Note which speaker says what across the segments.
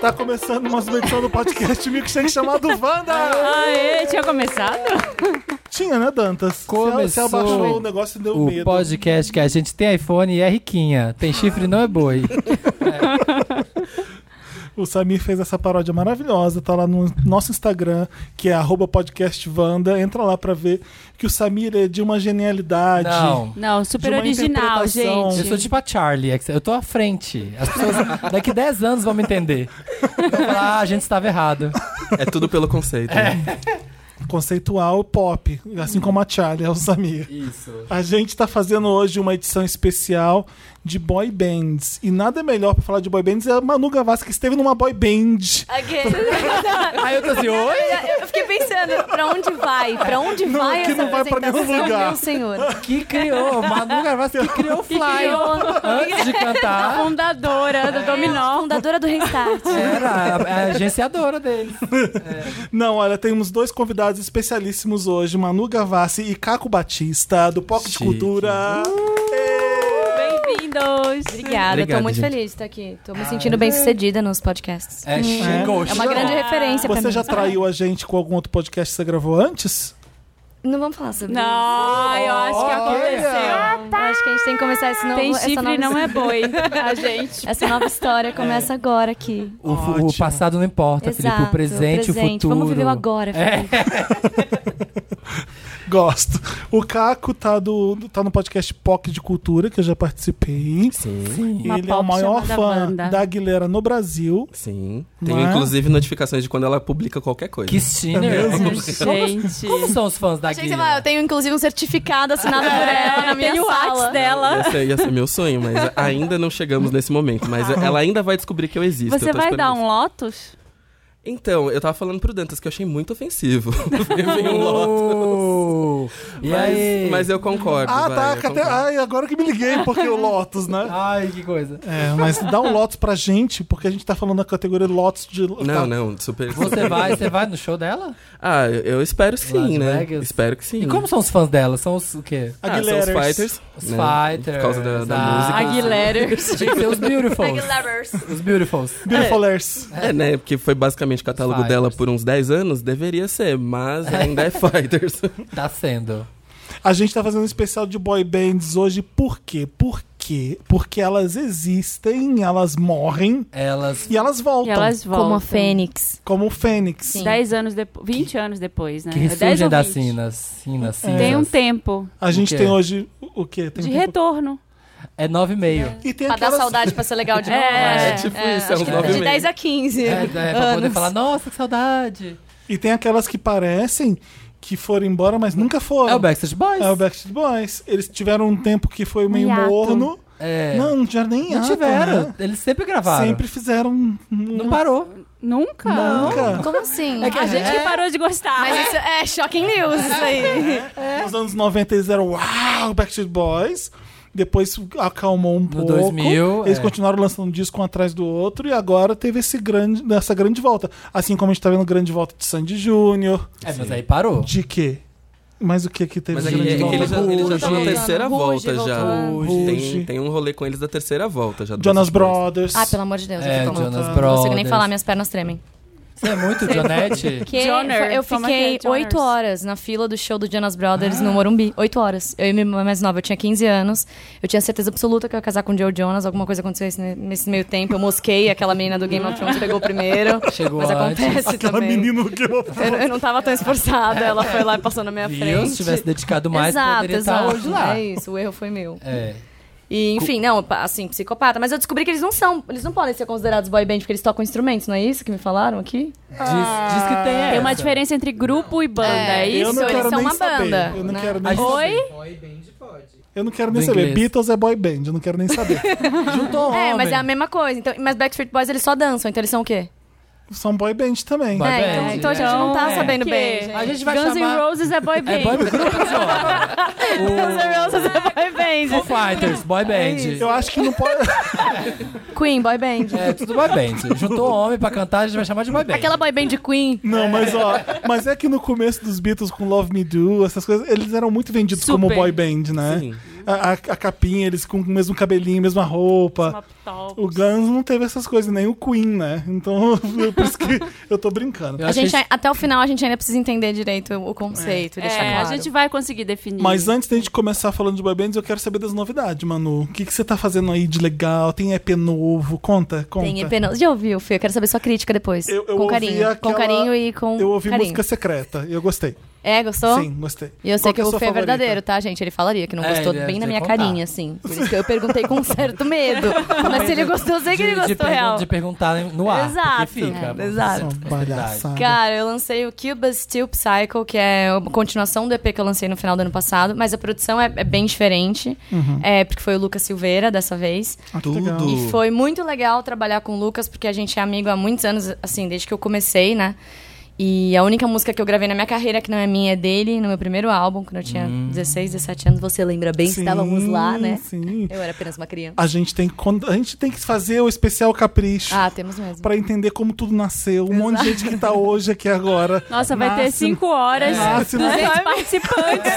Speaker 1: Tá começando mais uma edição do podcast Milkshake chamado Wanda!
Speaker 2: Aê, tinha começado?
Speaker 1: Tinha, né, Dantas? Você- Você
Speaker 3: Começou.
Speaker 1: abaixou o negócio e deu
Speaker 3: O
Speaker 1: medo.
Speaker 3: podcast que a gente tem iPhone e é riquinha. Tem chifre não é boi.
Speaker 1: O Samir fez essa paródia maravilhosa, tá lá no nosso Instagram, que é arroba podcastvanda. Entra lá pra ver que o Samir é de uma genialidade.
Speaker 3: Não.
Speaker 2: Não, super
Speaker 1: De uma
Speaker 2: original,
Speaker 1: interpretação.
Speaker 3: Eu
Speaker 2: gente.
Speaker 3: sou tipo a Charlie, é que eu tô à frente. As pessoas daqui 10 anos vão me entender. Vão falar, ah, a gente estava errado.
Speaker 4: É tudo pelo conceito.
Speaker 3: É.
Speaker 4: né?
Speaker 1: Conceitual e pop, assim como a Charlie, é o Samir.
Speaker 3: Isso.
Speaker 1: A gente tá fazendo hoje uma edição especial de boy bands. E nada melhor pra falar de boy bands é a Manu Gavassi, que esteve numa boy band.
Speaker 3: Aí eu tô assim, oi?
Speaker 5: Eu fiquei pensando, pra onde vai? Pra onde
Speaker 1: Não,
Speaker 5: vai
Speaker 1: que
Speaker 5: essa
Speaker 1: não vai pra nenhum
Speaker 5: apresentação,
Speaker 1: lugar.
Speaker 5: meu senhor?
Speaker 3: Que criou, Manu Gavassi que criou o Fly. Antes de
Speaker 2: A
Speaker 3: cantar,
Speaker 2: fundadora do Dominó.
Speaker 5: Fundadora do Restart.
Speaker 3: era a, a agenciadora deles.
Speaker 1: Não, olha, temos dois convidados especialíssimos hoje, Manu Gavassi e Caco Batista, do Pocket
Speaker 4: Chique.
Speaker 1: Cultura. Ê!
Speaker 2: Bem-vindos.
Speaker 5: Obrigada,
Speaker 4: Obrigado,
Speaker 5: tô muito
Speaker 4: gente.
Speaker 5: feliz de estar aqui. Tô me sentindo bem sucedida nos podcasts.
Speaker 3: É, chegou,
Speaker 5: É uma grande
Speaker 2: tá
Speaker 5: referência pra
Speaker 1: Você
Speaker 5: mim.
Speaker 3: tá-
Speaker 1: já traiu a gente com algum outro podcast que você gravou antes?
Speaker 5: Não vamos falar sobre
Speaker 2: Não, eu acho que
Speaker 3: Olha.
Speaker 2: aconteceu.
Speaker 5: isso. Eu acho que a gente tem que começar esse novo,
Speaker 2: Tem
Speaker 5: essa,
Speaker 2: chifre,
Speaker 5: nova,
Speaker 2: não é boi. A gente.
Speaker 5: essa nova história. Começa agora aqui.
Speaker 3: O, fu- o passado não importa, Felipe.
Speaker 5: Exato,
Speaker 3: O Tá presente, o futuro. É.
Speaker 5: Vamos viver o agora, Felipe.
Speaker 1: Gosto. O Caco tá, do, do- tá no podcast POC de Cultura, que eu já participei.
Speaker 4: Sim.
Speaker 2: Uma
Speaker 1: Ele é o
Speaker 2: POC
Speaker 1: maior
Speaker 2: chamada
Speaker 1: fã
Speaker 2: Wanda.
Speaker 1: da Aguilera no Brasil.
Speaker 4: Sim.
Speaker 1: Não
Speaker 4: Tenho
Speaker 1: é?
Speaker 4: inclusive notificações de quando ela publica qualquer coisa.
Speaker 3: Que Skinner.
Speaker 2: Gente.
Speaker 3: Como são os fãs da
Speaker 5: Achei que
Speaker 3: Guilherme?
Speaker 5: você fala, eu tenho inclusive um certificado assinado por ela
Speaker 2: É,
Speaker 5: na minha
Speaker 2: tem o
Speaker 5: sala.
Speaker 2: Whats dela.
Speaker 4: Ia ser, ia ser meu sonho, mas ainda não chegamos nesse momento. Mas
Speaker 3: Tá
Speaker 4: ela ainda vai descobrir que eu existo.
Speaker 2: Você
Speaker 4: eu tô
Speaker 2: vai
Speaker 4: esperando
Speaker 2: dar
Speaker 4: isso.
Speaker 2: um Lotus?
Speaker 4: Então, eu tava falando pro Dantas que eu achei muito ofensivo. Vem um lote.
Speaker 3: Oh, E aí?
Speaker 4: mas, mas eu concordo.
Speaker 1: Ah,
Speaker 4: vai,
Speaker 1: tá.
Speaker 4: eu
Speaker 1: Até,
Speaker 4: concordo.
Speaker 1: ai, agora que me liguei, porque o Lotus, né?
Speaker 3: Ai, que coisa.
Speaker 1: É, mas dá um Lotus pra gente, porque a gente tá falando da categoria Lotus de.
Speaker 4: Não, não, super.
Speaker 3: Você vai, você vai no show dela?
Speaker 4: Ah, eu espero sim,
Speaker 3: Las
Speaker 4: né?
Speaker 3: Vegas?
Speaker 4: Espero que sim.
Speaker 3: E como são os fãs dela? São os o quê?
Speaker 4: Ah, são os
Speaker 1: Aguilera.
Speaker 4: fighters.
Speaker 3: Os
Speaker 4: né?
Speaker 3: fighters.
Speaker 4: Por causa da, da
Speaker 3: ah,
Speaker 4: música.
Speaker 2: Aguilera.
Speaker 3: Tinha que ser os Beautifuls. Os Beautifuls.
Speaker 1: Beautifulers.
Speaker 4: É, né? Porque foi basicamente o catálogo
Speaker 3: Fighters.
Speaker 4: dela por uns 10 anos. Deveria ser, mas ainda é Fighters.
Speaker 3: Tá sendo.
Speaker 1: A gente tá fazendo um especial de boy bands hoje, por quê? Por quê? Porque elas existem, elas morrem
Speaker 5: É,
Speaker 3: Elas.
Speaker 1: e elas voltam.
Speaker 2: E elas voltam.
Speaker 5: Como a Fênix.
Speaker 1: Como o Fênix.
Speaker 5: Sim.
Speaker 2: Dez anos depois. 20 anos depois, né?
Speaker 3: Que
Speaker 2: É dez
Speaker 3: ressurgem
Speaker 2: ou
Speaker 3: das
Speaker 2: 20.
Speaker 3: sinas. Sinas,
Speaker 5: É.
Speaker 3: cinzas.
Speaker 2: Tem um tempo
Speaker 1: A gente
Speaker 3: O quê?
Speaker 1: tem hoje o o quê? Tem
Speaker 2: de
Speaker 1: um pouco-
Speaker 2: retorno.
Speaker 3: É nove e meio.
Speaker 1: E tem
Speaker 5: Pra dar
Speaker 1: aquelas...
Speaker 5: saudade, pra ser legal de novo.
Speaker 2: É,
Speaker 5: né?
Speaker 2: é
Speaker 4: tipo isso, é
Speaker 5: acho
Speaker 4: uns
Speaker 5: que
Speaker 4: nove e
Speaker 5: De
Speaker 4: meio.
Speaker 5: 10 a 15.
Speaker 3: É, é, pra poder
Speaker 5: anos.
Speaker 3: falar, nossa, que saudade.
Speaker 1: E tem aquelas que parecem que foram embora, mas nunca foram.
Speaker 3: É o Backstreet Boys.
Speaker 1: É o Backstreet Boys. Eles tiveram um tempo que foi meio
Speaker 2: hiato.
Speaker 1: morno.
Speaker 3: É.
Speaker 1: Não, não tiveram nem
Speaker 3: Não
Speaker 1: hiato,
Speaker 3: tiveram.
Speaker 1: né?
Speaker 3: Eles sempre gravaram.
Speaker 1: Sempre fizeram. um-
Speaker 3: Não parou.
Speaker 2: Nunca?
Speaker 1: Nunca.
Speaker 5: Como assim?
Speaker 3: É que-
Speaker 2: A gente que parou de gostar.
Speaker 5: Mas isso é shocking news, isso aí.
Speaker 1: Nos anos 90 eles eram uau, Backstreet Boys. Depois acalmou um pouco.
Speaker 3: 2000,
Speaker 1: eles
Speaker 3: é.
Speaker 1: continuaram lançando um disco um atrás do outro e agora teve esse grande, essa grande volta. Assim como a gente tá vendo grande volta de Sandy Júnior.
Speaker 3: É, mas aí parou.
Speaker 1: De quê? Mas o que que teve
Speaker 4: Mas
Speaker 1: de
Speaker 4: é
Speaker 3: Gente,
Speaker 4: que, é
Speaker 1: grande
Speaker 4: que
Speaker 1: volta?
Speaker 4: eles já, eles já estão na
Speaker 3: Ruge.
Speaker 4: terceira
Speaker 5: Ruge
Speaker 4: volta
Speaker 5: voltando.
Speaker 4: já.
Speaker 1: Ruge.
Speaker 4: Tem, tem um rolê com eles da terceira volta já. do
Speaker 1: Jonas
Speaker 4: Backstreet Boys.
Speaker 1: Brothers.
Speaker 5: Ah, pelo amor de Deus.
Speaker 3: É,
Speaker 5: eu tô
Speaker 3: Jonas
Speaker 5: não
Speaker 3: Brothers.
Speaker 5: consigo nem falar, minhas pernas tremem.
Speaker 3: Você é muito Jonete?
Speaker 5: Que
Speaker 2: Joner,
Speaker 5: eu
Speaker 2: como é que é
Speaker 5: fiquei
Speaker 2: Joners?
Speaker 5: 8 horas na fila do show do Jonas Brothers no Morumbi. 8 horas. Eu e minha irmã mais nova, eu tinha 15 anos. Eu tinha certeza absoluta que eu ia casar com o Joe Jonas. Alguma coisa aconteceu nesse, nesse meio tempo. Eu mosquei aquela menina do Game of Thrones, pegou primeiro.
Speaker 3: Chegou
Speaker 5: Mas
Speaker 3: antes.
Speaker 5: acontece
Speaker 1: Aquela
Speaker 5: também.
Speaker 1: menina do Game of
Speaker 5: Eu, eu não tava tão esforçada, ela foi lá e passou na minha
Speaker 3: Viu?
Speaker 5: frente.
Speaker 3: Se tivesse dedicado mais,
Speaker 5: exato,
Speaker 3: poderia
Speaker 5: exato.
Speaker 3: estar hoje lá.
Speaker 5: É isso, o erro foi meu.
Speaker 3: É.
Speaker 5: E, enfim, não, pa- assim, psicopata. Mas eu descobri que eles não são, eles não podem ser considerados boy band porque eles tocam instrumentos, não é isso que me falaram aqui?
Speaker 3: Diz, diz que
Speaker 5: Ah.
Speaker 3: tem essa.
Speaker 2: Tem uma diferença entre grupo e banda, é,
Speaker 1: Eu
Speaker 2: isso?
Speaker 1: não
Speaker 5: eles
Speaker 1: quero
Speaker 5: são
Speaker 1: nem
Speaker 5: uma
Speaker 1: saber.
Speaker 5: banda,
Speaker 1: Eu não
Speaker 5: né?
Speaker 1: quero
Speaker 3: A
Speaker 1: nem,
Speaker 3: gente
Speaker 2: Oi?
Speaker 1: eu não quero nem
Speaker 3: Do
Speaker 1: saber.
Speaker 3: inglês.
Speaker 1: Beatles é boy band, eu não quero nem saber.
Speaker 3: juntou
Speaker 5: É,
Speaker 3: homem.
Speaker 5: mas é a mesma coisa. Então, mas Backstreet Boys eles só dançam, então eles são o quê?
Speaker 1: São boy band também.
Speaker 3: Boy
Speaker 5: É,
Speaker 3: band,
Speaker 5: então, então a gente não tá
Speaker 2: é.
Speaker 5: sabendo
Speaker 2: Que-
Speaker 5: bem. gente.
Speaker 3: A gente vai
Speaker 2: Guns N'
Speaker 3: chamar...
Speaker 2: Roses é boy band.
Speaker 3: É boy grupo de homem.
Speaker 2: Guns N' Roses é boy
Speaker 3: Foo
Speaker 2: band.
Speaker 3: Fighters, boy
Speaker 5: É
Speaker 1: Eu
Speaker 3: band.
Speaker 1: acho que não pode.
Speaker 5: Queen, boy band.
Speaker 3: É, tudo boy band. Juntou homem pra cantar, a gente vai chamar de boy band.
Speaker 5: Aquela boy band de Queen.
Speaker 1: Não, mas ó, mas é que no começo dos Beatles com Love Me Do, essas coisas, eles eram muito vendidos como
Speaker 2: Super.
Speaker 1: boy band, né?
Speaker 4: Sim.
Speaker 1: a, a- a capinha, eles com o mesmo cabelinho, mesma roupa. O Guns não teve essas coisas, nem o Queen, né? Então, por isso que eu tô brincando.
Speaker 3: Eu
Speaker 5: A
Speaker 3: acho
Speaker 5: gente, é-
Speaker 3: que-
Speaker 5: ai- até o final a gente ainda precisa entender direito o conceito, deixar
Speaker 2: É,
Speaker 5: claro.
Speaker 2: a gente vai conseguir definir.
Speaker 1: Mas antes da gente começar falando de boy bands, eu quero saber das novidades, Manu. O que, que você tá fazendo aí de legal? Tem EP novo? Conta, conta.
Speaker 5: Tem EP não. Já ouviu, Fê? Eu quero saber sua crítica depois.
Speaker 1: Eu- eu
Speaker 5: com
Speaker 1: ouvi
Speaker 5: carinho.
Speaker 1: aquela-
Speaker 5: Com carinho e com.
Speaker 1: Eu ouvi
Speaker 5: um carinho.
Speaker 1: música secreta e eu gostei.
Speaker 5: É, gostou?
Speaker 1: Sim, gostei.
Speaker 5: E eu sei
Speaker 1: Qual
Speaker 5: que
Speaker 1: é a
Speaker 5: o
Speaker 1: sua
Speaker 5: Fê é
Speaker 1: favorita?
Speaker 5: verdadeiro, tá, gente? Ele falaria que não
Speaker 3: É,
Speaker 5: gostou
Speaker 3: ele ia
Speaker 5: bem
Speaker 3: dizer
Speaker 5: na minha
Speaker 3: contar.
Speaker 5: carinha, assim. Por isso que eu perguntei com um certo medo. Mas se ele gostou, eu sei que
Speaker 3: de,
Speaker 5: ele
Speaker 3: de,
Speaker 5: gostou,
Speaker 3: pergun-
Speaker 5: real.
Speaker 3: de perguntar no ar.
Speaker 5: Exato.
Speaker 3: porque Fica,
Speaker 5: É,
Speaker 3: bom,
Speaker 5: exato.
Speaker 3: essa
Speaker 1: São
Speaker 3: possibilidade.
Speaker 1: palhaçada.
Speaker 5: Cara, eu lancei o Cuba Steel Psycho, que é uma continuação do EP que eu lancei no final do ano passado, mas a produção é, é bem diferente.
Speaker 1: Uhum.
Speaker 5: É, porque foi o Lucas Silveira dessa vez.
Speaker 1: Ah, que
Speaker 4: Tudo.
Speaker 1: legal.
Speaker 5: E foi muito legal trabalhar com o Lucas, porque a gente é amigo há muitos anos, assim, desde que eu comecei, né? E a única música que eu gravei na minha carreira que não é minha é dele, no meu primeiro álbum, quando eu tinha 16, 17 anos, você lembra bem,
Speaker 1: Sim,
Speaker 5: estávamos lá, né?
Speaker 1: Sim.
Speaker 5: Eu era apenas uma criança.
Speaker 1: A gente tem que con- a gente tem que fazer o especial capricho
Speaker 5: Ah, temos mesmo.
Speaker 1: pra entender como tudo nasceu, um monte de gente que tá hoje aqui agora.
Speaker 2: Nossa, vai ter
Speaker 1: Nasce-
Speaker 2: cinco horas.
Speaker 1: Nasce-
Speaker 2: 200 participantes.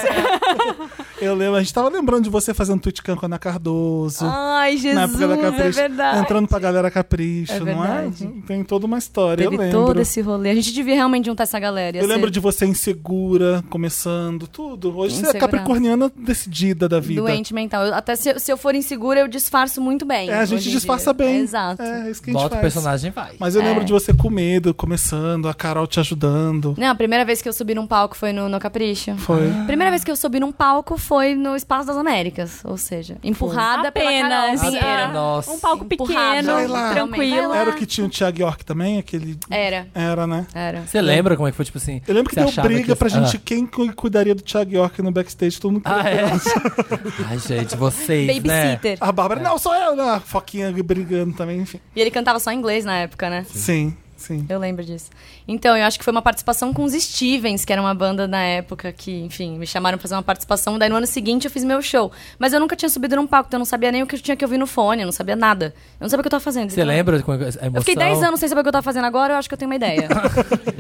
Speaker 1: Eu lembro, a gente tava lembrando de você fazendo tweet com a Ana Cardoso.
Speaker 5: Ai,
Speaker 1: na época da
Speaker 5: Ah, Jesus, é
Speaker 1: Capricho,
Speaker 5: verdade.
Speaker 1: entrando pra galera Capricho,
Speaker 5: É
Speaker 1: não é?
Speaker 5: verdade.
Speaker 1: Tem toda uma história,
Speaker 5: Teve
Speaker 1: eu lembro.
Speaker 5: todo esse rolê. A gente devia realmente juntar essa galera. ia
Speaker 1: Eu lembro
Speaker 5: ser
Speaker 1: de você insegura, começando, tudo. Hoje você é
Speaker 5: Insegurança.
Speaker 1: capricorniana decidida da vida.
Speaker 5: Doente mental. Eu- até se, eu- se eu for insegura, eu disfarço muito bem.
Speaker 1: É, a
Speaker 5: hoje
Speaker 1: gente
Speaker 5: em
Speaker 1: disfarça
Speaker 5: dia.
Speaker 1: bem.
Speaker 5: Exato.
Speaker 1: É, isso que a gente
Speaker 3: Bota o
Speaker 1: faz.
Speaker 3: personagem e vai.
Speaker 1: Mas eu lembro
Speaker 5: É.
Speaker 1: de você com medo, começando, a Carol te ajudando.
Speaker 5: Não, a primeira vez que eu subi num palco foi no, no Capricho.
Speaker 1: Foi.
Speaker 5: Primeira vez que eu subi num palco foi no Espaço das Américas, ou seja, empurrada
Speaker 2: Apenas.
Speaker 5: pela Carol
Speaker 1: é,
Speaker 2: ah,
Speaker 5: Pinheiro.
Speaker 3: Nossa.
Speaker 2: Um palco
Speaker 5: Empurrada.
Speaker 1: Vai
Speaker 2: pequeno,
Speaker 1: lá.
Speaker 2: tranquilo.
Speaker 5: Vai lá.
Speaker 1: Era o que tinha o Thiago York também, aquele.
Speaker 5: Ah, Era,
Speaker 1: Era, né?
Speaker 5: era.
Speaker 3: Você lembra como é que foi, tipo assim?
Speaker 1: Eu lembro que
Speaker 3: você
Speaker 1: deu
Speaker 3: achava
Speaker 1: briga
Speaker 3: que-
Speaker 1: pra gente
Speaker 3: Ah.
Speaker 1: quem cu- cuidaria do Thiago York no backstage, todo mundo queria.
Speaker 3: Ah, é? Ai, gente, vocês, né?
Speaker 5: Babysitter.
Speaker 1: A Bárbara, não, sou eu, né? A Foquinha brigando também, enfim.
Speaker 3: Uhum.
Speaker 5: E ele cantava só em inglês na época, né?
Speaker 1: Sim, sim.
Speaker 5: Eu lembro disso. Então, eu acho que foi uma participação com os Stevens, que era uma banda na época que, enfim, me chamaram pra fazer uma participação. Daí no ano seguinte eu fiz meu show. Mas eu nunca tinha subido num palco, então eu não sabia nem o que eu tinha que ouvir no fone, eu não sabia nada. Eu não sabia o que eu tava fazendo.
Speaker 3: Você
Speaker 5: Então,
Speaker 3: lembra como é que- a emoção?
Speaker 5: Eu fiquei 10 anos sem saber o que eu tava fazendo agora, eu acho que eu tenho uma ideia.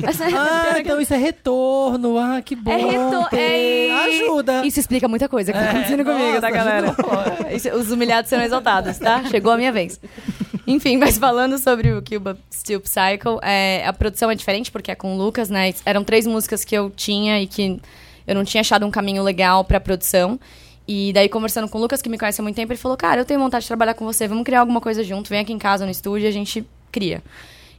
Speaker 5: Essa é a
Speaker 3: Ah,
Speaker 5: primeira que eu-
Speaker 3: então isso é retorno. Ah, que bom.
Speaker 5: É retorno.
Speaker 3: Tem-
Speaker 5: É...
Speaker 3: Ajuda. É.
Speaker 5: Isso explica muita coisa que tá acontecendo comigo, tá,
Speaker 3: nossa,
Speaker 5: galera? Isso- os humilhados serão exaltados, tá? Chegou a minha vez. Enfim, mas falando sobre o Cuba Steel Psycho, é, a produção é diferente porque é com o Lucas, né? Eram três músicas que eu tinha e que eu não tinha achado um caminho legal pra produção. E daí, conversando com o Lucas, que me conhece há muito tempo, ele falou: Cara, eu tenho vontade de trabalhar com você, vamos criar alguma coisa junto, vem aqui em casa no estúdio e a gente cria.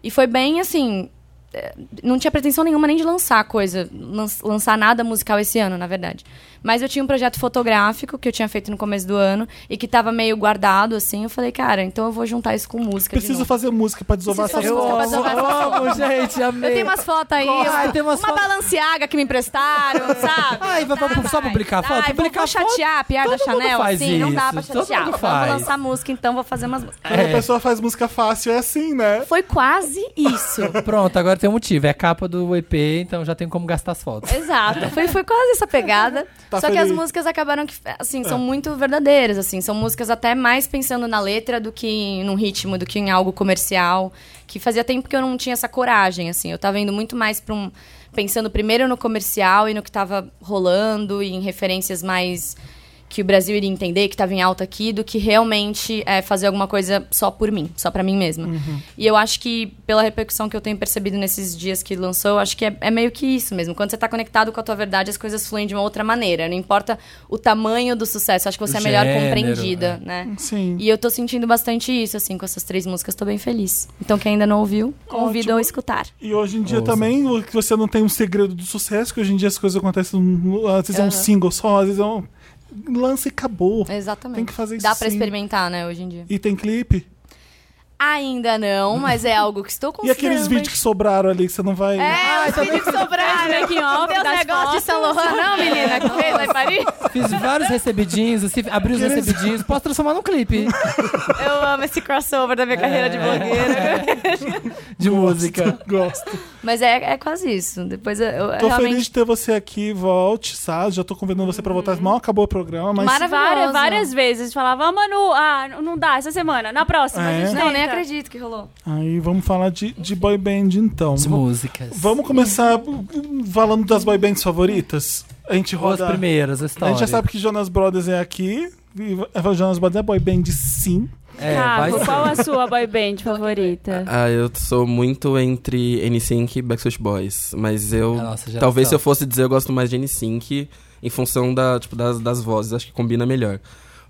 Speaker 5: E foi bem assim, é, não tinha pretensão nenhuma nem de lançar coisa, lan- lançar nada musical esse ano, na verdade. Mas eu tinha um projeto fotográfico que eu tinha feito no começo do ano e que tava meio guardado, assim. Eu falei, cara, então eu vou juntar isso com música. de
Speaker 1: Preciso
Speaker 5: novo.
Speaker 1: fazer música pra desovar
Speaker 5: Preciso
Speaker 1: essas
Speaker 5: fazer música pra
Speaker 1: coisas.
Speaker 5: desovar.
Speaker 3: Eu amo, gente, amei.
Speaker 5: Eu tenho umas fotos aí,
Speaker 3: Ai,
Speaker 5: eu-
Speaker 3: tem umas
Speaker 5: uma
Speaker 3: fotos-
Speaker 5: balanceaga que me emprestaram, sabe?
Speaker 3: Ai, vai- vai-
Speaker 5: Tá,
Speaker 3: só
Speaker 5: vai.
Speaker 3: publicar foto?
Speaker 5: Ai, vou-
Speaker 3: Publicar
Speaker 5: vou chatear a piada da
Speaker 3: todo mundo
Speaker 5: Chanel,
Speaker 3: faz
Speaker 5: assim, não dá pra
Speaker 3: isso, todo
Speaker 5: chatear.
Speaker 3: mundo
Speaker 5: Vamos
Speaker 3: faz.
Speaker 5: lançar música, então vou fazer umas músicas.
Speaker 1: Quando a
Speaker 3: É.
Speaker 1: pessoa faz música fácil, é assim, né?
Speaker 5: Foi quase isso.
Speaker 3: Pronto, agora tem um motivo. É a capa do EP, então já tem como gastar as fotos.
Speaker 5: Exato. Foi, foi quase essa pegada.
Speaker 1: Tá
Speaker 5: Só que
Speaker 1: feliz. É.
Speaker 5: as músicas acabaram que, assim, são muito verdadeiras, assim. São músicas até mais pensando na letra do que num ritmo, do que em algo comercial. Que fazia tempo que eu não tinha essa coragem, assim. Eu tava indo muito mais pra um... Pensando primeiro no comercial e no que tava rolando e em referências mais... Que o Brasil iria entender que tava em alta aqui, do que realmente é, fazer alguma coisa só por mim, só pra mim mesma.
Speaker 1: Uhum.
Speaker 5: E eu acho que, pela repercussão que eu tenho percebido nesses dias que lançou, eu acho que é, é meio que isso mesmo. Quando você tá conectado com a tua verdade, as coisas fluem de uma outra maneira. Não importa o tamanho do sucesso, acho que você
Speaker 3: O
Speaker 5: é melhor
Speaker 1: é.
Speaker 3: gênero,
Speaker 5: compreendida, né?
Speaker 1: Sim.
Speaker 5: E eu tô sentindo bastante isso, assim, com essas três músicas, tô bem feliz. Então, quem ainda não ouviu, convido
Speaker 1: Ótimo.
Speaker 5: a escutar.
Speaker 1: E hoje em dia
Speaker 3: Ouça.
Speaker 1: também, o que você não tem um segredo do sucesso, que hoje em dia as coisas acontecem, num- às vezes é um single só, às vezes é um lance e acabou.
Speaker 5: Exatamente.
Speaker 1: Tem que fazer isso
Speaker 5: Dá pra
Speaker 1: sim.
Speaker 5: experimentar, né, hoje em dia.
Speaker 1: E tem clipe.
Speaker 5: Ainda não, mas é algo que estou
Speaker 1: E
Speaker 5: considerando.
Speaker 1: aqueles vídeos que sobraram ali, que você não vai...
Speaker 5: É, os vídeos que sobraram.
Speaker 2: Making off
Speaker 5: Não tem os
Speaker 2: das
Speaker 5: negócios de
Speaker 2: fotos.
Speaker 5: São Laurent, não, menina, que fez lá em Paris?
Speaker 3: Fiz vários recebidinhos, assim, abri os recebidinhos, posso transformar num clipe
Speaker 5: Eu amo esse crossover da minha
Speaker 3: É.
Speaker 5: carreira de blogueira.
Speaker 3: de música.
Speaker 1: Gosto.
Speaker 5: Mas é, é quase isso. Depois eu, eu
Speaker 1: Tô
Speaker 5: realmente.
Speaker 1: feliz de ter você aqui, volte, sabe? Já tô convidando você pra voltar,
Speaker 2: Uhum.
Speaker 1: mal acabou o programa, mas...
Speaker 5: Maravilhoso.
Speaker 2: Várias, várias vezes. A gente falava, ah, Manu, ah, não dá, essa semana, na próxima.
Speaker 1: É?
Speaker 2: A gente
Speaker 5: Não, nem
Speaker 2: tenta."
Speaker 5: acredito que rolou.
Speaker 1: Aí vamos falar de, de boy band então.
Speaker 3: De músicas.
Speaker 1: Vamos começar falando das boy bands favoritas? A gente
Speaker 3: Ou as
Speaker 1: roda...
Speaker 3: primeiras,
Speaker 1: A
Speaker 3: a história.
Speaker 1: gente já sabe que Jonas Brothers é aqui, Eva Jonas Band é boy band, sim.
Speaker 3: É, vai
Speaker 2: Thiago,
Speaker 3: ser.
Speaker 2: qual a sua boy band favorita?
Speaker 4: Ah, eu sou muito entre NSYNC e Backstreet Boys. Mas eu.
Speaker 3: A nossa geração.
Speaker 4: Talvez se eu fosse dizer, eu gosto mais de NSYNC em função da, tipo, das, das vozes. Acho que combina melhor.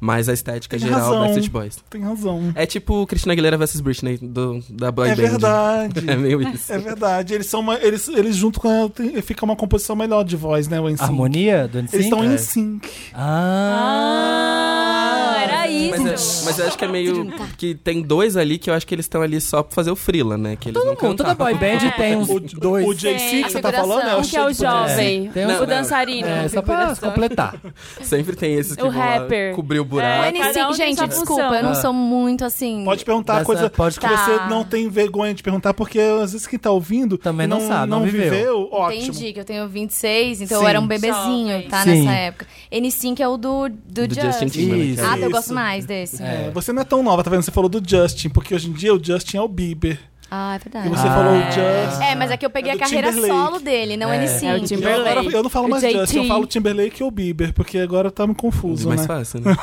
Speaker 4: Mas a estética
Speaker 1: Tem
Speaker 4: geral,
Speaker 1: razão.
Speaker 4: Backstreet Boys.
Speaker 1: Tem razão.
Speaker 4: É tipo Christina Aguilera versus Britney do, da Boy
Speaker 1: é
Speaker 4: Band.
Speaker 1: verdade.
Speaker 4: É meio isso.
Speaker 1: É verdade. Eles são uma, eles, eles junto com a, tem- fica uma composição melhor de voz, né? O NSYNC.
Speaker 3: Harmonia do NSYNC?
Speaker 1: Eles estão
Speaker 3: É.
Speaker 1: em sync.
Speaker 3: Ah!
Speaker 2: Ah, era isso.
Speaker 4: Mas,
Speaker 2: Então.
Speaker 4: é- mas eu acho que é meio. Que tem dois ali que eu acho que eles estão ali só pra fazer o frila, né? Que eles não
Speaker 3: Todo mundo,
Speaker 4: cantavam.
Speaker 3: toda boy band
Speaker 2: É.
Speaker 3: tem uns
Speaker 1: O,
Speaker 3: dois.
Speaker 1: o J6 que você tá
Speaker 5: Configuração.
Speaker 1: falando?
Speaker 5: Um
Speaker 2: Um que é
Speaker 1: cheio
Speaker 2: o
Speaker 1: de-
Speaker 2: jovem,
Speaker 3: Tem uns-
Speaker 2: o dançarino.
Speaker 3: É, só pra completar.
Speaker 4: Sempre tem esses que
Speaker 2: O
Speaker 4: vão lá
Speaker 2: rapper.
Speaker 4: cobrir o
Speaker 5: O
Speaker 2: É,
Speaker 4: buraco.
Speaker 5: NSYNC,
Speaker 2: cada um tem
Speaker 5: gente,
Speaker 2: sua
Speaker 5: desculpa,
Speaker 2: função.
Speaker 5: eu não
Speaker 3: Ah.
Speaker 5: sou muito assim.
Speaker 1: É. Pode perguntar
Speaker 3: Dessa-
Speaker 1: coisa
Speaker 3: pode
Speaker 1: que você
Speaker 5: Tá.
Speaker 1: não tem vergonha de perguntar, porque às vezes quem tá ouvindo
Speaker 3: Também
Speaker 1: e
Speaker 3: não sabe, não viveu.
Speaker 1: ótimo.
Speaker 5: Entendi, que eu tenho 26, então
Speaker 1: Sim.
Speaker 5: eu era um bebezinho, tá?
Speaker 3: Sim.
Speaker 5: Nessa época. N5 é o do, do,
Speaker 4: Do
Speaker 5: Justin.
Speaker 4: Justin Timberlake.
Speaker 3: Isso.
Speaker 5: Ah, eu
Speaker 1: Isso.
Speaker 5: gosto mais desse.
Speaker 1: É, Você não é tão nova, tá vendo? Você falou do Justin, porque hoje em dia o Justin é o Bieber.
Speaker 5: Ah, é
Speaker 1: E
Speaker 5: verdade.
Speaker 1: você
Speaker 3: Ah.
Speaker 1: falou o Justin.
Speaker 5: É, mas é que eu peguei
Speaker 1: É
Speaker 5: a
Speaker 1: do
Speaker 5: carreira
Speaker 1: Timberlake.
Speaker 5: solo dele, não
Speaker 3: É.
Speaker 5: N5.
Speaker 2: É o
Speaker 1: E agora
Speaker 2: Timberlake.
Speaker 1: eu não falo mais
Speaker 2: O JT.
Speaker 1: Justin, eu falo Timberlake ou Bieber, porque agora tá confuso,
Speaker 4: mais
Speaker 1: né?
Speaker 4: fácil, né?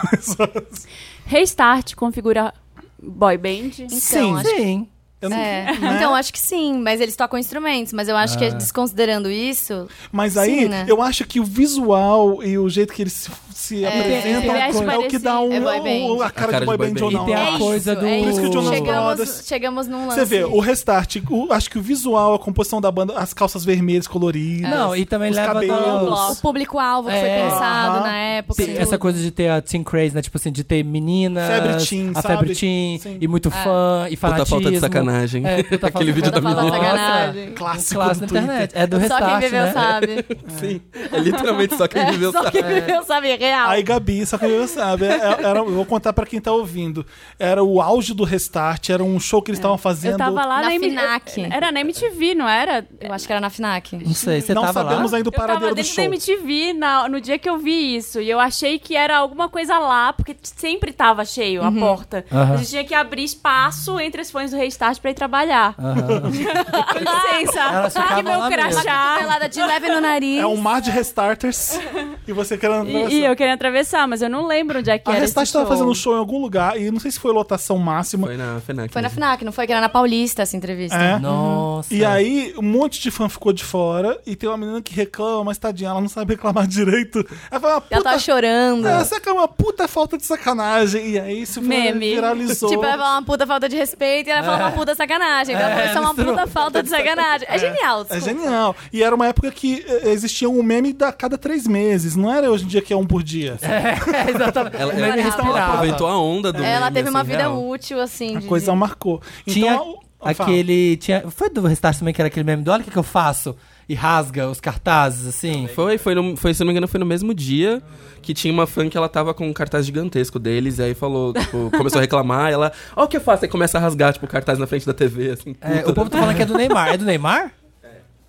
Speaker 2: Restart configura boy band.
Speaker 5: Então, acho
Speaker 3: Sim.
Speaker 1: Eu não-
Speaker 5: É.
Speaker 1: né? Ah.
Speaker 5: Então, acho que sim, mas eles tocam instrumentos, mas eu acho que desconsiderando isso.
Speaker 1: Mas aí,
Speaker 5: Sim, né?
Speaker 1: eu acho que o visual e o jeito que eles se, se
Speaker 5: se
Speaker 1: apresentam é,
Speaker 2: veste
Speaker 1: o que dá um,
Speaker 5: parecido. É boy band.
Speaker 1: um- a, cara de boy band, ou
Speaker 4: E
Speaker 1: não.
Speaker 3: tem a
Speaker 5: é
Speaker 1: né?
Speaker 5: isso,
Speaker 3: coisa do-
Speaker 5: É
Speaker 1: Por isso que o Jonas Brothers-
Speaker 5: chegamos, chegamos num um lance.
Speaker 1: Você vê, o restart, o- acho que o visual, a composição da banda, as calças vermelhas coloridas.
Speaker 3: Não, e também
Speaker 1: Os
Speaker 3: leva
Speaker 1: cabelos.
Speaker 5: O público-alvo que
Speaker 3: É.
Speaker 5: foi pensado
Speaker 1: Aham.
Speaker 5: na época.
Speaker 3: Tem
Speaker 5: tudo.
Speaker 3: essa coisa de ter a Teen Craze, né? Tipo assim, de ter meninas,
Speaker 1: Febre teen,
Speaker 3: a
Speaker 1: sabe?
Speaker 3: Febre Teen,
Speaker 1: Sim.
Speaker 3: e
Speaker 5: É.
Speaker 3: muito fã, e
Speaker 4: Puta
Speaker 3: fanatismo.
Speaker 4: falta de sacanagem.
Speaker 3: É, puta falta-
Speaker 4: Aquele vídeo
Speaker 5: Toda
Speaker 4: da
Speaker 5: fala
Speaker 4: menina.
Speaker 5: sacanagem.
Speaker 1: Um Clássico
Speaker 3: Classe
Speaker 1: do
Speaker 3: na
Speaker 1: Twitter.
Speaker 3: internet. É do
Speaker 5: Só
Speaker 3: restart,
Speaker 5: quem viveu
Speaker 3: né?
Speaker 5: sabe.
Speaker 4: Sim. É literalmente só quem viveu
Speaker 5: Só
Speaker 4: sabe.
Speaker 5: quem viveu sabe, é real.
Speaker 1: Aí, Gabi, só que eu sabe, é- era, eu vou contar pra quem tá ouvindo. Era o auge do restart, era um show que
Speaker 2: É.
Speaker 1: eles estavam fazendo.
Speaker 2: Eu tava lá
Speaker 5: Na
Speaker 2: na, M-
Speaker 5: Finac.
Speaker 2: Era na MTV, não era?
Speaker 5: Eu acho que era na FNAC.
Speaker 3: Não sei, você
Speaker 1: Não
Speaker 3: tava
Speaker 1: sabemos
Speaker 3: lá?
Speaker 1: ainda o
Speaker 2: Eu tava
Speaker 1: paradeiro do
Speaker 2: dentro
Speaker 1: show.
Speaker 2: da MTV na- no dia que eu vi isso. E eu achei que era alguma coisa lá, porque sempre tava cheio
Speaker 3: Uhum.
Speaker 2: a porta.
Speaker 3: Aham.
Speaker 2: A gente tinha que abrir espaço entre os fãs do Restart pra ir trabalhar. Com licença.
Speaker 3: Elas
Speaker 2: Aqui
Speaker 3: ficavam
Speaker 2: meu
Speaker 3: lá mesmo.
Speaker 2: crachá.
Speaker 5: Pelada de leve no nariz.
Speaker 1: É um mar de restarters. e você querendo.
Speaker 2: E, e eu queria atravessar, mas eu não lembro onde é que
Speaker 1: A
Speaker 2: era
Speaker 1: Restart
Speaker 2: esse
Speaker 1: tava
Speaker 2: show.
Speaker 1: fazendo um show em algum lugar, e não sei se foi lotação máxima.
Speaker 4: Foi na FENAC. né?
Speaker 5: Foi na
Speaker 4: mesmo.
Speaker 5: FNAC, não foi? Que era na Paulista essa entrevista.
Speaker 1: É.
Speaker 3: Nossa.
Speaker 1: E aí, um monte de fã ficou de fora, e tem uma menina que reclama, mas tadinha, ela não sabe reclamar direito. Ela fala, "Ah,
Speaker 2: tá
Speaker 1: puta,
Speaker 5: Ela tava chorando. Tipo,
Speaker 1: Essa que é uma puta falta de sacanagem. E aí isso
Speaker 2: Meme.
Speaker 1: viralizou.
Speaker 5: Tipo, ela fala uma puta falta de respeito e ela fala uma puta sacanagem. Então foi só uma puta falta de sacanagem. É genial,
Speaker 1: É
Speaker 5: desculpa.
Speaker 1: genial. E era uma época que eh, existia um meme da cada três meses. Não era hoje em dia que é um por dia.
Speaker 3: É, exatamente.
Speaker 4: Ela-
Speaker 3: Mas
Speaker 4: ela-
Speaker 3: ele respirava.
Speaker 4: Ela aproveitou a onda do.
Speaker 5: Ela
Speaker 4: meme,
Speaker 5: teve uma
Speaker 4: assim,
Speaker 5: vida
Speaker 4: real.
Speaker 5: útil, assim.
Speaker 1: A
Speaker 5: de-
Speaker 1: coisa marcou.
Speaker 3: Tinha
Speaker 1: então, a-
Speaker 3: aquele... Tinha, foi do restart também que era aquele meme do olha o que, que eu faço? E rasga os cartazes, assim.
Speaker 4: Foi, foi, no, foi, se não me engano, foi no mesmo dia que tinha uma fã que ela tava com um cartaz gigantesco deles, e aí falou, tipo, começou a reclamar, e ela, ó o que eu faço, aí começa a rasgar, tipo, o cartaz na frente da TV, assim.
Speaker 3: É,
Speaker 4: puta,
Speaker 3: o povo tá falando que é do Neymar. É do Neymar?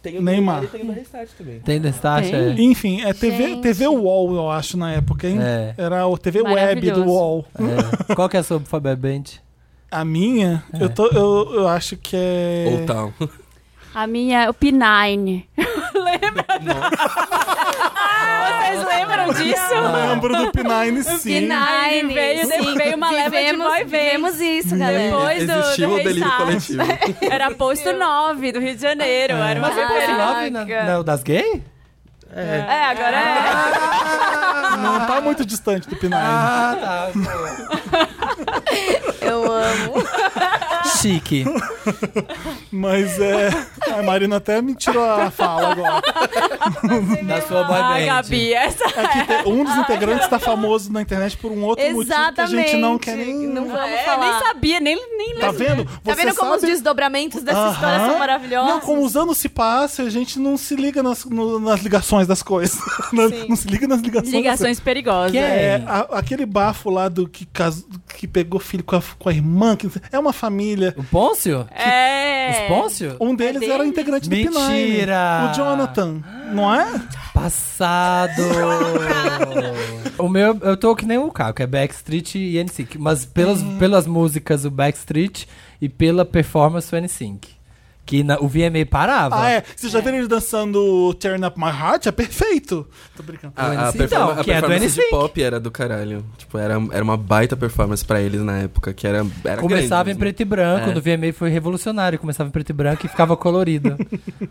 Speaker 4: Tem
Speaker 1: o Neymar.
Speaker 4: tem o Restart também.
Speaker 3: Tem do restart?
Speaker 2: Tem.
Speaker 3: É.
Speaker 1: Enfim, é TV,
Speaker 5: Gente.
Speaker 1: TV UOL, eu acho, na época, hein?
Speaker 3: É.
Speaker 1: Era o TV Web do
Speaker 2: Maravilhoso.
Speaker 1: UOL.
Speaker 3: É. Qual que é a sua Fabio Band?
Speaker 1: A minha,
Speaker 3: É.
Speaker 1: eu, tô, eu, eu acho que é.
Speaker 4: Ou
Speaker 3: tá.
Speaker 4: tal.
Speaker 2: A minha é o P9. Lembra? Ah, Vocês lembram disso?
Speaker 1: Eu lembro do P9, sim.
Speaker 5: P9,
Speaker 2: Veio-
Speaker 5: sim.
Speaker 2: veio uma leva de
Speaker 5: Vivemos-
Speaker 2: boy band.
Speaker 5: Vivemos isso, galera.
Speaker 2: Depois do,
Speaker 4: Existiu
Speaker 2: do
Speaker 4: o delírio
Speaker 2: Restart.
Speaker 4: coletivo.
Speaker 2: Era posto 9 do Rio de Janeiro. Era uma
Speaker 5: Mas é
Speaker 3: assim,
Speaker 5: posto
Speaker 2: referência.
Speaker 3: Love na, na, das gay?
Speaker 2: É, agora é.
Speaker 1: Não tá muito distante do P9.
Speaker 3: Ah, tá.
Speaker 5: Eu amo.
Speaker 3: tá. Chique.
Speaker 1: Mas é. A Marina até me tirou a fala agora.
Speaker 3: da sua boy
Speaker 2: Ah,
Speaker 3: band.
Speaker 2: Gabi, essa
Speaker 1: que te- um dos integrantes tá famoso na internet por um outro motivo que a gente não quer nem.
Speaker 5: Não vamos
Speaker 2: é,
Speaker 5: falar.
Speaker 2: nem sabia, nem, nem
Speaker 1: Tá
Speaker 2: lembro.
Speaker 1: vendo?
Speaker 5: Tá
Speaker 1: Você
Speaker 5: vendo como os
Speaker 1: sabe-
Speaker 5: desdobramentos dessa história
Speaker 1: Aham.
Speaker 5: são maravilhosos?
Speaker 1: Não, como os anos se passam, a gente não se liga nas, no- nas ligações das coisas. Não, não se liga nas ligações. Das
Speaker 2: Ligações perigosas.
Speaker 3: Que
Speaker 1: coisas.
Speaker 3: é?
Speaker 1: É, a- aquele bafo lá do que, cas- que pegou filho com a, com a irmã, que, é uma família.
Speaker 3: O Pôncio?
Speaker 2: É.
Speaker 3: Os Pôncio?
Speaker 1: Um deles
Speaker 2: dele?
Speaker 1: era integrante do P9.
Speaker 3: Mentira!
Speaker 1: O Jonathan, não é?
Speaker 3: Passado! o meu, eu tô que nem o Caco, é Backstreet e NSYNC. Mas pelas, pelas músicas, o Backstreet e pela performance, o NSYNC. Que na- o VMA parava.
Speaker 1: Ah, é. Vocês já viram ele dançando Turn Up My Heart? É perfeito. Tô brincando.
Speaker 4: A, Ah, a
Speaker 3: Então,
Speaker 4: performa- a
Speaker 3: que é do
Speaker 4: performance de
Speaker 3: NSYNC.
Speaker 4: pop era do caralho. Tipo, era, era uma baita performance pra eles na época, que era, era
Speaker 3: Começava
Speaker 4: grande
Speaker 3: em
Speaker 4: mesmo.
Speaker 3: preto e branco,
Speaker 4: É.
Speaker 3: no VMA foi revolucionário. Começava em preto e branco e ficava colorido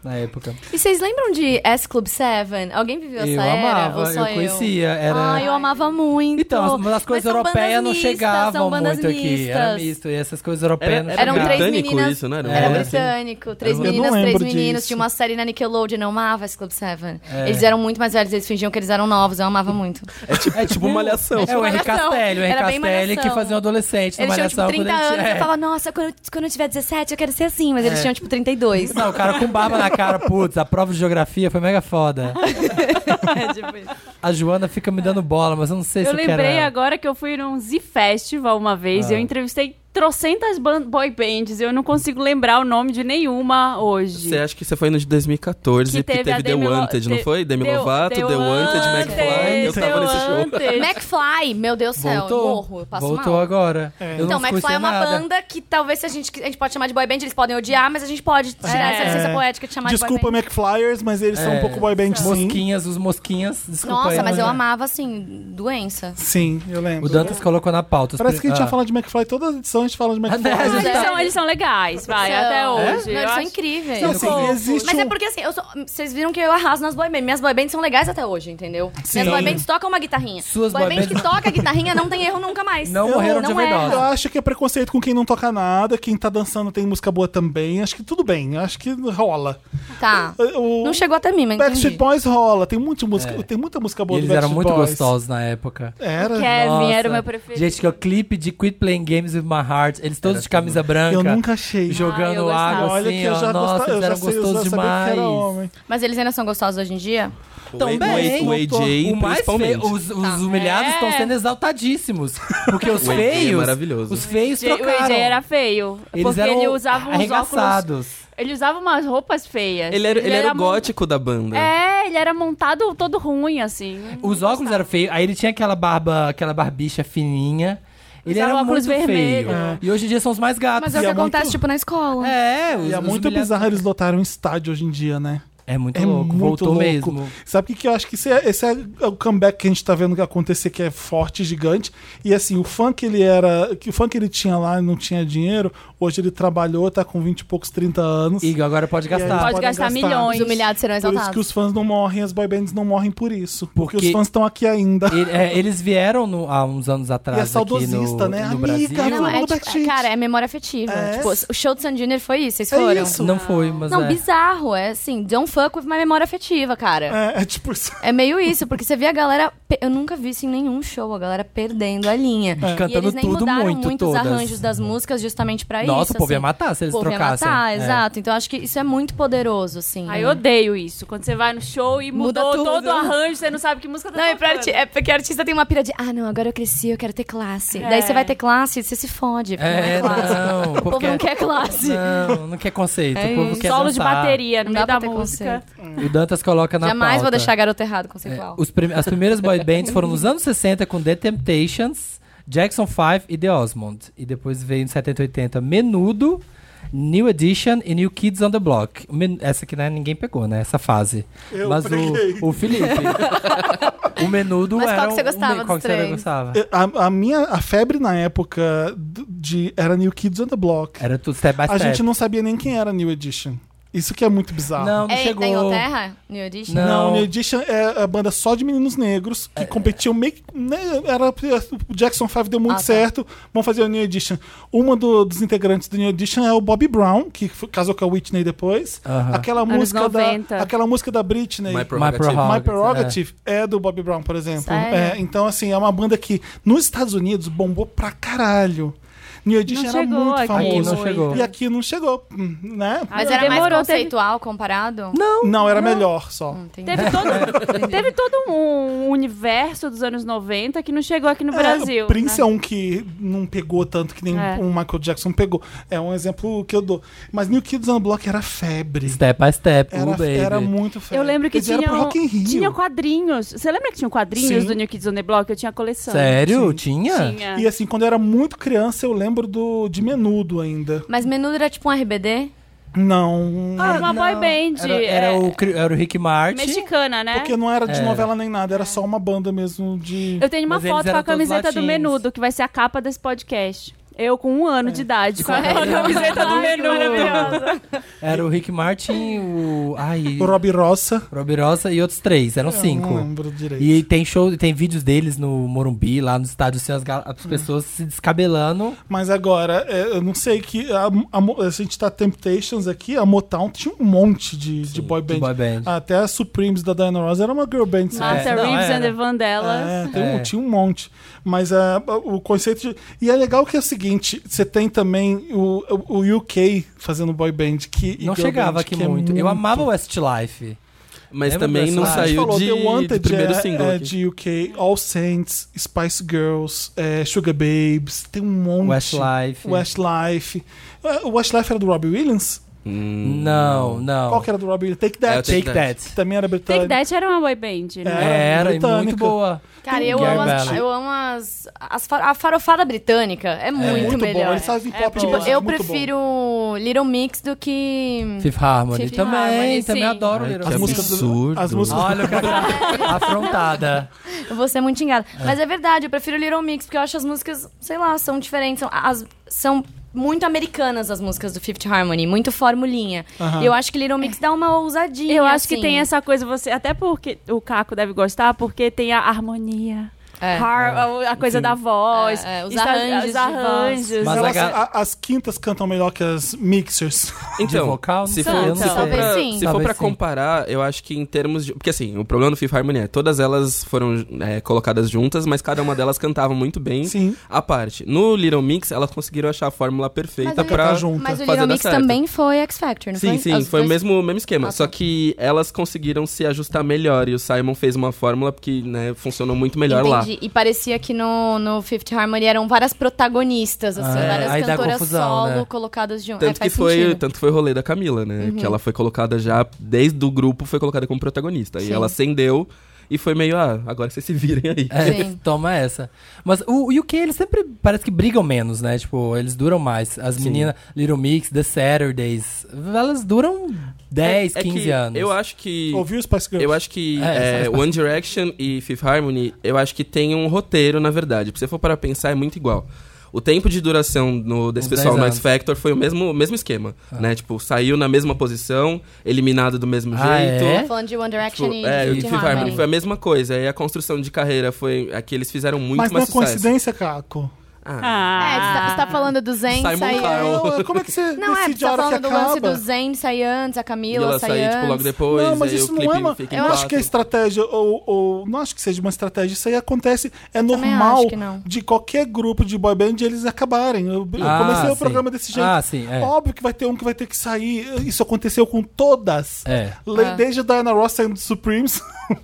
Speaker 3: na época.
Speaker 5: E vocês lembram de S Club 7? Alguém viveu essa
Speaker 3: eu
Speaker 5: era?
Speaker 3: amava,
Speaker 5: Ou só
Speaker 3: eu conhecia. Era...
Speaker 5: Ah, eu amava muito.
Speaker 3: Então, as, as
Speaker 5: Mas
Speaker 3: coisas
Speaker 5: são bandas
Speaker 3: europeias não
Speaker 5: mistas,
Speaker 3: chegavam
Speaker 5: são bandas
Speaker 3: muito aqui. Era
Speaker 5: mistas.
Speaker 3: misto. E né? essas coisas europeias não
Speaker 4: Era- um
Speaker 5: Eram
Speaker 3: chegavam.
Speaker 5: três
Speaker 4: britânico
Speaker 5: meninas.
Speaker 4: isso, não era?
Speaker 5: Era
Speaker 4: É.
Speaker 5: britânico.
Speaker 1: Eu
Speaker 5: Três
Speaker 1: não
Speaker 5: meninas,
Speaker 1: lembro
Speaker 5: três meninos.
Speaker 1: disso.
Speaker 5: Tinha uma série na Nickelodeon. Eu amava S Club 7.
Speaker 3: É.
Speaker 5: Eles eram muito mais velhos. Eles fingiam que eles eram novos. Eu amava muito.
Speaker 4: É tipo, é tipo malhação.
Speaker 3: É o Henri
Speaker 5: Malhação.
Speaker 3: Castelli, o Henri
Speaker 5: Era bem
Speaker 3: Castelli que
Speaker 5: Malhação.
Speaker 3: fazia um adolescente na
Speaker 5: Eles tinham, tipo,
Speaker 3: Malhação.
Speaker 5: 30
Speaker 3: quando a gente-
Speaker 5: anos.
Speaker 3: é.
Speaker 5: Eu falava, nossa, quando eu, quando eu tiver 17, eu quero ser assim. Mas eles tinham, tipo, 32.
Speaker 3: Não, o cara com barba na cara, putz, a prova de geografia foi mega foda.
Speaker 5: É, tipo isso.
Speaker 3: A Joana fica me dando bola, mas eu não sei
Speaker 2: Eu
Speaker 3: se eu quero.
Speaker 4: é.
Speaker 2: lembrei
Speaker 3: ela.
Speaker 2: agora que eu fui num Z-Festival uma vez e
Speaker 3: Ah.
Speaker 2: eu entrevistei trocentas ban- boy bands e eu não consigo lembrar o nome de nenhuma hoje.
Speaker 4: Você acha que você foi no de 2014 que
Speaker 2: Que
Speaker 4: teve,
Speaker 2: teve a
Speaker 4: The
Speaker 2: Demi Lo-
Speaker 4: Wanted, não
Speaker 2: Te-
Speaker 4: foi? Demi
Speaker 2: Deu-
Speaker 4: Lovato, The,
Speaker 2: Deu
Speaker 4: Wanted,
Speaker 2: antes,
Speaker 4: McFly. Eu tava
Speaker 2: Deu
Speaker 4: nesse show.
Speaker 2: antes.
Speaker 5: McFly, meu Deus do céu, é, eu morro, eu passo
Speaker 3: voltou
Speaker 5: mal.
Speaker 3: agora. Eu não
Speaker 5: Então,
Speaker 3: curti
Speaker 5: McFly é uma
Speaker 3: nada.
Speaker 5: banda que talvez se a gente, a gente pode chamar de boy band, eles podem odiar, mas a gente pode tirar essa licença poética de chamar
Speaker 1: Desculpa,
Speaker 5: de boy band.
Speaker 1: McFlyers, mas eles são
Speaker 3: É.
Speaker 1: um pouco boy band, sim.
Speaker 3: Mosquinhas, os mosquinhas. Desculpa aí,
Speaker 5: Nossa, mas eu
Speaker 3: Ana.
Speaker 5: amava, assim, doença.
Speaker 1: Sim, eu lembro.
Speaker 3: O Dantas colocou na pauta. os
Speaker 1: Parece que a gente
Speaker 3: pri-
Speaker 1: já fala de McFly. Toda edição a gente fala de McFly.
Speaker 3: Ah,
Speaker 2: Mas
Speaker 3: né?
Speaker 2: eles, são, eles são É? legais, vai,
Speaker 5: São-
Speaker 2: até hoje.
Speaker 5: É? Não,
Speaker 2: Eu
Speaker 5: eles são
Speaker 2: acho-
Speaker 5: incríveis.
Speaker 1: Não, assim,
Speaker 2: fofos.
Speaker 1: existe
Speaker 5: Mas é
Speaker 1: um-
Speaker 5: porque assim, eu sou- vocês viram que eu arraso nas boy bands. Minhas boy bands são legais até hoje, entendeu?
Speaker 1: Sim.
Speaker 5: Minhas boy bands tocam uma guitarrinha.
Speaker 3: Suas
Speaker 5: boy
Speaker 3: boy
Speaker 5: band
Speaker 3: bands-
Speaker 5: que toca guitarrinha não tem erro nunca mais.
Speaker 3: Não morreram de
Speaker 5: não erra.
Speaker 3: overdose.
Speaker 1: Eu acho que é preconceito com quem não toca nada, quem tá dançando tem música boa também. Acho que tudo bem, acho que rola.
Speaker 5: Tá.
Speaker 1: O
Speaker 5: Não chegou até mim, mas
Speaker 1: Backstreet
Speaker 5: entendi.
Speaker 1: Boys rola, tem, muita música, tem muita música
Speaker 3: É. E
Speaker 1: boa
Speaker 3: eles
Speaker 1: do
Speaker 3: eram
Speaker 1: Backstreet
Speaker 3: muito
Speaker 1: Boys.
Speaker 3: gostosos na época.
Speaker 1: Era.
Speaker 5: é.
Speaker 2: Kevin
Speaker 3: Nossa.
Speaker 2: era o meu preferido.
Speaker 3: Gente, que é o clipe de Quit Playing Games with My Heart. Eles todos de camisa branca.
Speaker 1: Eu nunca achei.
Speaker 2: Ah, eu
Speaker 3: Jogando
Speaker 2: gostava.
Speaker 3: água
Speaker 1: Olha
Speaker 3: assim,
Speaker 1: que eu já
Speaker 3: ó. Nossa,
Speaker 1: gostava, eu
Speaker 3: eles
Speaker 1: já
Speaker 3: eram
Speaker 1: sei, eu já sabia que
Speaker 3: gostosos demais.
Speaker 1: era homem.
Speaker 5: Mas eles ainda são gostosos hoje em dia?
Speaker 3: Também.
Speaker 4: O AJ,
Speaker 3: Então, O mais feio,
Speaker 4: principalmente.
Speaker 3: os, os humilhados
Speaker 2: É.
Speaker 3: estão sendo exaltadíssimos. Porque os
Speaker 4: O AJ é
Speaker 3: feios.
Speaker 4: maravilhoso.
Speaker 3: Os feios
Speaker 2: O AJ
Speaker 3: trocaram.
Speaker 2: era feio.
Speaker 3: Eles
Speaker 2: porque
Speaker 3: eram
Speaker 2: ele usava uns óculos.
Speaker 3: arregaçados.
Speaker 2: Ele usava umas roupas feias.
Speaker 4: Ele era, ele era o
Speaker 2: mon-
Speaker 4: gótico da banda.
Speaker 2: É, ele era montado todo ruim, assim.
Speaker 3: Os óculos eram feios. Aí ele tinha aquela barba, aquela barbicha fininha. Ele
Speaker 2: Usava
Speaker 3: era muito
Speaker 2: óculos
Speaker 3: feio.
Speaker 2: vermelho. um-
Speaker 3: E hoje em dia são os mais gatos.
Speaker 5: Mas é o que
Speaker 1: E é muito-
Speaker 5: acontece, tipo, né? na escola.
Speaker 3: É, os,
Speaker 1: E é
Speaker 3: os
Speaker 1: muito
Speaker 3: humilhados-
Speaker 1: bizarro eles lotaram um estádio hoje em dia, né?
Speaker 3: É muito
Speaker 1: É
Speaker 3: louco.
Speaker 1: muito
Speaker 3: Voltou
Speaker 1: louco.
Speaker 3: mesmo.
Speaker 1: Sabe o que, que eu acho que esse é, esse é o comeback que a gente tá vendo que acontecer, que é forte, gigante. E assim, o fã que ele era. Que o fã que ele tinha lá e não tinha dinheiro, hoje ele trabalhou, tá com 20 e poucos, 30 anos.
Speaker 3: Igor, agora pode
Speaker 1: aí eles
Speaker 3: gastar.
Speaker 2: Pode
Speaker 1: podem
Speaker 2: gastar milhões.
Speaker 5: Os humilhados serão
Speaker 1: Por isso
Speaker 5: exaltados.
Speaker 1: que os fãs não morrem, as boy bands não morrem por isso. Porque,
Speaker 3: Porque-
Speaker 1: os fãs estão aqui ainda.
Speaker 3: Ele- é, eles vieram no- há uns anos atrás.
Speaker 1: E é
Speaker 3: aqui
Speaker 1: saudosista,
Speaker 3: no,
Speaker 1: né?
Speaker 3: No
Speaker 1: Amiga,
Speaker 3: Brasil.
Speaker 1: né?
Speaker 5: Não,
Speaker 1: Todo
Speaker 5: é,
Speaker 1: mundo
Speaker 5: tipo,
Speaker 1: backstreet.
Speaker 5: cara, é memória afetiva.
Speaker 1: É.
Speaker 5: Tipo, o show de San Junior foi isso, vocês
Speaker 1: É
Speaker 5: foram?
Speaker 1: isso.
Speaker 3: Não foi, mas.
Speaker 5: Não,
Speaker 3: é.
Speaker 5: bizarro. É assim, don't fuck with my memória afetiva, cara.
Speaker 1: É, é tipo isso.
Speaker 5: É. meio isso, porque você vê a galera. pe- Eu nunca vi isso em nenhum show, a galera perdendo a linha. E
Speaker 3: Cantando
Speaker 5: eles nem
Speaker 3: tudo
Speaker 5: mudaram
Speaker 3: muito,
Speaker 5: muito os
Speaker 3: todas.
Speaker 5: arranjos das músicas justamente pra isso.
Speaker 3: Nossa, o povo ia
Speaker 5: assim.
Speaker 3: matar se eles
Speaker 5: O povo ia
Speaker 3: trocassem.
Speaker 5: matar,
Speaker 3: É.
Speaker 5: exato. Então acho que isso é muito poderoso, assim.
Speaker 2: Aí eu odeio isso. Quando você vai no show e
Speaker 5: Muda
Speaker 2: mudou
Speaker 5: tudo,
Speaker 2: todo o
Speaker 5: né?
Speaker 2: arranjo, você não sabe que música tá
Speaker 5: Não, é, pra
Speaker 2: tocando.
Speaker 5: arti- é porque artista tem uma pira de, ah, não, agora eu cresci, eu quero ter classe.
Speaker 2: É.
Speaker 5: Daí você vai ter classe, você se fode. porque não
Speaker 3: É,
Speaker 5: é classe.
Speaker 3: não.
Speaker 5: O povo não quer classe.
Speaker 3: Não, não quer conceito.
Speaker 5: É
Speaker 3: o povo
Speaker 5: isso.
Speaker 3: quer
Speaker 2: Solo de
Speaker 3: dançar.
Speaker 2: bateria no
Speaker 5: Não
Speaker 2: meio
Speaker 5: dá pra
Speaker 2: da
Speaker 5: ter
Speaker 2: música.
Speaker 3: O Dantas coloca tá na
Speaker 5: Jamais vou
Speaker 3: pauta.
Speaker 5: deixar garoto errado
Speaker 3: É,
Speaker 5: conceitual.
Speaker 3: os prime- as primeiras boy bands foram nos anos 60 com The Temptations, Jackson 5 e The Osmond. E depois veio em 70 e 80 Menudo, New Edition e New Kids on the Block. O men- Essa que né, ninguém pegou, né? Essa fase.
Speaker 1: Eu
Speaker 3: Mas
Speaker 1: peguei.
Speaker 3: o, o Felipe. o Menudo
Speaker 5: Mas qual
Speaker 3: era.
Speaker 5: que você
Speaker 3: um-
Speaker 5: gostava
Speaker 3: um- Qual
Speaker 5: dos
Speaker 3: que você
Speaker 5: três?
Speaker 3: gostava?
Speaker 1: A, a minha a febre na época d- de era New Kids on the Block.
Speaker 3: Era tudo step by
Speaker 1: a
Speaker 3: step.
Speaker 1: gente não sabia nem quem era New Edition. Isso que é muito bizarro.
Speaker 3: não, não
Speaker 5: É
Speaker 3: chegou.
Speaker 5: da Inglaterra? New Edition?
Speaker 3: Não.
Speaker 1: Não, New Edition é a banda só de meninos negros
Speaker 5: É.
Speaker 1: que competiam meio que. né, era, o Jackson 5 deu muito
Speaker 5: Ah, tá.
Speaker 1: certo, vamos fazer o New Edition. Uma do- dos integrantes do New Edition é o Bobby Brown, que f- casou com a Whitney depois.
Speaker 3: Aham.
Speaker 5: Ah.
Speaker 1: Aquela,
Speaker 2: Anos
Speaker 1: música da,
Speaker 2: 90.
Speaker 1: aquela música da Britney.
Speaker 4: My
Speaker 3: My
Speaker 4: Prerogative.
Speaker 3: Prerogative.
Speaker 1: My Prerogative é. do Bobby Brown, por exemplo.
Speaker 5: Sério?
Speaker 1: É, então, assim, é uma banda que nos Estados Unidos bombou pra caralho. New Edition
Speaker 2: Não
Speaker 1: era
Speaker 2: chegou
Speaker 1: muito
Speaker 2: aqui.
Speaker 3: Aqui
Speaker 1: famoso.
Speaker 3: não chegou.
Speaker 1: E aqui não chegou, hum, né?
Speaker 5: Mas
Speaker 2: Ah,
Speaker 5: era mais
Speaker 2: demorou, teve-
Speaker 5: conceitual comparado?
Speaker 3: Não.
Speaker 1: não, era melhor só.
Speaker 5: Entendi.
Speaker 2: Teve todo, teve todo um universo dos anos 90 que não chegou aqui no Brasil.
Speaker 1: É, O Prince
Speaker 2: né?
Speaker 1: é um que não pegou tanto que nem
Speaker 2: É.
Speaker 1: o Michael Jackson pegou. É um exemplo que eu dou. Mas New Kids on the Block era febre.
Speaker 3: Step by step,
Speaker 1: Era,
Speaker 3: o baby.
Speaker 1: era muito febre.
Speaker 2: Eu lembro que
Speaker 1: Eles vieram
Speaker 2: tinha, um
Speaker 1: pro Rock in Rio.
Speaker 2: tinha quadrinhos. Você lembra que tinha quadrinhos
Speaker 1: Sim.
Speaker 2: do New Kids on the Block? Eu tinha coleção.
Speaker 3: Sério? Tinha?
Speaker 2: Tinha.
Speaker 1: E assim, quando eu era muito criança, eu lembro do, de Menudo ainda.
Speaker 5: Mas Menudo era tipo um RBD?
Speaker 1: Não.
Speaker 2: Era uma boy band.
Speaker 3: Era, era
Speaker 2: é,
Speaker 3: o, Cri- era o Rick Martin.
Speaker 2: Mexicana, né?
Speaker 1: Porque não era de
Speaker 3: Era.
Speaker 1: novela nem nada, era só uma banda mesmo de.
Speaker 2: Eu tenho uma
Speaker 3: Mas eles
Speaker 2: foto com
Speaker 3: eram
Speaker 2: a
Speaker 3: todos
Speaker 2: camiseta do
Speaker 3: latinos.
Speaker 2: Menudo, que vai ser a capa desse podcast. Eu com um
Speaker 3: É.
Speaker 2: ano de idade, com a camiseta do Menudo.
Speaker 3: Era o Rick Martin, o. Ai.
Speaker 1: O Rob Rossa.
Speaker 3: Rob Rosa e outros três. Eram
Speaker 1: Eu não
Speaker 3: cinco.
Speaker 1: lembro direito.
Speaker 3: E tem show, tem vídeos deles no Morumbi, lá no estádio, assim, as, gal- as
Speaker 1: Hum.
Speaker 3: pessoas se descabelando.
Speaker 1: Mas agora, é, eu não sei que. A, a Mo- a gente tá Temptations aqui, a Motown tinha um monte de, de boy band. Ah,
Speaker 3: de boy band.
Speaker 1: Até a Supremes da Diana Ross era uma girl band. sabe?
Speaker 2: Martha
Speaker 3: É, não,
Speaker 2: Reeves
Speaker 3: era.
Speaker 2: and the Vandellas.
Speaker 1: É, tem um-
Speaker 3: É.
Speaker 1: tinha um monte. Mas ah, o conceito de. E é legal que é o seguinte: você tem também o, o, o UK fazendo boy band. Que, e
Speaker 3: não
Speaker 1: girl
Speaker 3: chegava
Speaker 1: band,
Speaker 3: aqui
Speaker 1: que é
Speaker 3: muito. Eu amava Westlife.
Speaker 4: Mas
Speaker 3: Lembra
Speaker 4: também
Speaker 3: dessa?
Speaker 4: não
Speaker 3: Ah, a gente
Speaker 1: A gente
Speaker 4: saiu
Speaker 1: falou
Speaker 4: de,
Speaker 1: The Wanted
Speaker 4: de primeiro
Speaker 1: é,
Speaker 4: single.
Speaker 1: é
Speaker 4: aqui.
Speaker 1: de UK, All Saints, Spice Girls, é, Sugar Babes, tem um monte.
Speaker 3: Westlife.
Speaker 1: Westlife. É, O Westlife era do Robbie Williams?
Speaker 4: Hum.
Speaker 3: Não, não.
Speaker 1: Qual que era do Robbie Williams? Take That.
Speaker 4: É, o Take
Speaker 3: Take
Speaker 4: That.
Speaker 1: que
Speaker 3: That.
Speaker 1: Também era
Speaker 2: Take
Speaker 1: britânico.
Speaker 2: That era uma boy band, né?
Speaker 3: Era, e
Speaker 1: É, britânica.
Speaker 3: muito boa.
Speaker 5: Cara, eu
Speaker 3: Gary
Speaker 5: amo, as,
Speaker 3: Ballard.
Speaker 5: eu amo as, as fa- a farofada britânica. É muito,
Speaker 1: É muito bom.
Speaker 5: melhor.
Speaker 1: Eles fazem
Speaker 2: É
Speaker 1: pop
Speaker 2: bom.
Speaker 5: Tipo,
Speaker 1: muito
Speaker 5: eu
Speaker 1: bom.
Speaker 5: prefiro Little Mix do que.
Speaker 3: Fifth Harmony.
Speaker 5: Fifth
Speaker 3: também,
Speaker 5: Harmony,
Speaker 3: também
Speaker 5: sim.
Speaker 3: adoro
Speaker 4: Ai,
Speaker 3: Little
Speaker 4: que
Speaker 1: As
Speaker 3: Mix.
Speaker 1: músicas, do,
Speaker 4: absurdo.
Speaker 1: as músicas
Speaker 3: Olha, eu quero afrontada.
Speaker 5: Eu vou ser muito xingada. Mas é verdade, eu prefiro Little Mix, porque eu acho as músicas, sei lá, são diferentes. São, as- são muito americanas as músicas do Fifth Harmony, muito formulinha. E eu acho que Little Mix dá uma ousadinha.
Speaker 2: Eu acho que
Speaker 5: assim.
Speaker 2: tem essa coisa, você até porque o Caco deve gostar, porque tem a harmonia.
Speaker 5: É.
Speaker 2: har- a- A coisa da voz,
Speaker 5: É, é, os
Speaker 2: está-
Speaker 5: arranjos
Speaker 2: os
Speaker 5: de
Speaker 2: arranjos.
Speaker 3: Mas
Speaker 1: Elas-
Speaker 3: a ga-
Speaker 1: a- as quintas cantam melhor que as mixers.
Speaker 4: Então,
Speaker 3: De vocal, não
Speaker 4: se
Speaker 3: sei,
Speaker 4: for,
Speaker 3: eu não
Speaker 4: se
Speaker 3: sei.
Speaker 4: for pra,
Speaker 5: Talvez sim.
Speaker 4: se for
Speaker 3: Talvez
Speaker 4: pra
Speaker 3: sim.
Speaker 4: comparar, eu acho que em termos de... Porque assim, o problema do Fifth Harmony é todas elas foram é, colocadas juntas, mas cada uma delas cantava muito bem
Speaker 1: Sim.
Speaker 4: a parte. No Little Mix, elas conseguiram achar a fórmula perfeita
Speaker 5: Mas o
Speaker 4: pra...
Speaker 1: Cantar junto.
Speaker 5: Mas o
Speaker 4: fazer
Speaker 5: Little
Speaker 4: dar
Speaker 5: Mix
Speaker 4: certo.
Speaker 5: também foi X Factor, não
Speaker 4: Sim,
Speaker 5: foi?
Speaker 4: sim,
Speaker 5: As
Speaker 4: foi o
Speaker 5: duas-
Speaker 4: mesmo, o mesmo esquema.
Speaker 5: Ah,
Speaker 4: Só
Speaker 5: tá.
Speaker 4: que elas conseguiram se ajustar melhor. E o Simon fez uma fórmula que né, funcionou muito melhor lá.
Speaker 5: Entendi. E parecia que no, no Fifth Harmony eram várias protagonistas, assim,
Speaker 3: Ah, é.
Speaker 5: várias
Speaker 3: Aí dá
Speaker 5: cantoras
Speaker 3: confusão,
Speaker 5: solo
Speaker 3: né?
Speaker 5: colocadas de um. é,
Speaker 4: Tanto que
Speaker 5: faz
Speaker 4: foi,
Speaker 5: sentido.
Speaker 4: tanto foi o rolê da Camila, né?
Speaker 3: Uhum.
Speaker 4: Que ela foi colocada já, desde o grupo, foi colocada como protagonista. E
Speaker 5: Sim.
Speaker 4: ela acendeu e foi meio, ah, agora vocês se virem aí.
Speaker 3: É,
Speaker 5: Sim.
Speaker 3: toma essa. Mas o o UK, eles sempre parece que brigam menos, né? Tipo, eles duram mais. As meninas, Little Mix, The Saturdays, elas duram 10,
Speaker 4: É que
Speaker 3: 15 anos.
Speaker 4: Eu acho que.
Speaker 1: Ouviu o Spice Girls?
Speaker 4: Eu acho que
Speaker 3: É,
Speaker 4: é,
Speaker 3: só-
Speaker 4: One Direction e Fifth Harmony, eu acho que tem um roteiro, na verdade. Se você for para pensar, é muito igual. O tempo de duração no, desse
Speaker 3: Uns
Speaker 4: pessoal
Speaker 3: 10
Speaker 4: no
Speaker 3: anos.
Speaker 4: X Factor foi o mesmo, o mesmo esquema, né? Tipo, saiu na mesma posição, eliminado do mesmo
Speaker 3: Ah,
Speaker 4: jeito.
Speaker 3: é?
Speaker 5: Tá Falando de One Direction
Speaker 4: Tipo,
Speaker 5: e
Speaker 4: é, o
Speaker 5: Fifth
Speaker 4: Fifth Harmony
Speaker 5: Harmony.
Speaker 4: foi a mesma coisa. E a construção de carreira foi a que eles fizeram muito
Speaker 1: Mas não
Speaker 4: mais
Speaker 1: é
Speaker 4: sucesso.
Speaker 1: coincidência, Caco.
Speaker 4: Ah,
Speaker 5: É, você tá,
Speaker 2: Ah,
Speaker 5: você tá falando do Zen
Speaker 4: Simon
Speaker 5: sair.
Speaker 4: Cowell.
Speaker 1: Eu- como é que você
Speaker 5: Não, é, você
Speaker 1: decide a
Speaker 5: tá
Speaker 1: hora que
Speaker 5: falando do lance
Speaker 1: acaba?
Speaker 5: do Zen sair antes, a
Speaker 4: e
Speaker 5: Camila
Speaker 4: ela
Speaker 5: sair
Speaker 4: saiu, tipo, logo
Speaker 5: antes.
Speaker 4: depois,
Speaker 1: não, mas
Speaker 4: aí
Speaker 1: isso
Speaker 4: o
Speaker 1: não
Speaker 4: clipe
Speaker 1: é uma.
Speaker 4: fica assim. em
Speaker 1: Eu não acho
Speaker 4: quatro.
Speaker 1: que é estratégia, ou, ou não acho que seja uma estratégia. Isso aí acontece, é
Speaker 5: Também
Speaker 1: normal
Speaker 5: acho que não.
Speaker 1: de qualquer grupo de boy band eles acabarem. Eu, eu
Speaker 3: Ah,
Speaker 1: comecei o
Speaker 3: sim.
Speaker 1: programa desse jeito.
Speaker 3: Ah, sim, é.
Speaker 1: Óbvio que vai ter um que vai ter que sair. Isso aconteceu com todas.
Speaker 3: É.
Speaker 1: Le-
Speaker 5: É.
Speaker 1: Desde a Diana Ross saindo do Supremes,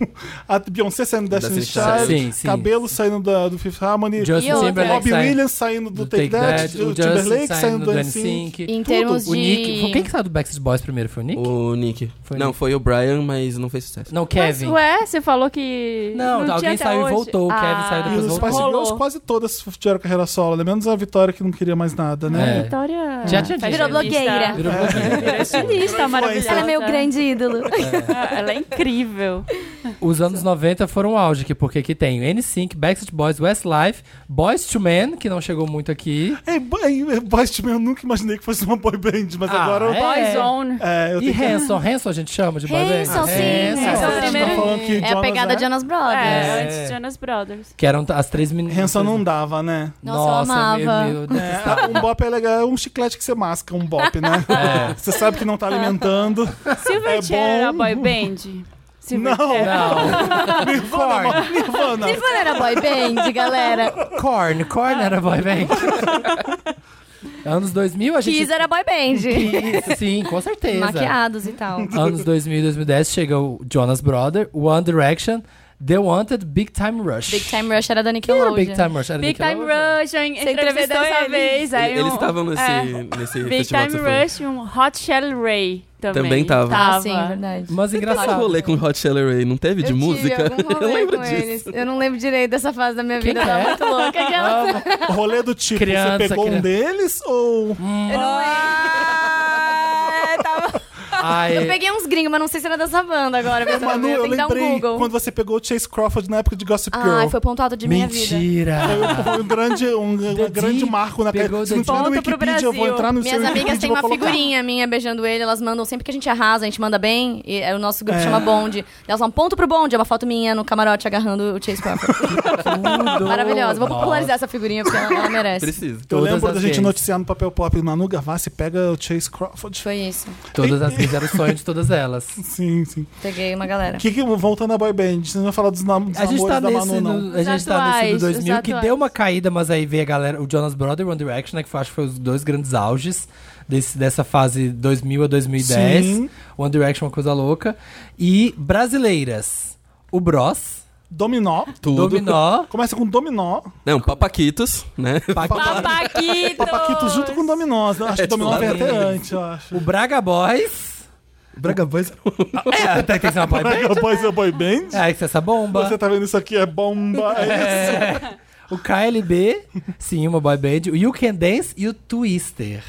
Speaker 1: a Beyoncé saindo da Destiny's
Speaker 4: Destiny's
Speaker 1: Child,
Speaker 3: Child. Sim, sim.
Speaker 1: Cabelo saindo da- do Fifth Harmony,
Speaker 3: Justin
Speaker 5: E outra.
Speaker 3: Timberlake
Speaker 1: Robbie
Speaker 3: saindo
Speaker 1: Williams saindo do,
Speaker 3: do Take That,
Speaker 1: o
Speaker 3: o
Speaker 1: Timberlake
Speaker 3: Justin
Speaker 1: saindo do NSYNC.
Speaker 3: NSYNC.
Speaker 5: Em termos
Speaker 3: O
Speaker 5: de-
Speaker 3: Nick... foi- Quem que saiu do Backstreet Boys primeiro? Foi o Nick?
Speaker 4: O Nick.
Speaker 3: Foi
Speaker 4: não,
Speaker 3: Nick.
Speaker 4: foi o Brian, mas não fez sucesso.
Speaker 3: Não,
Speaker 2: mas,
Speaker 3: Kevin.
Speaker 2: ué, você falou que.
Speaker 3: Não,
Speaker 2: tinha
Speaker 3: alguém
Speaker 2: até
Speaker 3: saiu e
Speaker 2: hoje.
Speaker 3: voltou, o Kevin saiu
Speaker 1: E
Speaker 3: depois
Speaker 1: os
Speaker 3: voltou.
Speaker 1: Spice Girls
Speaker 2: Rolou.
Speaker 1: quase todas tiveram carreira solo, né? menos a Vitória que não queria mais nada, né?
Speaker 3: É.
Speaker 2: Vitória.
Speaker 3: Já tinha dito.
Speaker 5: Virou blogueira.
Speaker 3: Virou
Speaker 5: é
Speaker 3: blogueira.
Speaker 2: Virou estilista, maravilhosa.
Speaker 5: Ela é meu grande ídolo.
Speaker 2: Ah, Ela é incrível.
Speaker 3: Os anos 90 foram um auge aqui, porque aqui tem NSYNC, Backstreet Boys, Westlife, Boys to Men, que não chegegou muito aqui.
Speaker 1: É, é, é, Boys to Men, eu nunca imaginei que fosse uma boy band, mas
Speaker 3: Ah,
Speaker 1: agora eu-
Speaker 3: é?
Speaker 2: Boys on.
Speaker 1: é, eu
Speaker 3: E
Speaker 1: tenho que-
Speaker 3: Hanson, Hanson a gente chama de boy band? Ah,
Speaker 5: Hanson, sim.
Speaker 3: Hanson.
Speaker 5: Hanson.
Speaker 1: a gente tá
Speaker 2: primeiro-
Speaker 1: falando que
Speaker 5: É a
Speaker 1: Jonas,
Speaker 5: pegada
Speaker 1: né?
Speaker 5: de Jonas
Speaker 2: É,
Speaker 5: Brothers.
Speaker 2: antes de Jonas Brothers.
Speaker 3: Que eram t- as três meninas.
Speaker 1: Hanson não dava, né?
Speaker 5: Nossa, eu
Speaker 3: Nossa, meu-
Speaker 5: amava.
Speaker 3: meu Deus.
Speaker 1: É, um bop é legal, é um chiclete que você masca, um bop, né?
Speaker 3: É.
Speaker 1: Você sabe que não tá alimentando.
Speaker 2: Silverchair
Speaker 1: bom.
Speaker 2: era boy band?
Speaker 1: Não,
Speaker 3: Não,
Speaker 5: Tá
Speaker 1: Nirvana, Nirvana.
Speaker 5: Nirvana era boy band, galera.
Speaker 3: Korn, Korn era boy band. Anos 2000 a gente...
Speaker 5: Kiss era boy band.
Speaker 3: Kiss, é. Sim, com certeza.
Speaker 5: Maquiados e tal.
Speaker 3: Anos 2000 e 2010 chega o Jonas Brother, One Direction, The Wanted, Big Time Rush.
Speaker 5: Big Time Rush era da
Speaker 3: Quem era
Speaker 5: Nickelodeon.
Speaker 3: Big Time Rush? Era
Speaker 2: Big Time
Speaker 3: Nickelodeon?
Speaker 2: Rush, eu entrevistei
Speaker 5: entrevistou
Speaker 2: dessa
Speaker 5: ele?
Speaker 2: vez. aí
Speaker 4: Ele- Eles
Speaker 2: um-
Speaker 4: estavam nesse,
Speaker 2: é.
Speaker 4: nesse
Speaker 2: Big
Speaker 4: festival
Speaker 2: Time
Speaker 4: que você falou.
Speaker 2: Rush, um Hot Shell Ray também.
Speaker 4: Também tava.
Speaker 5: Ah, sim, verdade.
Speaker 3: Mas
Speaker 4: Sabe o
Speaker 3: engraçado.
Speaker 4: rolê com Hot Chiller Ray? Não teve Tipo, de
Speaker 5: eu
Speaker 4: música?
Speaker 5: Tive algum
Speaker 4: eu
Speaker 5: rolê
Speaker 4: lembro
Speaker 5: com
Speaker 4: disso.
Speaker 5: eles. Eu não lembro direito dessa fase da minha
Speaker 3: Quem
Speaker 5: vida.
Speaker 3: que
Speaker 5: eu
Speaker 3: é?
Speaker 5: tava muito louca. Aquela...
Speaker 1: O rolê do tipo,
Speaker 3: Criança,
Speaker 1: você pegou um
Speaker 3: criança.
Speaker 1: deles ou...
Speaker 5: Eu não lembro.
Speaker 3: Ai,
Speaker 5: Eu peguei uns gringos, mas não sei se era dessa banda agora. Mas
Speaker 1: Manu,
Speaker 5: eu
Speaker 1: eu
Speaker 5: tenho que dar um
Speaker 1: lembrei
Speaker 5: Google.
Speaker 1: quando você pegou o Chase Crawford na época de Gossip Girl.
Speaker 5: Ai, foi pontuado de minha vida.
Speaker 3: mentira.
Speaker 1: Foi um grande, um, um grande marco na
Speaker 3: Pegou
Speaker 1: Se não tiver no
Speaker 3: The
Speaker 2: Deep. Volta pro
Speaker 1: Wikipedia, eu vou
Speaker 2: Brasil.
Speaker 1: entrar no seu
Speaker 5: Minhas amigas
Speaker 1: Wikipedia e
Speaker 5: têm
Speaker 1: vou
Speaker 5: uma
Speaker 1: colocar.
Speaker 5: figurinha minha beijando ele, elas mandam sempre que a gente arrasa, a gente manda bem, e é, o nosso grupo chama Bonde. Elas falam ponto pro Bonde, é uma foto minha no camarote agarrando o Chase Crawford.
Speaker 3: Tudo.
Speaker 5: Maravilhosa. Vou
Speaker 3: Nossa.
Speaker 5: popularizar essa figurinha porque ela, ela merece.
Speaker 4: Preciso.
Speaker 1: Eu
Speaker 3: Todas
Speaker 1: lembro
Speaker 3: as
Speaker 1: da gente
Speaker 3: vezes.
Speaker 1: noticiar no papel pop Manu Gavassi pega o Chase Crawford.
Speaker 5: Foi isso.
Speaker 3: Todas as vezes era o sonho de todas elas.
Speaker 1: Sim, sim.
Speaker 5: Peguei uma galera.
Speaker 1: Que, que, voltando a boy band, você não vai falar dos, nam dos
Speaker 3: A gente,
Speaker 1: namores
Speaker 3: tá
Speaker 1: da
Speaker 3: nesse,
Speaker 1: Manu, não.
Speaker 3: no, a
Speaker 2: Os
Speaker 3: gente tá nesse do
Speaker 2: atuais,
Speaker 3: 2000
Speaker 2: os
Speaker 3: que
Speaker 2: atuais.
Speaker 3: deu uma caída, mas aí veio a galera, o Jonas Brother e One Direction, né, que eu acho que foi os dois grandes auges desse, dessa fase 2000 a 2010.
Speaker 1: Sim.
Speaker 3: One Direction, uma coisa louca. E brasileiras, o Bros,
Speaker 1: Dominó.
Speaker 4: Tudo.
Speaker 3: Dominó,
Speaker 1: Começa com Dominó.
Speaker 4: Não, papaquitos, né?
Speaker 3: Paquita,
Speaker 2: Papaquito!
Speaker 1: Papaquito junto com Dominó. Acho que Dominó veio até
Speaker 3: exatamente.
Speaker 1: antes, eu acho.
Speaker 3: o Braga Boys.
Speaker 4: Braga Boys era
Speaker 3: É, até que tem que ser uma boy band.
Speaker 1: Mega Boys é boy band?
Speaker 3: É, que tem essa bomba.
Speaker 1: Você tá vendo isso aqui? É bomba. É isso.
Speaker 3: É. O KLB, sim, uma boy band. O You Can Dance e o Twister.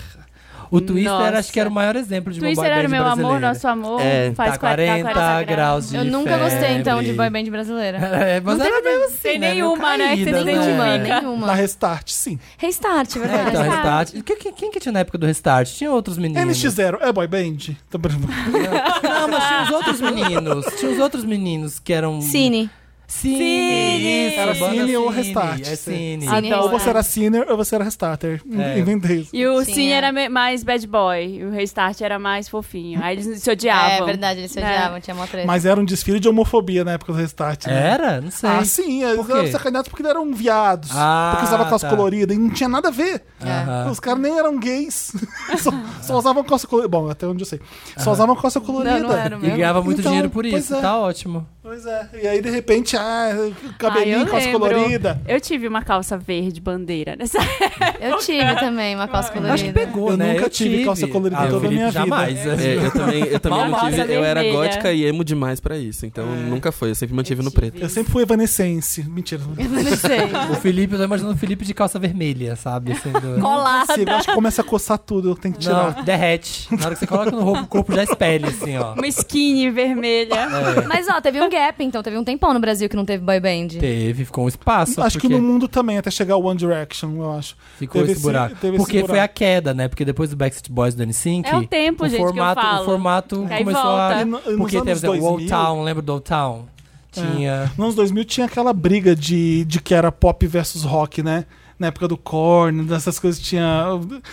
Speaker 3: O Twister,
Speaker 2: Nossa.
Speaker 3: acho que era o maior exemplo de uma boy
Speaker 2: Twister
Speaker 3: band
Speaker 2: era o meu
Speaker 3: brasileira.
Speaker 2: amor, nosso amor.
Speaker 4: É,
Speaker 2: faz
Speaker 3: tá
Speaker 2: quar-
Speaker 3: 40, graus de
Speaker 5: Eu nunca gostei, então, de boy
Speaker 3: febre.
Speaker 5: band brasileira.
Speaker 3: É, mas
Speaker 2: Não
Speaker 3: era
Speaker 2: tem-
Speaker 3: mesmo assim,
Speaker 2: tem
Speaker 3: né? Meio
Speaker 2: nenhuma, né, que
Speaker 3: caída,
Speaker 2: você
Speaker 5: Nenhuma,
Speaker 2: identifica.
Speaker 1: Na
Speaker 5: nenhuma.
Speaker 1: Restart, sim.
Speaker 5: Restart,
Speaker 3: É, então,
Speaker 5: verdade.
Speaker 3: Restart. Que- que- Quem que tinha na época do Restart? Tinha outros meninos.
Speaker 1: NX0 é boy band? Tô brincando.
Speaker 3: Não, mas tinha os outros meninos. Tinha os outros meninos que eram...
Speaker 5: Cine.
Speaker 3: Cine.
Speaker 2: Cine.
Speaker 3: Isso,
Speaker 1: Era
Speaker 3: banda
Speaker 1: Cine ou
Speaker 3: Cine.
Speaker 1: Restart, sim.
Speaker 3: É Cine.
Speaker 5: Cine
Speaker 2: Adoro.
Speaker 1: Ou Então, você
Speaker 5: Restart.
Speaker 1: era senior ou você era restarter.
Speaker 3: É.
Speaker 1: Inventei isso.
Speaker 2: E o
Speaker 5: Sim,
Speaker 2: Sim,
Speaker 5: é.
Speaker 2: era me- mais bad boy. E o Restart era mais fofinho. Aí eles se odiavam.
Speaker 5: É verdade, eles se
Speaker 2: É.
Speaker 5: odiavam, tinha mó treta.
Speaker 1: Mas era um desfile de homofobia na época do Restart. né?
Speaker 3: Era? Não sei.
Speaker 1: Ah, sim. Eles
Speaker 3: Por
Speaker 1: eram
Speaker 3: quê?
Speaker 1: sacaneados porque eram viados.
Speaker 3: Ah,
Speaker 1: porque usavam calça
Speaker 3: tá. Ah.
Speaker 1: colorida e não tinha nada a ver.
Speaker 5: É.
Speaker 2: é.
Speaker 3: Aham.
Speaker 1: Os caras nem eram gays. só, só usavam calça colorida. Bom, até onde eu sei. Só usavam calça colorida.
Speaker 5: Não, não era o
Speaker 3: E
Speaker 5: meu.
Speaker 3: ganhava muito
Speaker 1: Então,
Speaker 3: dinheiro por
Speaker 1: pois
Speaker 3: isso.
Speaker 1: é.
Speaker 3: Tá ótimo.
Speaker 1: Pois é. E aí, de repente, ah, cabelinho,
Speaker 2: Ah, eu
Speaker 1: calça
Speaker 2: lembro.
Speaker 1: colorida.
Speaker 2: Eu tive uma calça verde bandeira né? nessa
Speaker 5: Eu tive também uma calça colorida.
Speaker 3: Acho que pegou,
Speaker 1: Eu
Speaker 3: né?
Speaker 1: nunca tive calça colorida
Speaker 3: ah,
Speaker 1: em toda a
Speaker 3: Felipe,
Speaker 1: minha vida.
Speaker 3: jamais.
Speaker 4: É, eu também, eu também não
Speaker 2: Malvada
Speaker 4: tive. Eu era
Speaker 2: vermelha.
Speaker 4: gótica e emo demais pra isso. Então
Speaker 5: É.
Speaker 4: nunca foi. Eu sempre mantive
Speaker 2: Eu
Speaker 4: no
Speaker 2: tive.
Speaker 4: preto.
Speaker 1: Eu sempre fui evanescence. Mentira.
Speaker 5: Eu não sei.
Speaker 3: O Felipe, eu tô imaginando o Felipe de calça vermelha, sabe? Assim, do-
Speaker 2: colada.
Speaker 1: Sim, eu acho que começa a coçar tudo. Eu tenho que tirar.
Speaker 3: Não, derrete. Na hora que você coloca no roupa, o corpo já espelha, assim, ó.
Speaker 2: Uma skinny vermelha.
Speaker 3: É.
Speaker 5: Mas ó, teve um gap, então. Teve um tempão no Brasil que não teve boy band.
Speaker 3: Teve, ficou um espaço.
Speaker 1: acho que
Speaker 3: porque
Speaker 1: no mundo também, até chegar o One Direction, eu acho.
Speaker 3: Ficou
Speaker 1: teve
Speaker 3: esse
Speaker 1: esse-
Speaker 3: buraco.
Speaker 1: teve esse
Speaker 3: porque foi
Speaker 1: buraco.
Speaker 3: a queda, né? Porque depois do Backstreet Boys do N5...
Speaker 2: É o tempo, gente, que eu
Speaker 3: formato, O
Speaker 2: falo.
Speaker 3: formato
Speaker 2: Aí
Speaker 3: começou
Speaker 2: volta.
Speaker 1: E
Speaker 3: a...
Speaker 1: no- e nos
Speaker 3: Porque
Speaker 1: anos É.
Speaker 3: teve o Old
Speaker 1: 2000,
Speaker 3: Town, lembra do Old Town? Tinha...
Speaker 1: Nos anos 2000 tinha aquela briga de, de que era pop versus rock, né? Na época do Korn, dessas coisas tinha.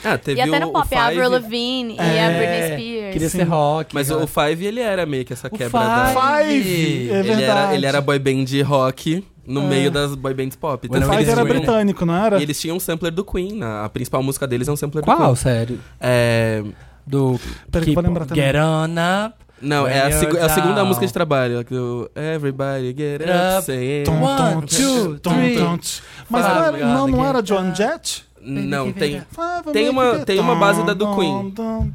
Speaker 4: Ah, teve
Speaker 5: E até
Speaker 4: o,
Speaker 5: no
Speaker 4: o
Speaker 5: pop, a Avril
Speaker 4: Five,
Speaker 5: Lavigne e a Britney Spears.
Speaker 3: É, Queria
Speaker 1: Sim.
Speaker 3: ser rock.
Speaker 4: Mas
Speaker 3: né?
Speaker 4: o Five, ele era meio que essa
Speaker 3: O
Speaker 4: quebra da...
Speaker 1: Five! É
Speaker 4: Ele era,
Speaker 1: verdade.
Speaker 4: ele era boy band rock
Speaker 3: É.
Speaker 4: no meio das boy bands pop.
Speaker 3: Mas
Speaker 1: O
Speaker 4: Tanto que
Speaker 1: Five
Speaker 4: eles
Speaker 1: era
Speaker 4: tinham-
Speaker 1: britânico, não era?
Speaker 4: E eles tinham um sampler do Queen. né? A principal música deles é um sampler do
Speaker 3: Qual,
Speaker 4: Queen.
Speaker 3: sério?
Speaker 4: É...
Speaker 3: Do...
Speaker 1: Peraí, que eu vou lembrar também.
Speaker 3: Get on up.
Speaker 4: Não, é a,
Speaker 3: When
Speaker 4: seg-
Speaker 3: you're
Speaker 4: é a segunda
Speaker 3: down.
Speaker 4: música de trabalho. do Everybody get
Speaker 3: Up.
Speaker 4: up, say it.
Speaker 1: Tom,
Speaker 3: One,
Speaker 1: tom,
Speaker 3: two,
Speaker 1: tom,
Speaker 3: three.
Speaker 1: tom. Mas não, era, não, não era Joan Jett?
Speaker 4: Não,
Speaker 3: Baby,
Speaker 4: tem...
Speaker 3: baby.
Speaker 1: Five,
Speaker 4: Tem uma-
Speaker 1: baby,
Speaker 4: tem uma base da do
Speaker 1: dum,
Speaker 4: Queen.
Speaker 1: dum,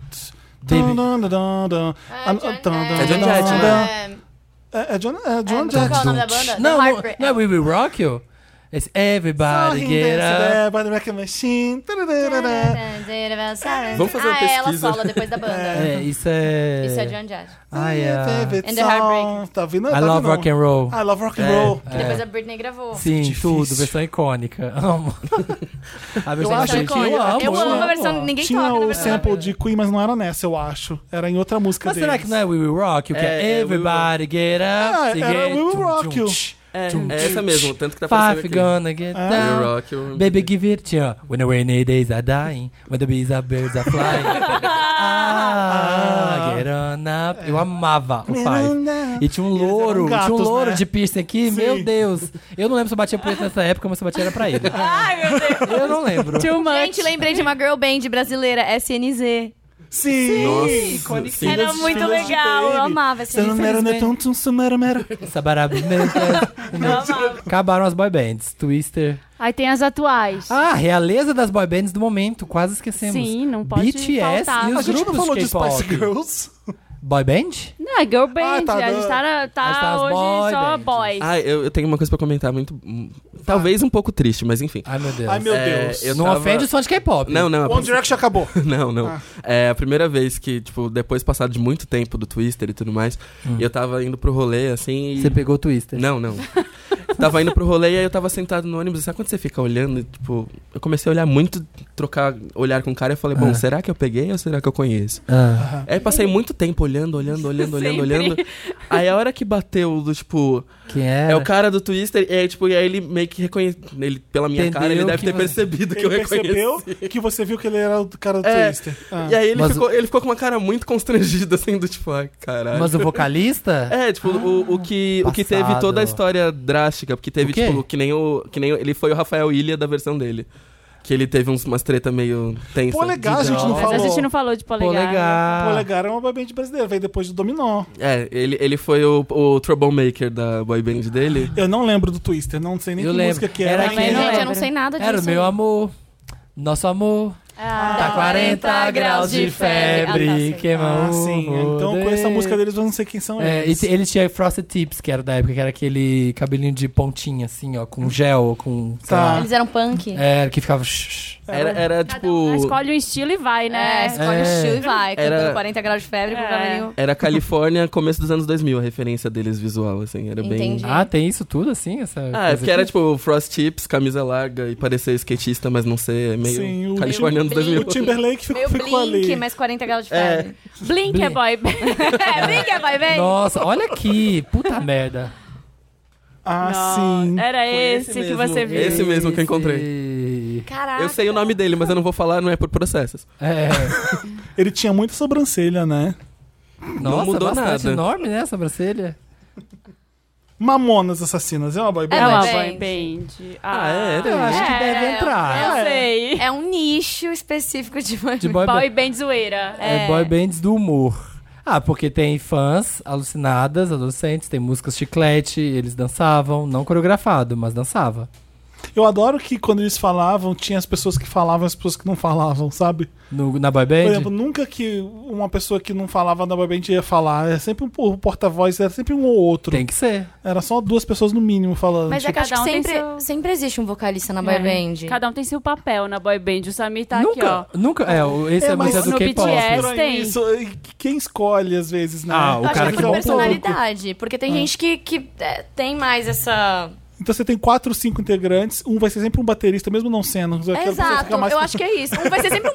Speaker 3: Baby.
Speaker 1: dum, dum, dum, dum, dum. Ah, dum, dum,
Speaker 4: É Joan
Speaker 1: dum,
Speaker 4: Jett,
Speaker 1: dum.
Speaker 4: né?
Speaker 1: É é Joan é Joan
Speaker 5: Qual é o nome da
Speaker 1: Jett.
Speaker 5: banda?
Speaker 3: Não,
Speaker 5: The
Speaker 3: não,
Speaker 5: Heartbreak-
Speaker 3: não é We Will Rock You? Esse Everybody
Speaker 1: Sorrindo,
Speaker 3: Get Up.
Speaker 1: é, by the Wrecking Machine. tararara.
Speaker 4: Vamos fazer uma
Speaker 5: ah, é ela
Speaker 4: pesquisa.
Speaker 5: sola depois da
Speaker 1: né?
Speaker 5: banda.
Speaker 3: É, isso é.
Speaker 5: Isso é John Jett.
Speaker 3: Ai, é.
Speaker 1: Favorite
Speaker 5: And the
Speaker 1: song.
Speaker 5: Heartbreak.
Speaker 1: Tá vindo, Ah, tá
Speaker 3: I love
Speaker 1: vindo.
Speaker 3: rock and roll.
Speaker 1: I love rock and
Speaker 3: É,
Speaker 1: roll.
Speaker 5: Que depois a Britney gravou.
Speaker 3: Sim,
Speaker 1: Difícil.
Speaker 3: tudo, versão icônica. Amo. A versão
Speaker 1: acho
Speaker 3: icônica,
Speaker 1: que-
Speaker 3: eu amo. né?
Speaker 5: Eu amo a versão,
Speaker 3: amo.
Speaker 5: ninguém
Speaker 1: Tinha
Speaker 5: toca
Speaker 2: né?
Speaker 5: na
Speaker 1: o
Speaker 5: versão da
Speaker 1: sample
Speaker 5: Britney.
Speaker 1: de Queen, mas não era nessa, eu acho. Era em outra música
Speaker 3: Mas
Speaker 1: deles.
Speaker 3: será que não é We Will Rock You? Que
Speaker 4: É,
Speaker 3: é,
Speaker 4: é We Will
Speaker 3: Everybody Get Up.
Speaker 1: Ah,
Speaker 3: sing
Speaker 1: era
Speaker 3: it,
Speaker 1: We Will
Speaker 3: tchum,
Speaker 1: Rock
Speaker 3: tchum,
Speaker 1: You.
Speaker 3: tch,
Speaker 4: É,
Speaker 3: tchum,
Speaker 4: é essa
Speaker 3: tchum,
Speaker 4: mesmo,
Speaker 3: tch.
Speaker 4: tanto que tá aparecendo
Speaker 3: Five
Speaker 4: aqui.
Speaker 3: gonna get
Speaker 1: Ah.
Speaker 4: We
Speaker 3: down.
Speaker 4: rock you.
Speaker 3: Baby, give it to you. When the rainy days are dying, when the bees are birds are flying. ah, get on up. Eu amava o Five. E tinha um
Speaker 1: eles eram
Speaker 3: louro,
Speaker 1: gatos,
Speaker 3: tinha um louro
Speaker 1: né?
Speaker 3: de piercing aqui,
Speaker 1: Sim.
Speaker 3: meu Deus. Eu não lembro se eu batia por isso nessa época, mas se eu batia era pra ele.
Speaker 2: Ai, meu Deus.
Speaker 3: Eu não lembro.
Speaker 2: Too much.
Speaker 5: Gente, lembrei de uma girl band brasileira, SNZ.
Speaker 1: Sim!
Speaker 4: Nossa, sim.
Speaker 2: Era
Speaker 1: Filhas-
Speaker 2: muito
Speaker 1: filhas de
Speaker 2: legal, eu
Speaker 1: baby.
Speaker 5: amava essa
Speaker 1: Samero,
Speaker 3: infelizmente.
Speaker 1: netum, né? tum, samero, mero.
Speaker 3: Sabarabimenta.
Speaker 1: Tipo,
Speaker 3: Acabaram as boy bands. Twister.
Speaker 2: Aí tem as atuais.
Speaker 3: Ah, realeza das boy bands do momento. Quase esquecemos.
Speaker 2: Sim, não pode
Speaker 3: BTS
Speaker 2: faltar.
Speaker 3: e
Speaker 1: A
Speaker 3: os
Speaker 1: gente não
Speaker 3: grupos
Speaker 1: falou de
Speaker 3: tipo K-pop.
Speaker 1: Spice Girls.
Speaker 3: Boy band?
Speaker 2: Não, é girl band.
Speaker 1: Ah, tá,
Speaker 2: a gente
Speaker 1: não.
Speaker 2: tá, na-
Speaker 3: A gente tá
Speaker 2: tá
Speaker 3: as
Speaker 2: hoje
Speaker 3: boy
Speaker 2: só
Speaker 3: bands.
Speaker 2: boys.
Speaker 4: Ah, eu, eu tenho uma coisa pra comentar muito hum, Talvez um pouco triste, mas enfim.
Speaker 3: Ai, meu Deus.
Speaker 1: Ai, meu
Speaker 4: É,
Speaker 1: Deus.
Speaker 4: eu
Speaker 3: não
Speaker 4: tava-
Speaker 3: ofende os fãs de K-pop.
Speaker 4: Não, não. a
Speaker 1: One Direction acabou.
Speaker 4: Não, não.
Speaker 1: Ah.
Speaker 4: É a primeira vez que, tipo, depois passado de muito tempo do Twister e tudo mais, eu tava indo pro rolê, assim, e...
Speaker 3: Hum. Você pegou o Twister.
Speaker 4: Não, não. tava indo pro rolê e aí eu tava sentado no ônibus. Sabe quando você fica olhando, e, tipo... Eu comecei a olhar muito, trocar olhar com o cara e eu falei, bom,
Speaker 3: Ah.
Speaker 4: será que eu peguei ou será que eu conheço?
Speaker 3: Ah.
Speaker 4: Aí passei muito tempo olhando, olhando, olhando, olhando,
Speaker 2: Sempre.
Speaker 4: olhando. Aí a hora que bateu do, tipo...
Speaker 3: Quem é?
Speaker 4: É o cara do Twister, e aí, tipo, e aí ele meio que reconhece... Ele, pela minha cara,
Speaker 3: Entendeu
Speaker 4: ele deve
Speaker 3: que
Speaker 4: ter
Speaker 3: você-
Speaker 4: percebido que eu
Speaker 1: Ele
Speaker 4: reconheci.
Speaker 1: percebeu que você viu que ele era o cara do
Speaker 4: É.
Speaker 1: Twister. Ah.
Speaker 4: E aí ele,
Speaker 3: Mas
Speaker 4: ficou, ele ficou com uma cara muito constrangida, assim, do tipo, ai, caralho.
Speaker 3: Mas o vocalista?
Speaker 4: É, tipo, o, o, que, o que
Speaker 3: passado.
Speaker 4: teve toda a história drástica, porque teve,
Speaker 3: O quê?
Speaker 4: tipo, que nem o. Que nem o- ele foi o Rafael Ilha da versão dele. Que ele teve uns, umas treta meio tensa.
Speaker 1: Polegar, a gente não
Speaker 3: Mas
Speaker 2: Mas
Speaker 1: falou.
Speaker 2: a gente não falou de polegar. né?
Speaker 3: Polegar.
Speaker 1: Polegar é uma boy band brasileira, veio depois do Dominó.
Speaker 4: É, ele, ele foi o, o troublemaker da boy band dele.
Speaker 1: Eu não lembro do Twister, não sei nem
Speaker 3: Eu
Speaker 1: que
Speaker 3: lembro.
Speaker 1: música que
Speaker 3: Era
Speaker 1: era.
Speaker 3: aquele-
Speaker 5: Gente,
Speaker 2: Não
Speaker 5: eu
Speaker 2: lembro.
Speaker 5: não sei nada disso.
Speaker 3: Era o meu amor. Nosso amor.
Speaker 2: Ah,
Speaker 3: Tá 40 graus de febre,
Speaker 5: Ah, tá, sim.
Speaker 3: queima
Speaker 1: Ah, sim. Então com essa música deles, eu não sei quem são
Speaker 3: É, e
Speaker 1: eles.
Speaker 3: te- ele tinha Frosted Tips, que era da época, que era aquele cabelinho de pontinha, assim, ó, com gel, com. sei
Speaker 1: Tá.
Speaker 3: lá.
Speaker 5: Eles eram punk.
Speaker 3: É, que ficava. shh, shh.
Speaker 4: Era, era tipo.
Speaker 2: Escolhe um estilo e vai,
Speaker 5: É,
Speaker 2: né?
Speaker 5: escolhe o
Speaker 3: É.
Speaker 5: estilo e vai.
Speaker 4: Era-
Speaker 5: Cantando 40 graus de febre pro
Speaker 2: É.
Speaker 5: cabelinho.
Speaker 4: Era Califórnia, começo dos anos 2000, a referência deles visual, assim. Era bem.
Speaker 5: Entendi.
Speaker 3: Ah, tem isso tudo, assim? Essa
Speaker 4: Ah, é
Speaker 3: coisa
Speaker 4: porque era
Speaker 3: aqui?
Speaker 4: tipo Frost Tips, camisa larga e parecer skatista, mas não ser é meio
Speaker 1: Sim, o-
Speaker 4: Califórnia anos
Speaker 5: Meio
Speaker 4: 2000.
Speaker 1: O Timberlake ficou,
Speaker 5: Meio
Speaker 1: ficou
Speaker 5: blink,
Speaker 1: ali.
Speaker 5: mas 40 graus de
Speaker 4: É.
Speaker 5: febre.
Speaker 2: Blink é boy band. é, Blink é boy band.
Speaker 3: Nossa, olha aqui, puta merda.
Speaker 1: Ah,
Speaker 2: Não, É.
Speaker 1: sim.
Speaker 2: Era
Speaker 4: esse
Speaker 2: esse, que
Speaker 4: mesmo.
Speaker 2: você viu.
Speaker 4: Esse mesmo que eu encontrei.
Speaker 3: Esse-
Speaker 5: Caraca.
Speaker 4: Eu sei o nome dele, mas eu não vou falar, não é por processos.
Speaker 3: É.
Speaker 1: Ele tinha muita sobrancelha, né?
Speaker 3: Nossa,
Speaker 4: mudou
Speaker 3: bastante
Speaker 4: nada.
Speaker 3: enorme, né, a sobrancelha?
Speaker 1: Mamonas Assassinas é uma boy band?
Speaker 2: É uma
Speaker 5: Band.
Speaker 2: boy band.
Speaker 4: Ah, é?
Speaker 3: Eu acho que
Speaker 2: É,
Speaker 3: deve entrar.
Speaker 2: Eu sei.
Speaker 5: É um nicho específico de boy
Speaker 3: De Ah. boy band.
Speaker 2: Boy band zoeira.
Speaker 3: É. boy bands do humor. Ah, porque tem fãs alucinadas, adolescentes, tem músicas chiclete, eles dançavam, não coreografado, mas dançava.
Speaker 1: Eu adoro que quando eles falavam, tinha as pessoas que falavam e as pessoas que não falavam, sabe?
Speaker 3: No- na boy
Speaker 1: Por
Speaker 3: band?
Speaker 1: exemplo, nunca que uma pessoa que não falava da boy band ia falar. É sempre um, o porta-voz era sempre um ou outro.
Speaker 3: Tem que ser.
Speaker 1: Era só duas pessoas no mínimo falando. tipo,
Speaker 5: Mas é que
Speaker 2: Cada
Speaker 5: acho que
Speaker 2: um tem
Speaker 5: sempre,
Speaker 2: seu-
Speaker 5: sempre existe um vocalista na boy
Speaker 2: É.
Speaker 5: band.
Speaker 2: Cada um tem seu papel na boy band. O Samir tá aqui,
Speaker 3: nunca,
Speaker 2: ó.
Speaker 3: nunca. É, o- esse é,
Speaker 1: mas
Speaker 3: muito do
Speaker 2: no
Speaker 3: K-pop.
Speaker 2: BTS.
Speaker 1: Estranho
Speaker 2: tem.
Speaker 1: é isso, e Quem escolhe, às vezes, né?
Speaker 3: Ah, o
Speaker 5: Eu acho
Speaker 3: cara
Speaker 5: que
Speaker 3: que
Speaker 5: é por
Speaker 3: dá um
Speaker 5: personalidade, porque tem gente que, que é, tem mais essa...
Speaker 1: Então você tem quatro, cinco integrantes, um vai ser sempre um baterista, mesmo não sendo. Aquela pessoa
Speaker 5: Exato,
Speaker 1: fica mais-
Speaker 5: eu acho que é isso. Um vai ser sempre um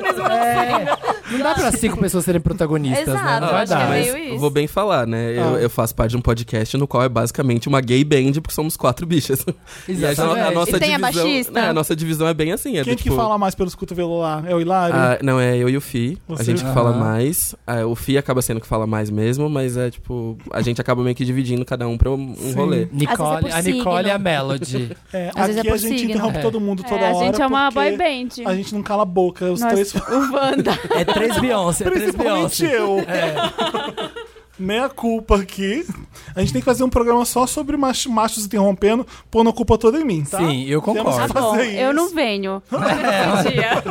Speaker 5: mesmo.
Speaker 3: É, não dá pra cinco pessoas serem protagonistas, né?
Speaker 5: Exato,
Speaker 3: Não vai
Speaker 5: acho que é
Speaker 3: dar.
Speaker 5: meio
Speaker 4: mas
Speaker 5: isso.
Speaker 4: vou bem falar, né? Eu,
Speaker 1: Ah.
Speaker 4: eu faço parte de um podcast no qual é basicamente uma gay band, porque somos quatro bichas. E a,
Speaker 3: Exatamente.
Speaker 4: gente- a nossa
Speaker 5: E tem a
Speaker 4: divisão,
Speaker 5: baixista?
Speaker 4: né, a nossa divisão é bem assim. É
Speaker 1: Quem
Speaker 4: do,
Speaker 1: que
Speaker 4: tipo,
Speaker 1: fala mais pelos cotovelos lá? É o Hilário?
Speaker 4: ah, não, é eu e o Fi.
Speaker 1: Você.
Speaker 4: A gente que
Speaker 3: Aham.
Speaker 4: fala mais. Ah, o Fi acaba sendo que fala mais mesmo, mas é tipo. A gente acaba meio que dividindo cada um pra um, um
Speaker 1: Sim.
Speaker 4: rolê.
Speaker 3: Uhum. Nicole,
Speaker 5: é por
Speaker 3: a Nicole e
Speaker 5: signo.
Speaker 3: a Melody.
Speaker 1: É,
Speaker 5: às vezes
Speaker 1: aqui
Speaker 5: é por
Speaker 1: a gente
Speaker 5: signo.
Speaker 1: interrompe
Speaker 3: É.
Speaker 1: todo mundo toda
Speaker 2: É, a
Speaker 1: hora.
Speaker 2: gente é uma
Speaker 1: porque
Speaker 2: boy band.
Speaker 1: A gente não cala a boca. Os
Speaker 2: Nós-
Speaker 1: três
Speaker 2: O Wanda.
Speaker 3: É três Beyoncé, é três
Speaker 1: Principalmente
Speaker 3: Beyoncé.
Speaker 1: eu.
Speaker 3: É.
Speaker 1: Meia culpa aqui. A gente tem que fazer um programa só sobre mach- machos interrompendo, pondo a culpa toda em mim, tá?
Speaker 3: Sim, eu
Speaker 1: Temos que
Speaker 2: Tá
Speaker 3: concordo.
Speaker 2: bom,
Speaker 1: fazer
Speaker 2: eu
Speaker 1: isso.
Speaker 2: não venho.
Speaker 3: É.
Speaker 2: Esse dia.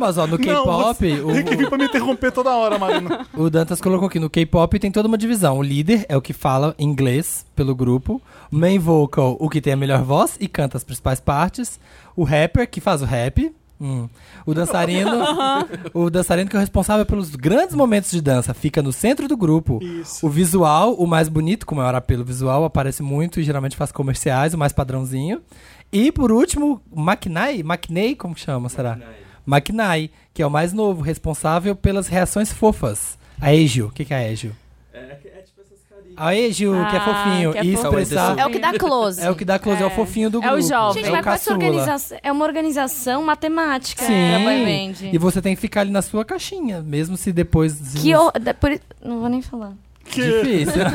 Speaker 3: Mas ó, no K-pop,
Speaker 1: Não, você tem que vir pra me interromper toda hora, Marina.
Speaker 3: o, o Dantas colocou aqui, no K-pop tem toda uma divisão. O líder é o que fala inglês pelo grupo, o main vocal, o que tem a melhor voz e canta as principais partes, o rapper que faz o rap, hum, o dançarino, o dançarino que é o responsável pelos grandes momentos de dança, fica no centro do grupo.
Speaker 1: Isso.
Speaker 3: O visual, o mais bonito, com maior apelo visual, aparece muito e geralmente faz comerciais, o mais padrãozinho. E por último, o Macknai, Mackney, como que chama, será? Macknai, que é o mais novo, responsável pelas reações fofas. A Ejo, o que, que é a Ejo? A Ejo, que é
Speaker 2: Ah,
Speaker 3: fofinho.
Speaker 2: que é
Speaker 3: e
Speaker 2: fofinho.
Speaker 3: expressar.
Speaker 5: É o que dá close.
Speaker 3: É o que dá close, é, o
Speaker 2: É.
Speaker 3: fofinho do
Speaker 2: É o
Speaker 3: grupo.
Speaker 2: jovem.
Speaker 5: Gente,
Speaker 3: é o
Speaker 5: mas qual é a sua
Speaker 3: caçula.
Speaker 5: organização? É uma organização matemática
Speaker 3: Sim.
Speaker 5: da É, boy band.
Speaker 3: E você tem que ficar ali na sua caixinha, mesmo se depois.
Speaker 5: Que eu, da- por- não vou nem falar.
Speaker 3: Difícil.
Speaker 2: É.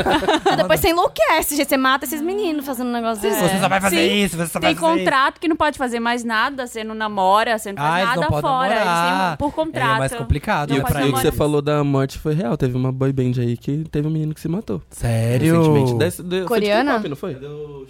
Speaker 5: Ah, depois você enlouquece, gente. Você mata esses meninos fazendo um negócio desse.
Speaker 3: Você só vai fazer
Speaker 2: Sim.
Speaker 3: isso, você só vai
Speaker 2: Tem
Speaker 3: fazer isso.
Speaker 2: contrato que não pode fazer mais nada, você não namora, você não
Speaker 3: Ah,
Speaker 2: faz
Speaker 3: eles não
Speaker 2: nada
Speaker 3: podem
Speaker 2: fora. eles têm- um
Speaker 3: namorar.
Speaker 2: por
Speaker 3: É,
Speaker 2: contrato.
Speaker 3: é mais complicado.
Speaker 4: E
Speaker 3: né,
Speaker 4: o,
Speaker 2: Não,
Speaker 3: pra
Speaker 4: e o
Speaker 3: eles.
Speaker 4: que você falou da morte foi real. Teve uma boy band aí que teve um menino que se matou.
Speaker 3: Sério?
Speaker 4: Recentemente. Desse- de- foi de
Speaker 5: Coreana?
Speaker 4: K-pop, não foi?
Speaker 3: Do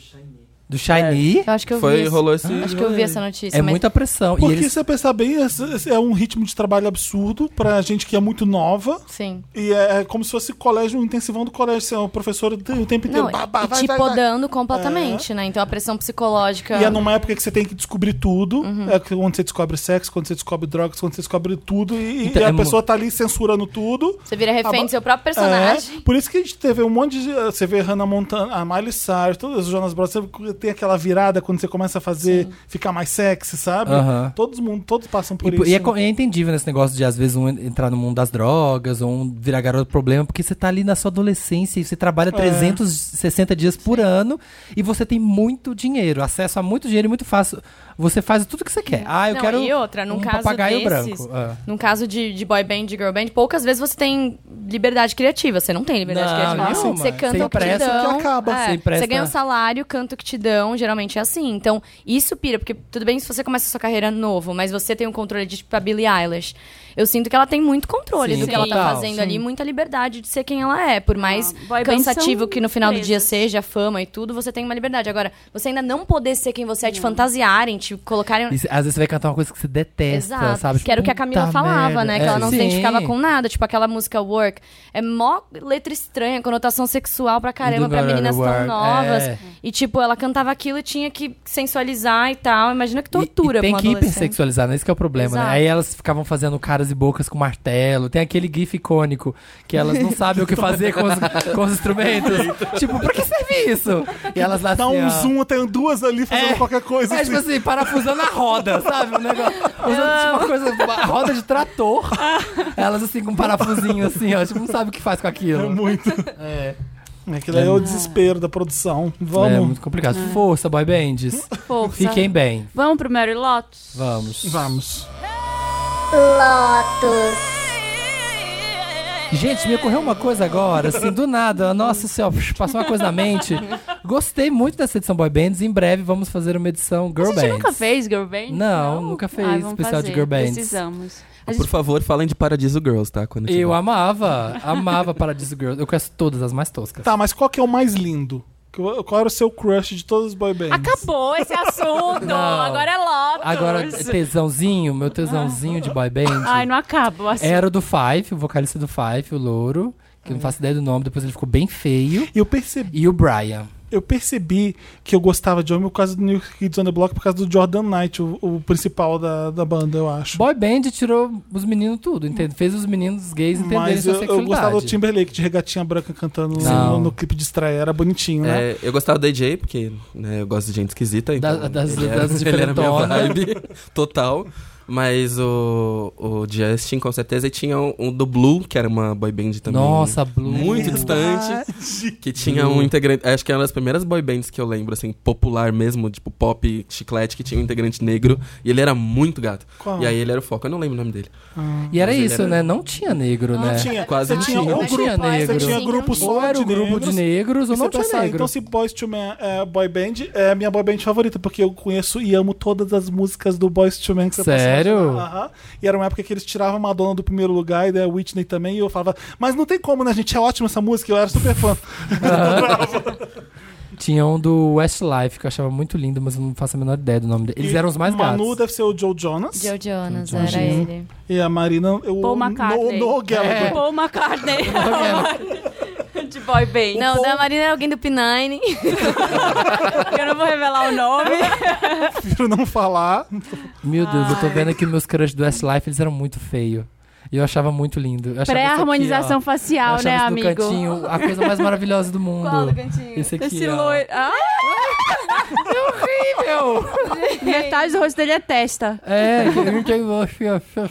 Speaker 3: Do Shiny.
Speaker 2: É.
Speaker 5: Eu acho que eu vi.
Speaker 4: Foi,
Speaker 5: esse- Ah,
Speaker 4: rolou esse.
Speaker 5: Acho que eu vi essa notícia.
Speaker 3: É
Speaker 5: mas-
Speaker 3: muita pressão. E
Speaker 1: Porque
Speaker 3: eles
Speaker 1: se eu pensar bem, esse- esse é um ritmo de trabalho absurdo pra gente que é muito nova.
Speaker 5: Sim.
Speaker 1: E é é como se fosse colégio, um intensivão do colégio. Você é um professor o tempo inteiro.
Speaker 5: Não,
Speaker 1: bah, bah,
Speaker 5: e
Speaker 1: vai,
Speaker 5: te
Speaker 1: vai, vai.
Speaker 5: podando completamente,
Speaker 3: É.
Speaker 5: né? Então a pressão psicológica.
Speaker 1: E é numa época que você tem que descobrir tudo. É quando você descobre sexo, quando você descobre drogas, quando você descobre tudo. E, e
Speaker 3: Então,
Speaker 1: a
Speaker 3: é mu-
Speaker 1: pessoa tá ali censurando tudo.
Speaker 5: Você
Speaker 3: Tá
Speaker 5: vira refém
Speaker 1: Ah,
Speaker 5: do seu próprio personagem.
Speaker 1: É, por isso que a gente teve um monte de. Você vê Hannah Montana, a Miley Cyrus, todos os Jonas Brothers, você tem aquela virada quando você começa a fazer ficar mais sexy, sabe?
Speaker 3: Aham.
Speaker 1: Todos mundo, todos passam por
Speaker 3: e,
Speaker 1: isso.
Speaker 3: e é, co- é entendível nesse negócio de, às vezes, um en- entrar no mundo das drogas ou um virar garoto problema, porque você tá ali na sua adolescência e você
Speaker 4: É.
Speaker 3: trabalha 360 dias por ano e você tem muito dinheiro, acesso a muito dinheiro e muito fácil. Você faz tudo que você quer. Ah, eu
Speaker 5: Não,
Speaker 3: quero
Speaker 5: e outra, num
Speaker 3: um
Speaker 5: caso
Speaker 3: papagaio
Speaker 5: desses,
Speaker 3: branco. Ah.
Speaker 5: Num caso de, de boy band, de girl band, poucas vezes você tem liberdade criativa. Você não tem liberdade
Speaker 3: Não,
Speaker 5: criativa.
Speaker 3: nenhuma.
Speaker 5: você
Speaker 3: Sem
Speaker 5: canta o que te
Speaker 3: pressa
Speaker 5: dão.
Speaker 1: que acaba.
Speaker 5: é,
Speaker 3: Sem pressa.
Speaker 5: Você ganha um salário, canta o que te dão. Geralmente é assim. Então, isso pira. Porque tudo bem se você começa a sua carreira novo, mas você tem um controle de tipo a Billie Eilish. Eu sinto que ela tem muito controle
Speaker 3: Sim,
Speaker 5: do que ela tá
Speaker 3: total.
Speaker 5: fazendo ali. Muita liberdade de ser quem ela é. Por mais
Speaker 2: Ah, boy bands
Speaker 5: cansativo
Speaker 2: são
Speaker 5: que no final do dia
Speaker 2: presas.
Speaker 5: seja, a fama e tudo, você tem uma liberdade. Agora, você ainda não poder ser quem você é, de fantasiarem, te colocarem...
Speaker 3: E c- às vezes você vai cantar uma coisa que você detesta,
Speaker 5: Exato.
Speaker 3: sabe? Tipo,
Speaker 5: Que era o que a Camila
Speaker 3: Puta
Speaker 5: falava,
Speaker 3: merda.
Speaker 5: né? Que ela
Speaker 3: É,
Speaker 5: não
Speaker 3: sim.
Speaker 5: se identificava com nada. Tipo, aquela música Work. É mó letra estranha, conotação sexual pra caramba,
Speaker 3: do
Speaker 5: pra
Speaker 3: Gotta
Speaker 5: meninas
Speaker 3: Work,
Speaker 5: tão novas.
Speaker 3: é.
Speaker 5: E, tipo, ela cantava aquilo e tinha que sensualizar e tal. Imagina que
Speaker 3: E-
Speaker 5: tortura
Speaker 3: e tem
Speaker 5: pra uma
Speaker 3: que
Speaker 5: adolescente.
Speaker 3: hipersexualizar, né? Esse que é o problema, né?
Speaker 5: Exato.
Speaker 3: Aí elas ficavam fazendo caras e bocas com martelo. Tem aquele gif icônico que elas não sabem o que fazer com os, com os instrumentos. tipo, pra que serve isso? E elas lá
Speaker 1: Dá
Speaker 3: assim,
Speaker 1: um
Speaker 3: ó.
Speaker 1: zoom, tem duas ali fazendo
Speaker 3: É.
Speaker 1: qualquer coisa.
Speaker 3: É,
Speaker 1: assim.
Speaker 3: tipo assim, parafusando a roda, sabe? Um negócio. Usando tipo uma coisa, uma roda de trator. Elas assim, com um parafusinho assim, ó. Tipo, não sabe o que faz com
Speaker 1: É
Speaker 3: aquilo.
Speaker 1: muito.
Speaker 3: É,
Speaker 1: Aquilo aí é o desespero da produção.
Speaker 3: é
Speaker 1: Vamos.
Speaker 3: muito complicado. Força, boy bands.
Speaker 2: Força.
Speaker 3: Fiquem bem.
Speaker 2: Vamos pro Mary Lotus?
Speaker 3: Vamos.
Speaker 1: Vamos.
Speaker 3: Gente, me ocorreu uma coisa agora, assim, do nada. Nossa senhora, psh, passou uma coisa na mente. Gostei muito dessa edição Boy Bands. Em breve vamos fazer uma edição Girl
Speaker 2: a gente
Speaker 3: Bands.
Speaker 2: nunca fez Girl Band?
Speaker 3: Não, nunca fez
Speaker 2: Ai, vamos
Speaker 3: especial de
Speaker 2: fazer,
Speaker 3: Girl Bands.
Speaker 2: Precisamos. A
Speaker 4: Por
Speaker 2: gente
Speaker 4: favor, falem de Paradiso Girls, tá? Quando
Speaker 3: Eu
Speaker 4: chegar.
Speaker 3: amava, amava Paradiso Girls. Eu conheço todas as mais toscas.
Speaker 1: Tá, mas qual que é o mais lindo? Qual era o seu crush de todos os boy bands?
Speaker 2: Acabou esse assunto.
Speaker 3: Não.
Speaker 2: Agora é Lotus.
Speaker 3: Agora, tesãozinho, meu tesãozinho de Boy Band.
Speaker 2: Ai, não acaba o assunto.
Speaker 3: Era o do Fife, o vocalista do Fife, o Louro, que eu não faço ideia do nome, depois ele ficou bem feio.
Speaker 1: Eu percebi,
Speaker 3: E o Brian.
Speaker 1: eu percebi que eu gostava de homem por causa do New Kids on the Block, por causa do Jordan Knight, o, o principal da, da banda, eu acho.
Speaker 3: Boy Band tirou os meninos tudo, entende? Fez os meninos gays entenderem
Speaker 1: Mas
Speaker 3: sua
Speaker 1: eu, eu
Speaker 3: sexualidade.
Speaker 1: gostava do Timberlake de regatinha branca cantando
Speaker 3: Não.
Speaker 1: no, no clipe de estreia, era bonitinho, né?
Speaker 4: É, eu gostava do AJ, porque né, eu gosto de gente esquisita. Então
Speaker 3: Da- das-
Speaker 4: ele era,
Speaker 3: das
Speaker 4: ele era minha
Speaker 3: diferentona.
Speaker 4: vibe total. Mas o, o Justin, com certeza, e tinha um, um do Blue, que era uma boy band também.
Speaker 3: Nossa, Blue.
Speaker 4: Muito distante. Que tinha um integrante. Acho que era uma das primeiras boy bands que eu lembro, assim, popular mesmo, tipo pop, chiclete, que tinha um integrante negro. E ele era muito gato.
Speaker 1: Qual?
Speaker 3: né?
Speaker 4: E aí ele era o foco. Eu não lembro o nome dele.
Speaker 3: E era
Speaker 4: Mas ele
Speaker 3: isso,
Speaker 4: era-
Speaker 3: né? Não tinha negro, né?
Speaker 1: Não tinha,
Speaker 4: Quase
Speaker 1: você tinha
Speaker 4: tinha.
Speaker 1: ou
Speaker 3: Não
Speaker 1: grupo,
Speaker 3: tinha negro.
Speaker 1: você tinha grupo só
Speaker 3: Ou era o
Speaker 1: de
Speaker 3: grupo
Speaker 1: negros,
Speaker 3: de negros, ou
Speaker 1: E
Speaker 3: não
Speaker 1: você
Speaker 3: tinha
Speaker 1: pensar,
Speaker 3: negro.
Speaker 1: Então, se Boys to Men é boy band, é a minha boy band favorita, porque eu conheço e amo todas as músicas do Boys to Men que você
Speaker 3: Sério?
Speaker 1: possa imaginar. Aham. E era uma época que eles tiravam Madonna do primeiro lugar e da Whitney também, e eu falava, mas não tem como, né, gente? É ótima essa música, eu era super fã.
Speaker 3: Tinha um do Westlife, que eu achava muito lindo, mas eu não faço a menor ideia do nome dele. Eles
Speaker 1: E
Speaker 3: eram os mais
Speaker 1: Manu
Speaker 3: gatos.
Speaker 1: deve ser o Joe Jonas.
Speaker 5: Joe Jonas,
Speaker 3: Joe
Speaker 5: era
Speaker 3: Jonas.
Speaker 5: ele.
Speaker 1: E a Marina, eu
Speaker 2: Paul
Speaker 1: no,
Speaker 2: McCartney.
Speaker 1: no
Speaker 3: É.
Speaker 1: Gallagher.
Speaker 2: Paul McCartney. de boy band.
Speaker 5: Não,
Speaker 1: Paul-
Speaker 5: da Marina era alguém do P9.
Speaker 2: eu não vou revelar o nome.
Speaker 1: Prefiro não falar.
Speaker 3: Meu Deus, eu tô vendo aqui meus crush do Westlife, eles eram muito feios. E eu achava muito lindo. Eu achava isso aqui,
Speaker 2: Pré-harmonização
Speaker 3: ó. Eu
Speaker 2: facial,
Speaker 3: achava
Speaker 2: né,
Speaker 3: isso no
Speaker 2: amigo?
Speaker 3: cantinho, a coisa mais maravilhosa do mundo.
Speaker 5: cantinho?
Speaker 3: Esse aqui,
Speaker 2: Esse
Speaker 3: ó. É
Speaker 2: loiro. Ah,
Speaker 3: Meu!
Speaker 2: metade do rosto dele é testa.
Speaker 3: É, que não tem você, ó.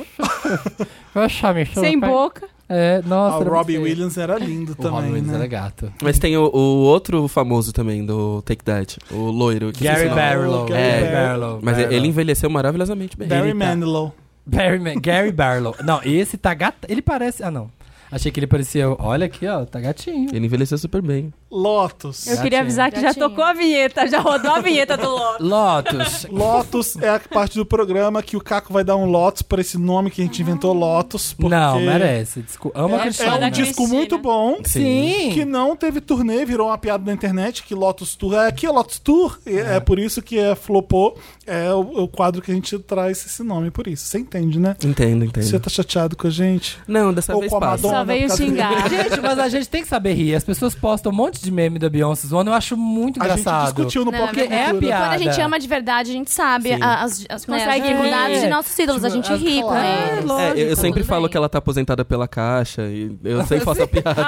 Speaker 3: Vai achar, me chama,
Speaker 2: Sem
Speaker 3: pai.
Speaker 2: boca.
Speaker 3: É,
Speaker 1: Ah,
Speaker 3: nossa.
Speaker 1: o
Speaker 3: era muito
Speaker 1: Robbie
Speaker 3: feio.
Speaker 1: Williams era lindo
Speaker 3: O
Speaker 1: também,
Speaker 3: Robbie Williams
Speaker 1: né?
Speaker 3: era gato.
Speaker 4: Mas tem o, o outro famoso também do Take That, o loiro. que
Speaker 3: Gary
Speaker 4: esqueci o nome.
Speaker 3: Barlow.
Speaker 1: Gary
Speaker 3: Gary
Speaker 1: Barlow.
Speaker 3: Barlow.
Speaker 4: Mas
Speaker 3: Barlow.
Speaker 4: ele envelheceu maravilhosamente bem.
Speaker 1: É, Barry
Speaker 3: Ele tá-
Speaker 1: Manilow.
Speaker 3: Barry Ma- Gary Barlow. Não, esse tá gato. Ele parece. Ah, não. Achei que ele parecia. Olha aqui, ó. Tá gatinho.
Speaker 4: Ele envelheceu super bem.
Speaker 1: Lotus.
Speaker 2: Eu queria avisar que
Speaker 5: Já
Speaker 2: já
Speaker 5: tinha.
Speaker 2: tocou a vinheta, já rodou a vinheta do Lotus.
Speaker 3: Lotus.
Speaker 1: Lotus é a parte do programa que o Caco vai dar um Lotus pra esse nome que a gente inventou, Lotus. Porque
Speaker 3: Não, merece. Desculpa. Amo a
Speaker 5: É,
Speaker 1: É
Speaker 3: Cristina.
Speaker 1: um
Speaker 2: Da
Speaker 1: disco
Speaker 2: Cristina.
Speaker 1: muito bom.
Speaker 3: Sim.
Speaker 1: Que não teve turnê, virou uma piada na internet, que Lotus Tour é aqui, é Lotus Tour. E É, por isso que é flopou. É o, o quadro que a gente traz esse nome, é por isso. Você entende, né?
Speaker 4: Entendo, entendo.
Speaker 1: Você tá chateado com a gente?
Speaker 4: Não, dessa
Speaker 1: Ou
Speaker 4: vez
Speaker 1: com a
Speaker 4: passa.
Speaker 1: Madonna?
Speaker 2: Só veio
Speaker 1: por causa do-
Speaker 2: xingar.
Speaker 3: Gente, mas a gente tem que saber rir. As pessoas postam um monte de meme da Beyoncé zoando. Eu acho muito
Speaker 1: A gente
Speaker 3: engraçado.
Speaker 1: discutiu no
Speaker 5: Não,
Speaker 1: Pop
Speaker 5: é
Speaker 1: Cultura.
Speaker 3: a piada.
Speaker 5: Quando a gente ama de verdade, a gente sabe
Speaker 4: Sim.
Speaker 5: a- as, as, né, as
Speaker 2: Consegue rir.
Speaker 5: dificuldades de nossos ídolos. a gente
Speaker 3: É. Tipo, as- Ah,
Speaker 5: ri com
Speaker 3: claro.
Speaker 5: eles.
Speaker 4: É, eu, eu
Speaker 5: Tá
Speaker 4: sempre
Speaker 5: tudo
Speaker 4: falo
Speaker 5: bem.
Speaker 4: que ela tá aposentada pela caixa e eu sempre faço a piada.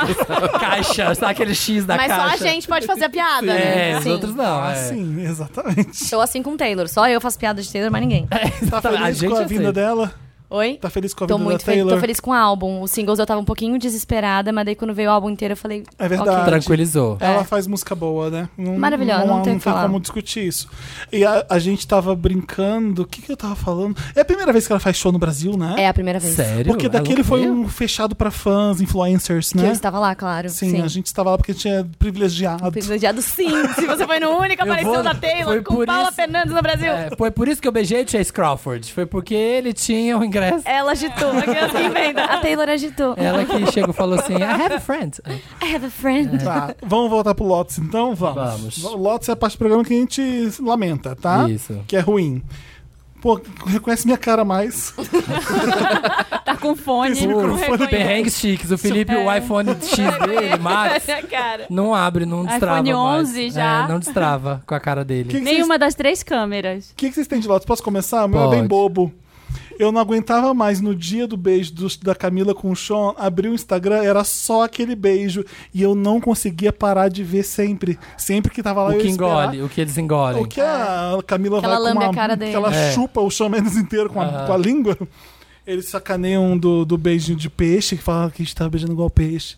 Speaker 3: Caixa, sabe aquele X da
Speaker 5: Mas
Speaker 3: caixa?
Speaker 5: só a gente pode fazer a piada, né?
Speaker 3: É, os
Speaker 5: Sim.
Speaker 3: outros não.
Speaker 1: Ah,
Speaker 3: é.
Speaker 1: sim, exatamente.
Speaker 5: Sou assim com o Taylor. Só eu faço piada de Taylor, mas ninguém.
Speaker 1: Tá
Speaker 5: Então,
Speaker 1: feliz
Speaker 3: A gente
Speaker 1: com a
Speaker 3: aceita.
Speaker 1: vinda dela?
Speaker 5: Oi?
Speaker 1: Tá feliz com a
Speaker 5: é Tô
Speaker 1: vinda
Speaker 5: muito
Speaker 1: da
Speaker 5: feliz,
Speaker 1: Taylor?
Speaker 5: tô feliz com o álbum. Os singles eu tava um pouquinho desesperada, mas daí quando veio o álbum inteiro eu falei.
Speaker 1: É verdade.
Speaker 5: ok.
Speaker 3: Tranquilizou.
Speaker 1: Ela
Speaker 5: É.
Speaker 1: faz música boa, né? Não,
Speaker 5: Maravilhosa, não tem o
Speaker 1: tem
Speaker 5: que falar.
Speaker 1: como discutir isso. E a, a gente tava brincando, o que, que eu tava falando? É a primeira vez que ela faz show no Brasil, né?
Speaker 5: É a primeira vez
Speaker 3: Sério?
Speaker 1: Porque
Speaker 3: Ela
Speaker 1: daquele foi
Speaker 3: veio?
Speaker 1: um fechado pra fãs, influencers,
Speaker 5: que
Speaker 1: né?
Speaker 5: eu estava lá, claro.
Speaker 1: Sim,
Speaker 5: Sim,
Speaker 1: a gente estava lá porque a gente é privilegiado.
Speaker 5: Privilegiado sim. Se você foi no único
Speaker 3: Eu
Speaker 5: apareceu
Speaker 3: vou-
Speaker 5: da
Speaker 3: foi
Speaker 5: Taylor
Speaker 3: por
Speaker 5: com Paula
Speaker 3: isso-
Speaker 5: Fernandes no Brasil.
Speaker 3: É, foi por isso que eu beijei o Chase Crawford. Foi porque ele tinha o ingresso.
Speaker 5: Ela agitou.
Speaker 2: é
Speaker 5: Aquelas que inventam. A Taylor agitou.
Speaker 3: Ela que chegou e falou assim: I have a friend.
Speaker 5: I have a friend.
Speaker 1: Tá, vamos voltar pro Lotus então? Vamos.
Speaker 3: Vamos.
Speaker 1: O Lotus é a parte do programa que a gente lamenta, tá?
Speaker 3: Isso.
Speaker 1: Que é ruim. Pô, reconhece minha cara mais.
Speaker 2: Tá com fone.
Speaker 1: Esse
Speaker 2: não
Speaker 1: microfone
Speaker 2: reconhece.
Speaker 3: Perrengues chiques. O Felipe, o iPhone X dele, Max,
Speaker 2: É, Cara.
Speaker 3: não abre, não destrava.
Speaker 2: iPhone
Speaker 3: mais.
Speaker 2: 11 já.
Speaker 3: É, não destrava com a cara dele.
Speaker 1: Que que vocês-
Speaker 2: Nenhuma das três câmeras.
Speaker 1: O que, que vocês têm de Lotus? Posso começar? O meu é bem
Speaker 3: Pode.
Speaker 1: bobo. Eu não aguentava mais no dia do beijo dos- da Camila com o Sean, abri o Instagram, era só aquele beijo. E eu não conseguia parar de ver sempre. Sempre que tava lá
Speaker 3: O
Speaker 1: eu
Speaker 3: que
Speaker 1: ia esperar.
Speaker 3: engole, o que eles engolem.
Speaker 1: O que a Camila
Speaker 5: Que
Speaker 1: vai
Speaker 5: ela
Speaker 1: com
Speaker 5: lambe
Speaker 1: uma,
Speaker 5: a cara dele.
Speaker 1: Que ela
Speaker 3: É.
Speaker 1: chupa o Shawn Mendes inteiro com a,
Speaker 3: Aham.
Speaker 1: com a língua. Eles sacaneiam do, do beijinho de peixe, que fala que a gente tava beijando igual peixe.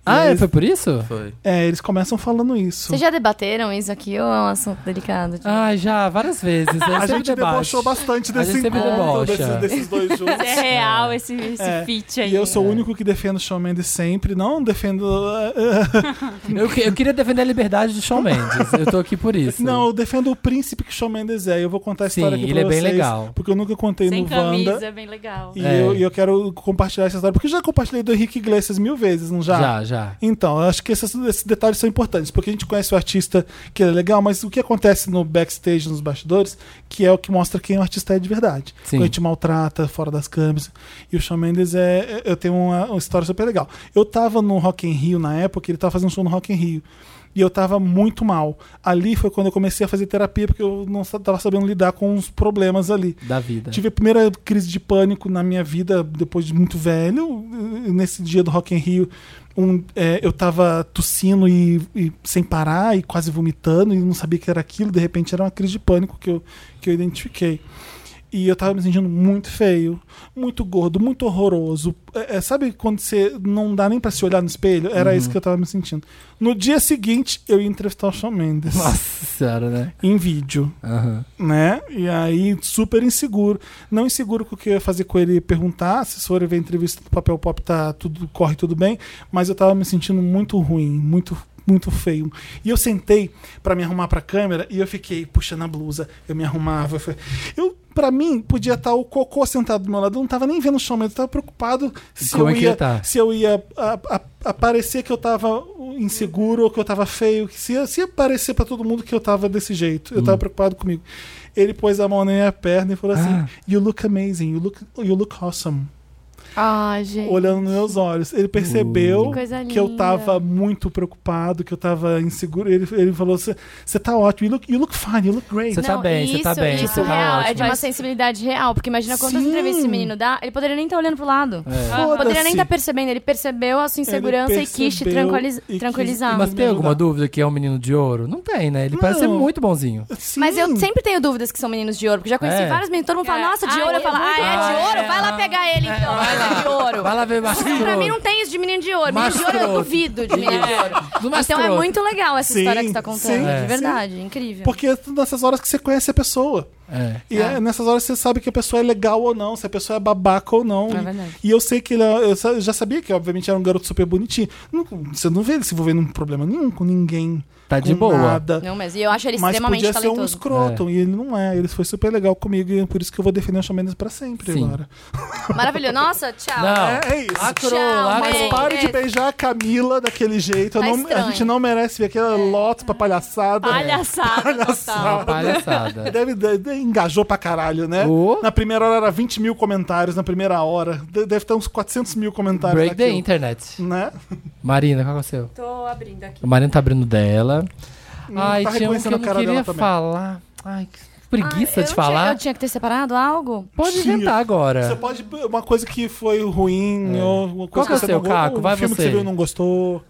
Speaker 1: E
Speaker 3: Ah, é,
Speaker 1: eles,
Speaker 3: foi por isso?
Speaker 4: Foi.
Speaker 1: é, eles começam falando isso.
Speaker 5: Vocês já debateram isso aqui ou é um assunto delicado? Tipo,
Speaker 3: Ah, já, várias vezes.
Speaker 1: A gente debochou bastante desse
Speaker 3: gente sempre
Speaker 1: encontro,
Speaker 3: debocha.
Speaker 1: desses, desses dois juntos.
Speaker 2: É real esse, esse
Speaker 1: É.
Speaker 2: feat aí.
Speaker 1: E eu sou o único que defendo o Shawn Mendes sempre. Não defendo. eh,
Speaker 3: Eu, que- eu queria defender a liberdade do Shawn Mendes. Eu tô aqui por isso.
Speaker 1: Não, eu defendo o príncipe que o Shawn Mendes é. Eu vou contar a
Speaker 3: Sim,
Speaker 1: história aqui pra
Speaker 3: ele é bem
Speaker 1: vocês.
Speaker 3: legal.
Speaker 1: Porque eu nunca contei
Speaker 2: Sem
Speaker 1: no
Speaker 2: camisa,
Speaker 1: Wanda.
Speaker 2: é bem legal.
Speaker 1: E,
Speaker 3: É.
Speaker 1: eu, e eu quero compartilhar essa história. Porque eu já compartilhei do Henrique Iglesias mil vezes, não
Speaker 3: Já, já.
Speaker 1: Então, eu acho que esses, esses detalhes são importantes, porque a gente conhece o artista que é legal, mas o que acontece no backstage, nos bastidores, que é o que mostra quem o artista é de verdade.
Speaker 3: Sim.
Speaker 1: Quando a gente maltrata, fora das câmeras. E o Shawn Mendes é. é- Eu tenho uma, uma história super legal. Eu tava no Rock in Rio na época, ele tava fazendo um show no Rock in Rio. E eu tava muito mal. Ali foi quando eu comecei a fazer terapia, porque eu não sa- tava sabendo lidar com os problemas ali.
Speaker 3: Da vida.
Speaker 1: Tive a primeira crise de pânico na minha vida depois de muito velho. Nesse dia do Rock in Rio, um, é, eu tava tossindo e, e sem parar e quase vomitando e não sabia que era aquilo. De repente era uma crise de pânico que eu, que eu identifiquei. E eu tava me sentindo muito feio, muito gordo, muito horroroso. É, é, sabe quando você não dá nem pra se olhar no espelho? Era isso que eu tava me sentindo. No dia seguinte, eu ia entrevistar o Shawn Mendes
Speaker 3: Nossa senhora, né?
Speaker 1: em vídeo
Speaker 3: Aham.
Speaker 1: né? E aí, super inseguro. Não inseguro com o que eu ia fazer com ele e perguntar. Se for ver a entrevista do papel pop, tá tudo, corre tudo bem. Mas eu tava me sentindo muito ruim, muito muito feio. E eu sentei pra me arrumar pra câmera e eu fiquei puxando a blusa. Eu me arrumava. Eu, fui- eu para mim podia estar o cocô sentado do meu lado, eu não tava nem vendo o chão, mas eu tava preocupado se
Speaker 3: Como
Speaker 1: eu
Speaker 3: é que
Speaker 1: ia tipo
Speaker 3: ia tá?
Speaker 1: se eu ia a- a- aparecer que eu tava inseguro ou que eu tava feio, que se, se aparecer pra todo mundo que eu tava desse jeito, eu tava preocupado comigo. Ele pôs a mão na minha perna e falou assim:
Speaker 3: Ah.
Speaker 1: You look amazing, you look, you look awesome.
Speaker 5: Ai, Ah, gente.
Speaker 1: Olhando nos meus olhos. Ele percebeu
Speaker 5: Que coisa
Speaker 1: que eu
Speaker 5: linda.
Speaker 1: tava muito preocupado, que eu tava inseguro. Ele, ele falou: Você tá ótimo, you look, you look fine, you look great.
Speaker 3: Você tá bem, você tá bem,
Speaker 5: Isso
Speaker 3: você tá
Speaker 5: real, é
Speaker 3: ótimo.
Speaker 5: de uma sensibilidade real. Porque imagina quantas
Speaker 1: Sim.
Speaker 5: entrevistas esse menino dá, ele poderia nem estar olhando pro lado.
Speaker 3: É.
Speaker 1: Foda-se.
Speaker 5: Poderia nem estar percebendo, ele percebeu a sua insegurança
Speaker 1: Ele
Speaker 5: e quis te
Speaker 1: percebeu
Speaker 5: tranquiliz-
Speaker 1: e quis-
Speaker 5: tranquilizar.
Speaker 3: Mas
Speaker 1: me
Speaker 3: tem alguma
Speaker 1: ajudar.
Speaker 3: dúvida que é um menino de ouro? Não tem, né? Ele parece ser
Speaker 1: Não.
Speaker 3: muito bonzinho.
Speaker 1: Sim.
Speaker 5: Mas eu sempre tenho dúvidas que são meninos de ouro, porque já conheci
Speaker 3: É.
Speaker 5: vários meninos, todo mundo fala,
Speaker 2: É.
Speaker 5: nossa, de
Speaker 2: Ai,
Speaker 5: ouro. Eu
Speaker 2: é
Speaker 5: falo, ah,
Speaker 2: muito
Speaker 5: é de
Speaker 3: bom.
Speaker 5: ouro?
Speaker 3: É.
Speaker 5: Vai lá pegar ele então, é de ouro.
Speaker 3: Vai lá ver o
Speaker 5: Então, pra mim não tem isso de menino de ouro. Menino de ouro eu
Speaker 3: Mastroso.
Speaker 5: duvido de menino de ouro. Então é muito legal essa
Speaker 1: Sim,
Speaker 5: história que você tá
Speaker 1: sim,
Speaker 5: contando,
Speaker 3: É.
Speaker 5: de verdade, incrível.
Speaker 1: Porque é nessas horas que você conhece a pessoa.
Speaker 3: É.
Speaker 1: E é, nessas horas você sabe que a pessoa é legal ou não, se a pessoa é babaca ou não.
Speaker 5: É
Speaker 1: E-
Speaker 5: verdade.
Speaker 1: e, eu sei que ele é- eu sa- eu já sabia que, obviamente, era um garoto super bonitinho. Não- você não vê ele se envolvendo em problema nenhum com ninguém.
Speaker 3: Tá
Speaker 1: com
Speaker 3: de boa.
Speaker 1: Nada.
Speaker 5: Não, mas e eu acho ele
Speaker 1: Mas
Speaker 5: extremamente
Speaker 1: podia ser um
Speaker 5: talentoso.
Speaker 1: escroto, e ele não é. Ele foi super legal comigo, e é por isso que eu vou defender o Xamendes pra sempre
Speaker 3: Sim.
Speaker 1: agora.
Speaker 5: Maravilhoso. Nossa, tchau.
Speaker 3: Não.
Speaker 1: É, é isso.
Speaker 3: Lacrou,
Speaker 5: Tchau,
Speaker 3: lacrou.
Speaker 5: mãe.
Speaker 1: Mas pare de
Speaker 5: é.
Speaker 1: beijar a Camila daquele jeito. Eu
Speaker 5: Tá
Speaker 1: não- a
Speaker 5: estranho. É.
Speaker 1: gente não merece ver aquela lotes pra palhaçada.
Speaker 2: Palhaçada total.
Speaker 3: Uma palhaçada.
Speaker 1: Deve, deve- engajou pra caralho, né?
Speaker 3: Ô.
Speaker 1: Na primeira hora era 20 mil comentários, na primeira hora. De- Deve ter uns 400 mil comentários.
Speaker 3: Break the
Speaker 1: naquilo,
Speaker 3: internet.
Speaker 1: Né?
Speaker 3: Marina, qual é o seu?
Speaker 2: Tô abrindo aqui.
Speaker 3: A Marina tá abrindo dela. Ai,
Speaker 1: tá
Speaker 3: tinha um que eu
Speaker 1: reconhecendo a
Speaker 3: não
Speaker 1: cara
Speaker 3: queria
Speaker 1: dela também.
Speaker 3: falar. Ai, que
Speaker 5: Ah,
Speaker 3: preguiça
Speaker 5: eu
Speaker 3: de
Speaker 5: tinha-
Speaker 3: falar.
Speaker 5: eu tinha que ter separado algo?
Speaker 3: Pode
Speaker 1: Tinha.
Speaker 3: inventar
Speaker 1: Você
Speaker 3: agora.
Speaker 1: pode. Uma coisa que foi ruim, ou uma coisa
Speaker 3: Qual que é o
Speaker 1: você
Speaker 3: seu,
Speaker 1: não gostou,
Speaker 3: Caco? Vai
Speaker 1: um filme
Speaker 3: você.
Speaker 1: que você viu e não gostou.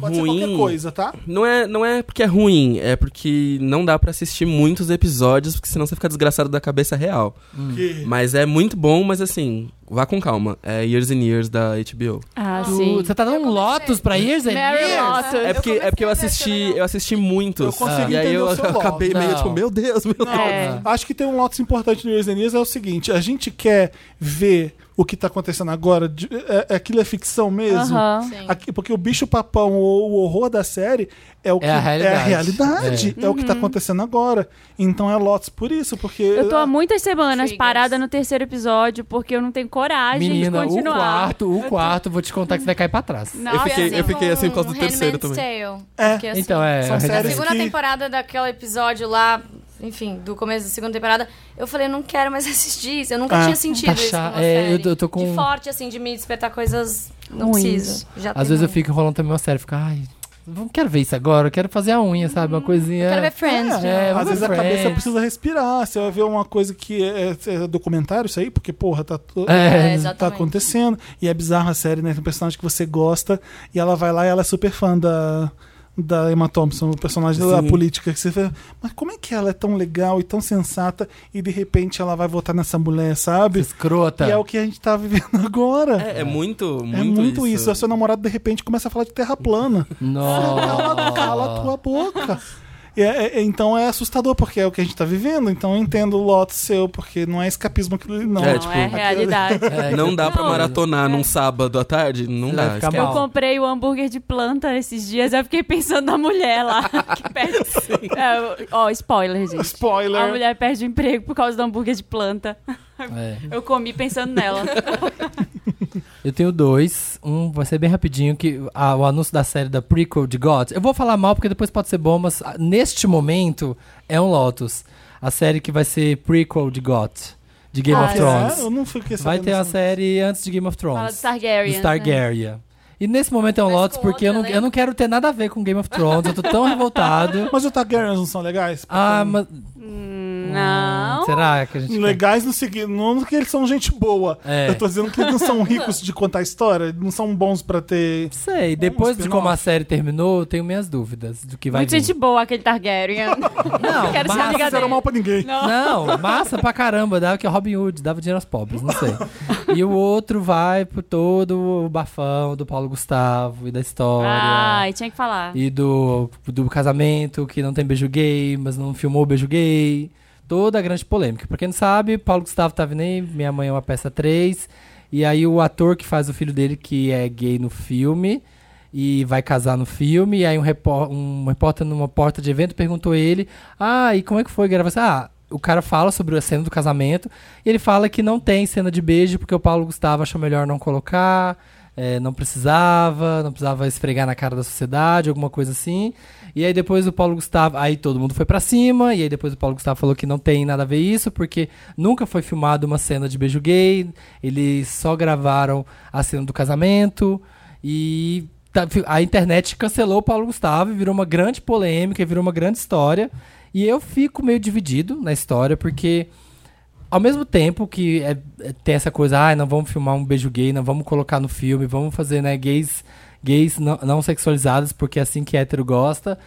Speaker 1: Pode ser
Speaker 4: ruim.
Speaker 1: qualquer coisa, tá?
Speaker 4: Não é, não é porque é ruim, é porque não dá pra assistir muitos episódios, porque senão você fica desgraçado da cabeça real.
Speaker 1: Que-
Speaker 4: Mas é muito bom, mas assim, vá com calma. É Years and Years da HBO.
Speaker 2: Ah,
Speaker 3: Tu-
Speaker 2: sim.
Speaker 3: Você tá dando Lotus pra Years and
Speaker 2: Mary
Speaker 3: Years?
Speaker 2: Lotus.
Speaker 4: É porque, é porque eu assisti, eu assisti muitos.
Speaker 1: né?
Speaker 4: Ah,
Speaker 1: Eu consigo
Speaker 4: e aí
Speaker 1: entender
Speaker 4: eu
Speaker 1: o seu lado.
Speaker 4: acabei meio
Speaker 3: Não.
Speaker 4: tipo, meu Deus, meu Deus.
Speaker 2: É.
Speaker 1: Acho que tem um lote importante no Years and Years é o seguinte: a gente quer ver o que tá acontecendo agora, de- é- é- aquilo é ficção mesmo.
Speaker 2: Aham.
Speaker 1: Aqui- porque o bicho papão ou o horror da série é o que
Speaker 3: a realidade.
Speaker 1: é, a realidade, é o que tá acontecendo agora. Então é lotes por isso, porque
Speaker 2: Eu tô há muitas semanas
Speaker 5: Triggers.
Speaker 2: parada no terceiro episódio porque eu não tenho coragem
Speaker 3: Menina,
Speaker 2: de
Speaker 3: o
Speaker 2: continuar.
Speaker 3: quarto, o quarto, vou te contar que você vai cair pra trás.
Speaker 2: Não,
Speaker 4: Eu fiquei-
Speaker 2: assim,
Speaker 4: eu fiquei assim por causa do
Speaker 5: com
Speaker 4: terceiro
Speaker 5: um Handmaid's Tale.
Speaker 1: É.
Speaker 5: Fiquei assim.
Speaker 3: Então, é.
Speaker 1: São
Speaker 5: Na
Speaker 1: séries-
Speaker 5: segunda
Speaker 1: que-
Speaker 5: temporada daquele episódio lá, enfim, do começo da segunda temporada, eu falei, não quero mais assistir isso. Eu nunca
Speaker 1: Ah,
Speaker 5: tinha sentido
Speaker 3: tá
Speaker 5: isso.
Speaker 3: chá-
Speaker 5: numa
Speaker 3: é,
Speaker 5: série.
Speaker 3: eu tô- eu tô com-
Speaker 5: De forte, assim, de me despertar coisas. Não
Speaker 2: Ruins.
Speaker 5: preciso. Já
Speaker 3: Às
Speaker 5: tem
Speaker 3: vezes eu
Speaker 5: ruim.
Speaker 3: fico enrolando também uma série, fico, ai, não quero ver isso agora, eu quero fazer a unha, sabe? Uma coisinha.
Speaker 5: Quero ver Friends. já.
Speaker 3: É,
Speaker 1: Às
Speaker 3: vamos
Speaker 1: vezes a
Speaker 3: ver
Speaker 1: cabeça
Speaker 3: Friends.
Speaker 1: precisa respirar. Você vai ver uma coisa que é, é documentário, isso aí, porque, porra, tá, to-
Speaker 3: É,
Speaker 5: exatamente.
Speaker 1: tá acontecendo. E é bizarro a série, né? Tem um personagem que você gosta e ela vai lá e ela é super fã da, da Emma Thompson, o personagem da
Speaker 4: Sim.
Speaker 1: política. Que você vê, mas como é que ela é tão legal e tão sensata e de repente ela vai votar nessa mulher, sabe?
Speaker 3: Escrota.
Speaker 1: E é o que a gente tá vivendo agora.
Speaker 4: É, é muito, muito,
Speaker 1: É muito isso. Aí Seu namorado, de repente, começa a falar de terra plana. Cala, cala a
Speaker 3: Nossa.
Speaker 1: tua boca. E é- é- então é assustador, porque é o que a gente tá vivendo. Então eu entendo o lote seu, porque não é escapismo aquilo ali, não.
Speaker 4: É,
Speaker 2: Não,
Speaker 4: tipo,
Speaker 2: é realidade.
Speaker 4: Não dá pra
Speaker 2: Não.
Speaker 4: maratonar num sábado à tarde? Não
Speaker 3: Você
Speaker 4: dá. é
Speaker 3: vai ficar
Speaker 4: esquece.
Speaker 2: Eu
Speaker 3: Mal.
Speaker 2: comprei o hambúrguer de planta esses dias, eu fiquei pensando na mulher lá que perde. É, ó, spoiler, gente. A
Speaker 1: Spoiler.
Speaker 2: mulher perde o emprego por causa do hambúrguer de planta.
Speaker 3: É.
Speaker 2: Eu comi pensando nela.
Speaker 3: Eu tenho dois. Um vai ser bem rapidinho, que a- o anúncio da série da prequel de God. Eu vou falar mal porque depois pode ser bom, mas ah, neste momento é um Lotus. A série que vai ser prequel de God, de Game
Speaker 2: Ah,
Speaker 3: of
Speaker 2: é?
Speaker 3: Thrones.
Speaker 1: É, eu não fiquei
Speaker 3: Vai
Speaker 1: sabendo
Speaker 3: ter a
Speaker 1: disso.
Speaker 3: série antes de Game of
Speaker 2: Fala do
Speaker 3: Thrones.
Speaker 2: Targaryen. né?
Speaker 3: do Stargaria. E nesse momento é um
Speaker 5: Mas
Speaker 3: Lotus
Speaker 5: com
Speaker 3: porque eu
Speaker 5: outro
Speaker 3: não, eu não quero ter nada a ver com Game of Thrones. Eu tô tão revoltado.
Speaker 1: Mas os Targaryens não são legais?
Speaker 3: Ah, mas.
Speaker 2: Hum, Não.
Speaker 3: Será que a gente.
Speaker 1: Legais no seguinte, não que eles são gente boa.
Speaker 3: É.
Speaker 1: Eu tô dizendo que eles não são ricos de contar história, não são bons pra ter.
Speaker 3: Não sei. Depois de
Speaker 1: spin-off.
Speaker 3: como a série terminou, eu tenho minhas dúvidas do que vai
Speaker 2: Muito
Speaker 3: vir.
Speaker 2: gente boa aquele Targaryen.
Speaker 3: Não,
Speaker 2: quero ser
Speaker 3: massa.
Speaker 2: amiga
Speaker 1: Fizeram
Speaker 2: dele.
Speaker 1: mal pra ninguém.
Speaker 3: Não, massa pra caramba, dava que é Robin Hood, dava dinheiro aos pobres, não sei. E o outro vai por todo o bafão do Paulo Gustavo e da história.
Speaker 2: Ai, tinha que falar.
Speaker 3: E do, do casamento, que não tem beijo gay, mas não filmou o beijo gay. Toda a grande polêmica. Pra quem não sabe, Paulo Gustavo tava nem Minha Mãe é uma Peça 3. E aí o ator que faz o filho dele, que é gay no filme, e vai casar no filme, e aí um, repor um repórter numa porta de evento perguntou ele, ah, e como é que foi a gravação? Ah, o cara fala sobre a cena do casamento, e ele fala que não tem cena de beijo, porque o Paulo Gustavo achou melhor não colocar, é, não precisava, não precisava esfregar na cara da sociedade, alguma coisa assim. E aí depois o Paulo Gustavo, aí todo mundo foi pra cima, e aí depois o Paulo Gustavo falou que não tem nada a ver isso, porque nunca foi filmada uma cena de beijo gay, eles só gravaram a cena do casamento, e tá- fi- a internet cancelou o Paulo Gustavo, e virou uma grande polêmica, e virou uma grande história. E eu fico meio dividido na história, porque ao mesmo tempo que é, é- tem essa coisa, ah, não vamos filmar um beijo gay, não vamos colocar no filme, vamos fazer, né, gays, gays não, não sexualizados, porque é assim que hétero gosta.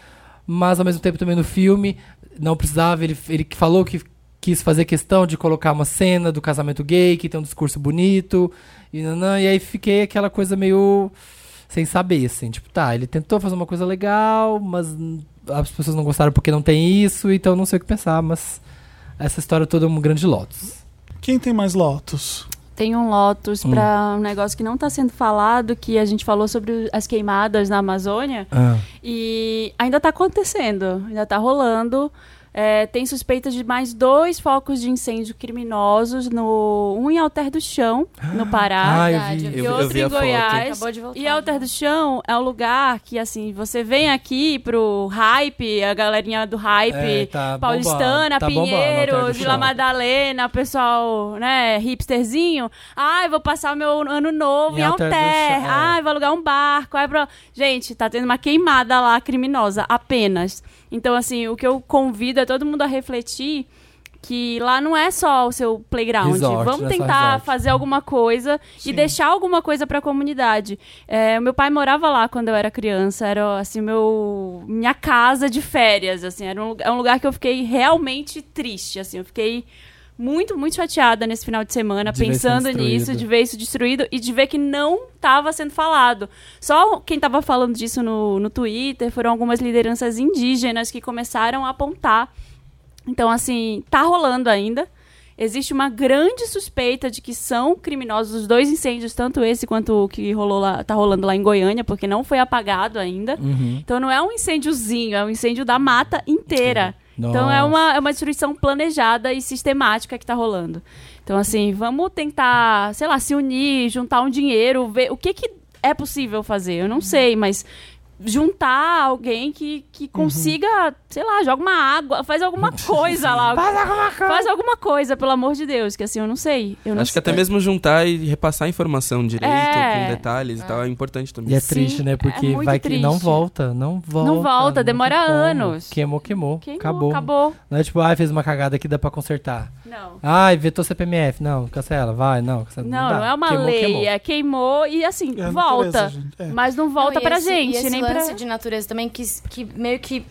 Speaker 3: Mas ao mesmo tempo também no filme, não precisava, ele, ele que falou que quis fazer questão de colocar uma cena do casamento gay, que tem um discurso bonito, e, nanã, e aí fiquei aquela coisa meio sem saber, assim, tipo, tá, ele tentou fazer uma coisa legal, mas hum, as pessoas não gostaram porque não tem isso, então não sei o que pensar, mas essa história toda é um grande Lotus.
Speaker 1: Quem tem mais Lotus?
Speaker 2: Tem um Lotus pra um negócio que não tá sendo falado, que a gente falou sobre as queimadas na Amazônia.
Speaker 3: Ah.
Speaker 2: E ainda tá acontecendo, ainda tá rolando. É, tem suspeitas de mais dois focos de incêndio criminosos, no, um em Alter do Chão, no Pará.
Speaker 3: Ah, eu
Speaker 5: verdade,
Speaker 3: vi.
Speaker 5: eu
Speaker 2: E
Speaker 4: vi- eu
Speaker 2: outro
Speaker 4: vi a
Speaker 2: em
Speaker 4: foto.
Speaker 2: Goiás.
Speaker 5: Acabou de voltar.
Speaker 2: E Alter do Chão é um lugar que, assim, você vem aqui pro hype, a galerinha do hype
Speaker 3: É, tá bombando,
Speaker 2: paulistana,
Speaker 3: tá bombando
Speaker 2: Pinheiro,
Speaker 3: Alter do
Speaker 2: Vila
Speaker 3: Chão.
Speaker 2: Madalena, pessoal, né, hipsterzinho. Ai, vou passar o meu ano novo
Speaker 3: Em
Speaker 2: em,
Speaker 3: Alter
Speaker 2: Alter.
Speaker 3: do Chão, é.
Speaker 2: Ai, vou alugar um barco. Ai, pra... Gente, tá tendo uma queimada lá, criminosa, apenas. Então, assim, o que eu convido é todo mundo a refletir que lá não é só o seu playground.
Speaker 3: Resort,
Speaker 2: Vamos
Speaker 3: né, só
Speaker 2: tentar
Speaker 3: resort.
Speaker 2: fazer fazer alguma coisa e deixar alguma coisa pra comunidade. É, o meu pai morava lá quando eu era criança, era assim meu minha casa de férias, assim, era um, lu- é um lugar que eu fiquei realmente triste, assim, eu fiquei muito, muito chateada nesse final de semana,
Speaker 3: De ver isso
Speaker 2: pensando
Speaker 3: destruído.
Speaker 2: nisso, de ver isso destruído e de ver que não estava sendo falado. Só quem estava falando disso no, no Twitter foram algumas lideranças indígenas que começaram a apontar então, assim, tá rolando ainda. Existe uma grande suspeita de que são criminosos os dois incêndios, tanto esse quanto o que rolou lá, tá rolando lá em Goiânia, porque não foi apagado ainda.
Speaker 3: Uhum.
Speaker 2: Então não é um incêndiozinho, é um incêndio da mata inteira.
Speaker 3: Sim.
Speaker 2: Então é
Speaker 3: Nossa.
Speaker 2: uma, é uma destruição planejada e sistemática que tá rolando. Então, assim, vamos tentar, sei lá, se unir, juntar um dinheiro, ver o que, que é possível fazer. Eu não sei, mas juntar alguém que, que consiga, sei lá, joga uma água, faz alguma coisa lá. faz alguma coisa. Faz alguma coisa, pelo amor de Deus, que assim, eu não sei. Eu não
Speaker 4: Acho que é
Speaker 2: sei.
Speaker 4: até mesmo juntar e repassar a informação direito,
Speaker 2: É.
Speaker 4: com detalhes e tal, é importante
Speaker 3: E
Speaker 4: também.
Speaker 3: é
Speaker 2: Sim,
Speaker 3: triste, né?
Speaker 2: é
Speaker 3: Porque
Speaker 2: muito
Speaker 3: vai que não
Speaker 2: triste.
Speaker 3: volta, não volta.
Speaker 2: volta,
Speaker 3: tem
Speaker 2: demora
Speaker 3: como.
Speaker 2: anos.
Speaker 3: Queimou, queimou.
Speaker 2: Queimou,
Speaker 3: acabou.
Speaker 2: Acabou.
Speaker 3: Não é tipo, ai, fez uma cagada aqui, dá pra consertar.
Speaker 2: Não.
Speaker 3: Ai, vetou CPMF. Não, cancela, vai, não. Cancela,
Speaker 2: Não,
Speaker 3: dá.
Speaker 2: não é uma
Speaker 3: Queimou,
Speaker 2: lei,
Speaker 3: queimou.
Speaker 2: é queimou e assim,
Speaker 1: É a
Speaker 2: volta.
Speaker 1: natureza, gente. É.
Speaker 2: Mas não volta
Speaker 5: Não, e
Speaker 2: pra
Speaker 5: esse-
Speaker 2: gente,
Speaker 5: e esse
Speaker 2: nem
Speaker 5: lance
Speaker 2: pra.
Speaker 5: de natureza também que, que meio que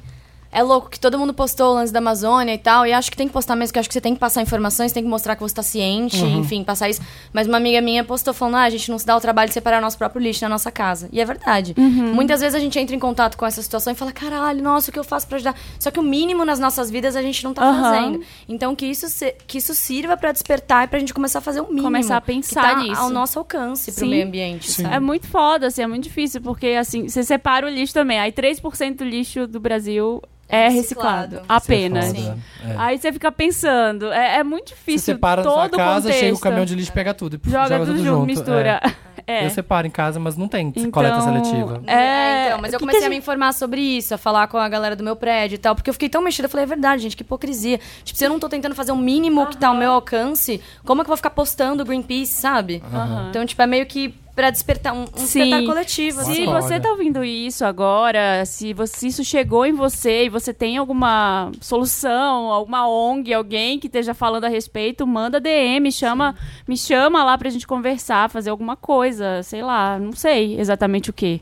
Speaker 5: é louco que todo mundo postou o lance da Amazônia e tal, e acho que tem que postar mesmo, que acho que você tem que passar informações, tem que mostrar que você tá ciente, enfim, passar isso. Mas uma amiga minha postou falando: "Ah, a gente não se dá o trabalho de separar nosso próprio lixo na nossa casa". E é verdade.
Speaker 2: Uhum.
Speaker 5: Muitas vezes a gente entra em contato com essa situação e fala: "Caralho, nossa, o que eu faço pra ajudar?". Só que o mínimo nas nossas vidas a gente não tá
Speaker 2: Aham.
Speaker 5: fazendo. Então que isso se- que isso sirva pra despertar e pra gente começar a fazer o mínimo.
Speaker 2: Começar a
Speaker 5: que
Speaker 2: pensar
Speaker 5: tá
Speaker 2: nisso.
Speaker 5: ao nosso alcance pro
Speaker 2: Sim.
Speaker 5: meio ambiente,
Speaker 1: Sim.
Speaker 5: sabe?
Speaker 2: É muito foda, assim, é muito difícil, porque assim, você separa o lixo também. Aí 3% do lixo do Brasil é
Speaker 5: É
Speaker 2: reciclado.
Speaker 5: reciclado.
Speaker 3: Isso é
Speaker 2: Apenas.
Speaker 3: foda,
Speaker 5: Sim.
Speaker 3: é.
Speaker 2: Aí você fica pensando, é, é muito
Speaker 3: Você
Speaker 2: difícil.
Speaker 3: separa na
Speaker 2: todo
Speaker 3: sua casa,
Speaker 2: contexto.
Speaker 3: chega o caminhão de lixo, pega tudo. e
Speaker 2: Joga, tudo, junto, mistura. É.
Speaker 3: Eu separo em casa, mas não tem coleta seletiva.
Speaker 2: É,
Speaker 5: É, então, mas eu
Speaker 2: o que que
Speaker 5: comecei
Speaker 2: a
Speaker 5: a me
Speaker 2: gente-
Speaker 5: informar sobre isso, a falar com a galera do meu prédio e tal, porque eu fiquei tão mexida, eu falei, é verdade, gente, que hipocrisia. Tipo, se eu não tô tentando fazer o mínimo que tá ao meu alcance, como é que eu vou ficar postando Greenpeace, sabe?
Speaker 2: Aham.
Speaker 5: Então, tipo, é meio que pra despertar um, um despertar
Speaker 2: Sim.
Speaker 5: coletivo, assim.
Speaker 2: Se
Speaker 3: Olha.
Speaker 2: você tá ouvindo isso agora, se, você- se isso chegou em você e você tem alguma solução, alguma ONG, alguém que esteja falando a respeito, manda DM, chama, me chama lá pra gente conversar, fazer alguma coisa, sei lá, não sei exatamente o que.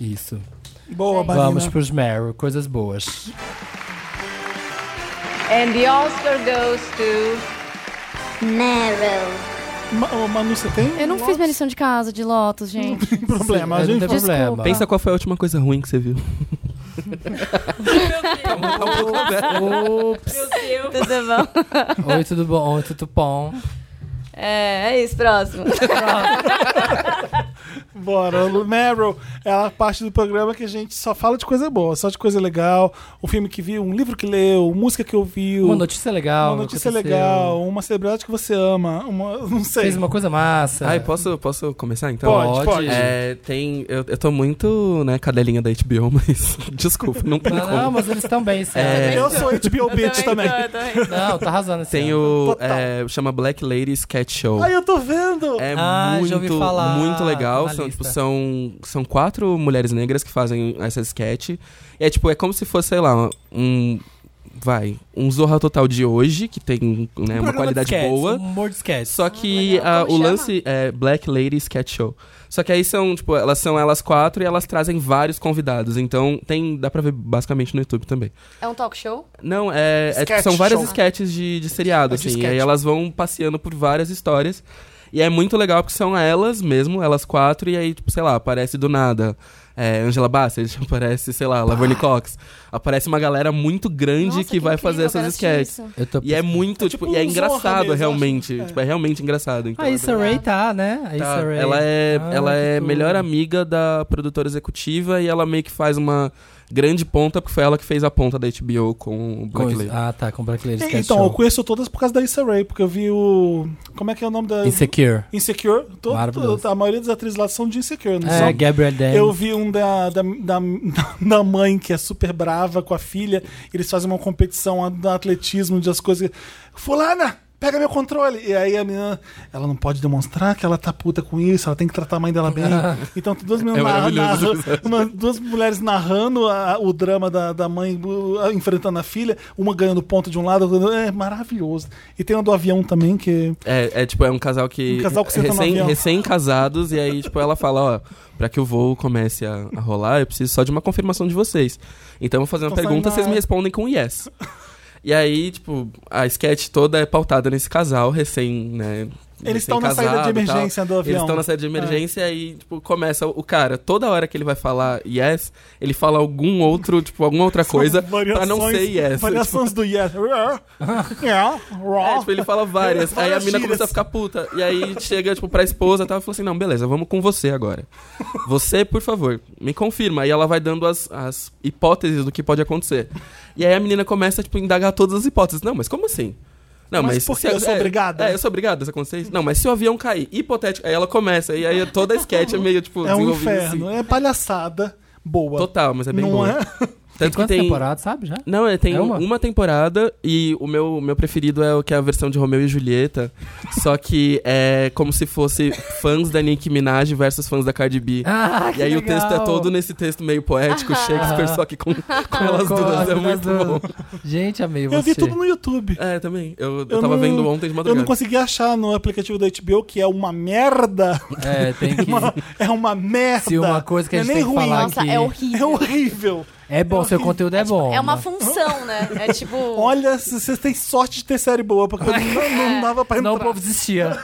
Speaker 3: Isso.
Speaker 1: Boa,
Speaker 3: Vamos
Speaker 1: Marina.
Speaker 3: pros Meryl, coisas boas.
Speaker 6: And the Oscar goes to.
Speaker 7: Meryl.
Speaker 1: Ma- ô, Manu, você tem?
Speaker 5: Eu não fiz minha lição de casa de Lotus, gente.
Speaker 1: tem problema.
Speaker 3: Sim, é,
Speaker 1: A
Speaker 3: não tem
Speaker 1: gente...
Speaker 3: problema.
Speaker 4: Pensa qual foi a última coisa ruim que você viu. um
Speaker 3: Ops.
Speaker 5: Tudo bom?
Speaker 3: Oi, tudo bom? Oi, tudo bom?
Speaker 5: É, é isso, próximo.
Speaker 1: Bora. Lu- Meryl é a parte do programa que a gente só fala de coisa boa, só de coisa legal. O filme que viu, um livro que leu, música que ouviu.
Speaker 3: Uma notícia legal.
Speaker 1: uma notícia
Speaker 3: aconteceu.
Speaker 1: legal, uma celebridade que você ama, uma, não sei.
Speaker 3: Fez uma coisa massa.
Speaker 4: Ai, posso, posso começar então?
Speaker 1: Pode, pode.
Speaker 4: É, tem. Eu, eu tô muito, né, cadelinha da HBO, mas. Desculpa, não tem
Speaker 3: Não,
Speaker 4: como.
Speaker 3: Ah, não, mas eles estão bem, esse
Speaker 4: É.
Speaker 3: ano.
Speaker 1: Eu sou HBO Bitch
Speaker 5: É
Speaker 1: também.
Speaker 3: Não, tá arrasando esse
Speaker 4: Tem
Speaker 3: ano.
Speaker 4: o.
Speaker 1: Total.
Speaker 4: é, chama Black Lady Sketch Show.
Speaker 1: Ai, eu tô vendo!
Speaker 4: É
Speaker 3: Ah,
Speaker 4: muito,
Speaker 3: já ouvi falar,
Speaker 4: muito legal.
Speaker 3: tá na
Speaker 4: São,
Speaker 3: lista.
Speaker 4: tipo, são, são quatro mulheres negras que fazem essa sketch. E é tipo, é como se fosse, sei lá, um. Vai, um Zorra Total de hoje, que tem né, uma qualidade boa.
Speaker 3: Um humor de sketch.
Speaker 4: Só que
Speaker 5: legal.
Speaker 4: ah,
Speaker 5: Como
Speaker 4: o
Speaker 5: chama?
Speaker 4: lance é Black Lady Sketch Show. Só que aí são, tipo, elas são elas quatro e elas trazem vários convidados. Então tem. Dá pra ver basicamente no YouTube também.
Speaker 5: É um talk show?
Speaker 4: Não, é. é,
Speaker 1: Sketch
Speaker 4: são várias
Speaker 1: show.
Speaker 4: sketches de, de seriado,
Speaker 1: Ah, de
Speaker 4: assim.
Speaker 1: sketch.
Speaker 4: E aí elas vão passeando por várias histórias. E é muito legal porque são elas mesmo, elas quatro, e aí, tipo, sei lá, aparece do nada. é, Angela Bassett, aparece, sei lá, Laverne Cox. Aparece uma galera muito grande
Speaker 5: Nossa,
Speaker 4: que vai fazer
Speaker 5: incrível,
Speaker 4: essas
Speaker 5: eu quero
Speaker 4: sketches.
Speaker 5: assistir isso.
Speaker 3: Eu tô
Speaker 4: E é muito,
Speaker 1: É
Speaker 4: tipo,
Speaker 1: tipo
Speaker 4: e é
Speaker 1: um Zorra
Speaker 4: engraçado
Speaker 1: mesmo, eu
Speaker 4: realmente.
Speaker 1: acho. É.
Speaker 4: Tipo, é realmente engraçado. Então,
Speaker 3: A Issa Rae tá, né? A Issa
Speaker 4: Tá.
Speaker 3: Rae.
Speaker 4: Ela é,
Speaker 3: Ah,
Speaker 4: ela
Speaker 3: que
Speaker 4: é
Speaker 3: tudo.
Speaker 4: melhor amiga da produtora executiva e ela meio que faz uma grande ponta, porque foi ela que fez a ponta da HBO com
Speaker 3: Com
Speaker 4: o Black
Speaker 3: isso- Ah, tá, com Black Lady Sketch
Speaker 1: Então, eu
Speaker 3: Show.
Speaker 1: conheço todas por causa da Issa Rae, porque eu vi o. Como é que é o nome da.
Speaker 3: Insecure.
Speaker 1: Insecure. Todo-
Speaker 3: Maravilhoso.
Speaker 1: a maioria das atrizes lá são de Insecure, não
Speaker 3: É,
Speaker 1: são?
Speaker 3: Gabriel Dennis.
Speaker 1: Eu vi um da, da, da, da mãe que é super brava com a filha. Eles fazem uma competição de atletismo, de as coisas. Fulana! Pega meu controle! E aí a menina, ela não pode demonstrar que ela tá puta com isso, ela tem que tratar a mãe dela bem. Então tem duas, meninas
Speaker 4: É
Speaker 1: narra-
Speaker 4: maravilhoso
Speaker 1: narra-
Speaker 4: esse episódio.
Speaker 1: uma- duas mulheres narrando a- o drama da, da mãe bu- enfrentando a filha, uma ganhando ponto de um lado, outra- é maravilhoso. E tem a do avião também, que
Speaker 4: É, é tipo, é um casal que.
Speaker 1: Um casal que senta no
Speaker 4: recém,
Speaker 1: avião.
Speaker 4: Recém-casados, e aí, tipo, ela fala: ó, pra que o voo comece a, a rolar, eu preciso só de uma confirmação de vocês. Então eu vou fazer uma
Speaker 1: Então sai
Speaker 4: pergunta,
Speaker 1: na-
Speaker 4: vocês me respondem com yes. E aí, tipo, a sketch toda é pautada nesse casal recém, né?
Speaker 1: eles estão na saída de
Speaker 4: recém-casado e tal.
Speaker 1: emergência do
Speaker 4: Eles
Speaker 1: avião. É.
Speaker 4: estão na saída de emergência e aí, tipo, começa o cara. Toda hora que ele vai falar yes, ele fala algum outro, tipo, alguma outra coisa
Speaker 1: São
Speaker 4: pra não
Speaker 1: variações-
Speaker 4: ser yes. tipo.
Speaker 1: Variações do yes. um yeah,
Speaker 4: É,
Speaker 1: raw.
Speaker 4: tipo, ele fala várias. aí a
Speaker 1: Várias
Speaker 4: mina
Speaker 1: gírias.
Speaker 4: começa a ficar puta. E aí chega, tipo, pra esposa e tal, e fala assim: não, beleza, vamos com você agora. Você, por favor, me confirma. E ela vai dando as, as hipóteses do que pode acontecer. E aí a menina começa, tipo, a indagar todas as hipóteses. Não, mas como assim? Não,
Speaker 1: Mas
Speaker 4: mas,
Speaker 1: por
Speaker 4: se-
Speaker 1: que eu sou
Speaker 4: é,
Speaker 1: obrigada?
Speaker 4: É, eu sou obrigada isso acontecer. Não, mas se o avião cair, hipotético. Aí ela começa, e aí toda a sketch é meio, tipo,
Speaker 1: É um
Speaker 4: desenvolvida
Speaker 1: inferno.
Speaker 4: assim.
Speaker 1: É palhaçada boa.
Speaker 4: Total, mas é bem
Speaker 1: não
Speaker 4: boa.
Speaker 1: é?
Speaker 3: Tem
Speaker 4: Tanto que
Speaker 3: quantas
Speaker 4: tem.
Speaker 3: temporadas, sabe, já?
Speaker 4: Não, é, tem
Speaker 3: É uma?
Speaker 4: uma? temporada e o meu, o meu preferido é o que é a versão de Romeu e Julieta. só que é como se fosse fãs da Nicki Minaj versus fãs da Cardi B.
Speaker 3: Ah,
Speaker 4: e aí o texto é todo nesse texto meio poético, Shakespeare, só que com, com elas duas. É muito bom.
Speaker 3: Gente, amei você.
Speaker 1: Eu vi tudo no YouTube.
Speaker 4: É, também. Eu, eu
Speaker 1: Eu
Speaker 4: tava
Speaker 1: não-
Speaker 4: vendo ontem de
Speaker 1: Eu não
Speaker 4: madrugada.
Speaker 1: consegui achar no aplicativo da HBO, que é uma merda.
Speaker 3: É, tem que...
Speaker 1: Uma- é uma merda.
Speaker 3: Se uma coisa que a
Speaker 1: Não
Speaker 3: gente
Speaker 1: é
Speaker 3: tem
Speaker 1: nem
Speaker 3: que
Speaker 1: ruim.
Speaker 3: falar
Speaker 5: Nossa,
Speaker 3: aqui...
Speaker 5: é
Speaker 1: É
Speaker 5: horrível.
Speaker 1: horrível.
Speaker 3: É bom, seu conteúdo é bom.
Speaker 5: É uma função, né? É tipo.
Speaker 1: Olha, c- vocês têm sorte de ter série boa, porque não, não dava pra entrar.
Speaker 3: Senão o povo desistia.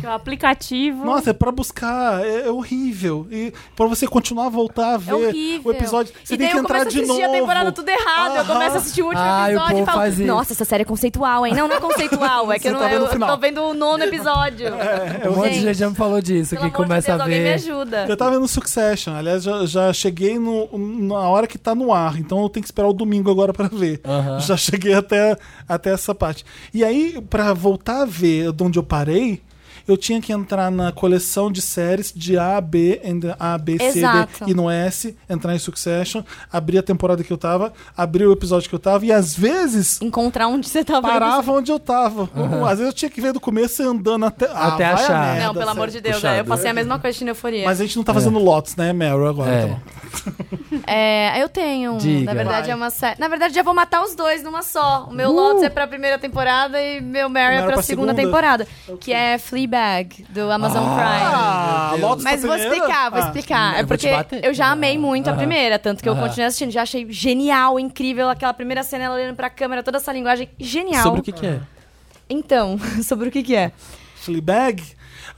Speaker 2: Que é o aplicativo.
Speaker 1: Nossa, é pra buscar, é, é horrível. E pra você continuar a voltar a ver
Speaker 5: É horrível.
Speaker 1: o episódio, você
Speaker 5: e
Speaker 1: tem
Speaker 5: daí
Speaker 1: que
Speaker 5: eu começo
Speaker 1: entrar
Speaker 5: a
Speaker 1: de
Speaker 5: assistir
Speaker 1: novo.
Speaker 5: a temporada tudo errado. Eu
Speaker 1: Aham.
Speaker 5: começo a assistir o último
Speaker 3: Ah, o
Speaker 5: episódio
Speaker 3: povo
Speaker 5: e falo,
Speaker 3: faz isso.
Speaker 5: nossa, essa série é conceitual, hein? Não, não é conceitual. É que
Speaker 1: Você
Speaker 5: eu, não,
Speaker 1: tá vendo o
Speaker 5: eu
Speaker 1: final.
Speaker 5: tô vendo o nono episódio. É,
Speaker 3: um monte de gente já me falou disso,
Speaker 5: pelo
Speaker 3: que
Speaker 5: amor
Speaker 3: começa
Speaker 5: de Deus,
Speaker 3: a
Speaker 5: alguém me
Speaker 3: ver...
Speaker 5: ajuda.
Speaker 1: Eu tava vendo Succession, aliás, já, já cheguei no, na hora que tá no ar, então eu tenho que esperar o domingo agora pra ver.
Speaker 3: Aham.
Speaker 1: Já cheguei até, até essa parte. E aí, pra voltar a ver de onde eu parei, eu tinha que entrar na coleção de séries de A, B, and- A, B, C,
Speaker 5: Exato.
Speaker 1: D e no S, entrar em Succession, abrir a temporada que eu tava, abrir o episódio que eu tava, e às vezes
Speaker 5: Encontrar onde você tá tava.
Speaker 1: parava onde eu tava. Uhum. Às vezes eu tinha que ver do começo andando até, ah,
Speaker 3: Até
Speaker 1: vai a
Speaker 3: achar.
Speaker 1: merda,
Speaker 5: Não, pelo amor
Speaker 1: sério.
Speaker 5: de Deus,
Speaker 4: Puxado.
Speaker 5: é, eu passei a mesma coisa de euforia.
Speaker 1: Mas a gente não tá fazendo lotes, né, Meryl, agora.
Speaker 3: É.
Speaker 1: tá bom.
Speaker 5: É, eu tenho um.
Speaker 3: Diga.
Speaker 5: Na verdade, é uma série. Na verdade, já vou matar os dois numa só. O meu
Speaker 1: Uh!
Speaker 5: Lotus é pra primeira temporada e meu Mary é pra, segunda, temporada. Que é Fleabag, do Amazon Prime.
Speaker 1: Ah, Lotus
Speaker 5: Mas
Speaker 1: pra
Speaker 5: vou
Speaker 1: primeira?
Speaker 5: explicar, vou
Speaker 1: Ah.
Speaker 5: explicar. é
Speaker 3: Eu vou te
Speaker 5: porque
Speaker 3: bater. Ah.
Speaker 5: eu já amei muito a
Speaker 3: Aham.
Speaker 5: primeira, tanto que eu
Speaker 3: Aham.
Speaker 5: continuei assistindo. Já achei genial, incrível aquela primeira cena, ela olhando pra câmera, toda essa linguagem genial.
Speaker 4: Sobre o que, que é?
Speaker 5: Então, sobre o que que é?
Speaker 1: Fleabag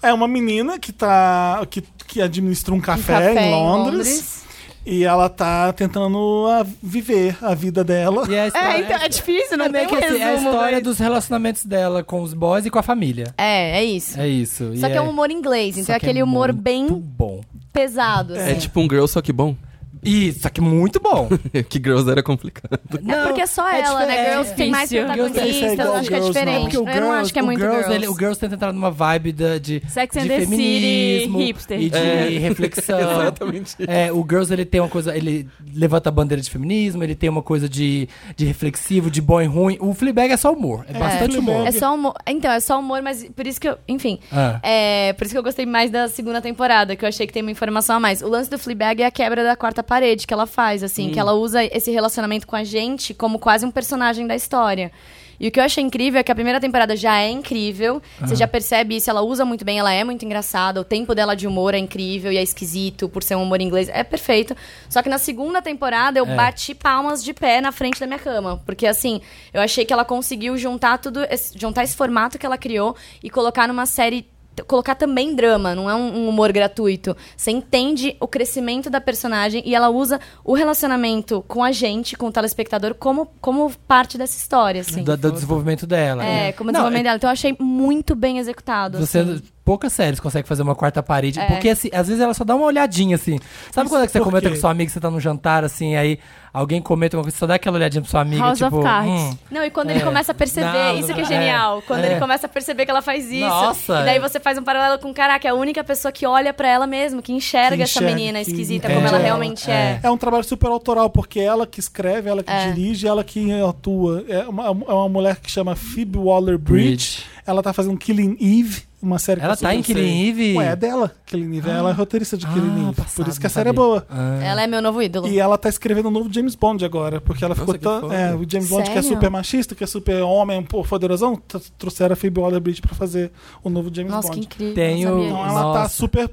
Speaker 1: é uma menina que tá que, que administra um café, em, Londres, e ela tá tentando ah, viver a vida dela.
Speaker 3: E é a
Speaker 5: É,
Speaker 3: história-
Speaker 5: então, é difícil, não
Speaker 3: é meio
Speaker 5: tem um
Speaker 3: que assim, é a
Speaker 5: resumo,
Speaker 3: história
Speaker 5: mas-
Speaker 3: dos relacionamentos dela com os boys e com a família.
Speaker 5: É, é isso.
Speaker 3: É isso.
Speaker 5: Só
Speaker 3: e
Speaker 5: que é um humor inglês,
Speaker 3: só
Speaker 5: então é
Speaker 3: que
Speaker 5: aquele humor
Speaker 3: muito
Speaker 5: bem
Speaker 3: bom.
Speaker 5: pesado.
Speaker 4: É
Speaker 5: assim.
Speaker 4: tipo um girl, só que bom.
Speaker 3: Isso, só que muito bom.
Speaker 4: que girls era complicado.
Speaker 5: É porque é só
Speaker 3: é
Speaker 5: ela, né?
Speaker 3: diferente. É
Speaker 5: Girls tem mais
Speaker 2: Girls-
Speaker 5: protagonistas, eu acho que é
Speaker 1: Girls não.
Speaker 5: diferente.
Speaker 3: Porque
Speaker 5: Eu
Speaker 3: o
Speaker 5: não acho que é muito
Speaker 3: o Girls,
Speaker 5: Girls.
Speaker 3: ele- o Girls tenta entrar numa vibe da- de,
Speaker 2: Sex and
Speaker 3: de
Speaker 2: the City
Speaker 3: feminismo
Speaker 2: hipster.
Speaker 3: e de
Speaker 4: É.
Speaker 3: reflexão.
Speaker 4: Exatamente.
Speaker 3: É, o Girls, ele tem uma coisa... Ele levanta a bandeira de feminismo, ele tem uma coisa de, de reflexivo, de bom e ruim. O Fleabag é só humor. É, bastante
Speaker 1: Fleabag.
Speaker 3: humor.
Speaker 5: É só humor. Então, é só humor, mas por isso que eu. Enfim.
Speaker 3: Ah.
Speaker 5: É, por isso que eu gostei mais da segunda temporada, que eu achei que tem uma informação a mais. O lance do Fleabag é a quebra da quarta parede que ela faz, assim, que ela usa esse relacionamento com a gente como quase um personagem da história. E o que eu achei incrível é que a primeira temporada já é incrível, você já percebe isso, ela usa muito bem, ela é muito engraçada, o tempo dela de humor é incrível e é esquisito por ser um humor inglês, é perfeito. Só que na segunda temporada eu
Speaker 3: É.
Speaker 5: bati palmas de pé na frente da minha cama, porque assim, eu achei que ela conseguiu juntar tudo, esse- juntar esse formato que ela criou e colocar numa série t- colocar também drama, não é um, um humor gratuito. Você entende o crescimento da personagem e ela usa o relacionamento com a gente, com o telespectador, como, como parte dessa história, assim.
Speaker 3: do, do desenvolvimento dela. é,
Speaker 5: É, como desenvolvimento dela. Então eu achei muito bem executado.
Speaker 3: né? Você,
Speaker 5: assim.
Speaker 3: poucas séries conseguem fazer uma quarta parede. Porque, assim, às vezes ela só dá uma olhadinha, assim. Sabe quando é que você
Speaker 1: por
Speaker 3: comenta
Speaker 1: quê?
Speaker 3: com sua amiga, você tá num jantar, assim, aí alguém comenta uma coisa, só dá aquela olhadinha pra sua amiga,
Speaker 2: House of
Speaker 3: tipo.
Speaker 2: Cards.
Speaker 3: hum,
Speaker 5: Não, e quando ele
Speaker 3: É.
Speaker 5: começa a perceber,
Speaker 3: Não,
Speaker 5: isso que é
Speaker 3: é.
Speaker 5: genial. Quando
Speaker 3: É.
Speaker 5: ele começa a perceber que ela faz isso.
Speaker 3: Nossa,
Speaker 5: E daí
Speaker 3: é.
Speaker 5: você faz um paralelo com, caraca, é a única pessoa que olha pra ela mesmo, que enxerga,
Speaker 1: Que
Speaker 5: essa
Speaker 1: enxerga,
Speaker 5: menina
Speaker 1: que
Speaker 5: esquisita,
Speaker 3: entende
Speaker 5: como ela
Speaker 3: ela.
Speaker 5: realmente é.
Speaker 1: É um trabalho super autoral, porque é ela que escreve, ela que
Speaker 5: É.
Speaker 1: dirige, ela que atua. É uma, é uma mulher que chama Phoebe Waller-Bridge.
Speaker 3: Bridge.
Speaker 1: Ela tá fazendo Killing Eve, uma série que
Speaker 3: Ela
Speaker 1: assim, eu
Speaker 3: tá
Speaker 1: super
Speaker 3: em Killing
Speaker 1: sei.
Speaker 3: Eve?
Speaker 1: Ué, é dela, Killing Eve. Ela é roteirista de Killing
Speaker 3: Ah,
Speaker 1: Eve.
Speaker 3: passado,
Speaker 1: Por isso que
Speaker 3: não
Speaker 1: a série é
Speaker 3: sabia.
Speaker 1: boa.
Speaker 5: Ela é meu novo ídolo.
Speaker 1: E ela tá escrevendo um novo James Bond agora, porque ela ficou
Speaker 4: que
Speaker 1: tão.
Speaker 4: foda.
Speaker 1: É, o James Bond que é
Speaker 5: Sério?
Speaker 1: super machista, que é super homem, pô, poderosão, t- trouxeram a Phoebe Waller-Bridge pra fazer o novo James
Speaker 5: Nossa, que é?
Speaker 1: Bond.
Speaker 5: incrível.
Speaker 3: Tem
Speaker 5: não
Speaker 3: o-
Speaker 5: sabia.
Speaker 1: Então ela tá
Speaker 3: Nossa.
Speaker 1: super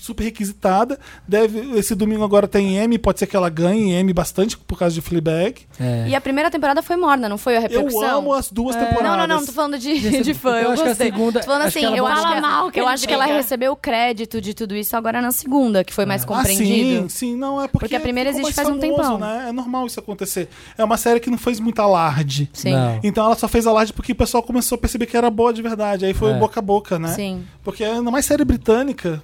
Speaker 1: super requisitada. Deve esse domingo agora tem M, pode ser que ela ganhe M bastante por causa de Fleabag.
Speaker 3: É.
Speaker 5: E a primeira temporada foi morna, não foi a
Speaker 1: Eu
Speaker 5: repercussão?
Speaker 1: amo as duas
Speaker 5: Não,
Speaker 1: temporadas.
Speaker 5: não, não, não tô falando de, de fã,
Speaker 3: eu
Speaker 5: eu,
Speaker 3: acho que a
Speaker 5: gostei.
Speaker 3: segunda-
Speaker 5: tô falando
Speaker 3: acho que
Speaker 5: assim,
Speaker 3: ela
Speaker 5: eu
Speaker 3: vai-
Speaker 5: acho que,
Speaker 2: Fala mal que
Speaker 5: eu
Speaker 2: ele
Speaker 5: acho que ela
Speaker 2: briga.
Speaker 5: recebeu o crédito de tudo isso agora na segunda, que foi mais
Speaker 1: Ah,
Speaker 5: compreendido.
Speaker 1: sim, sim, não é porque,
Speaker 5: Porque a primeira
Speaker 1: ficou
Speaker 5: existe
Speaker 1: mais
Speaker 5: faz um
Speaker 1: famoso,
Speaker 5: tempão.
Speaker 1: né? É normal isso acontecer. É uma série que não fez muito alarde.
Speaker 5: Sim.
Speaker 3: Não.
Speaker 1: Então ela só fez alarde porque o pessoal começou a perceber que era boa de verdade. Aí foi
Speaker 3: É.
Speaker 1: boca a boca, né?
Speaker 5: Sim.
Speaker 1: Porque ainda mais série britânica.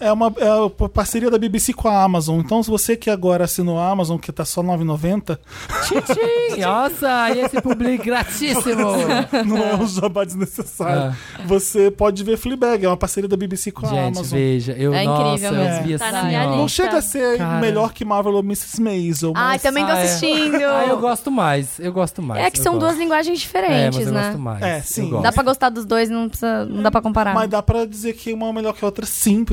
Speaker 1: É uma é uma parceria da BBC com a Amazon. Então, se você que agora assinou a Amazon, que tá só R$ 9,90,
Speaker 3: Sim, Nossa, e esse público gratíssimo!
Speaker 1: não é um jabá desnecessário. Você pode ver Fleabag, é uma parceria da BBC com a
Speaker 3: É. Gente,
Speaker 1: Amazon.
Speaker 3: veja, eu,
Speaker 5: É incrível
Speaker 3: nossa, eu
Speaker 5: mesmo.
Speaker 3: vi
Speaker 2: Tá
Speaker 3: assim,
Speaker 2: na minha
Speaker 3: ó.
Speaker 2: lista.
Speaker 1: Não chega a ser
Speaker 3: Cara.
Speaker 1: melhor que Marvel ou Mrs. Maisel,
Speaker 5: Ai,
Speaker 1: mas
Speaker 5: também tô
Speaker 3: Ah, é.
Speaker 5: assistindo.
Speaker 3: Ah, eu gosto mais, eu gosto mais.
Speaker 5: É que
Speaker 3: eu
Speaker 5: são duas
Speaker 3: gosto.
Speaker 5: linguagens diferentes,
Speaker 3: é, mas eu
Speaker 5: né?
Speaker 3: gosto mais.
Speaker 1: É,
Speaker 3: eu
Speaker 1: sim.
Speaker 3: gosto.
Speaker 5: Dá pra gostar dos dois, não, precisa, não dá pra comparar.
Speaker 1: mas dá pra dizer que uma é melhor que a outra, sim.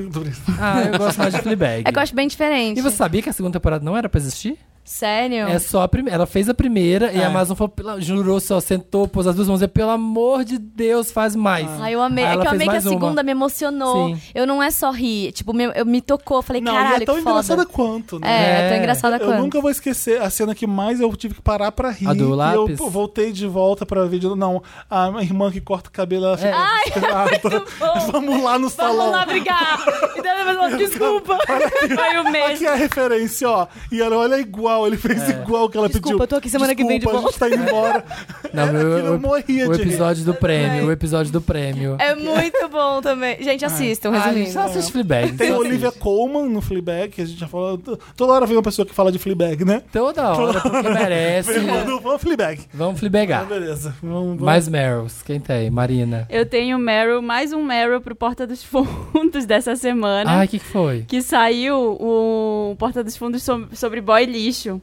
Speaker 3: Ah, eu gosto mais de Fleabag.
Speaker 5: É que eu acho bem diferente.
Speaker 3: E você sabia que a segunda temporada não era pra existir?
Speaker 5: Sério?
Speaker 3: É só a primeira. Ela fez a primeira e
Speaker 1: É.
Speaker 3: a Amazon falou, pela- jurou só, sentou, pôs as duas mãos e pelo amor de Deus, faz mais.
Speaker 5: Ai, eu amei.
Speaker 3: Aí
Speaker 5: É
Speaker 3: Ah, ela
Speaker 5: que eu
Speaker 3: fez
Speaker 5: amei que a
Speaker 3: mais uma.
Speaker 5: segunda me emocionou.
Speaker 3: Sim.
Speaker 5: Eu não é só rir. Tipo, me, eu me tocou. Falei,
Speaker 1: Não,
Speaker 5: caralho,
Speaker 1: e é tão
Speaker 5: que foda.
Speaker 1: engraçada quanto, né?
Speaker 5: É, é tão
Speaker 3: É.
Speaker 5: engraçada
Speaker 1: Eu
Speaker 5: quanto.
Speaker 1: nunca vou esquecer a cena que mais eu tive que parar pra rir.
Speaker 3: A do
Speaker 1: e eu
Speaker 3: lápis?
Speaker 1: pô, voltei de volta pra ver. de novo. Não, a minha irmã que corta o cabelo, ela fica desesperada. Vamos lá no salão.
Speaker 2: Vamos lá brigar! E daí ela falou, desculpa! Foi o
Speaker 1: Aqui
Speaker 2: mesmo.
Speaker 1: é a referência, ó. E ela olha é igual, ele fez
Speaker 3: É.
Speaker 1: igual o que ela
Speaker 5: Desculpa,
Speaker 1: pediu.
Speaker 5: eu tô aqui semana que vem de
Speaker 1: Desculpa,
Speaker 5: volta.
Speaker 1: A gente tá indo embora.
Speaker 3: Não,
Speaker 1: Era
Speaker 3: eu-
Speaker 1: aquilo, eu
Speaker 3: eu-
Speaker 1: morria
Speaker 3: O
Speaker 1: de rir.
Speaker 3: episódio do prêmio, o episódio do prêmio.
Speaker 5: É muito bom também. Gente, assistam,
Speaker 3: Ah,
Speaker 5: resumindo.
Speaker 3: gente, só assiste Fleabag.
Speaker 1: Tem um
Speaker 3: só
Speaker 1: Olivia
Speaker 3: assiste.
Speaker 1: Colman no Fleabag, que a gente já falou. Toda hora vem uma pessoa que fala de Fleabag, né?
Speaker 3: assim, Toda hora, porque merece.
Speaker 1: Vem, mano, Vamos Fleabag.
Speaker 3: Vamos
Speaker 1: Ah,
Speaker 3: Fleabagar.
Speaker 1: beleza. Vamos, vamos.
Speaker 3: Mais Meryl's, quem tem? Marina.
Speaker 2: Eu tenho Meryl, mais um Meryl pro Porta dos Fundos dessa semana.
Speaker 3: Ai, o que, que foi?
Speaker 2: que saiu o Porta dos Fundos so- sobre boy lixo.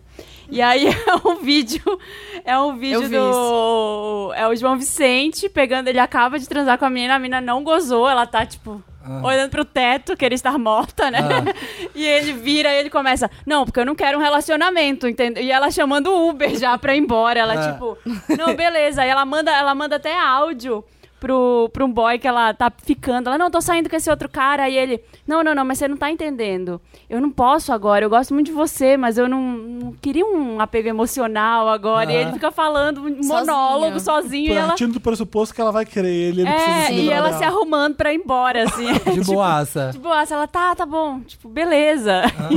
Speaker 2: E aí é um vídeo, é um
Speaker 5: Eu
Speaker 2: vídeo
Speaker 5: vi
Speaker 2: do é o João Vicente pegando, ele acaba de transar com a menina, a menina não gozou, ela tá tipo olhando pro teto, querer estar morta, né? E ele vira e ele começa: "Não, porque eu não quero um relacionamento", entendeu? E ela chamando o Uber já pra ir embora, ela
Speaker 3: Ah.
Speaker 2: tipo, "Não, beleza". Aí ela manda, ela manda até áudio pro, pro um boy que ela tá ficando. Ela, não, tô saindo com esse outro cara. E ele, não, não, não, mas você não tá entendendo. Eu não posso agora, eu gosto muito de você, mas eu não, não queria um apego emocional agora. E
Speaker 3: Ah.
Speaker 2: ele fica falando um monólogo sozinho e ela.
Speaker 1: Partindo do pressuposto que ela vai querer ele, ele precisa
Speaker 2: É,
Speaker 1: se
Speaker 2: e
Speaker 1: livrar
Speaker 2: ela
Speaker 1: dela.
Speaker 2: se arrumando pra ir embora, assim.
Speaker 3: De boaça.
Speaker 2: De boa, ela tá, tá bom, tipo,
Speaker 3: Ah,
Speaker 2: beleza.
Speaker 3: tá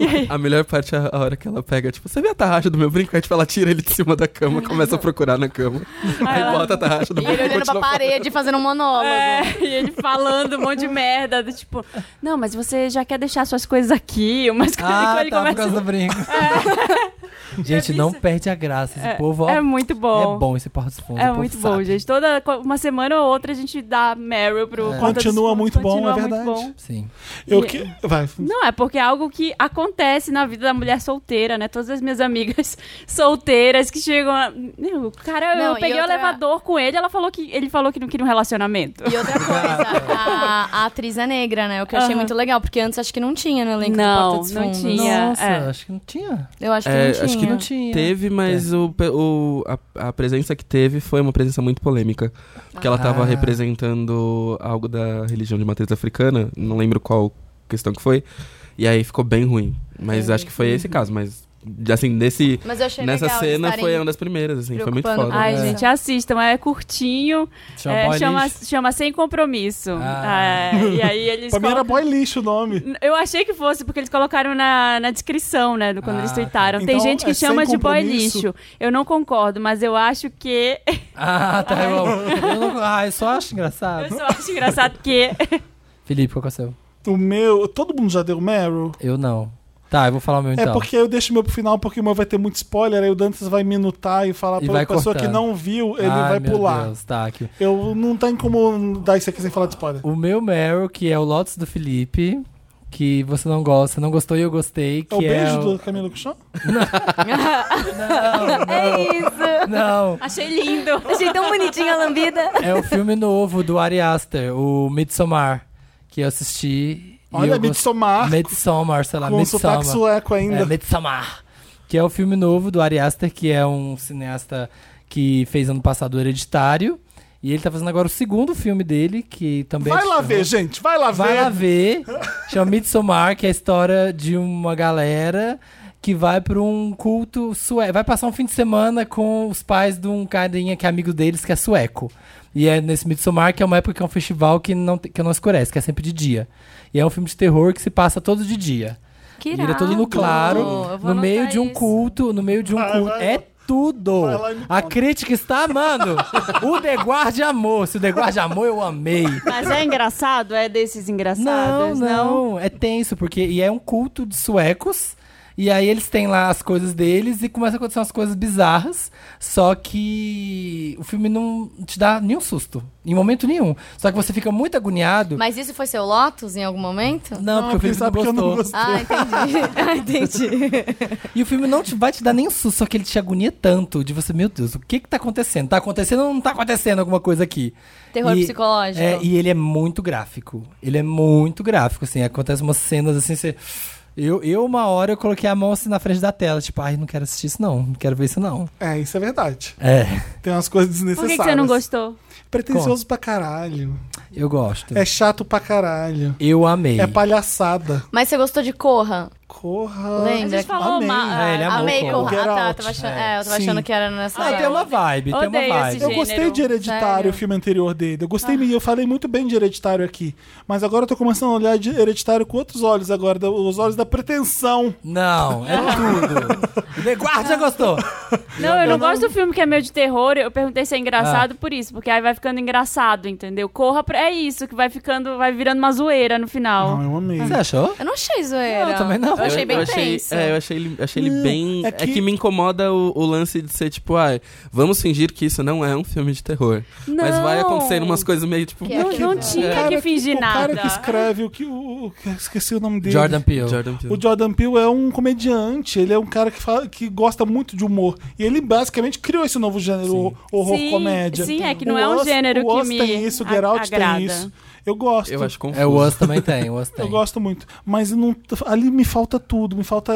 Speaker 2: E aí,
Speaker 4: A melhor parte é a hora que ela pega, tipo, você vê a tarraxa do meu brinco? Aí, tipo, ela tira ele de cima da cama, começa a procurar na cama. Aí
Speaker 2: ela-
Speaker 4: bota a tarraxa do tipo,
Speaker 5: E
Speaker 4: brinco.
Speaker 5: ele olhando pra
Speaker 4: continua
Speaker 5: parede, fazendo um monólogo.
Speaker 2: É, e ele falando um monte de merda, do tipo, não, mas você já quer deixar suas coisas aqui, umas coisas
Speaker 3: Ah,
Speaker 2: quando ele
Speaker 3: tá, por
Speaker 2: começa
Speaker 3: causa do brinco. Gente, não perde a graça. Esse
Speaker 2: É,
Speaker 3: povo, ó,
Speaker 2: é muito bom.
Speaker 3: É bom esse Porta dos Fundos. o
Speaker 2: É
Speaker 3: povo
Speaker 2: muito
Speaker 3: sabe.
Speaker 2: bom, gente. Toda co- uma semana ou outra a gente dá Meryl pro
Speaker 3: É.
Speaker 2: Conta dos
Speaker 1: Continua
Speaker 2: Fundos.
Speaker 1: muito bom,
Speaker 2: Continua
Speaker 1: é
Speaker 2: muito
Speaker 1: verdade.
Speaker 2: bom.
Speaker 3: Sim.
Speaker 1: Eu que... Vai.
Speaker 2: Não, é porque é algo que acontece na vida da mulher solteira, né? Todas as minhas amigas solteiras que chegam. a- Meu, cara,
Speaker 5: Não,
Speaker 2: eu
Speaker 5: e
Speaker 2: peguei o
Speaker 5: outra-
Speaker 2: elevador com ele, ela falou que ele falou que não queria um relacionamento.
Speaker 5: E outra coisa, a, a atriz é negra, né? O que eu achei
Speaker 2: Aham.
Speaker 5: muito legal, porque antes acho que não tinha no elenco do
Speaker 2: Não,
Speaker 5: Porta dos
Speaker 2: não
Speaker 5: Fundos.
Speaker 2: tinha. Tinha,
Speaker 3: Nossa,
Speaker 2: é.
Speaker 3: acho que não tinha.
Speaker 5: Eu acho que
Speaker 4: É,
Speaker 5: não
Speaker 4: acho
Speaker 5: tinha.
Speaker 4: que
Speaker 3: Acho que não tinha.
Speaker 4: Teve, mas
Speaker 5: É.
Speaker 4: o, pe- o- a, a presença que teve foi uma presença muito polêmica. Porque ela estava
Speaker 3: Ah.
Speaker 4: representando algo da religião de matriz africana, não lembro qual questão que foi. E aí ficou bem ruim. Mas acho que foi esse caso, mas assim, nesse,
Speaker 5: Mas eu achei
Speaker 4: nessa
Speaker 5: legal
Speaker 4: cena
Speaker 5: estarem É
Speaker 4: foi uma das primeiras, assim, foi muito foda.
Speaker 5: preocupando com
Speaker 2: Ai,
Speaker 3: É.
Speaker 2: gente, assistam. É curtinho.
Speaker 3: Chama
Speaker 2: é,
Speaker 3: Boy
Speaker 2: chama,
Speaker 3: Lixo.
Speaker 2: chama Sem Compromisso.
Speaker 3: Ah.
Speaker 2: É, e aí eles
Speaker 1: Pra mim era
Speaker 2: colocam-
Speaker 1: boy lixo o nome.
Speaker 2: Eu achei que fosse, porque eles colocaram na, na descrição, né? do- Quando
Speaker 3: Ah,
Speaker 2: eles
Speaker 3: tá.
Speaker 2: tweetaram.
Speaker 1: Então,
Speaker 2: Tem gente que
Speaker 1: é sem
Speaker 2: chama de boy
Speaker 1: compromisso.
Speaker 2: lixo. Eu não concordo, mas eu acho que.
Speaker 3: Ah, tá. Eu, eu não- ah, eu só acho
Speaker 2: É. eu
Speaker 3: engraçado.
Speaker 2: só acho engraçado que.
Speaker 3: Felipe, qual que é o seu?
Speaker 1: O meu. Todo mundo já deu Meryl?
Speaker 3: Eu não. Tá, eu vou falar o meu então.
Speaker 1: É porque eu deixo o meu pro final, porque o meu vai ter muito spoiler, aí o Dantas vai minutar e falar
Speaker 3: E
Speaker 1: pra
Speaker 3: vai
Speaker 1: pessoa
Speaker 3: cortando.
Speaker 1: que não viu, ele
Speaker 3: Ai,
Speaker 1: vai
Speaker 3: meu
Speaker 1: pular.
Speaker 3: Deus, tá aqui.
Speaker 1: Eu não tem como dar isso aqui sem falar de spoiler.
Speaker 3: O meu Meryl, que é o Lotus do Felipe, que você não gosta, não gostou e eu gostei, que
Speaker 1: É o beijo
Speaker 3: o-
Speaker 1: do Camilo Cuchão?
Speaker 5: É isso.
Speaker 3: Não,
Speaker 2: Achei lindo.
Speaker 5: Achei tão bonitinha a lambida.
Speaker 3: é o filme novo do Ari Aster, o Midsommar, que eu assisti. e
Speaker 1: Olha,
Speaker 3: eu gost-
Speaker 1: Midsommar,
Speaker 3: Midsommar, sei lá,
Speaker 1: com sotaque
Speaker 3: Midsommar.
Speaker 1: sueco ainda.
Speaker 3: É, Midsommar. Que é o filme novo do Ari Aster, que é um cineasta que fez ano passado o Hereditário. E ele tá fazendo agora o segundo filme dele, que também... é
Speaker 1: vai
Speaker 3: de
Speaker 1: lá
Speaker 3: terror.
Speaker 1: ver, gente, vai lá
Speaker 3: Vai
Speaker 1: ver.
Speaker 3: lá ver. Chama Midsommar, que é a história de uma galera que vai pra um culto sueco. Vai passar um fim de semana com os pais de um carinha que é amigo deles, que é sueco. E é nesse Midsommar, que é uma época que é um festival que não, te- que não escurece, que é sempre de dia. E é um filme de terror que se passa todo de dia.
Speaker 5: Que
Speaker 3: Vira tudo no
Speaker 5: irado.
Speaker 3: claro,
Speaker 5: Eu vou
Speaker 3: no meio
Speaker 5: anotar
Speaker 3: de um
Speaker 5: isso.
Speaker 3: culto, no meio de um
Speaker 1: Vai,
Speaker 3: culto.
Speaker 1: vai,
Speaker 3: é
Speaker 1: vai.
Speaker 3: tudo.
Speaker 1: Vai lá e me
Speaker 3: A
Speaker 1: conta.
Speaker 3: crítica está amando. o The Guard amou. Se o The Guard amou, eu amei.
Speaker 2: Mas é engraçado? É desses
Speaker 3: Não,
Speaker 2: engraçados?
Speaker 3: não, É tenso, porque e é um culto de suecos. E aí eles têm lá as coisas deles e começa a acontecer umas coisas bizarras. Só que o filme não te dá nenhum susto. Em momento nenhum. Só que você fica muito agoniado.
Speaker 5: Mas isso foi seu Lotus em algum momento?
Speaker 3: Não, porque o
Speaker 1: quem
Speaker 3: Felipe
Speaker 1: sabe
Speaker 3: não
Speaker 1: que eu não
Speaker 3: gostou.
Speaker 1: gostei.
Speaker 5: Ah, entendi. Ah, entendi.
Speaker 3: E o filme não te, vai te dar nenhum susto, só que ele te agonia tanto de você, meu Deus, o que que tá acontecendo? Tá acontecendo ou não tá acontecendo alguma coisa aqui?
Speaker 5: Terror
Speaker 3: E-
Speaker 5: psicológico.
Speaker 3: É, e ele é muito gráfico. Ele é muito gráfico, assim. Acontece umas cenas assim, você. Eu, eu, uma hora, eu coloquei a mão assim na frente da tela, tipo, ai, não quero assistir isso não, não quero ver isso não.
Speaker 1: É, isso é verdade.
Speaker 3: É,
Speaker 1: Tem umas coisas
Speaker 2: Ah. Por
Speaker 1: desnecessárias.
Speaker 2: que, que você não gostou?
Speaker 1: Pretencioso pra caralho.
Speaker 3: eu gosto.
Speaker 1: É chato pra caralho.
Speaker 3: Eu amei.
Speaker 1: É palhaçada.
Speaker 5: Mas você gostou de Corra?
Speaker 1: Corra.
Speaker 5: Lembra?
Speaker 2: A gente falou
Speaker 1: Amei.
Speaker 2: ma-
Speaker 3: É, ele amou
Speaker 5: Amei
Speaker 4: né?
Speaker 3: Corra.
Speaker 5: Corra. Ah,
Speaker 1: Get
Speaker 5: tá.
Speaker 1: Out.
Speaker 5: Tava achando,
Speaker 3: É.
Speaker 5: é. eu tava
Speaker 1: Sim.
Speaker 5: achando que era nessa.
Speaker 3: Não,
Speaker 5: época.
Speaker 3: tem uma vibe, tem uma
Speaker 2: Odeio esse
Speaker 3: vibe.
Speaker 1: Eu
Speaker 2: gênero. Ah.
Speaker 1: gostei de Hereditário,
Speaker 5: Sério?
Speaker 1: o filme anterior dele. Eu gostei, e eu falei muito bem de Hereditário aqui. Mas agora eu tô começando a olhar de Hereditário com outros olhos agora, da- os olhos da pretensão.
Speaker 3: Não, é tudo. The Guard já gostou.
Speaker 2: Não, eu
Speaker 3: né?
Speaker 2: não gosto do filme que é meio de terror. Eu perguntei se é
Speaker 3: Ah.
Speaker 2: engraçado por isso, porque aí vai ficando engraçado, entendeu? Corra pra... é isso, que vai ficando, vai virando uma zoeira no final.
Speaker 1: Não, eu amei.
Speaker 3: Você achou?
Speaker 5: Eu não achei zoeira.
Speaker 3: Não, também não.
Speaker 5: Ah, Eu achei bem
Speaker 4: eu achei,
Speaker 5: tenso.
Speaker 4: É, eu achei ele, achei ele
Speaker 1: Não,
Speaker 4: bem.
Speaker 1: é
Speaker 4: É
Speaker 1: que-
Speaker 4: que... me incomoda o, o lance de ser tipo, ah, vamos fingir que isso não é um filme de terror. Mas vai
Speaker 2: Não.
Speaker 4: acontecendo umas coisas meio tipo.
Speaker 5: Que é
Speaker 2: Não,
Speaker 5: aquele-
Speaker 2: não
Speaker 5: É.
Speaker 2: tinha
Speaker 1: cara
Speaker 2: que fingir
Speaker 1: o
Speaker 2: nada.
Speaker 1: cara que escreve o que. O, o- que- esqueci o nome dele.
Speaker 3: Jordan
Speaker 5: é
Speaker 3: Peele.
Speaker 4: Jordan Peele.
Speaker 1: O Jordan Peele é um comediante, ele é um cara que, fala, que gosta muito de humor. E ele basicamente criou esse novo gênero, hor- horror-comédia.
Speaker 2: sim, é que não
Speaker 1: O
Speaker 2: é um
Speaker 1: Us-
Speaker 2: gênero
Speaker 1: o
Speaker 2: que
Speaker 1: Us
Speaker 2: me
Speaker 1: tem isso, o Get
Speaker 2: a-
Speaker 1: Out
Speaker 2: agrada.
Speaker 1: tem isso. Eu gosto.
Speaker 4: Eu acho confuso.
Speaker 3: É, o Us também tem, o Us tem.
Speaker 1: Eu gosto muito. Mas não- ali me falta tudo. Me falta.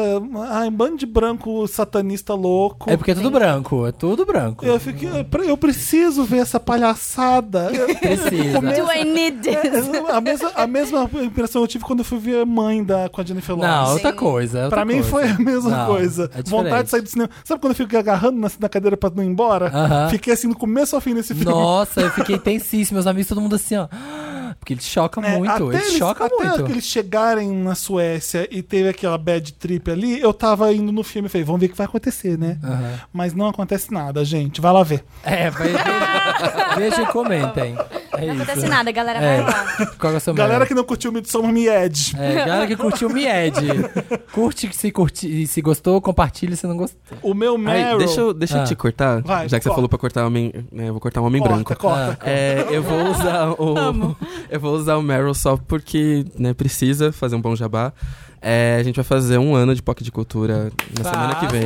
Speaker 1: Ai, um bando de branco satanista louco.
Speaker 3: É porque é tudo branco, é tudo branco.
Speaker 1: Eu, fico, eu pre- eu preciso ver essa palhaçada. Eu-
Speaker 3: Precisa.
Speaker 5: Do I need this?
Speaker 1: eu- a, mesma, a mesma impressão eu tive quando eu fui ver Mãe da, com a Jennifer
Speaker 3: Não, é
Speaker 1: Lawrence.
Speaker 3: outra coisa. outra
Speaker 1: Pra mim
Speaker 3: coisa.
Speaker 1: foi a mesma
Speaker 3: Não,
Speaker 1: coisa.
Speaker 3: é
Speaker 1: Vontade de sair do cinema. Sabe quando eu fico agarrando na, na cadeira pra não ir embora?
Speaker 3: Aham.
Speaker 1: Fiquei assim, do começo ao fim desse filme.
Speaker 3: Nossa, eu fiquei tensíssimo. Meus amigos, todo mundo assim, ó. Porque ele choca
Speaker 1: É,
Speaker 3: muito.
Speaker 1: até
Speaker 3: Ele choca
Speaker 1: até
Speaker 3: muito.
Speaker 1: eles é, chegarem na Suécia e teve aquela bad trip ali, eu tava indo no filme e falei, vamos ver o que vai acontecer, né?
Speaker 3: Aham.
Speaker 1: Mas não acontece nada, gente. Vai lá ver.
Speaker 3: É, vai. Vejam e comentem. É
Speaker 5: Não
Speaker 3: isso.
Speaker 5: acontece nada, galera.
Speaker 3: É.
Speaker 5: Vai lá.
Speaker 3: Qual que é o seu
Speaker 1: Galera
Speaker 3: melhor?
Speaker 1: que não curtiu Midsommar Me Ed.
Speaker 3: É, galera que curtiu, me ed. Curte se, curti, se gostou, compartilha se não gostou.
Speaker 1: O meu
Speaker 4: Ai,
Speaker 1: Meryl...
Speaker 4: deixa eu, deixa eu
Speaker 3: Ah.
Speaker 4: te cortar.
Speaker 1: Vai,
Speaker 4: já
Speaker 1: corta.
Speaker 4: que você falou pra cortar homem. né, eu vou cortar um homem
Speaker 1: Corta,
Speaker 4: branco.
Speaker 1: corta.
Speaker 4: É, eu vou usar o. eu vou usar o Meryl só porque né, precisa fazer um bom jabá. É, a gente vai fazer um ano de POC de Cultura na semana que vem.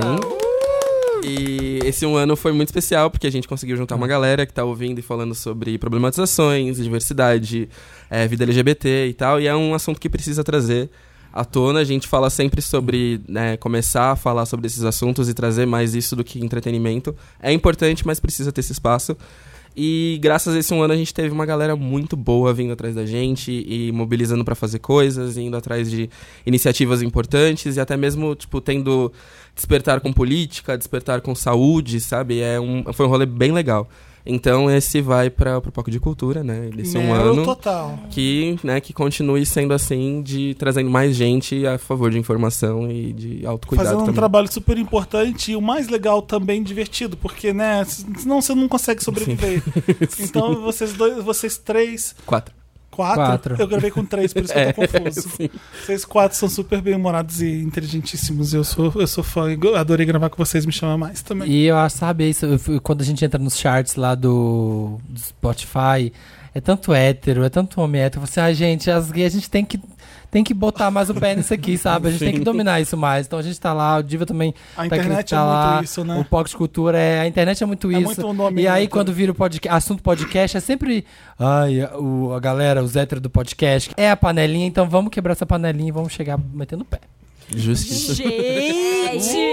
Speaker 4: E esse um ano foi muito especial porque a gente conseguiu juntar uma galera que tá ouvindo e falando sobre problematizações, diversidade, é, vida LGBT e tal. E é um assunto que precisa trazer à tona. A gente fala sempre sobre né, começar a falar sobre esses assuntos e trazer mais isso do que entretenimento. É importante, mas precisa ter esse espaço. E graças a esse um ano a gente teve uma galera muito boa vindo atrás da gente e mobilizando pra fazer coisas, indo atrás de iniciativas importantes e até mesmo, tipo, tendo despertar com política, despertar com saúde, sabe? É um, foi um rolê bem legal. Então esse vai para o Palco de Cultura, né? Desse um
Speaker 1: Mero
Speaker 4: ano
Speaker 1: total.
Speaker 4: que, né, que continue sendo assim, de trazendo mais gente a favor de informação e de autocuidado
Speaker 1: Fazendo um
Speaker 4: também.
Speaker 1: trabalho super importante e o mais legal também divertido, porque, né, s- senão você não consegue sobreviver. então vocês dois, vocês três,
Speaker 4: Quatro.
Speaker 1: quatro,
Speaker 3: Quatro. É,
Speaker 1: eu gravei com três, por isso que eu tô confuso.
Speaker 4: sim.
Speaker 1: Vocês quatro são super bem-humorados e inteligentíssimos. Eu sou, eu sou fã, e go- adorei gravar com vocês, me chama mais também.
Speaker 3: E eu acho, sabe, isso, eu fui- quando a gente entra nos charts lá do, do Spotify, é tanto hétero, é tanto homem hétero. Você, ai, gente, as gays, a gente tem que, tem que botar mais o pé nisso aqui, sabe? A gente tem que dominar isso mais. Então a gente tá lá, o Diva também
Speaker 1: A
Speaker 3: tá
Speaker 1: internet é
Speaker 3: tá lá,
Speaker 1: muito isso,
Speaker 3: O
Speaker 1: né?
Speaker 3: Pox Cultura é. A internet é muito
Speaker 1: É
Speaker 3: isso.
Speaker 1: muito o nome,
Speaker 3: e aí,
Speaker 1: né,
Speaker 3: quando vira o podca- assunto podcast, é sempre. Ai, a- o, a galera, os héteros do podcast. É a panelinha, então vamos quebrar essa panelinha e vamos chegar metendo o pé. é
Speaker 4: Justiça.
Speaker 2: Gente!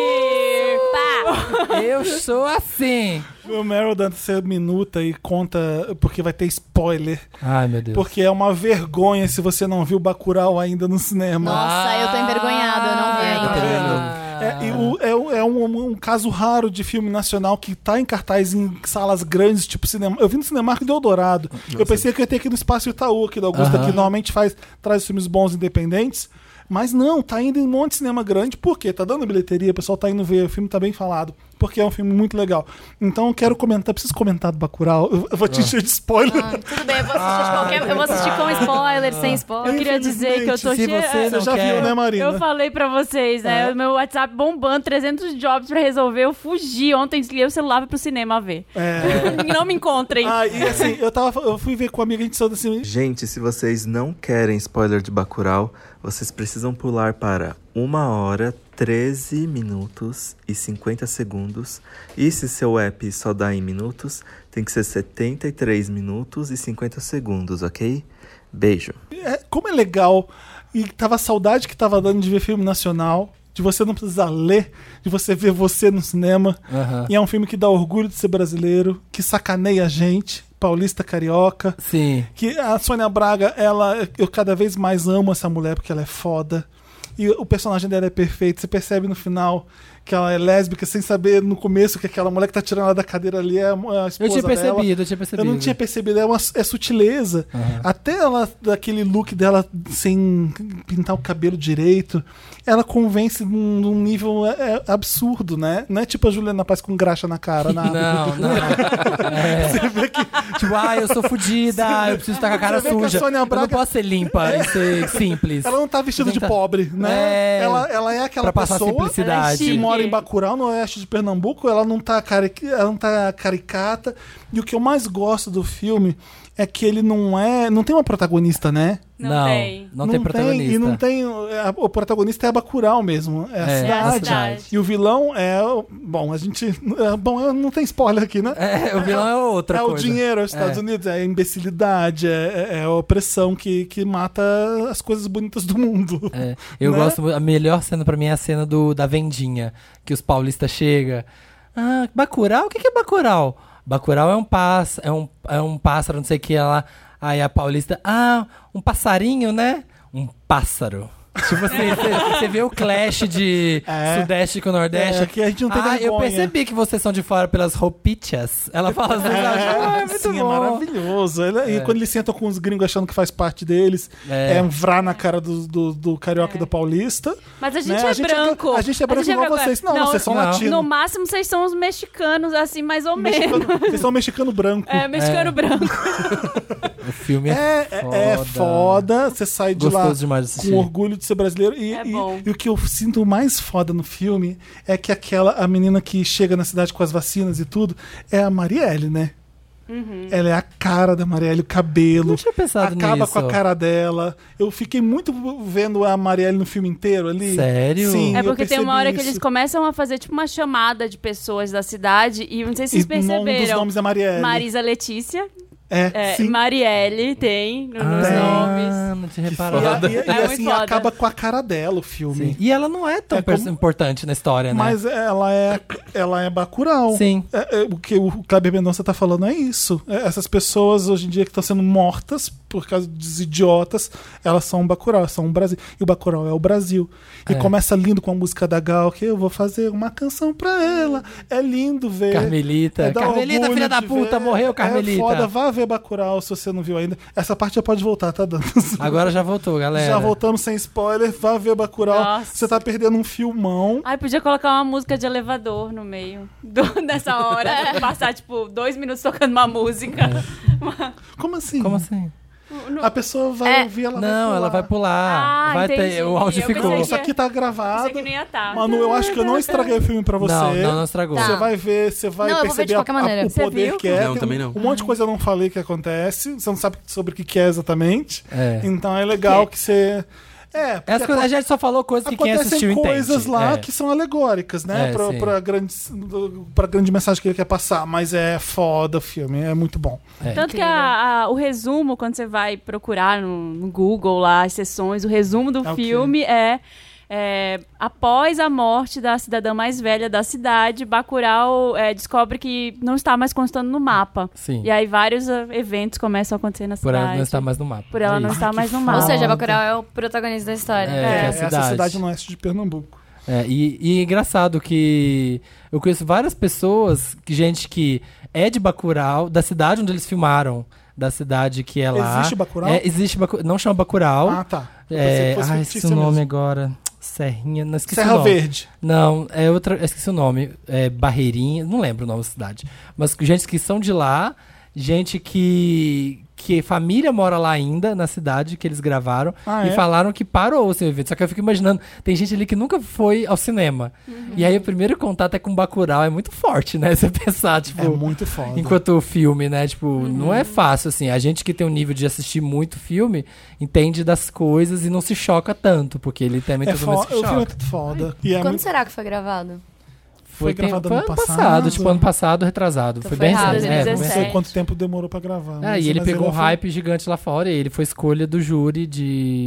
Speaker 2: Pá!
Speaker 3: Eu sou assim.
Speaker 1: Meu Meryl, Dante, você minuta e conta, porque vai ter spoiler.
Speaker 3: Ai, meu Deus.
Speaker 1: Porque é uma vergonha se você não viu Bacurau ainda no cinema.
Speaker 5: Nossa, eu tô envergonhada, eu
Speaker 3: Ah,
Speaker 5: não vi
Speaker 3: tá
Speaker 5: ainda.
Speaker 1: É, e o- é um- é um, um caso raro de filme nacional que tá em cartaz em salas grandes, tipo cinema. Eu vi no Cinemark do Eldorado. Eu pensei que eu ia ter aqui no Espaço Itaú, aqui da Augusta,
Speaker 3: Aham.
Speaker 1: que normalmente faz, traz filmes bons independentes. Mas não, tá indo em um monte de cinema grande, por quê? Tá dando bilheteria, o pessoal tá indo ver, o filme tá bem falado, porque é um filme muito legal. Então eu quero comentar, preciso comentar do Bacurau, eu, eu vou te encher de spoiler.
Speaker 5: Tudo bem, eu vou
Speaker 3: Ah,
Speaker 5: assistir de qualquer. Eu vou assistir com spoiler, sem
Speaker 2: Eu
Speaker 5: spoiler.
Speaker 2: queria dizer que eu tô
Speaker 3: Se
Speaker 2: cheia-
Speaker 3: tá. você não É.
Speaker 1: Você já
Speaker 3: quer-
Speaker 1: viu, né, Marina?
Speaker 2: Ah, Eu falei pra vocês, né? O meu WhatsApp bombando, 300 jobs pra resolver. Eu fugi ontem, desliguei o celular e fui pro cinema ver. Não me encontrem.
Speaker 1: É. Ah, e assim, eu, tava, eu fui ver com uma amiga, a gente saiu assim,
Speaker 8: Gente, se vocês não querem spoiler de Bacurau, vocês precisam pular para 1 hora, 13 minutos e 50 segundos. E se seu app só dá em minutos, tem que ser 73 minutos e 50 segundos, ok? Beijo.
Speaker 1: É, como é legal. E tava a saudade que tava dando de ver filme nacional, de você não precisar ler, de você ver você no cinema.
Speaker 3: Aham.
Speaker 1: E é um filme que dá orgulho de ser brasileiro, que sacaneia a gente, paulista carioca.
Speaker 3: Sim.
Speaker 1: Que a Sônia Braga, ela. Eu cada vez mais amo essa mulher porque ela é foda. E o personagem dela é perfeito. Você percebe no final que ela é lésbica, sem saber no começo que aquela mulher que tá tirando ela da cadeira ali é a a esposa
Speaker 3: Eu tinha
Speaker 1: dela.
Speaker 3: percebido, eu tinha percebido.
Speaker 1: Eu não tinha percebido, é, uma, é sutileza. Até ela, daquele look dela sem pintar o cabelo direito, ela convence num, num nível é, é, absurdo, né? Não é tipo a Juliana Paz com graxa na cara, na
Speaker 3: Não, não. É. Tipo, ah, eu sou fodida, eu preciso estar com a cara
Speaker 1: Você vê que a
Speaker 3: suja.
Speaker 1: Sônia
Speaker 3: Eu não
Speaker 1: Braga-
Speaker 3: posso ser limpa e ser simples.
Speaker 1: Ela não tá vestida de
Speaker 3: Tentar-
Speaker 1: pobre, né?
Speaker 3: É.
Speaker 1: Ela, ela é aquela
Speaker 3: Pra passar
Speaker 1: pessoa
Speaker 3: simplicidade.
Speaker 1: que
Speaker 2: Ela é
Speaker 1: mora
Speaker 2: chique.
Speaker 1: em Bacurau, no oeste de Pernambuco. Ela não, tá cari- ela não tá caricata. E o que eu mais gosto do filme é que ele não é. Não tem uma protagonista, né?
Speaker 2: Não
Speaker 3: não,
Speaker 2: tem.
Speaker 3: não tem protagonista.
Speaker 1: e não tem. a- o protagonista é a Bacurau mesmo. É a
Speaker 3: É,
Speaker 1: cidade.
Speaker 2: a
Speaker 3: cidade.
Speaker 1: E o vilão é. o- Bom, a gente. é, bom, eu- não tem spoiler aqui, né?
Speaker 3: É, o vilão é outra
Speaker 1: é
Speaker 3: coisa.
Speaker 1: o dinheiro, é os Estados
Speaker 3: É.
Speaker 1: Unidos, é a imbecilidade, é, é a opressão que, que mata as coisas bonitas do mundo.
Speaker 3: É, eu
Speaker 1: Né?
Speaker 3: gosto muito. A melhor cena pra mim é a cena do, da vendinha, que os paulistas chegam. Ah, Bacurau? O que, que é Bacurau? Bacurau é um pássaro, é um, é um pássaro, não sei o que lá. Aí a paulista, ah, um passarinho, né? Um pássaro. Tipo assim, você- você vê o clash de
Speaker 1: É.
Speaker 3: Sudeste com Nordeste.
Speaker 1: É, aqui a gente não tem
Speaker 3: ah, eu
Speaker 1: vergonha."
Speaker 3: percebi que vocês são de fora pelas roupichas. Ela fala assim, ah, é muito
Speaker 1: Sim, é
Speaker 3: bom.
Speaker 1: maravilhoso. Ele- E quando eles sentam com os gringos achando que faz parte deles, é,
Speaker 3: É.
Speaker 1: um vrá na cara do, do, do carioca e do paulista.
Speaker 2: Mas a gente
Speaker 1: né?
Speaker 2: é
Speaker 1: É. A gente é-
Speaker 2: branco.
Speaker 1: a gente é branco igual vocês. Não, vocês são
Speaker 2: no-
Speaker 1: latino.
Speaker 2: No máximo, vocês são os mexicanos, assim, mais ou menos.
Speaker 1: Mexicano- Vocês são mexicano branco.
Speaker 2: É, mexicano
Speaker 3: É.
Speaker 2: branco.
Speaker 3: O filme
Speaker 1: É,
Speaker 3: é,
Speaker 1: é, é foda. Você sai de lá
Speaker 3: Gostoso demais de assistir.
Speaker 1: com orgulho de ser brasileiro. E,
Speaker 2: É
Speaker 1: e-
Speaker 2: bom.
Speaker 1: e o que eu sinto mais foda no filme é que aquela a menina que chega na cidade com as vacinas e tudo é a Marielle, né?
Speaker 2: Uhum.
Speaker 1: Ela é a cara da Marielle, o cabelo.
Speaker 3: Não tinha pensado
Speaker 1: Acaba
Speaker 3: nisso.
Speaker 1: com a cara dela. Eu fiquei muito vendo a Marielle no filme inteiro ali.
Speaker 3: Sério?
Speaker 1: Sim,
Speaker 2: É
Speaker 1: eu
Speaker 2: porque tem uma hora
Speaker 1: percebi
Speaker 2: que eles
Speaker 1: isso.
Speaker 2: começam a fazer, tipo, uma chamada de pessoas da cidade. E não sei se
Speaker 1: E
Speaker 2: vocês
Speaker 1: o nome dos
Speaker 2: perceberam.
Speaker 1: nomes é Marielle.
Speaker 2: Marisa Letícia,
Speaker 1: É,
Speaker 2: É,
Speaker 1: sim. Ah.
Speaker 2: Marielle tem nos nomes.
Speaker 3: Ah, não tinha
Speaker 1: Que
Speaker 3: reparado.
Speaker 1: foda. E, e
Speaker 2: É muito
Speaker 1: assim,
Speaker 2: foda.
Speaker 1: acaba com a cara dela o filme.
Speaker 3: Sim. E ela não é tão
Speaker 1: É como-
Speaker 3: pers- importante na história, né?
Speaker 1: Mas ela é, ela é bacural.
Speaker 3: Sim.
Speaker 1: É, é, o que o Kleber Mendonça tá falando é isso. É, essas pessoas hoje em dia que estão sendo mortas por causa dos idiotas, elas são um Bacurau, elas são um Brasil. E o Bacurau é o Brasil. E
Speaker 3: É.
Speaker 1: começa lindo com a música da Gal, que eu vou fazer uma canção pra ela. É lindo ver.
Speaker 3: Carmelita.
Speaker 1: dar
Speaker 3: Carmelita,
Speaker 1: orgulho
Speaker 3: filha da
Speaker 1: de
Speaker 3: puta, morreu,
Speaker 1: É
Speaker 3: Carmelita.
Speaker 1: foda, vá ver Bacurau se você não viu ainda. Essa parte já pode voltar, tá dando.
Speaker 3: Agora já voltou, Ah, galera.
Speaker 1: Já voltamos sem spoiler, vá ver Bacurau.
Speaker 2: Nossa.
Speaker 1: Você tá perdendo um filmão.
Speaker 2: Ai, podia colocar uma música de elevador no meio do- dessa hora. Passar, tipo, dois minutos tocando uma música.
Speaker 1: É. Como assim?
Speaker 3: Como assim?
Speaker 1: A pessoa vai
Speaker 5: É.
Speaker 1: ouvir, ela vai
Speaker 3: não, ela vai pular.
Speaker 2: Ah,
Speaker 3: vai
Speaker 2: entendi.
Speaker 3: ter... O áudio
Speaker 2: Eu
Speaker 3: ficou.
Speaker 2: pensei
Speaker 5: é.
Speaker 1: Isso aqui tá gravado.
Speaker 2: Pensei que não ia tá. estar.
Speaker 1: Manu, eu acho que eu não estraguei o filme pra você.
Speaker 3: Não, não, não estragou.
Speaker 5: Tá.
Speaker 1: Você vai ver, você vai
Speaker 5: Não, eu vou ver
Speaker 1: perceber
Speaker 5: de
Speaker 1: a-
Speaker 5: qualquer maneira.
Speaker 1: a- o
Speaker 5: Você
Speaker 1: poder
Speaker 2: viu?
Speaker 1: que é.
Speaker 4: Não,
Speaker 1: Tem
Speaker 4: também não.
Speaker 1: Um monte de coisa eu não falei que acontece. Você não sabe sobre o que que é exatamente.
Speaker 3: É.
Speaker 1: Então é legal que você. É, porque
Speaker 3: Essas coisas- a gente só falou coisas que quem assistiu
Speaker 1: acontecem
Speaker 3: entende.
Speaker 1: coisas lá
Speaker 3: É.
Speaker 1: que são alegóricas, né?
Speaker 3: É,
Speaker 1: pra,
Speaker 3: sim.
Speaker 1: pra grande, pra grande mensagem que ele quer passar. Mas é foda o filme, é muito bom.
Speaker 2: Tanto que a- a- o resumo, quando você vai procurar no, no Google lá as sessões, o resumo do
Speaker 1: É o quê?
Speaker 2: filme é, é, após a morte da cidadã mais velha da cidade, Bacurau é, descobre que não está mais constando no mapa.
Speaker 3: Sim.
Speaker 2: E aí vários ah, eventos começam a acontecer na
Speaker 3: Por
Speaker 2: cidade.
Speaker 3: ela não estar mais no mapa.
Speaker 2: Por ela
Speaker 3: É
Speaker 2: não
Speaker 3: isso.
Speaker 2: estar mais no
Speaker 5: Ou
Speaker 2: mapa.
Speaker 5: seja, Bacurau é o protagonista da história.
Speaker 3: É, que é a
Speaker 1: essa
Speaker 3: cidade.
Speaker 1: cidade no oeste de Pernambuco.
Speaker 3: É, e, e é engraçado que eu conheço várias pessoas, que- gente que é de Bacurau, da cidade onde eles filmaram, da cidade que é lá.
Speaker 1: Existe Bacurau?
Speaker 3: É, existe Bacu- Não chama Bacurau.
Speaker 1: Ah, tá. Eu pensei
Speaker 3: é,
Speaker 1: que fosse
Speaker 3: ai,
Speaker 1: fictício
Speaker 3: esqueci o nome
Speaker 1: mesmo.
Speaker 3: agora. Serrinha, não esqueci o
Speaker 1: Serra
Speaker 3: nome.
Speaker 1: Verde.
Speaker 3: Não, é outra. eu Esqueci o nome. É Barreirinha, não lembro o nome da cidade. Mas gente que são de lá, gente que. que família mora lá ainda, na cidade que eles gravaram.
Speaker 1: Ah,
Speaker 3: e
Speaker 1: é?
Speaker 3: falaram que parou o seu evento. Só que eu fico imaginando, tem gente ali que nunca foi ao cinema. E aí o primeiro contato é com o Bacurau, é muito forte, né? Você pensar, tipo.
Speaker 1: É muito foda.
Speaker 3: Enquanto o filme, né? Tipo, não é fácil, assim. A gente que tem um nível de assistir muito filme entende das coisas e não se choca tanto, porque ele também
Speaker 1: É
Speaker 3: todo mundo
Speaker 1: foda,
Speaker 3: se
Speaker 1: o filme é
Speaker 3: choca.
Speaker 1: muito foda. E é
Speaker 5: Quando
Speaker 1: muito-
Speaker 5: será que foi gravado?
Speaker 1: foi
Speaker 3: tem-
Speaker 1: gravado
Speaker 3: foi
Speaker 1: ano passado?
Speaker 3: tipo ano passado, retrasado.
Speaker 5: Então
Speaker 3: foi,
Speaker 5: foi
Speaker 3: bem
Speaker 5: errado,
Speaker 3: recente, é, foi bem
Speaker 2: 2017.
Speaker 1: Não sei
Speaker 3: recente.
Speaker 1: quanto tempo demorou pra gravar.
Speaker 3: É,
Speaker 1: mas-
Speaker 3: e ele
Speaker 1: mas
Speaker 3: pegou um
Speaker 1: foi-
Speaker 3: hype gigante lá fora e ele foi escolha do júri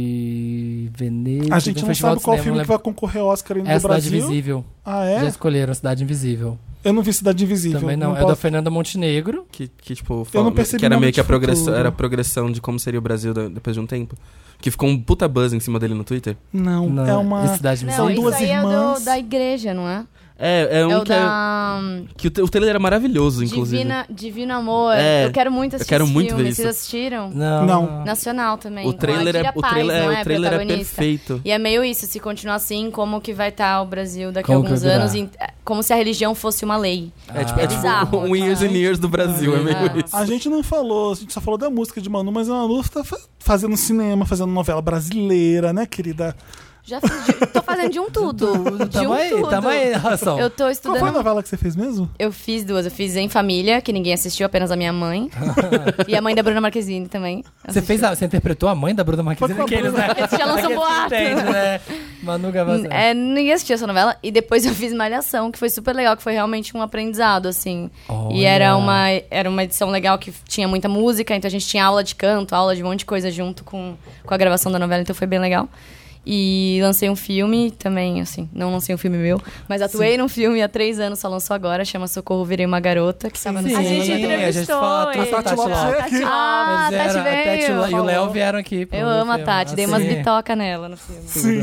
Speaker 3: de Veneza.
Speaker 1: A gente
Speaker 3: do
Speaker 1: não
Speaker 3: Festival
Speaker 1: sabe
Speaker 3: de
Speaker 1: qual
Speaker 3: Cinema,
Speaker 1: filme
Speaker 3: não
Speaker 1: que
Speaker 3: lembro.
Speaker 1: vai concorrer ao Oscar ainda
Speaker 3: É a
Speaker 1: no
Speaker 3: Cidade
Speaker 1: Brasil.
Speaker 3: Invisível.
Speaker 1: Ah,
Speaker 3: Já
Speaker 1: é?
Speaker 3: escolheram a Cidade Invisível.
Speaker 1: Eu não vi Cidade Invisível.
Speaker 3: Também não. é da
Speaker 1: posso-
Speaker 3: Fernanda Montenegro.
Speaker 4: Que, que tipo,
Speaker 1: Eu não
Speaker 4: fala-
Speaker 1: percebi
Speaker 4: que era
Speaker 1: nada
Speaker 4: meio que
Speaker 1: de
Speaker 4: a progressão,
Speaker 1: futuro.
Speaker 4: era a progressão de como seria o Brasil da- depois de um tempo. Que ficou um puta buzz em cima dele no Twitter.
Speaker 1: Não,
Speaker 3: Não,
Speaker 1: é uma...
Speaker 3: de Cidade
Speaker 5: Não,
Speaker 3: Invisível.
Speaker 1: São
Speaker 5: isso
Speaker 1: duas
Speaker 5: aí é
Speaker 1: irmãs.
Speaker 5: do, da igreja, não é?
Speaker 4: É, é um
Speaker 5: é o
Speaker 4: que, é-
Speaker 5: da
Speaker 4: que o, te- o trailer era maravilhoso, inclusive.
Speaker 5: Divina, Divino Amor.
Speaker 4: É,
Speaker 5: eu quero muito assistir
Speaker 4: quero
Speaker 5: esse
Speaker 4: muito
Speaker 5: filme.
Speaker 4: ver isso.
Speaker 5: Vocês assistiram?
Speaker 3: Não.
Speaker 1: Não.
Speaker 5: Nacional também.
Speaker 4: O
Speaker 5: com a
Speaker 4: trailer, é,
Speaker 5: Kira
Speaker 4: o
Speaker 5: Paz,
Speaker 4: trailer, é,
Speaker 5: não
Speaker 4: o trailer é
Speaker 5: protagonista?
Speaker 4: perfeito.
Speaker 5: E é meio isso, se continuar assim, como que vai estar o Brasil daqui a
Speaker 3: Como que
Speaker 5: alguns
Speaker 3: vai virar? Ah.
Speaker 5: anos, em- é, como se a religião fosse uma lei.
Speaker 4: É tipo, é tipo
Speaker 5: Bizarro,
Speaker 4: um Years and Years do Brasil, é meio isso.
Speaker 1: A gente não falou, a gente só falou da música de Manu, mas a Manu tá fa- fazendo cinema, fazendo novela brasileira, né, querida?
Speaker 5: Já fiz de- tô fazendo de um tudo. De
Speaker 3: Tamo
Speaker 5: um
Speaker 3: aí,
Speaker 5: tudo.
Speaker 3: tamo aí, Ração.
Speaker 5: Eu tô
Speaker 1: Qual foi a
Speaker 5: estudando.
Speaker 1: novela que você fez mesmo?
Speaker 5: Eu fiz duas, eu fiz em família, que ninguém assistiu, apenas a minha mãe. e a mãe da Bruna Marquezine também.
Speaker 3: Você fez a- você interpretou a mãe da Bruna Marquezine?
Speaker 1: Foi com a
Speaker 3: Aqueles, né?
Speaker 5: Eles já lançam
Speaker 3: Aqueles que
Speaker 5: boato.
Speaker 3: entende, né? Manu Gavassi.
Speaker 5: É, ninguém assistiu essa novela. E depois eu fiz Malhação, que foi super legal, que foi realmente um aprendizado, assim. E
Speaker 3: Olha.
Speaker 5: era uma, era uma edição legal que tinha muita música, então a gente tinha aula de canto, aula de um monte de coisa junto com, com a gravação da novela, então foi bem legal. E lancei um filme também, assim, não lancei um filme meu, mas atuei num filme há três anos, só lançou agora, chama Socorro Virei uma Garota, que estava no
Speaker 3: Sim.
Speaker 2: A gente
Speaker 5: cinema.
Speaker 3: Sim, a gente tá
Speaker 2: entrevistou
Speaker 3: fala,
Speaker 2: ele.
Speaker 3: Tati Lopes
Speaker 1: veio
Speaker 2: Tati
Speaker 1: aqui.
Speaker 2: Lopes.
Speaker 5: Ah, a
Speaker 3: Mas
Speaker 5: Tati
Speaker 3: era-
Speaker 5: veio,
Speaker 3: La- e o Léo
Speaker 5: falou.
Speaker 3: vieram aqui. pro
Speaker 5: Eu amo a
Speaker 3: filme,
Speaker 5: Tati, dei umas
Speaker 3: assim.
Speaker 5: bitoca nela no filme.
Speaker 1: Sim.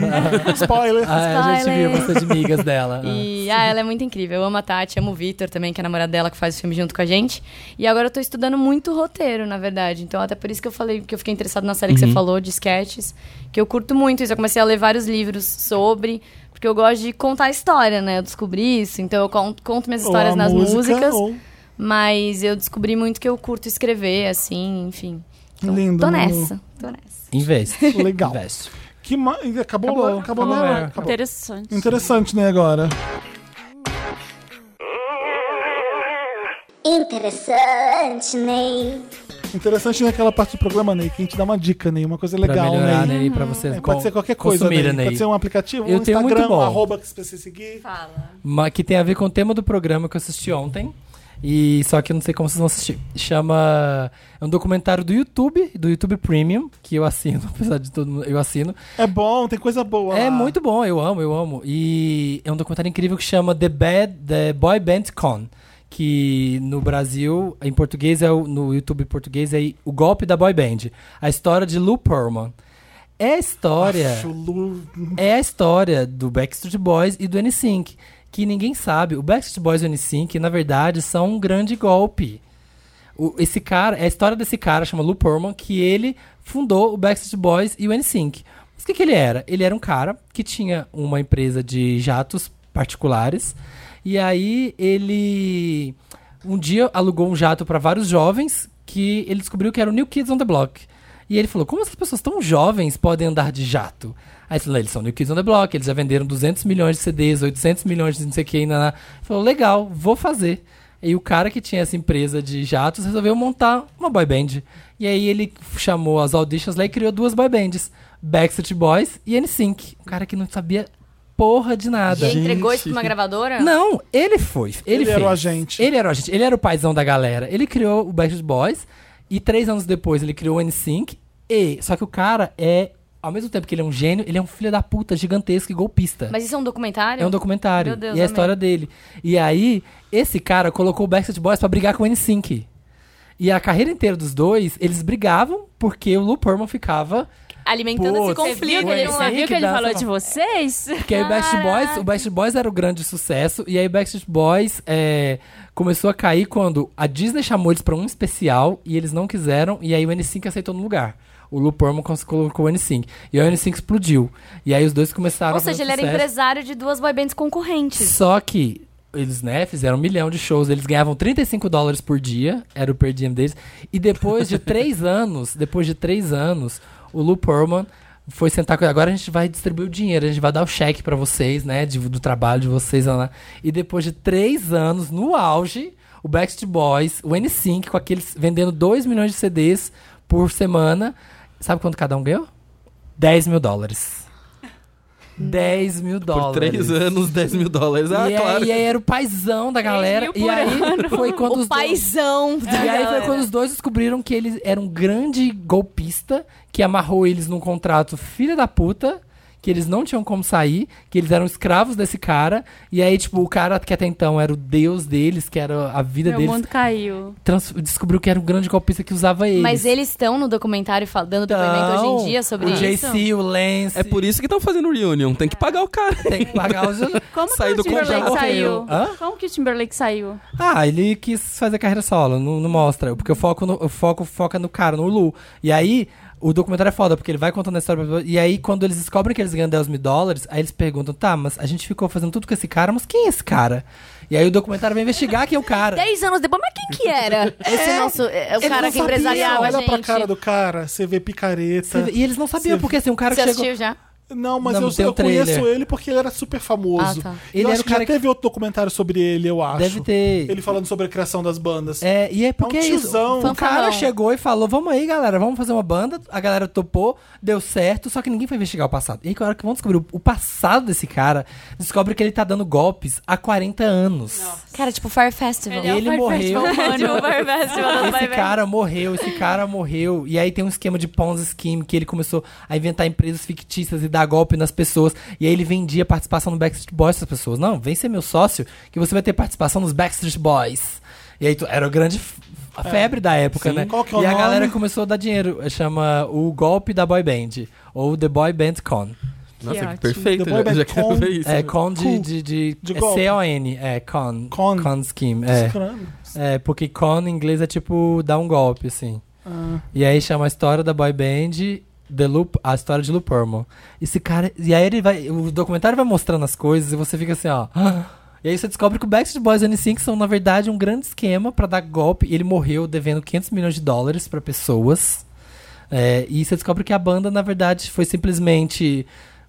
Speaker 1: Spoiler.
Speaker 3: Ah, é, a gente viu
Speaker 5: Spoiler.
Speaker 3: você de migas dela.
Speaker 5: E ah, ela é muito incrível. Eu amo a Tati, amo o Vitor também, que é a namorada dela que faz o filme junto com a gente. E agora eu tô estudando muito roteiro, na verdade. Então, até por isso que eu falei que eu fiquei interessada na série que você falou, de sketches, que eu curto muito isso. Eu comecei a ler vários livros sobre. Porque eu gosto de contar história, né? Eu descobri isso. Então eu con- conto minhas histórias
Speaker 1: Ou a
Speaker 5: nas
Speaker 1: música,
Speaker 5: músicas.
Speaker 1: ou-
Speaker 5: Mas eu descobri muito que eu curto escrever, assim, enfim. Então,
Speaker 1: Lindo, né?
Speaker 5: Tô
Speaker 1: Manu.
Speaker 5: nessa, tô nessa.
Speaker 3: Ah, Investe.
Speaker 1: Legal.
Speaker 3: Investe.
Speaker 1: Que ma... Acabou, acabou, acabou,
Speaker 3: acabou,
Speaker 1: né?
Speaker 3: é.
Speaker 1: Acabou.
Speaker 2: Interessante.
Speaker 1: Interessante, né, agora?
Speaker 7: Interessante, Ney.
Speaker 1: Interessante naquela parte do programa, Ney, que a gente dá uma dica, Ney, uma coisa
Speaker 3: Pra
Speaker 1: legal,
Speaker 3: melhorar,
Speaker 1: Ney.
Speaker 3: Ney, pra você
Speaker 1: É, Pode
Speaker 3: con-
Speaker 1: ser qualquer coisa,
Speaker 3: consumir,
Speaker 1: Ney.
Speaker 3: Ney.
Speaker 1: Pode ser um aplicativo,
Speaker 3: Eu
Speaker 1: um
Speaker 3: tenho muito
Speaker 1: Instagram,
Speaker 3: bom.
Speaker 1: um arroba que você precisa seguir.
Speaker 3: Uma que tem a ver com o tema do programa que eu assisti ontem. E só que eu não sei como vocês vão assistir. Chama. É um documentário do YouTube, do YouTube Premium, que eu assino, apesar de todo mundo. Eu assino.
Speaker 1: É bom, tem coisa boa.
Speaker 3: É
Speaker 1: lá.
Speaker 3: muito bom, eu amo, eu amo. E é um documentário incrível que chama The, Bad, The Boy Band Con. Que no Brasil, em português, é o- no YouTube em português, é O Golpe da Boy Band. A história de Lou Pearlman. É a história
Speaker 1: Acho Lu-
Speaker 3: é a história do Backstreet Boys e do NSYNC, que ninguém sabe. O Backstreet Boys e o NSYNC, na verdade, são um grande golpe. O- esse cara, é a história desse cara chama Lou Pearlman, que ele fundou o Backstreet Boys e o NSYNC. Mas o que, que ele era? Ele era um cara que tinha uma empresa de jatos particulares. E aí ele um dia alugou um jato para vários jovens que ele descobriu que era o New Kids on the Block. E ele falou: como essas pessoas tão jovens podem andar de jato? Aí ele falou: eles são New Kids on the Block, eles já venderam 200 milhões de CDs, 800 milhões de não sei o que. e naná." Ele falou: legal, vou fazer. E o cara que tinha essa empresa de jatos resolveu montar uma boy band. E aí ele chamou as auditions lá e criou duas boy bands: Backstreet Boys e NSYNC. Um cara que não sabia porra de nada.
Speaker 5: E ele entregou isso
Speaker 4: Gente.
Speaker 5: pra uma gravadora?
Speaker 3: Não, ele foi. Ele,
Speaker 1: Ele era
Speaker 3: fez.
Speaker 1: o agente.
Speaker 3: Ele era o agente. Ele era o paizão da galera. Ele criou o Backstreet Boys e três anos depois ele criou o NSYNC. E, só que o cara é, ao mesmo tempo que ele é um gênio, ele é um filho da puta gigantesco e golpista.
Speaker 5: Mas isso é um documentário?
Speaker 3: É um documentário.
Speaker 5: Meu
Speaker 3: e
Speaker 5: Deus,
Speaker 3: é a
Speaker 5: amei.
Speaker 3: história dele. E aí, esse cara colocou o Backstreet Boys pra brigar com o NSYNC. E a carreira inteira dos dois, eles brigavam porque o Lou Pearlman ficava...
Speaker 5: Alimentando
Speaker 2: Viu
Speaker 3: Putz,
Speaker 5: esse
Speaker 2: que ele,
Speaker 5: conflito.
Speaker 3: Ué,
Speaker 5: Ele
Speaker 3: isso
Speaker 5: não
Speaker 3: aí
Speaker 5: é.
Speaker 2: viu
Speaker 3: que
Speaker 2: que ele
Speaker 3: dá,
Speaker 2: falou
Speaker 3: sabe?
Speaker 2: de vocês?
Speaker 3: Porque aí o Backstreet Boys, o Backstreet Boys era o grande sucesso e aí o Backstreet Boys é, começou a cair quando a Disney chamou eles pra um especial e eles não quiseram e aí o N5 aceitou no lugar. O Lu Porman cons- colocou o N5 e aí o N5 explodiu. E aí os dois começaram
Speaker 5: Ou
Speaker 3: a fazer
Speaker 5: seja,
Speaker 3: um
Speaker 5: ele era
Speaker 3: sucesso.
Speaker 5: empresário de duas boybands concorrentes.
Speaker 3: Só que eles, né, fizeram um milhão de shows, eles ganhavam 35 dólares por dia, era o per diem deles. E depois de três anos, depois de três anos, o Lou Pearlman foi sentar com ele. Agora a gente vai distribuir o dinheiro, a gente vai dar o cheque pra vocês, né, de- do trabalho de vocês. lá, lá. E depois de três anos, no auge, o Backstreet Boys, o N5, com aqueles vendendo 2 milhões de CDs por semana. Sabe quanto cada um ganhou? 10 mil dólares. 10 mil
Speaker 4: Hum. Por
Speaker 3: dólares.
Speaker 4: três anos, 10 mil dólares. Ah,
Speaker 3: E aí-
Speaker 4: claro.
Speaker 3: e aí era o paizão da galera.
Speaker 2: mil
Speaker 3: E
Speaker 2: por
Speaker 3: aí foi quando
Speaker 5: O
Speaker 3: os dois...
Speaker 5: paizão.
Speaker 3: E aí foi quando os dois descobriram que ele era um grande golpista que amarrou eles num contrato filha da puta, que eles não tinham como sair, que eles eram escravos desse cara. E aí, tipo, o cara que até então era o deus deles, que era a vida
Speaker 2: Meu
Speaker 3: deles,
Speaker 2: mundo caiu.
Speaker 3: trans- descobriu que era um grande golpista que usava eles. Então,
Speaker 5: Mas eles estão no documentário fal- dando depoimento hoje em dia sobre
Speaker 3: o
Speaker 5: isso?
Speaker 3: JC, o Lance...
Speaker 4: É por isso que estão fazendo reunion. Tem que pagar o cara.
Speaker 3: Tem que pagar os...
Speaker 2: Como
Speaker 4: Saí
Speaker 2: que o
Speaker 4: do contrato.
Speaker 2: Timberlake saiu?
Speaker 3: Hã?
Speaker 2: Como que o Timberlake saiu?
Speaker 3: Ah, ele quis fazer carreira solo, não, não mostra. Porque o foco, no, o foco foca no cara, no Lu. E aí, o documentário é foda, porque ele vai contando a história. pra pessoa, E aí, quando eles descobrem que eles ganham 10 mil dólares, aí eles perguntam: tá, mas a gente ficou fazendo tudo com esse cara, mas quem é esse cara? E aí o documentário vai investigar quem é o cara.
Speaker 5: Dez anos depois, mas quem que era?
Speaker 9: Esse nosso. É o
Speaker 3: Ele
Speaker 9: cara
Speaker 3: não
Speaker 9: que
Speaker 3: sabia,
Speaker 9: empresariava,
Speaker 1: Olha
Speaker 9: gente.
Speaker 1: pra cara do cara, você vê picareta.
Speaker 3: E eles não sabiam,
Speaker 1: Você-
Speaker 3: porque assim, um cara
Speaker 9: Você
Speaker 3: que chegou.
Speaker 9: assistiu já?
Speaker 1: Não, mas
Speaker 3: Não,
Speaker 1: eu,
Speaker 3: tem o
Speaker 1: eu conheço
Speaker 3: trailer.
Speaker 1: ele porque ele era super famoso.
Speaker 5: Ah, tá.
Speaker 1: Ele
Speaker 3: Ele
Speaker 1: eu
Speaker 3: era
Speaker 1: acho
Speaker 3: o
Speaker 1: que já
Speaker 3: cara que-
Speaker 1: teve outro documentário sobre ele, eu acho.
Speaker 3: Deve ter.
Speaker 1: Ele falando sobre a criação das bandas.
Speaker 3: É, e é porque
Speaker 1: É um
Speaker 3: é isso.
Speaker 1: tiozão.
Speaker 3: O cara
Speaker 5: Fanfarrão.
Speaker 3: chegou e falou: vamos aí, galera, vamos fazer uma banda. A galera topou, deu certo, só que ninguém foi investigar o passado. E aí, na hora que vão descobrir o- o passado desse cara, descobre que ele tá dando golpes há 40 anos.
Speaker 5: Cara, tipo Fire Festival.
Speaker 2: é
Speaker 3: Ele é morreu.
Speaker 2: Mano, o Fire Festival do
Speaker 3: Esse
Speaker 2: Fire
Speaker 3: cara morreu, esse cara morreu. E aí tem um esquema de Ponzi Scheme que ele começou a inventar empresas fictícias e dar golpe nas pessoas. E aí ele vendia participação no Backstreet Boys para pessoas. Não, vem ser meu sócio que você vai ter participação nos Backstreet Boys. E aí tu- era o grande f- a febre da época,
Speaker 1: É. Sim.
Speaker 3: né?
Speaker 1: Qual que é o
Speaker 3: e a
Speaker 1: nome?
Speaker 3: galera começou a dar dinheiro. Chama o golpe da boy band ou the boy band con.
Speaker 4: Nossa, que
Speaker 2: ótimo.
Speaker 4: perfeito.
Speaker 1: The
Speaker 4: Já,
Speaker 1: Boy
Speaker 4: já
Speaker 1: Band Com-
Speaker 4: quero ver isso.
Speaker 3: É con de,
Speaker 1: Cool.
Speaker 3: de, de,
Speaker 1: De
Speaker 3: é
Speaker 1: golpe.
Speaker 3: C O N, é con.
Speaker 1: Con.
Speaker 3: scheme, é. É, porque con em inglês é tipo dar um golpe, assim. E aí chama a história da boy band, The Loop, a história de Lou Pearlman. Esse cara. E aí ele vai. O documentário vai mostrando as coisas e você fica assim, ó. E aí você descobre que o Backstreet Boys e o NSYNC são, na verdade, um grande esquema pra dar golpe. E ele morreu devendo 500 milhões de dólares pra pessoas. É, e você descobre que a banda, na verdade, foi simplesmente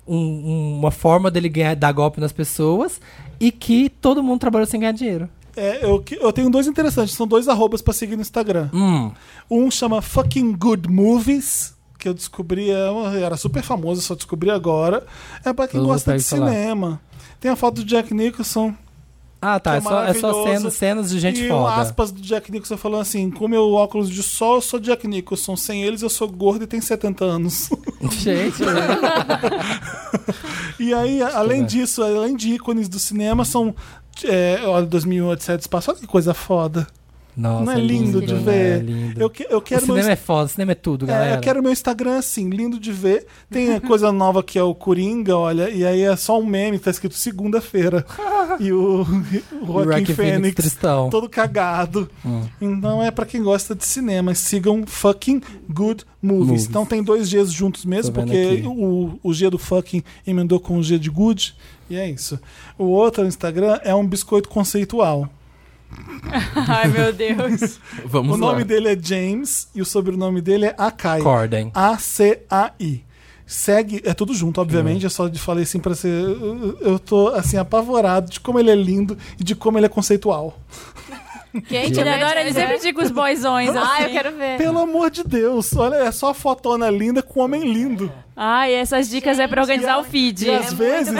Speaker 3: um- um- uma forma dele ganhar, dar golpe nas pessoas e que todo mundo trabalhou sem ganhar dinheiro.
Speaker 1: É, eu, que- eu tenho dois interessantes, são dois arrobas pra seguir no Instagram.
Speaker 3: Hum.
Speaker 1: Um chama Fucking Good Movies, que eu descobri, é, era super famoso, só descobri agora. É pra quem
Speaker 3: Todo mundo
Speaker 1: gosta
Speaker 3: tá
Speaker 1: de
Speaker 3: aí falar.
Speaker 1: cinema. Tem a foto do Jack Nicholson,
Speaker 3: Ah, tá.
Speaker 1: que
Speaker 3: É, só, é só
Speaker 1: maravilhoso.
Speaker 3: cenas, cenas de gente
Speaker 1: e o
Speaker 3: foda.
Speaker 1: aspas do Jack Nicholson falando assim: com meu óculos de sol, eu sou Jack Nicholson. Sem eles, eu sou gordo e tenho 70 anos.
Speaker 3: Gente, é
Speaker 1: E aí, além
Speaker 3: ver.
Speaker 1: disso, além de ícones do cinema, são. É, olha, 2008, Espaço, olha que coisa foda.
Speaker 3: nossa,
Speaker 1: Não é lindo de
Speaker 3: né?
Speaker 1: ver.
Speaker 3: É lindo.
Speaker 1: Eu, que- eu
Speaker 3: o
Speaker 1: quero meu
Speaker 3: cinema é foda, o cinema é tudo,
Speaker 1: É,
Speaker 3: galera.
Speaker 1: eu quero meu Instagram assim, lindo de ver. Tem a coisa nova que é o Coringa, olha, e aí é só um meme, tá escrito segunda-feira. e o, o
Speaker 3: E o
Speaker 1: Joaquim
Speaker 3: Rock Phoenix
Speaker 1: Fênix,
Speaker 3: Tristão. Hum.
Speaker 1: todo cagado. Então é pra quem gosta de cinema. Sigam fucking good movies.
Speaker 3: Movies.
Speaker 1: Então tem dois Gs juntos mesmo,
Speaker 3: Tô vendo
Speaker 1: porque
Speaker 3: aqui.
Speaker 1: o, o G do fucking emendou com o G de good. E é isso. O outro Instagram é um biscoito conceitual.
Speaker 2: Ai, meu Deus.
Speaker 4: Vamos
Speaker 1: o nome
Speaker 4: lá.
Speaker 1: dele é James e o sobrenome dele é Akai.
Speaker 3: Acordem.
Speaker 1: A-C-A-I. Segue, é tudo junto, obviamente,
Speaker 3: Uhum.
Speaker 1: eu só de falei assim pra ser. eu- Eu tô assim, apavorado de como ele é lindo e de como ele é conceitual.
Speaker 5: Gente,
Speaker 2: Ele agora ele sempre diga os boyzões assim.
Speaker 5: Ah, eu quero ver.
Speaker 1: Pelo amor de Deus, olha, é só fotona linda com homem lindo.
Speaker 2: Ai, essas dicas é pra organizar o feed.
Speaker 1: E às vezes.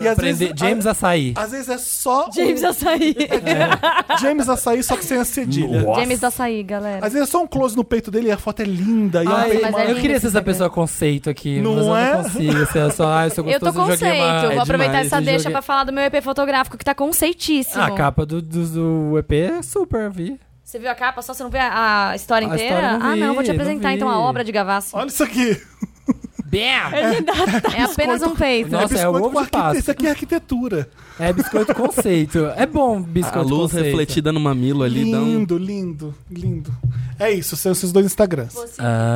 Speaker 1: E às
Speaker 3: Prender-
Speaker 1: vezes
Speaker 3: James Açaí.
Speaker 1: às vezes é só.
Speaker 2: James Açaí.
Speaker 1: um- James açaí, só que sem a cedilha.
Speaker 3: Nossa.
Speaker 5: James da Açaí, galera.
Speaker 1: Às vezes é só um close no peito dele e a foto é linda. E é um
Speaker 3: Ai,
Speaker 1: peito
Speaker 5: mas é
Speaker 1: maravilhoso.
Speaker 3: eu
Speaker 5: lindo
Speaker 3: queria
Speaker 5: esse
Speaker 3: ser essa
Speaker 5: Instagram.
Speaker 3: pessoa conceito aqui,
Speaker 1: Não
Speaker 3: mas eu
Speaker 1: é?
Speaker 3: não consigo. Assim, eu só, ah, eu sou
Speaker 5: Eu tô
Speaker 3: gostoso, joguei
Speaker 5: conceito.
Speaker 3: uma-
Speaker 5: Vou
Speaker 3: é
Speaker 5: aproveitar
Speaker 4: demais,
Speaker 5: essa
Speaker 3: esse
Speaker 5: deixa
Speaker 3: jogo é-
Speaker 5: pra falar do meu EP fotográfico, que tá conceitíssimo.
Speaker 3: Ah, a capa do, do, do EP é super, vi.
Speaker 5: Você viu a capa? Só você não vê a, a história
Speaker 3: A
Speaker 5: inteira?
Speaker 3: história eu não vi,
Speaker 5: ah, não, vou te
Speaker 3: não
Speaker 5: apresentar
Speaker 3: vi.
Speaker 5: então a obra de Gavassi.
Speaker 1: Olha isso aqui.
Speaker 3: Bam!
Speaker 5: É apenas um peito.
Speaker 3: Nossa, é
Speaker 1: biscoito
Speaker 3: o ovo
Speaker 1: com
Speaker 3: de
Speaker 1: arquite-
Speaker 3: Páscoa.
Speaker 1: Isso aqui é arquitetura.
Speaker 3: É biscoito conceito. É bom biscoito
Speaker 4: A luz
Speaker 3: conceito.
Speaker 4: refletida no mamilo ali dá um...
Speaker 1: Lindo, lindo, lindo. É isso, são esses dois Instagrams.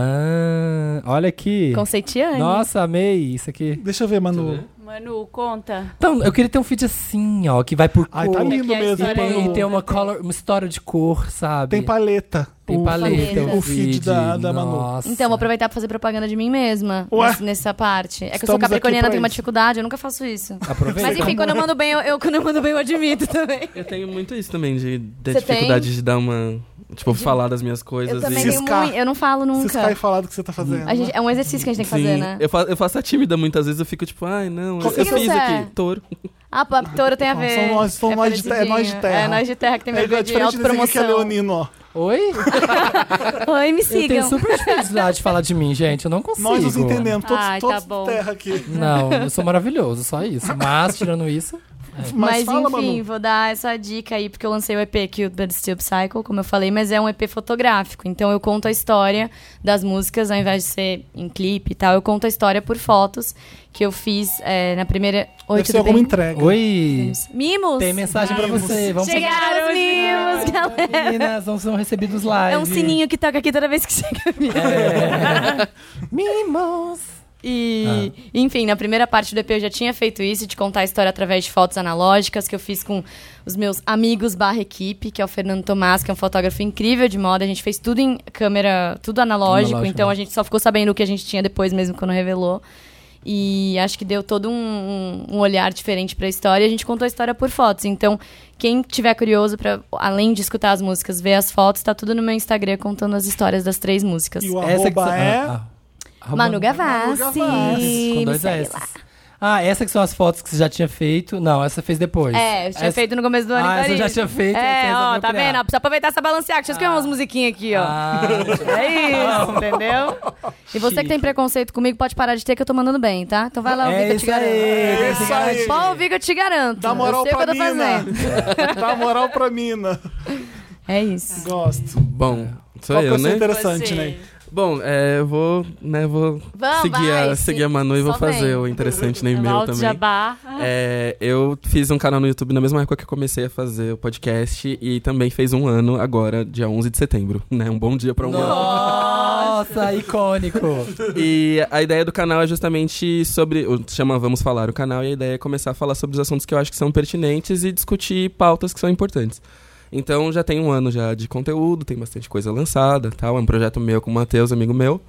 Speaker 3: Ah, olha aqui.
Speaker 5: Conceitiane.
Speaker 3: Nossa, amei isso aqui.
Speaker 1: Deixa eu ver, Manu.
Speaker 2: Manu, conta.
Speaker 3: Então, eu queria ter um feed assim, ó, que vai por cor.
Speaker 1: Ai, tá
Speaker 3: e
Speaker 1: lindo
Speaker 5: Aqui é a
Speaker 1: mesmo.
Speaker 5: história
Speaker 1: Manu.
Speaker 3: tem, e tem uma, color, uma história de cor, sabe?
Speaker 1: Tem paleta.
Speaker 3: Tem
Speaker 1: O-
Speaker 3: paleta.
Speaker 5: paleta.
Speaker 1: O feed da- da Manu.
Speaker 3: Nossa.
Speaker 5: Então, vou aproveitar pra fazer propaganda de mim mesma
Speaker 1: Ué.
Speaker 5: nesse- nessa parte. É que eu sou
Speaker 1: Estamos aqui
Speaker 5: capricorniana,
Speaker 1: pra
Speaker 5: tenho uma
Speaker 1: isso.
Speaker 5: dificuldade, eu nunca faço isso.
Speaker 3: Aproveita.
Speaker 5: Mas enfim, quando eu mando bem, eu, eu- quando eu mando bem, eu admito também.
Speaker 4: Eu tenho muito isso também, de, de
Speaker 5: Você
Speaker 4: dificuldade de dar uma... Tipo, falar das minhas coisas
Speaker 5: Eu também
Speaker 4: e...
Speaker 5: tenho
Speaker 1: Ciscar.
Speaker 5: muito. Eu não falo
Speaker 1: Vocês caem
Speaker 5: nunca.
Speaker 1: falado que você tá fazendo.
Speaker 5: A gente- é um exercício que a gente tem que fazer,
Speaker 4: Sim.
Speaker 5: né?
Speaker 4: eu, fa- eu faço a tímida muitas vezes, eu fico tipo, ai, não, eu,
Speaker 1: Qual que
Speaker 4: eu
Speaker 5: você
Speaker 4: fiz
Speaker 5: é?
Speaker 4: aqui, touro.
Speaker 5: Ah, pô, a touro tem a
Speaker 1: Não,
Speaker 5: ver.
Speaker 1: Então, são nós- são nós de te- é nós de
Speaker 5: parecidinho.
Speaker 1: terra.
Speaker 5: É nós de terra que tem
Speaker 1: É
Speaker 5: medo
Speaker 1: igual
Speaker 5: de
Speaker 1: diferente desse aqui que é
Speaker 5: autopromoção.
Speaker 1: leonino, ó.
Speaker 3: Oi?
Speaker 5: Oi, me
Speaker 3: Eu tenho
Speaker 5: sigam.
Speaker 3: super dificuldade de falar de mim, gente. Eu não consigo.
Speaker 1: Nós nos entendemos, todos,
Speaker 2: Ai, tá
Speaker 1: todos
Speaker 2: bom.
Speaker 1: terra aqui.
Speaker 3: Não, eu sou maravilhoso, só isso. Mas, tirando isso,
Speaker 1: Mas,
Speaker 5: Mas,
Speaker 1: fala,
Speaker 5: enfim,
Speaker 1: Manu.
Speaker 5: vou dar essa dica aí, porque eu lancei o EP Cute But Still Psycho, como eu falei, mas é um EP fotográfico. Então eu conto a história das músicas, ao invés de ser em clipe e tal, eu conto a história por fotos que eu fiz é, na primeira. Oi,
Speaker 1: Deve ser
Speaker 5: tudo
Speaker 1: alguma
Speaker 5: bem?
Speaker 1: entrega.
Speaker 3: oi.
Speaker 5: Mimos!
Speaker 3: Tem mensagem pra você. Vamos
Speaker 5: Chegaram os mimos, galera!
Speaker 3: Meninas, não são recebidos lá.
Speaker 5: É um sininho que toca aqui toda vez que chega mimo.
Speaker 3: É. Mimos.
Speaker 5: E,
Speaker 1: Ah.
Speaker 5: enfim, na primeira parte do EP eu já tinha feito isso, de contar a história através de fotos analógicas que eu fiz com os meus amigos barra equipe, que é o Fernando Tomás, que é um fotógrafo incrível de moda. A gente fez tudo em câmera, tudo analógico,
Speaker 3: Analógico,
Speaker 5: então
Speaker 3: né?
Speaker 5: a gente só ficou sabendo o que a gente tinha depois mesmo quando revelou. E acho que deu todo um, um olhar diferente pra história. E a gente contou a história por fotos. Então, quem tiver curioso para além de escutar as músicas, ver as fotos, tá tudo no meu Instagram contando as histórias das três músicas.
Speaker 1: E o
Speaker 3: Essa que
Speaker 1: arroba
Speaker 3: são-
Speaker 1: é...
Speaker 3: ah, ah.
Speaker 5: Manu
Speaker 1: Manu
Speaker 5: Gavassi.
Speaker 1: Gavassi,
Speaker 5: me
Speaker 3: Com dois
Speaker 5: segue
Speaker 3: S. Ah, essa que são as fotos que você já tinha feito. Não, essa fez depois.
Speaker 5: É, eu tinha
Speaker 3: Essa-
Speaker 5: feito no começo do ano
Speaker 3: Ah,
Speaker 5: em
Speaker 3: essa eu
Speaker 5: Paris.
Speaker 3: já tinha feito.
Speaker 5: É,
Speaker 3: essa
Speaker 5: ó,
Speaker 3: resolveu
Speaker 5: tá
Speaker 3: criar.
Speaker 5: vendo? Ó, Precisa aproveitar essa balanceada. Deixa eu escrever umas musiquinhas aqui, ó.
Speaker 3: Ah,
Speaker 5: É isso, entendeu? E você que tem preconceito comigo, pode parar de ter que eu tô mandando bem, tá? Então vai lá ouvir
Speaker 3: É
Speaker 5: que eu te
Speaker 3: isso aí,
Speaker 5: garanto.
Speaker 3: é
Speaker 1: isso aí.
Speaker 5: Pode ouvir que eu te garanto.
Speaker 1: Dá moral
Speaker 5: eu sei o que
Speaker 1: pra
Speaker 5: eu tô
Speaker 1: mina.
Speaker 5: fazendo.
Speaker 1: Dá moral pra mina.
Speaker 5: É isso.
Speaker 1: Gosto.
Speaker 4: Bom, sou
Speaker 1: Qual que é
Speaker 4: eu,
Speaker 1: o seu
Speaker 4: né?
Speaker 1: interessante,
Speaker 2: Você.
Speaker 1: né?
Speaker 4: Bom, é, eu vou, né, vou
Speaker 5: Vamos,
Speaker 4: seguir,
Speaker 5: vai,
Speaker 4: a,
Speaker 5: sim.
Speaker 4: seguir a Manu e vou
Speaker 5: Só
Speaker 4: fazer
Speaker 5: vem.
Speaker 4: o interessante nem meu
Speaker 2: Valdo
Speaker 4: também.
Speaker 2: Jabá.
Speaker 4: É, eu fiz um canal no YouTube na mesma época que eu comecei a fazer o podcast e também fez um ano agora, dia 11 de setembro, né? Um bom dia pra um ano.
Speaker 3: Nossa, icônico.
Speaker 4: E a ideia do canal é justamente sobre. o- Chama Vamos Falar o canal, e a ideia é começar a falar sobre os assuntos que eu acho que são pertinentes e discutir pautas que são importantes. Então já tem um ano já de conteúdo, tem bastante coisa lançada tal. É um projeto meu com o Matheus, amigo meu.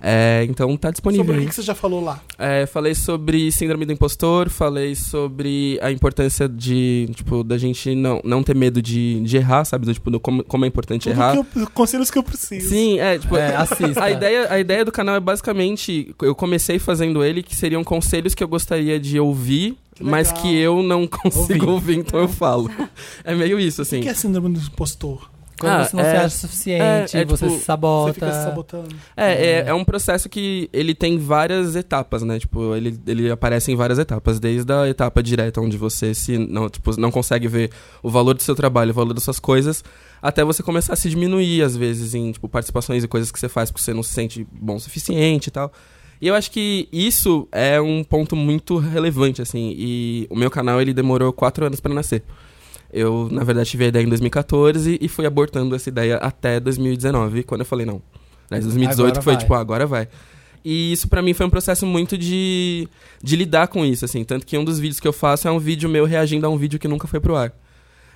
Speaker 4: É, então tá disponível.
Speaker 1: Sobre o
Speaker 4: aí.
Speaker 1: que que você já falou lá?
Speaker 4: É, falei sobre síndrome do impostor, falei sobre a importância de, tipo, da gente não, não ter medo de, de errar, sabe? Do, tipo, do como, como é importante
Speaker 1: Tudo
Speaker 4: errar.
Speaker 1: que eu, conselhos que eu preciso.
Speaker 4: Sim, é, tipo,
Speaker 3: É, assista.
Speaker 4: a ideia, a ideia do canal é basicamente, eu comecei fazendo ele, que seriam conselhos que eu gostaria de ouvir, mas
Speaker 1: legal.
Speaker 4: que eu não consigo ouvir, então eu falo. É meio isso,
Speaker 1: O
Speaker 4: assim.
Speaker 1: que é síndrome do impostor?
Speaker 3: Quando
Speaker 4: Ah,
Speaker 3: você não
Speaker 4: é-
Speaker 3: se acha suficiente,
Speaker 4: é, é,
Speaker 3: você
Speaker 4: tipo,
Speaker 3: se sabota.
Speaker 1: Você fica se sabotando.
Speaker 4: É, é, é um processo que ele tem várias etapas, né? Tipo, ele, ele aparece em várias etapas, desde a etapa direta, onde você se não, tipo, não consegue ver o valor do seu trabalho, o valor das suas coisas, até você começar a se diminuir, às vezes, em tipo, participações e coisas que você faz porque você não se sente bom o suficiente e tal. E eu acho que isso é um ponto muito relevante, assim. E o meu canal, ele demorou quatro anos pra nascer. Eu, na verdade, tive a ideia em 2014 e fui abortando essa ideia até 2019, quando eu falei não. Mas 2018
Speaker 3: Agora
Speaker 4: foi
Speaker 3: vai.
Speaker 4: tipo, ah, agora vai. E isso pra mim foi um processo muito de, de lidar com isso, assim. Tanto que um dos vídeos que eu faço é um vídeo meu reagindo a um vídeo que nunca foi pro ar.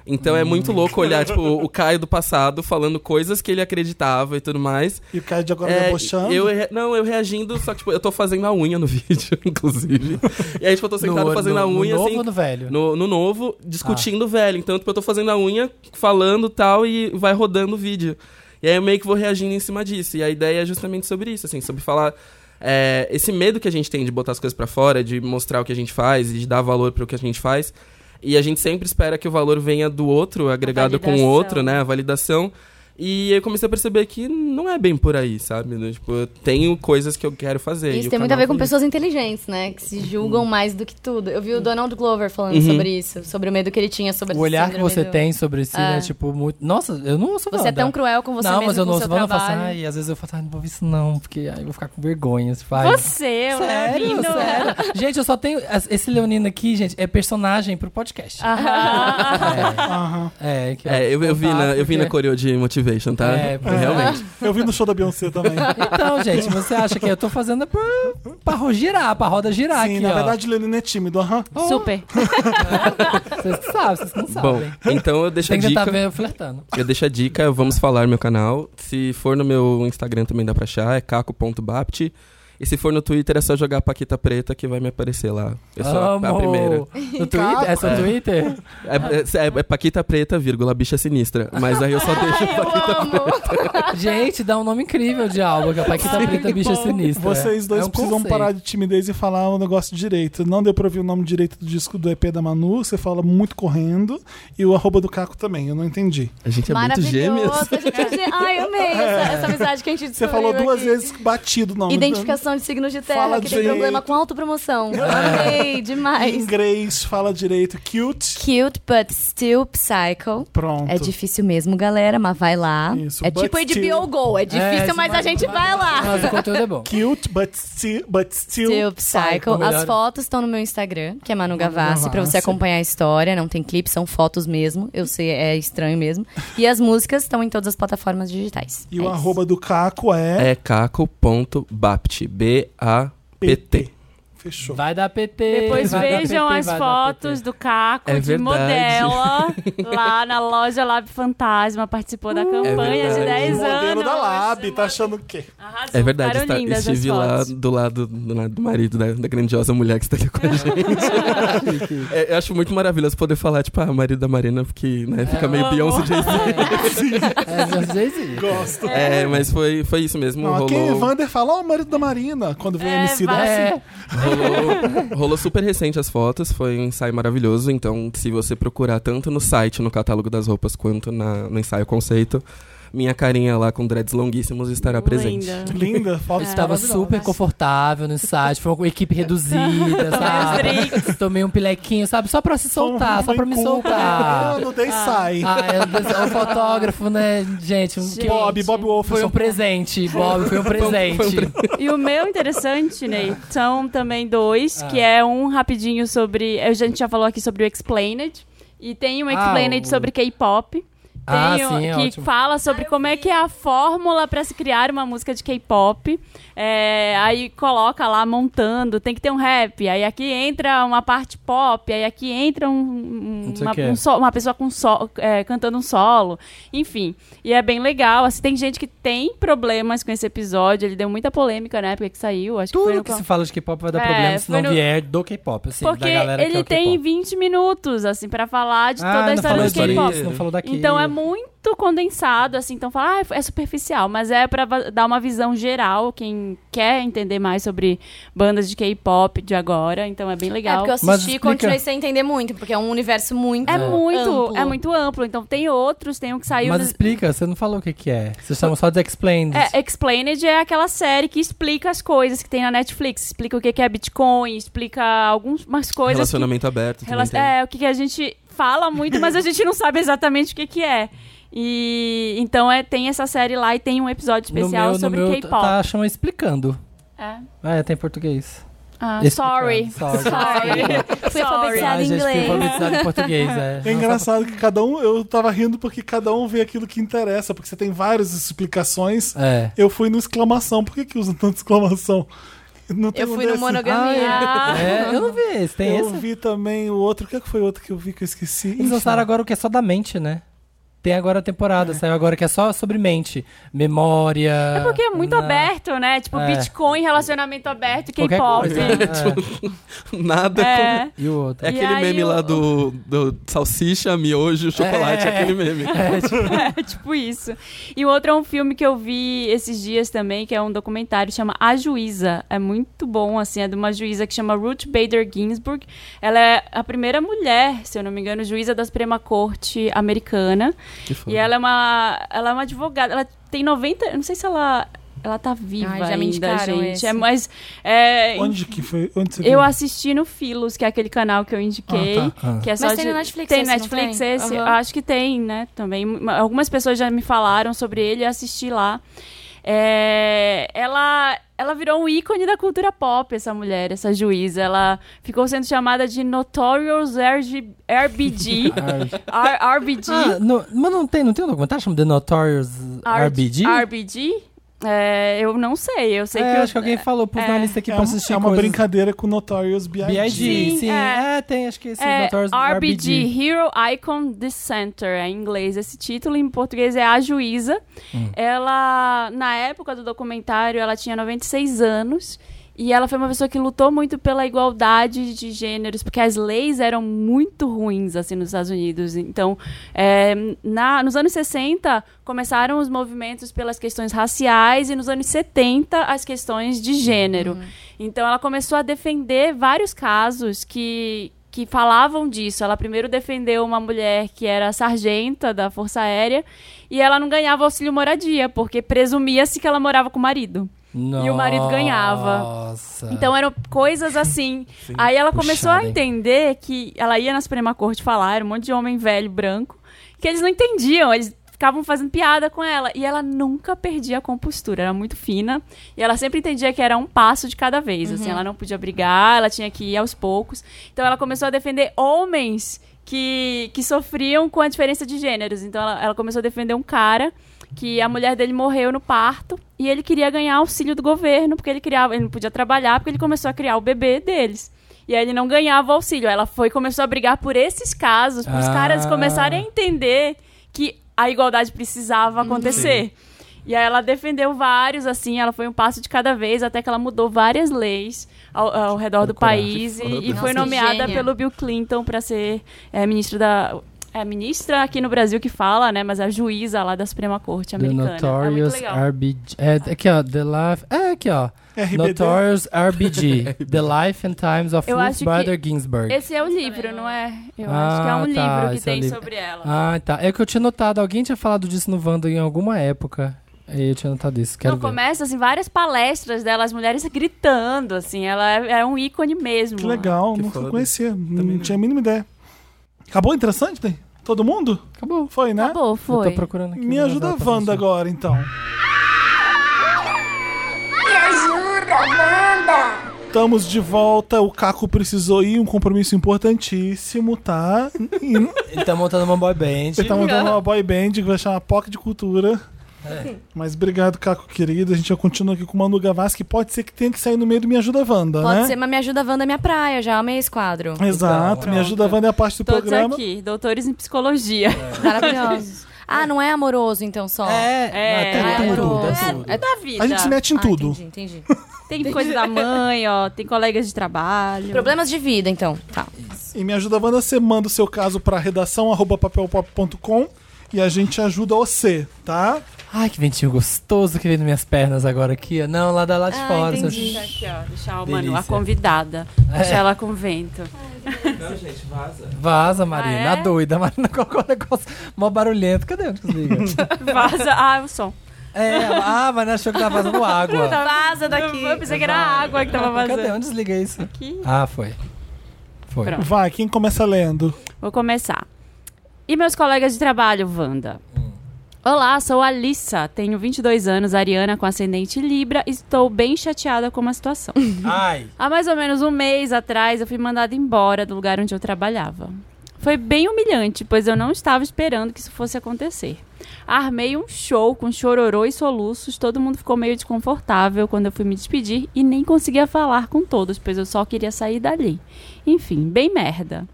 Speaker 4: Então é
Speaker 3: Hum.
Speaker 4: muito louco olhar, tipo, o Caio do passado falando coisas que ele acreditava e tudo mais.
Speaker 1: E o cara de agora né,
Speaker 4: É,
Speaker 1: debochando.
Speaker 4: eu re- não, eu reagindo, só que tipo, eu tô fazendo a unha no vídeo, inclusive. E aí, tipo, eu tô sentado
Speaker 3: No-
Speaker 4: fazendo
Speaker 3: no-
Speaker 4: a
Speaker 3: no
Speaker 4: unha,
Speaker 3: novo
Speaker 4: assim,
Speaker 3: ou no velho?
Speaker 4: no, no novo, discutindo o velho. Então, tipo, eu tô fazendo a unha, falando tal, e vai rodando o vídeo. E aí eu meio que vou reagindo em cima disso. E a ideia é justamente sobre isso, assim, sobre falar. é, esse medo que a gente tem de botar as coisas pra fora, de mostrar o que a gente faz e de dar valor pro que a gente faz. E a gente sempre espera que o valor venha do outro, agregado com o
Speaker 2: validação.
Speaker 4: outro, né? A validação. E eu comecei a perceber que não é bem por aí, sabe? Né? Tipo, eu tenho coisas que eu quero fazer. e
Speaker 5: Isso
Speaker 4: o
Speaker 5: tem muito a ver
Speaker 4: canal
Speaker 5: com
Speaker 4: foi
Speaker 5: pessoas inteligentes, né? Que se
Speaker 4: Uhum.
Speaker 5: julgam mais do que tudo. Eu vi o Donald Glover falando sobre isso, sobre o medo que ele tinha
Speaker 3: O
Speaker 5: sobre esse
Speaker 3: olhar que
Speaker 5: síndrome
Speaker 3: você
Speaker 5: do-
Speaker 3: tem sobre si é, tipo muito. Nossa, eu não sou
Speaker 5: Ah. Você é tão cruel com você
Speaker 3: não,
Speaker 5: mesmo
Speaker 3: mas eu
Speaker 5: com o
Speaker 3: não
Speaker 5: seu
Speaker 3: sou Wanda, eu faço,
Speaker 5: trabalho.
Speaker 3: ai, às vezes eu falo, ai, não vou ver isso não, porque aí eu vou ficar com vergonha. Você faz.
Speaker 2: Você,
Speaker 5: é
Speaker 2: o
Speaker 3: sério,
Speaker 2: Leonino.
Speaker 3: sério. Gente, eu só tenho. as- Esse Leonino aqui, gente, é personagem pro podcast.
Speaker 2: Aham.
Speaker 1: Aham.
Speaker 3: É, é, que
Speaker 4: É, eu, eu vi
Speaker 3: contar,
Speaker 4: na, eu vi na
Speaker 3: porque-
Speaker 4: coreo de Motivation, tá?
Speaker 3: É, pois é.
Speaker 4: Realmente.
Speaker 1: Eu vi no show da Beyoncé também.
Speaker 3: Então, gente, você acha que eu tô fazendo pra, pra ro- girar, pra roda girar
Speaker 1: Sim,
Speaker 3: aqui,
Speaker 1: na
Speaker 3: ó.
Speaker 1: verdade, Lenine é tímido. Aham.
Speaker 3: Oh,
Speaker 2: Super.
Speaker 3: Vocês que sabem, vocês que não
Speaker 4: Bom,
Speaker 3: sabem.
Speaker 4: então eu deixo a
Speaker 3: Tem que tá
Speaker 4: dica.
Speaker 3: tentar ver eu flertando.
Speaker 4: Eu deixo a dica, vamos falar meu canal. Se for no meu Instagram também dá pra achar, é caco.bapt. E se for no Twitter é só jogar Paquita Preta que vai me aparecer lá. Eu sou a- a
Speaker 3: Amo.
Speaker 4: primeira.
Speaker 3: No Twitter? É só
Speaker 4: É.
Speaker 3: Twitter?
Speaker 4: É, é- é- é Paquita Preta, vírgula, bicha sinistra. Mas aí eu só
Speaker 5: tá
Speaker 4: deixo Paquita Preta.
Speaker 3: Gente, dá um nome incrível de álbum, que é Paquita Preta Bicha
Speaker 5: Tá
Speaker 3: Sinistra.
Speaker 1: Vocês dois
Speaker 3: É um
Speaker 1: precisam
Speaker 3: conceito.
Speaker 1: parar de timidez e falar o negócio direito. Não deu pra ouvir o nome direito do disco do EP da Manu, você fala muito correndo. E o arroba do Caco também, eu não entendi.
Speaker 4: A gente é muito
Speaker 5: Maravilhoso.
Speaker 4: gêmeas.
Speaker 5: a gente é gê- Ai, amei essa, essa amizade que a gente
Speaker 1: É. Você
Speaker 5: descobriu
Speaker 1: falou duas
Speaker 5: aqui.
Speaker 1: vezes batido o nome.
Speaker 5: Identificação de signos de terra,
Speaker 1: Fala
Speaker 5: que tem
Speaker 1: direito. É.
Speaker 5: problema com autopromoção. Amei,
Speaker 1: Em
Speaker 5: demais.
Speaker 1: inglês, fala direito. Cute.
Speaker 5: Cute, but still psycho.
Speaker 1: Pronto.
Speaker 5: É difícil mesmo, galera, mas vai lá.
Speaker 1: Isso,
Speaker 5: é
Speaker 1: but
Speaker 5: tipo
Speaker 1: still-
Speaker 5: HBO Go, é difícil,
Speaker 3: isso,
Speaker 5: mas a
Speaker 3: mas-
Speaker 5: gente vai lá.
Speaker 3: Mas o conteúdo é bom.
Speaker 1: Cute, but, still, but still.
Speaker 5: Still Psycho.
Speaker 3: Ou melhor-
Speaker 5: As fotos estão no meu Instagram, que é Manu Gavassi, pra
Speaker 1: Gavassi.
Speaker 5: você acompanhar a história. Não tem clipe, são fotos mesmo. Eu sei, é estranho mesmo. E as músicas estão em todas as plataformas digitais.
Speaker 1: E
Speaker 5: É
Speaker 1: o
Speaker 5: isso.
Speaker 1: arroba do Caco é,
Speaker 4: É caco.bapt. B-A-P-T.
Speaker 1: Fechou.
Speaker 3: Vai dar PT.
Speaker 2: Depois
Speaker 3: vai dar
Speaker 2: vejam
Speaker 3: PT,
Speaker 2: as
Speaker 3: vai dar
Speaker 2: fotos
Speaker 3: PT.
Speaker 2: do Caco
Speaker 4: É
Speaker 2: de
Speaker 4: verdade.
Speaker 2: modela lá na loja Lab Fantasma. Participou
Speaker 3: Uhum.
Speaker 2: da campanha de
Speaker 4: É verdade.
Speaker 2: 10
Speaker 1: Modelo
Speaker 2: anos.
Speaker 1: da Lab, tá achando o quê?
Speaker 2: Arrasou,
Speaker 4: É verdade,
Speaker 2: ficaram
Speaker 4: está,
Speaker 2: lindas as
Speaker 4: estive lá
Speaker 2: fotos. É.
Speaker 4: do lado do, lado do marido da, da grandiosa mulher que está aqui com a gente. É, eu acho muito maravilhoso poder falar, tipo, ah, marido da Marina, porque né, fica meio
Speaker 2: É, Amo.
Speaker 4: Beyoncé Jay-Z.
Speaker 3: É, às vezes.
Speaker 1: Gosto.
Speaker 4: É, mas foi, foi isso mesmo.
Speaker 1: Não, aqui
Speaker 4: rolou,
Speaker 1: Wander fala, ó, o marido da Marina, quando vem
Speaker 2: É,
Speaker 1: a MC da
Speaker 2: vai.
Speaker 3: É,
Speaker 4: rolou, rolou super recente as fotos, foi um ensaio maravilhoso. Então, se você procurar tanto no site, no catálogo das roupas, quanto na- no ensaio conceito, minha carinha lá com dreads longuíssimos estará presente.
Speaker 2: Linda.
Speaker 1: Linda, falta
Speaker 3: Estava super confortável no site, foi uma equipe reduzida,
Speaker 2: Tomei uns
Speaker 3: sabe? Tomei um pilequinho, sabe? Só pra se
Speaker 1: um
Speaker 3: soltar, só pra me soltar.
Speaker 1: Ah, não dei sai.
Speaker 3: Ah, é o fotógrafo, né? Gente, um- que-
Speaker 1: Bob, Bob Wolf.
Speaker 3: foi um presente, Bob, foi um presente.
Speaker 2: E o meu interessante, Ney, são também dois,
Speaker 3: Ah.
Speaker 2: que é um rapidinho sobre. A gente já falou aqui sobre o Explained. E tem um
Speaker 3: Ah,
Speaker 2: Explained
Speaker 3: o-
Speaker 2: sobre K-pop.
Speaker 3: Ah,
Speaker 2: Tem o-
Speaker 3: sim, é
Speaker 2: que
Speaker 3: ótimo.
Speaker 2: fala sobre como é que é a fórmula pra se criar uma música de K-pop. É, aí coloca lá montando, tem que ter um rap, aí aqui entra uma parte pop, aí aqui entra um- um-
Speaker 3: Não sei o
Speaker 2: uma,
Speaker 3: quê.
Speaker 2: um so- uma pessoa com so- é, cantando um solo, enfim. E é bem legal. Assim, tem gente que tem problemas com esse episódio, ele deu muita polêmica na época que saiu. Acho que foi
Speaker 3: Tudo
Speaker 2: no
Speaker 3: que se fala de um K-pop vai dar
Speaker 2: É,
Speaker 3: problema se
Speaker 2: foi
Speaker 3: não
Speaker 2: no-
Speaker 3: vier do K-pop, assim,
Speaker 2: Porque
Speaker 3: da galera que
Speaker 2: ele
Speaker 3: é o
Speaker 2: tem
Speaker 3: K-pop. Ah,
Speaker 2: 20 minutos, assim, pra falar de toda a
Speaker 3: não falou
Speaker 2: história do
Speaker 4: da história
Speaker 2: K-pop.
Speaker 3: disso, não falou daquilo.
Speaker 2: Então é muito condensado, assim. Então fala, ah, é superficial, mas é pra va- dar uma visão geral. Quem quer entender mais sobre bandas de K-pop de agora, então é bem
Speaker 5: É
Speaker 2: legal.
Speaker 5: porque eu
Speaker 3: Mas
Speaker 5: assisti e
Speaker 3: explica-
Speaker 5: continuei sem entender muito, porque é um universo muito.
Speaker 2: É muito,
Speaker 5: amplo.
Speaker 2: é muito amplo. Então tem outros, tem um que saiu.
Speaker 3: Mas
Speaker 2: no-
Speaker 3: explica, você não falou o que que é. Vocês chamam só de Explained.
Speaker 2: É, Explained é aquela série que explica as coisas que tem na Netflix. Explica o que que é Bitcoin, explica algumas coisas. que-
Speaker 4: Relacionamento aberto.
Speaker 2: Rela-
Speaker 4: também tem.
Speaker 2: É, o que, que a gente fala muito, mas a gente não sabe exatamente o que, que é. E então é, tem essa série lá e tem um episódio especial sobre
Speaker 3: no meu
Speaker 2: K-pop.
Speaker 3: tá chama explicando.
Speaker 2: É.
Speaker 3: É, tem em português.
Speaker 2: Ah,
Speaker 3: Explicando,
Speaker 2: sorry.
Speaker 3: sorry.
Speaker 5: Fui
Speaker 2: Sorry.
Speaker 5: alfabetizada
Speaker 3: Ah,
Speaker 5: em
Speaker 3: gente, fui
Speaker 5: inglês.
Speaker 3: alfabetizado em português, é.
Speaker 1: É engraçado que cada um. Eu tava rindo porque cada um vê aquilo que interessa, porque você tem várias explicações.
Speaker 3: É.
Speaker 1: Eu fui no exclamação. Por que, que usa tanto exclamação? Não tem
Speaker 5: Eu
Speaker 1: um
Speaker 5: fui no
Speaker 1: desse?
Speaker 5: monogamia.
Speaker 2: Ah,
Speaker 3: É, eu não vi esse, tem
Speaker 1: Eu
Speaker 3: esse?
Speaker 1: vi também o outro. O que é que foi o outro que eu vi que eu esqueci?
Speaker 3: Eles
Speaker 1: Enfim.
Speaker 3: lançaram agora o que é só da mente, né? Tem agora a temporada, saiu agora que é só sobre mente. Memória.
Speaker 2: é porque é muito aberto, né? Tipo,
Speaker 3: É.
Speaker 2: Bitcoin, relacionamento aberto e
Speaker 3: Qualquer
Speaker 2: K-pop.
Speaker 3: coisa, né?
Speaker 4: Nada com-
Speaker 2: É.
Speaker 3: E o outro.
Speaker 4: É
Speaker 2: E
Speaker 4: aquele
Speaker 2: aí
Speaker 4: meme
Speaker 2: o-
Speaker 4: lá do, do salsicha, miojo, chocolate,
Speaker 3: É.
Speaker 4: aquele meme.
Speaker 2: É, tipo isso. E o outro é um filme que eu vi esses dias também, que é um documentário, chama A Juíza. É muito bom, assim, é de uma juíza que chama Ruth Bader Ginsburg. Ela é a primeira mulher, se eu não me engano, juíza da Suprema Corte americana.
Speaker 4: Que foda.
Speaker 2: E ela é uma, ela é uma advogada, ela tem 90, eu não sei se ela ela tá viva
Speaker 5: Ai, já me
Speaker 2: ainda,
Speaker 5: indicaram
Speaker 2: gente.
Speaker 5: esse.
Speaker 2: É, mas é,
Speaker 1: Onde que foi? Onde você
Speaker 2: eu
Speaker 1: viu?
Speaker 2: assisti no Filos, que é aquele canal que eu indiquei.
Speaker 3: Ah, tá. Ah.
Speaker 2: Que é só
Speaker 5: Mas tem
Speaker 2: de-
Speaker 5: no Netflix
Speaker 2: Tem
Speaker 5: esse, não
Speaker 2: Netflix
Speaker 5: tem?
Speaker 2: esse?
Speaker 5: Aham.
Speaker 2: Eu Acho que tem, né? Também. M- Algumas pessoas já me falaram sobre ele e assisti lá. É, ela, ela virou um ícone da cultura pop, essa mulher, essa juíza. Ela ficou sendo chamada de Notorious RG, RBG. R- RBG.
Speaker 3: Ah, no- mas não tem, não tem um documentário chamado The Notorious
Speaker 2: R-
Speaker 3: RBG?
Speaker 2: RBG? É, eu não sei. Eu sei
Speaker 3: é,
Speaker 2: que. eu-
Speaker 3: acho que alguém falou, pus
Speaker 2: é.
Speaker 3: na lista aqui
Speaker 1: É,
Speaker 3: pra
Speaker 1: um-
Speaker 3: assistir
Speaker 1: é uma
Speaker 3: coisas.
Speaker 1: brincadeira com Notorious B.I.G.
Speaker 3: B.I.G. Sim,
Speaker 2: Sim,
Speaker 3: é.
Speaker 2: é.
Speaker 3: tem, acho que esse
Speaker 2: É,
Speaker 3: Notorious
Speaker 2: RBG, Hero Icon Dissenter, é em inglês esse título, em português é A Juíza. Ela, na época do documentário, ela tinha 96 anos. E ela foi uma pessoa que lutou muito pela igualdade de gêneros, porque as leis eram muito ruins, assim, nos Estados Unidos. Então, é, na, nos anos 60, começaram os movimentos pelas questões raciais e nos anos 70, as questões de gênero. Então, ela começou a defender vários casos que, que falavam disso. Ela primeiro defendeu uma mulher que era sargenta da Força Aérea e ela não ganhava auxílio moradia, porque presumia-se que ela morava com o marido. E o marido ganhava.
Speaker 3: Nossa.
Speaker 2: Então eram coisas assim. Aí ela começou
Speaker 3: Puxada,
Speaker 2: a
Speaker 3: hein?
Speaker 2: entender que ela ia na Suprema Corte falar, era um monte de homem velho, branco, que eles não entendiam, eles ficavam fazendo piada com ela. E ela nunca perdia a compostura, era muito fina. E ela sempre entendia que era um passo de cada vez. Assim, ela não podia brigar, ela tinha que ir aos poucos. Então ela começou a defender homens que, que sofriam com a diferença de gêneros. Então ela, ela começou a defender um cara que a mulher dele morreu no parto e ele queria ganhar auxílio do governo porque ele criava, ele não podia trabalhar porque ele começou a criar o bebê deles. E aí ele não ganhava auxílio. Ela foi e começou a brigar por esses casos, para os
Speaker 3: Ah.
Speaker 2: caras começarem a entender que a igualdade precisava acontecer. E aí ela defendeu vários, assim, ela foi um passo de cada vez, até que ela mudou várias leis ao, ao redor do
Speaker 3: Procurar.
Speaker 2: país e, e
Speaker 4: Nossa,
Speaker 2: foi
Speaker 5: que
Speaker 2: nomeada
Speaker 5: gênia.
Speaker 2: pelo Bill Clinton para ser é, ministro da. É ministra aqui no Brasil que fala, né? Mas a juíza lá da Suprema Corte
Speaker 3: The
Speaker 2: americana. é
Speaker 3: Notorious
Speaker 2: muito legal.
Speaker 3: RBG. É, aqui, ó. The Life. É, aqui, ó.
Speaker 1: RBD.
Speaker 3: Notorious RBG. The Life and Times of
Speaker 2: Eu
Speaker 3: Ruth
Speaker 2: acho que
Speaker 3: Bader Ginsburg.
Speaker 2: Esse é o livro, não é? Eu acho que é
Speaker 3: Ah,
Speaker 2: um
Speaker 3: tá,
Speaker 2: livro que
Speaker 3: esse é o
Speaker 2: tem
Speaker 3: livro.
Speaker 2: sobre ela.
Speaker 3: Ah, tá. É que eu tinha notado. Alguém tinha falado disso no Wanda em alguma época. E eu tinha notado isso. Quero
Speaker 2: Não,
Speaker 3: ver.
Speaker 2: começa assim, várias palestras dela, as mulheres gritando, assim, ela é, é um ícone mesmo.
Speaker 1: Que legal,
Speaker 4: Que
Speaker 1: nunca
Speaker 4: foda.
Speaker 1: conhecia. não tinha a mínima ideia. Acabou interessante? né? Todo mundo?
Speaker 3: Acabou.
Speaker 1: Foi, né?
Speaker 2: Acabou,
Speaker 3: Eu
Speaker 2: foi.
Speaker 3: tô procurando aqui.
Speaker 1: Me
Speaker 3: mas
Speaker 1: ajuda
Speaker 3: ela
Speaker 1: a
Speaker 3: tá
Speaker 1: Wanda
Speaker 3: funcionando.
Speaker 1: agora, então.
Speaker 7: Me ajuda, Wanda!
Speaker 1: Estamos de volta. O Caco precisou ir, um compromisso importantíssimo, tá? E
Speaker 3: Ele tá montando uma boy band.
Speaker 1: Ele tá montando uma boy band que vai chamar POC de Cultura. Mas obrigado, Caco querido. A gente já continua aqui com o Manu Gavassi, que pode ser que tenha que sair no meio do Me Ajuda Wanda,
Speaker 5: Pode
Speaker 1: né?
Speaker 5: ser, mas me ajuda a Wanda é minha praia, já amei esse quadro.
Speaker 1: Exato, Me Ajuda Wanda é a parte do
Speaker 2: Todos
Speaker 1: programa.
Speaker 2: aqui, doutores em psicologia.
Speaker 5: Maravilhosos. Ah, não é amoroso então só?
Speaker 3: É,
Speaker 2: É,
Speaker 3: é,
Speaker 5: é
Speaker 3: tudo, né? é
Speaker 5: amoroso.
Speaker 3: tudo.
Speaker 2: É da vida.
Speaker 1: A gente se mete em
Speaker 5: Ah,
Speaker 1: tudo.
Speaker 5: entendi, entendi.
Speaker 2: Tem coisa da mãe, ó, tem colegas de trabalho.
Speaker 5: Problemas de vida, então. Tá.
Speaker 1: E Me Ajuda Wanda, você manda o seu caso pra redação arroba papelpop.com e a gente ajuda você, tá?
Speaker 3: Ai, que ventinho gostoso que veio nas minhas pernas agora aqui. ó. Não, lá da lá de
Speaker 5: Ah,
Speaker 3: fora.
Speaker 5: entendi.
Speaker 3: seu-
Speaker 2: Aqui, ó, deixar o Manu, a
Speaker 3: Delícia. É.
Speaker 2: convidada. Deixar ela com vento.
Speaker 4: Não, gente, vaza.
Speaker 3: Vaza, Marina.
Speaker 2: Ah, é?
Speaker 3: A doida. A Marina colocou um negócio mó barulhento. Cadê o que desliga?
Speaker 2: Vaza. Ah, o som.
Speaker 3: é, ah, a Marina achou que tava vazando água.
Speaker 2: Vaza daqui. Eu pensei que era a água que tava
Speaker 3: Tá. Cadê?
Speaker 2: vazando.
Speaker 3: Onde desliga isso?
Speaker 2: Aqui.
Speaker 3: Ah, foi. Foi.
Speaker 2: Pronto.
Speaker 1: Vai, quem começa lendo?
Speaker 2: Vou começar. E meus colegas de trabalho, Wanda?
Speaker 3: Hum.
Speaker 2: Olá, sou a Alissa, tenho 22 anos, ariana com ascendente Libra, e estou bem chateada com uma situação.
Speaker 3: Ai.
Speaker 2: Há mais ou menos um mês atrás, eu fui mandada embora do lugar onde eu trabalhava. Foi bem humilhante, pois eu não estava esperando que isso fosse acontecer. Armei um show com chororô e soluços, todo mundo ficou meio desconfortável quando eu fui me despedir e nem conseguia falar com todos, pois eu só queria sair dali. Enfim, bem merda.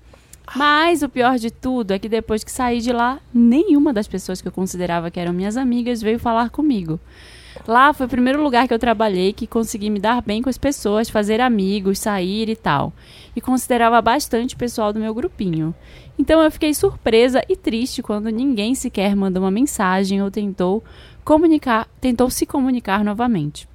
Speaker 2: Mas o pior de tudo é que depois que saí de lá, nenhuma das pessoas que eu considerava que eram minhas amigas veio falar comigo. Lá foi o primeiro lugar que eu trabalhei que consegui me dar bem com as pessoas, fazer amigos, sair e tal. E considerava bastante o pessoal do meu grupinho. Então eu fiquei surpresa e triste quando ninguém sequer mandou uma mensagem ou tentou comunicar, tentou se comunicar novamente.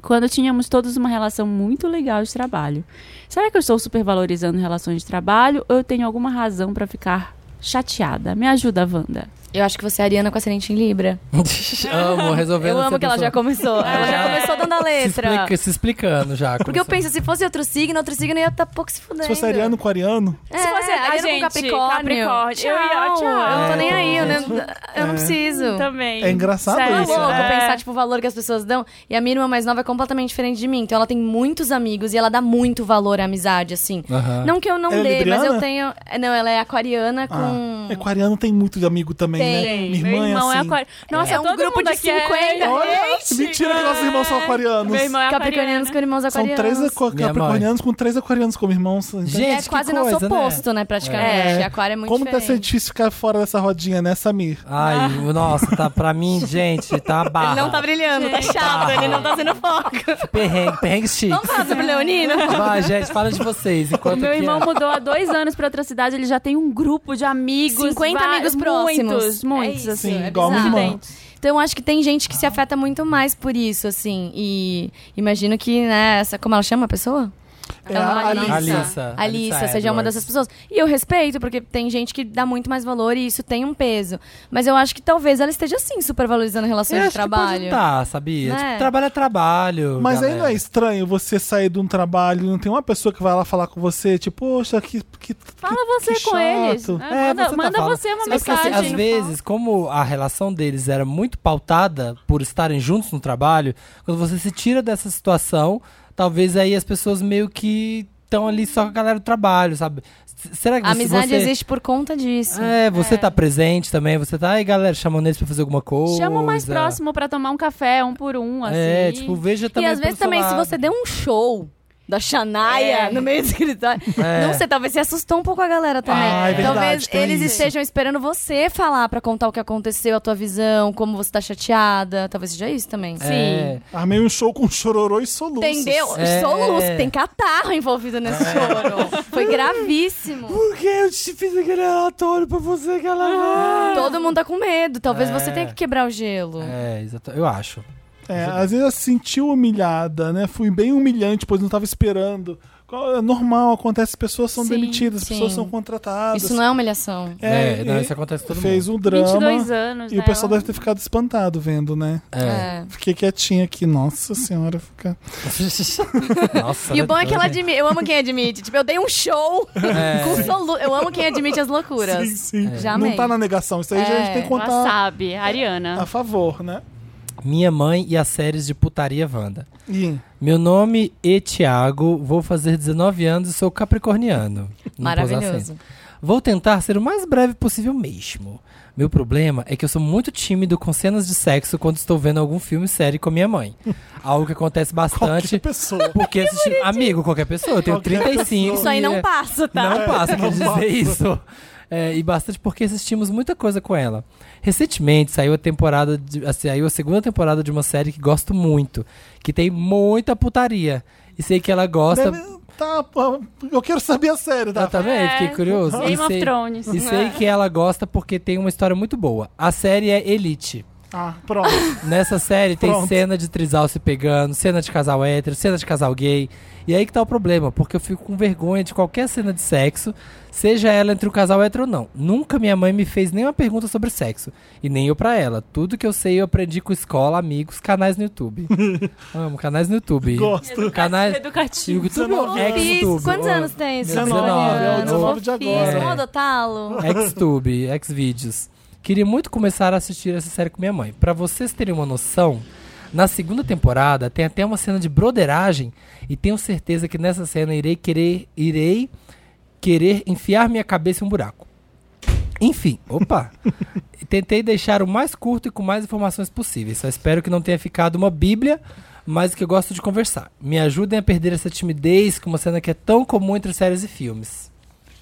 Speaker 2: Quando tínhamos todos uma relação muito legal de trabalho. Será que eu estou supervalorizando relações de trabalho ou eu tenho alguma razão para ficar chateada? Me ajuda, Wanda.
Speaker 5: Eu acho que você é a Ariana com ascendente em Libra.
Speaker 3: amo, resolvendo.
Speaker 5: eu
Speaker 3: essa
Speaker 5: amo que ela
Speaker 3: pessoa. É.
Speaker 5: já começou. Ela já começou dando a
Speaker 3: Se,
Speaker 5: letra.
Speaker 3: explica- se explicando já.
Speaker 5: Porque eu
Speaker 3: começou.
Speaker 5: penso, se fosse outro signo, outro signo ia estar pouco se fudendo.
Speaker 1: Se fosse ariano com ariano,
Speaker 5: É,
Speaker 2: Se fosse a
Speaker 5: ariano
Speaker 2: gente,
Speaker 5: com Capricórnio.
Speaker 2: Capricórnio,
Speaker 5: Tchau,
Speaker 2: eu ia- tchau.
Speaker 5: Eu não tô
Speaker 3: É,
Speaker 5: nem aí, eu,
Speaker 3: gente.
Speaker 5: não- eu não preciso.
Speaker 2: Também.
Speaker 1: É engraçado
Speaker 5: É
Speaker 2: Sério,
Speaker 1: isso,
Speaker 5: louco
Speaker 1: né?
Speaker 5: pensar, tipo, o valor que as pessoas dão. E a minha irmã mais nova é completamente diferente de mim. Então ela tem muitos amigos e ela dá muito valor à amizade, assim.
Speaker 3: Aham.
Speaker 5: Não que eu não
Speaker 1: Ela é
Speaker 5: dê, mas eu
Speaker 1: libriana?
Speaker 5: tenho. Não, ela é aquariana com.
Speaker 1: ah, aquariano tem muito de amigo também, né?
Speaker 2: Tem.
Speaker 1: Minha
Speaker 2: Meu
Speaker 1: irmã
Speaker 2: irmão
Speaker 1: é
Speaker 2: é
Speaker 1: assim.
Speaker 2: aquari- Nossa,
Speaker 5: É um
Speaker 2: todo
Speaker 5: grupo
Speaker 2: mundo
Speaker 5: de
Speaker 2: aqui é-
Speaker 5: 50.
Speaker 1: Olha, mentira que nossos irmãos são aquarianos.
Speaker 2: Meu irmão é
Speaker 5: Capricornianos
Speaker 2: aquariano.
Speaker 5: com irmãos
Speaker 1: São
Speaker 5: aquarianos.
Speaker 1: três aqua-
Speaker 3: Minha mãe.
Speaker 1: capricornianos com três aquarianos como irmãos. então-
Speaker 3: Gente,
Speaker 5: É
Speaker 3: que
Speaker 5: quase
Speaker 3: coisa,
Speaker 5: nosso
Speaker 3: né?
Speaker 5: oposto, né? praticamente.
Speaker 2: É.
Speaker 5: Aquário é muito
Speaker 1: Como tá sendo
Speaker 5: diferente.
Speaker 1: difícil ficar fora dessa rodinha, né, Samir?
Speaker 3: Ai, nossa, tá pra mim, gente, tá uma barra.
Speaker 5: brilhando, tá chato, ele não tá sendo foco.
Speaker 3: Perrengue, perrengue chique.
Speaker 5: Vamos falar sobre o Leonino?
Speaker 3: Vai, gente, fala de vocês. Enquanto
Speaker 2: Meu
Speaker 3: que é.
Speaker 2: irmão
Speaker 3: a-
Speaker 2: mudou há dois anos pra outra cidade, ele já tem um grupo de amigos.
Speaker 5: 50
Speaker 2: vai-
Speaker 5: amigos próximos.
Speaker 2: Muitos,
Speaker 5: É
Speaker 2: muitos.
Speaker 5: isso,
Speaker 2: assim.
Speaker 1: Sim,
Speaker 5: é
Speaker 1: igual a minha
Speaker 5: bizarro.
Speaker 1: irmã.
Speaker 5: Então eu acho que tem gente que se afeta muito mais por isso, assim. E imagino que, né, essa. Como ela chama a pessoa?
Speaker 1: É
Speaker 5: Ela
Speaker 1: a
Speaker 5: é
Speaker 1: Alissa.
Speaker 3: Alissa.
Speaker 5: Alissa, seja uma
Speaker 3: Edwards.
Speaker 5: dessas pessoas. E eu respeito, porque tem gente que dá muito mais valor e isso tem um peso. Mas eu acho que talvez ela esteja, sim, supervalorizando relações
Speaker 3: Eu
Speaker 5: de
Speaker 3: acho que pode
Speaker 5: trabalho.
Speaker 3: não tá, sabia?
Speaker 5: Né?
Speaker 3: Tipo, trabalho é trabalho.
Speaker 1: Mas aí
Speaker 3: galera.
Speaker 1: não é estranho você sair de um trabalho e não tem uma pessoa que vai lá falar com você, tipo, poxa, que. que
Speaker 2: Fala você
Speaker 1: Que
Speaker 2: com
Speaker 1: chato.
Speaker 2: eles. né?
Speaker 3: É,
Speaker 2: manda
Speaker 3: você tá
Speaker 2: manda
Speaker 3: falando.
Speaker 2: você uma
Speaker 3: Mas porque, assim,
Speaker 2: mensagem.
Speaker 3: às vezes, como a relação deles era muito pautada por estarem juntos no trabalho, quando você se tira dessa situação, talvez aí as pessoas meio que estão ali só com a galera do trabalho, sabe? S- Será que
Speaker 5: A
Speaker 3: você-
Speaker 5: amizade
Speaker 3: você...
Speaker 5: existe por conta disso.
Speaker 3: É, você tá presente também, você tá, ai galera, chamando eles pra fazer alguma coisa.
Speaker 2: Chama o mais próximo pra tomar um café, um por um, assim.
Speaker 3: É, tipo, veja
Speaker 5: E
Speaker 3: também.
Speaker 5: às
Speaker 3: pelo
Speaker 5: vezes
Speaker 3: seu
Speaker 5: também, se
Speaker 3: lado.
Speaker 5: você deu um show da Xanaia no meio do escritório,
Speaker 3: É.
Speaker 5: não sei, talvez você assustou um pouco a galera também.
Speaker 1: Ah, é verdade,
Speaker 5: talvez
Speaker 3: então
Speaker 1: tem
Speaker 5: eles
Speaker 1: isso.
Speaker 5: estejam esperando você falar pra contar o que aconteceu, a tua visão, como você tá chateada. Talvez seja isso também.
Speaker 3: É.
Speaker 1: Armei um show com chororô e soluços.
Speaker 5: Entendeu?
Speaker 3: É.
Speaker 5: Soluço, tem catarro envolvido nesse choro. Foi gravíssimo.
Speaker 3: Por que eu te fiz aquele relatório pra você aquela vez?
Speaker 5: Todo mundo tá com medo. Talvez
Speaker 3: É.
Speaker 5: você tenha que quebrar o gelo.
Speaker 3: É, exato, eu acho.
Speaker 1: É, às vezes ela se sentiu humilhada, né? Fui bem humilhante, pois não tava esperando. É normal, acontece, pessoas são
Speaker 2: Sim,
Speaker 1: demitidas,
Speaker 5: sim.
Speaker 1: pessoas são contratadas.
Speaker 5: Isso não é humilhação.
Speaker 3: É, não,
Speaker 1: e-
Speaker 3: isso acontece com todo
Speaker 1: fez um drama.
Speaker 2: 22 anos,
Speaker 1: e
Speaker 2: né?
Speaker 1: o pessoal deve ter ficado espantado vendo, né?
Speaker 3: mundo. É.
Speaker 5: É.
Speaker 1: Fiquei quietinha aqui, nossa senhora, fica.
Speaker 3: Nossa,
Speaker 5: E o bom é que ela
Speaker 3: né?
Speaker 5: admite. Eu amo quem admite. Tipo, eu dei um show
Speaker 3: É.
Speaker 5: com solu... Eu amo quem admite as loucuras. É.
Speaker 1: Sim, sim.
Speaker 5: Já
Speaker 1: não
Speaker 5: amei.
Speaker 1: tá na negação. Isso aí já a gente
Speaker 5: É,
Speaker 1: tem que
Speaker 2: Ela
Speaker 1: contar
Speaker 2: sabe, a Ariana.
Speaker 1: a favor, né?
Speaker 3: Minha Mãe e as séries de putaria Wanda.
Speaker 1: Ih,
Speaker 3: Meu nome é Tiago, vou fazer 19 anos e sou capricorniano. Não pôs acento.
Speaker 5: Maravilhoso.
Speaker 3: Vou tentar ser o mais breve possível mesmo. Meu problema é que eu sou muito tímido com cenas de sexo quando estou vendo algum filme e série com minha mãe. Algo que acontece bastante.
Speaker 1: qualquer pessoa.
Speaker 3: Porque assisti... amigo, qualquer pessoa, eu tenho
Speaker 1: Qualquer
Speaker 3: 35.
Speaker 5: Isso aí
Speaker 3: e
Speaker 5: não
Speaker 3: é-
Speaker 5: passa, tá?
Speaker 3: Não passa, quer
Speaker 1: não
Speaker 3: dizer
Speaker 1: passa.
Speaker 3: isso. É, e bastante porque assistimos muita coisa com ela. Recentemente saiu a temporada, de, a- saiu a segunda temporada de uma série que gosto muito, que tem muita putaria. E sei que ela gosta.
Speaker 1: Deve- tá, pô, eu quero saber a série,
Speaker 3: Eu
Speaker 1: tá?
Speaker 3: também,
Speaker 2: É,
Speaker 3: fiquei curioso. E
Speaker 2: Game of
Speaker 3: sei-
Speaker 2: Thrones.
Speaker 3: e sei que ela gosta porque tem uma história muito boa. A série é Elite.
Speaker 1: Ah, pronto.
Speaker 3: Nessa série tem
Speaker 1: Pronto.
Speaker 3: cena de trisal se pegando, cena de casal hétero, cena de casal gay. E aí que tá o problema, porque eu fico com vergonha de qualquer cena de sexo, seja ela entre o casal hétero ou não. Nunca minha mãe me fez nenhuma pergunta sobre sexo. E nem eu pra ela. Tudo que eu sei eu aprendi com escola, amigos, canais no YouTube. Amo, canais no YouTube.
Speaker 1: Gosto.
Speaker 3: Canais.
Speaker 2: Educativo.
Speaker 3: YouTube ou
Speaker 5: Ô, Fih,
Speaker 3: Xtube?
Speaker 5: Quantos
Speaker 3: Ô,
Speaker 5: anos tem?
Speaker 3: Meu
Speaker 1: 19, é o 19 de agora.
Speaker 3: É.
Speaker 5: Vamos adotá-lo?
Speaker 3: Xtube, Xvideos. Queria muito começar a assistir essa série com minha mãe. Pra vocês terem uma noção, na segunda temporada tem até uma cena de broderagem e tenho certeza que nessa cena irei querer irei querer enfiar minha cabeça em um buraco. Enfim, opa. Tentei deixar o mais curto e com mais informações possíveis. Só espero que não tenha ficado uma bíblia, mas que eu gosto de conversar. Me ajudem a perder essa timidez com uma cena que é tão comum entre séries e filmes.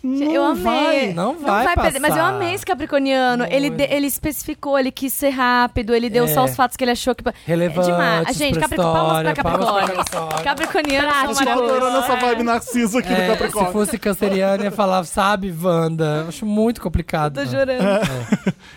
Speaker 1: Não
Speaker 5: eu amei.
Speaker 1: vai.
Speaker 3: não vai
Speaker 5: perder. Mas eu
Speaker 3: passar.
Speaker 5: amei esse Capricorniano. Ele, de- ele especificou, ele quis ser rápido, ele deu
Speaker 3: É.
Speaker 5: só os fatos que ele achou que.
Speaker 3: Relevante,
Speaker 5: É demais. Ah, gente,
Speaker 3: pra
Speaker 5: Capri- palmas pra
Speaker 3: história, palmas pra
Speaker 5: Capricórnio.
Speaker 3: Capricórnio.
Speaker 5: Capricorniano
Speaker 1: A
Speaker 5: são
Speaker 1: gente tá adorando
Speaker 5: maravilhosos.
Speaker 1: essa vibe narciso aqui
Speaker 3: É,
Speaker 1: do
Speaker 3: se
Speaker 1: Capricórnio.
Speaker 3: fosse canceriano, ia falar, sabe, Wanda? Eu acho muito complicado.
Speaker 5: Tô
Speaker 3: Wanda.
Speaker 5: jurando.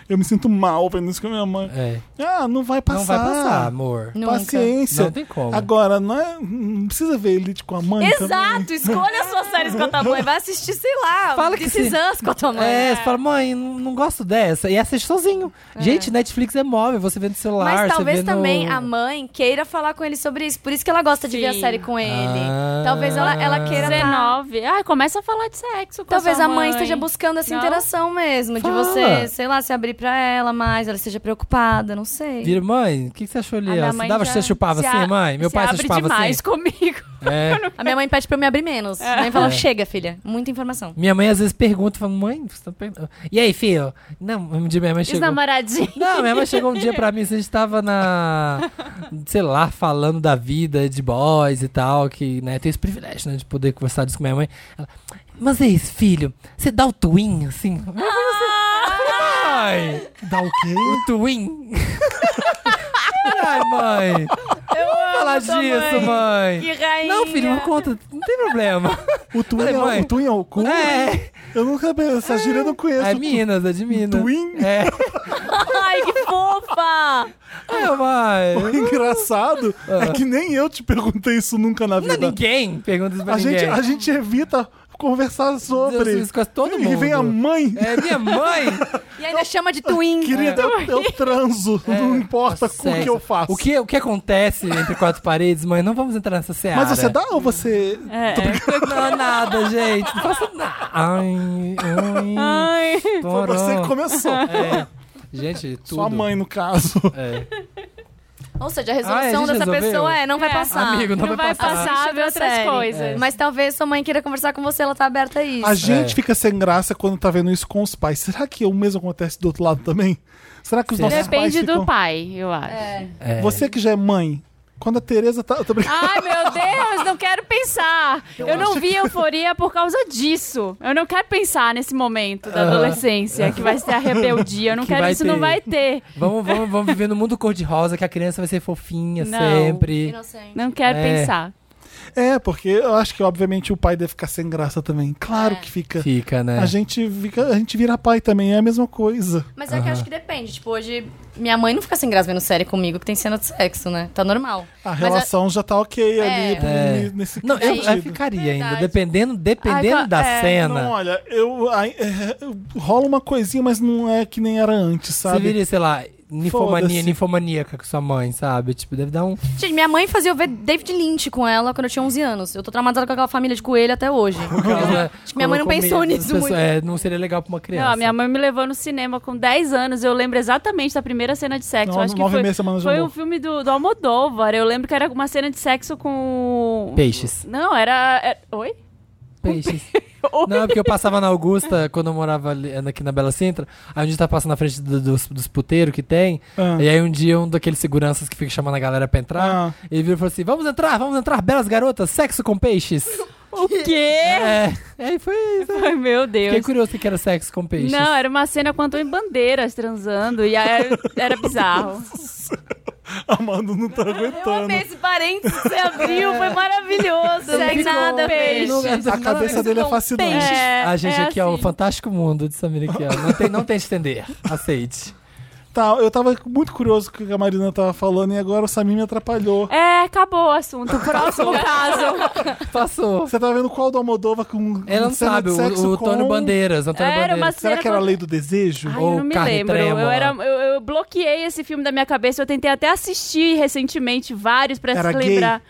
Speaker 1: Eu me sinto mal vendo isso com a minha mãe.
Speaker 3: É.
Speaker 1: Ah, não vai passar.
Speaker 3: Não vai passar, amor.
Speaker 5: Nunca.
Speaker 1: Paciência.
Speaker 3: Não tem como.
Speaker 1: Agora, não, é, não precisa ver Elite com a mãe também.
Speaker 5: Exato, escolha as suas séries com a tua mãe. Vai assistir, sei lá,
Speaker 3: Fala
Speaker 5: Fala
Speaker 3: que
Speaker 5: que This Is
Speaker 3: se-
Speaker 5: Us com a tua mãe.
Speaker 3: É, você fala, mãe, não, não gosto dessa. E assiste sozinho. Gente, Netflix é móvel, você vê no celular.
Speaker 5: Mas
Speaker 3: você
Speaker 5: talvez
Speaker 3: vê no-
Speaker 5: também a mãe queira falar com ele sobre isso. Por isso que ela gosta de ver a
Speaker 2: Sim.
Speaker 5: série com ele.
Speaker 3: Ah.
Speaker 5: Talvez ela, ela queira. tá-
Speaker 2: 19. Ai, começa a falar de sexo. Com
Speaker 5: Talvez
Speaker 2: sua
Speaker 5: a mãe esteja buscando essa
Speaker 2: Não?
Speaker 5: interação mesmo,
Speaker 3: Fala.
Speaker 5: de você, sei lá, se abrir pra ela mais, ela esteja preocupada, não sei.
Speaker 3: Vira, mãe, o que, que você achou ali?
Speaker 2: A Ah, minha
Speaker 3: ó? Você,
Speaker 2: mãe
Speaker 3: dava,
Speaker 2: já
Speaker 3: você chupava
Speaker 2: se
Speaker 3: assim,
Speaker 2: a-
Speaker 3: mãe? Meu
Speaker 2: se
Speaker 3: pai você
Speaker 2: abre
Speaker 3: chupava
Speaker 2: demais
Speaker 3: assim?
Speaker 2: comigo.
Speaker 3: É.
Speaker 5: A minha mãe pede pra eu me abrir menos. A Minha mãe fala, chega, filha, muita informação.
Speaker 3: Minha mãe às vezes pergunta, fala, mãe, você tá perguntando. E aí, filho? Não, um dia minha mãe
Speaker 2: Os
Speaker 3: chegou.
Speaker 2: namoradinhos.
Speaker 3: Não, minha mãe chegou um dia pra mim, assim, a gente tava na. sei lá, falando da vida de boys e tal, que, né, tem esse privilégio, né, de poder conversar disso com minha mãe. Ela, mas é isso, filho, você dá o twin, assim? Eu falei, mãe,
Speaker 1: Dá o quê?
Speaker 3: o twin? Ai, mãe, vamos falar disso, mãe.
Speaker 5: Que rainha.
Speaker 3: Não, filho, não conta, não tem problema.
Speaker 1: O Twin,
Speaker 3: Falei,
Speaker 1: é,
Speaker 3: mãe.
Speaker 1: o twin é o cu?
Speaker 3: É,
Speaker 1: Eu nunca vi essa gíria, eu não conheço.
Speaker 3: é Minas, é de Minas.
Speaker 1: Twin?
Speaker 3: É,
Speaker 5: Ai, que fofa!
Speaker 3: ai, mãe.
Speaker 1: O É engraçado é que nem eu te perguntei isso nunca na
Speaker 3: Ah. Não, é
Speaker 1: vida.
Speaker 3: ninguém pergunta isso pra
Speaker 1: é a,
Speaker 3: ninguém.
Speaker 1: gente, a gente evita conversar sobre.
Speaker 3: Deus, isso com todo
Speaker 1: E vem
Speaker 3: mundo.
Speaker 1: a mãe.
Speaker 3: É minha mãe.
Speaker 5: E ainda chama de twin.
Speaker 1: Querida, eu, eu transo. Não importa o
Speaker 3: Sexo.
Speaker 1: Tá, que eu faço.
Speaker 3: É. Tá O que, o que acontece entre quatro paredes, mãe? Não vamos entrar nessa seara.
Speaker 1: Mas você dá ou você.
Speaker 2: É.
Speaker 3: Não é nada, gente. Não faço nada. Ai, ai,
Speaker 2: Ai.
Speaker 1: Foi
Speaker 3: porão.
Speaker 1: você que começou.
Speaker 3: É. Gente, tudo.
Speaker 1: Sua mãe, no caso.
Speaker 3: É.
Speaker 5: Ou seja, a
Speaker 3: Ah, a
Speaker 5: resolução
Speaker 3: gente
Speaker 5: dessa
Speaker 3: resolveu?
Speaker 5: pessoa é, não vai
Speaker 2: É.
Speaker 5: passar.
Speaker 3: Amigo, não,
Speaker 2: Não vai passar, vê outras
Speaker 5: Série.
Speaker 2: coisas.
Speaker 5: Mas talvez sua mãe queira conversar com você, ela tá aberta a isso.
Speaker 1: A gente
Speaker 3: É.
Speaker 1: fica sem graça quando tá vendo isso com os pais. Será que o mesmo acontece do outro lado também? Será que os
Speaker 3: Sim.
Speaker 1: nossos pais.
Speaker 2: Depende
Speaker 1: ficam-
Speaker 2: do pai, eu acho.
Speaker 3: É.
Speaker 1: Você que já é mãe, quando a Tereza tá. Eu tô brincando.
Speaker 2: Ai, meu Deus, não quero pensar. Eu, não vi euforia por causa disso. Eu não quero pensar nesse momento da
Speaker 3: Aham.
Speaker 2: adolescência, que vai ser a rebeldia. Eu não
Speaker 3: Que
Speaker 2: quero
Speaker 3: vai
Speaker 2: isso,
Speaker 3: ter.
Speaker 2: não vai ter.
Speaker 3: Vamos, vamos, vamos viver no mundo cor-de-rosa que a criança vai ser fofinha
Speaker 2: Não.
Speaker 3: sempre.
Speaker 5: Inocente.
Speaker 2: Não quero
Speaker 3: É.
Speaker 2: pensar.
Speaker 1: É, porque eu acho que, obviamente, o pai deve ficar sem graça também. Claro que fica.
Speaker 3: Fica, né?
Speaker 1: A gente fica. A gente vira pai também, é a mesma coisa.
Speaker 5: Mas é que eu acho que depende. Tipo, hoje, minha mãe não fica sem graça vendo série comigo que tem cena de sexo, né? Tá normal.
Speaker 1: A
Speaker 5: Mas
Speaker 1: relação já tá ok ali
Speaker 3: É.
Speaker 1: n- nesse
Speaker 3: Não, eu, eu
Speaker 1: sentido.
Speaker 3: ficaria ainda,
Speaker 5: Verdade.
Speaker 3: dependendo, dependendo
Speaker 2: Ai,
Speaker 3: da
Speaker 2: é,
Speaker 3: cena.
Speaker 1: Não, olha, eu, ai, é, eu- rola uma coisinha, mas não é que nem era antes,
Speaker 3: Você
Speaker 1: sabe?
Speaker 3: viria, sei lá, ninfomania,
Speaker 1: Foda-se.
Speaker 3: ninfomaníaca com sua mãe, sabe? Tipo, deve dar um.
Speaker 5: Gente, minha mãe fazia eu ver David Lynch com ela quando eu tinha 11 anos. Eu tô traumatizada com aquela família de coelho até hoje.
Speaker 3: Acho
Speaker 5: que minha mãe não pensou nisso muito.
Speaker 3: É, não seria legal pra uma criança.
Speaker 2: Não, a minha mãe me levou no cinema com 10 anos. Eu lembro exatamente da primeira cena de sexo.
Speaker 1: Não,
Speaker 2: eu acho que
Speaker 1: nove e
Speaker 2: foi,
Speaker 1: meia semanas de
Speaker 2: foi
Speaker 1: amor.
Speaker 2: um filme do, do Almodóvar. Eu lembro que era uma cena de sexo com...
Speaker 3: Peixes.
Speaker 2: Não, era... era- Oi?
Speaker 3: Peixes. Não, é porque eu passava na Augusta, quando eu morava ali, eh, aqui na Bela Sintra, aí a gente tá passando na frente do- dos, dos puteiros que tem,
Speaker 1: Ah.
Speaker 3: e aí um dia um daqueles seguranças que fica chamando a galera pra entrar,
Speaker 1: Ah.
Speaker 3: ele virou e falou assim, vamos entrar, vamos entrar, belas garotas, sexo com peixes.
Speaker 2: O quê?
Speaker 3: é, aí foi isso.
Speaker 2: Ai, meu Deus.
Speaker 3: Fiquei curioso o que era sexo com peixes.
Speaker 2: Não, era uma cena com Antônio Bandeiras transando. E aí era, era bizarro.
Speaker 1: Amando não tá
Speaker 5: Eu
Speaker 1: aguentando.
Speaker 5: amei esse parênteses, você
Speaker 2: Viu?
Speaker 5: abriu.
Speaker 2: Foi maravilhoso.
Speaker 5: Sem nada,
Speaker 2: peixe.
Speaker 3: Não,
Speaker 1: A cabeça dele é fascinante.
Speaker 2: peixe. É,
Speaker 3: a gente
Speaker 2: é
Speaker 3: aqui é o
Speaker 2: assim.
Speaker 3: fantástico mundo de Samira aqui, ó. Não tem, não tem de estender. Aceite.
Speaker 1: Tá, eu tava muito curioso com o que a Marina tava falando e agora o Samir me atrapalhou.
Speaker 2: É, acabou o assunto. Próximo caso.
Speaker 3: Passou.
Speaker 1: Você tava vendo qual do Almodova com
Speaker 3: Ela não
Speaker 1: cena
Speaker 3: sabe,
Speaker 1: de sexo
Speaker 3: o, o
Speaker 1: com-
Speaker 3: Antônio Bandeiras, Antônio
Speaker 2: Era uma
Speaker 3: Bandeiras.
Speaker 1: Será
Speaker 2: cena
Speaker 1: que era a
Speaker 2: com-
Speaker 1: lei do desejo?
Speaker 2: Ai,
Speaker 3: Ou
Speaker 2: eu não me
Speaker 3: carne
Speaker 2: lembro.
Speaker 3: trêmola.
Speaker 2: Eu, era, eu, eu bloqueei esse filme da minha cabeça. Eu tentei até assistir recentemente vários pra
Speaker 1: Era
Speaker 2: se
Speaker 1: gay?
Speaker 2: lembrar.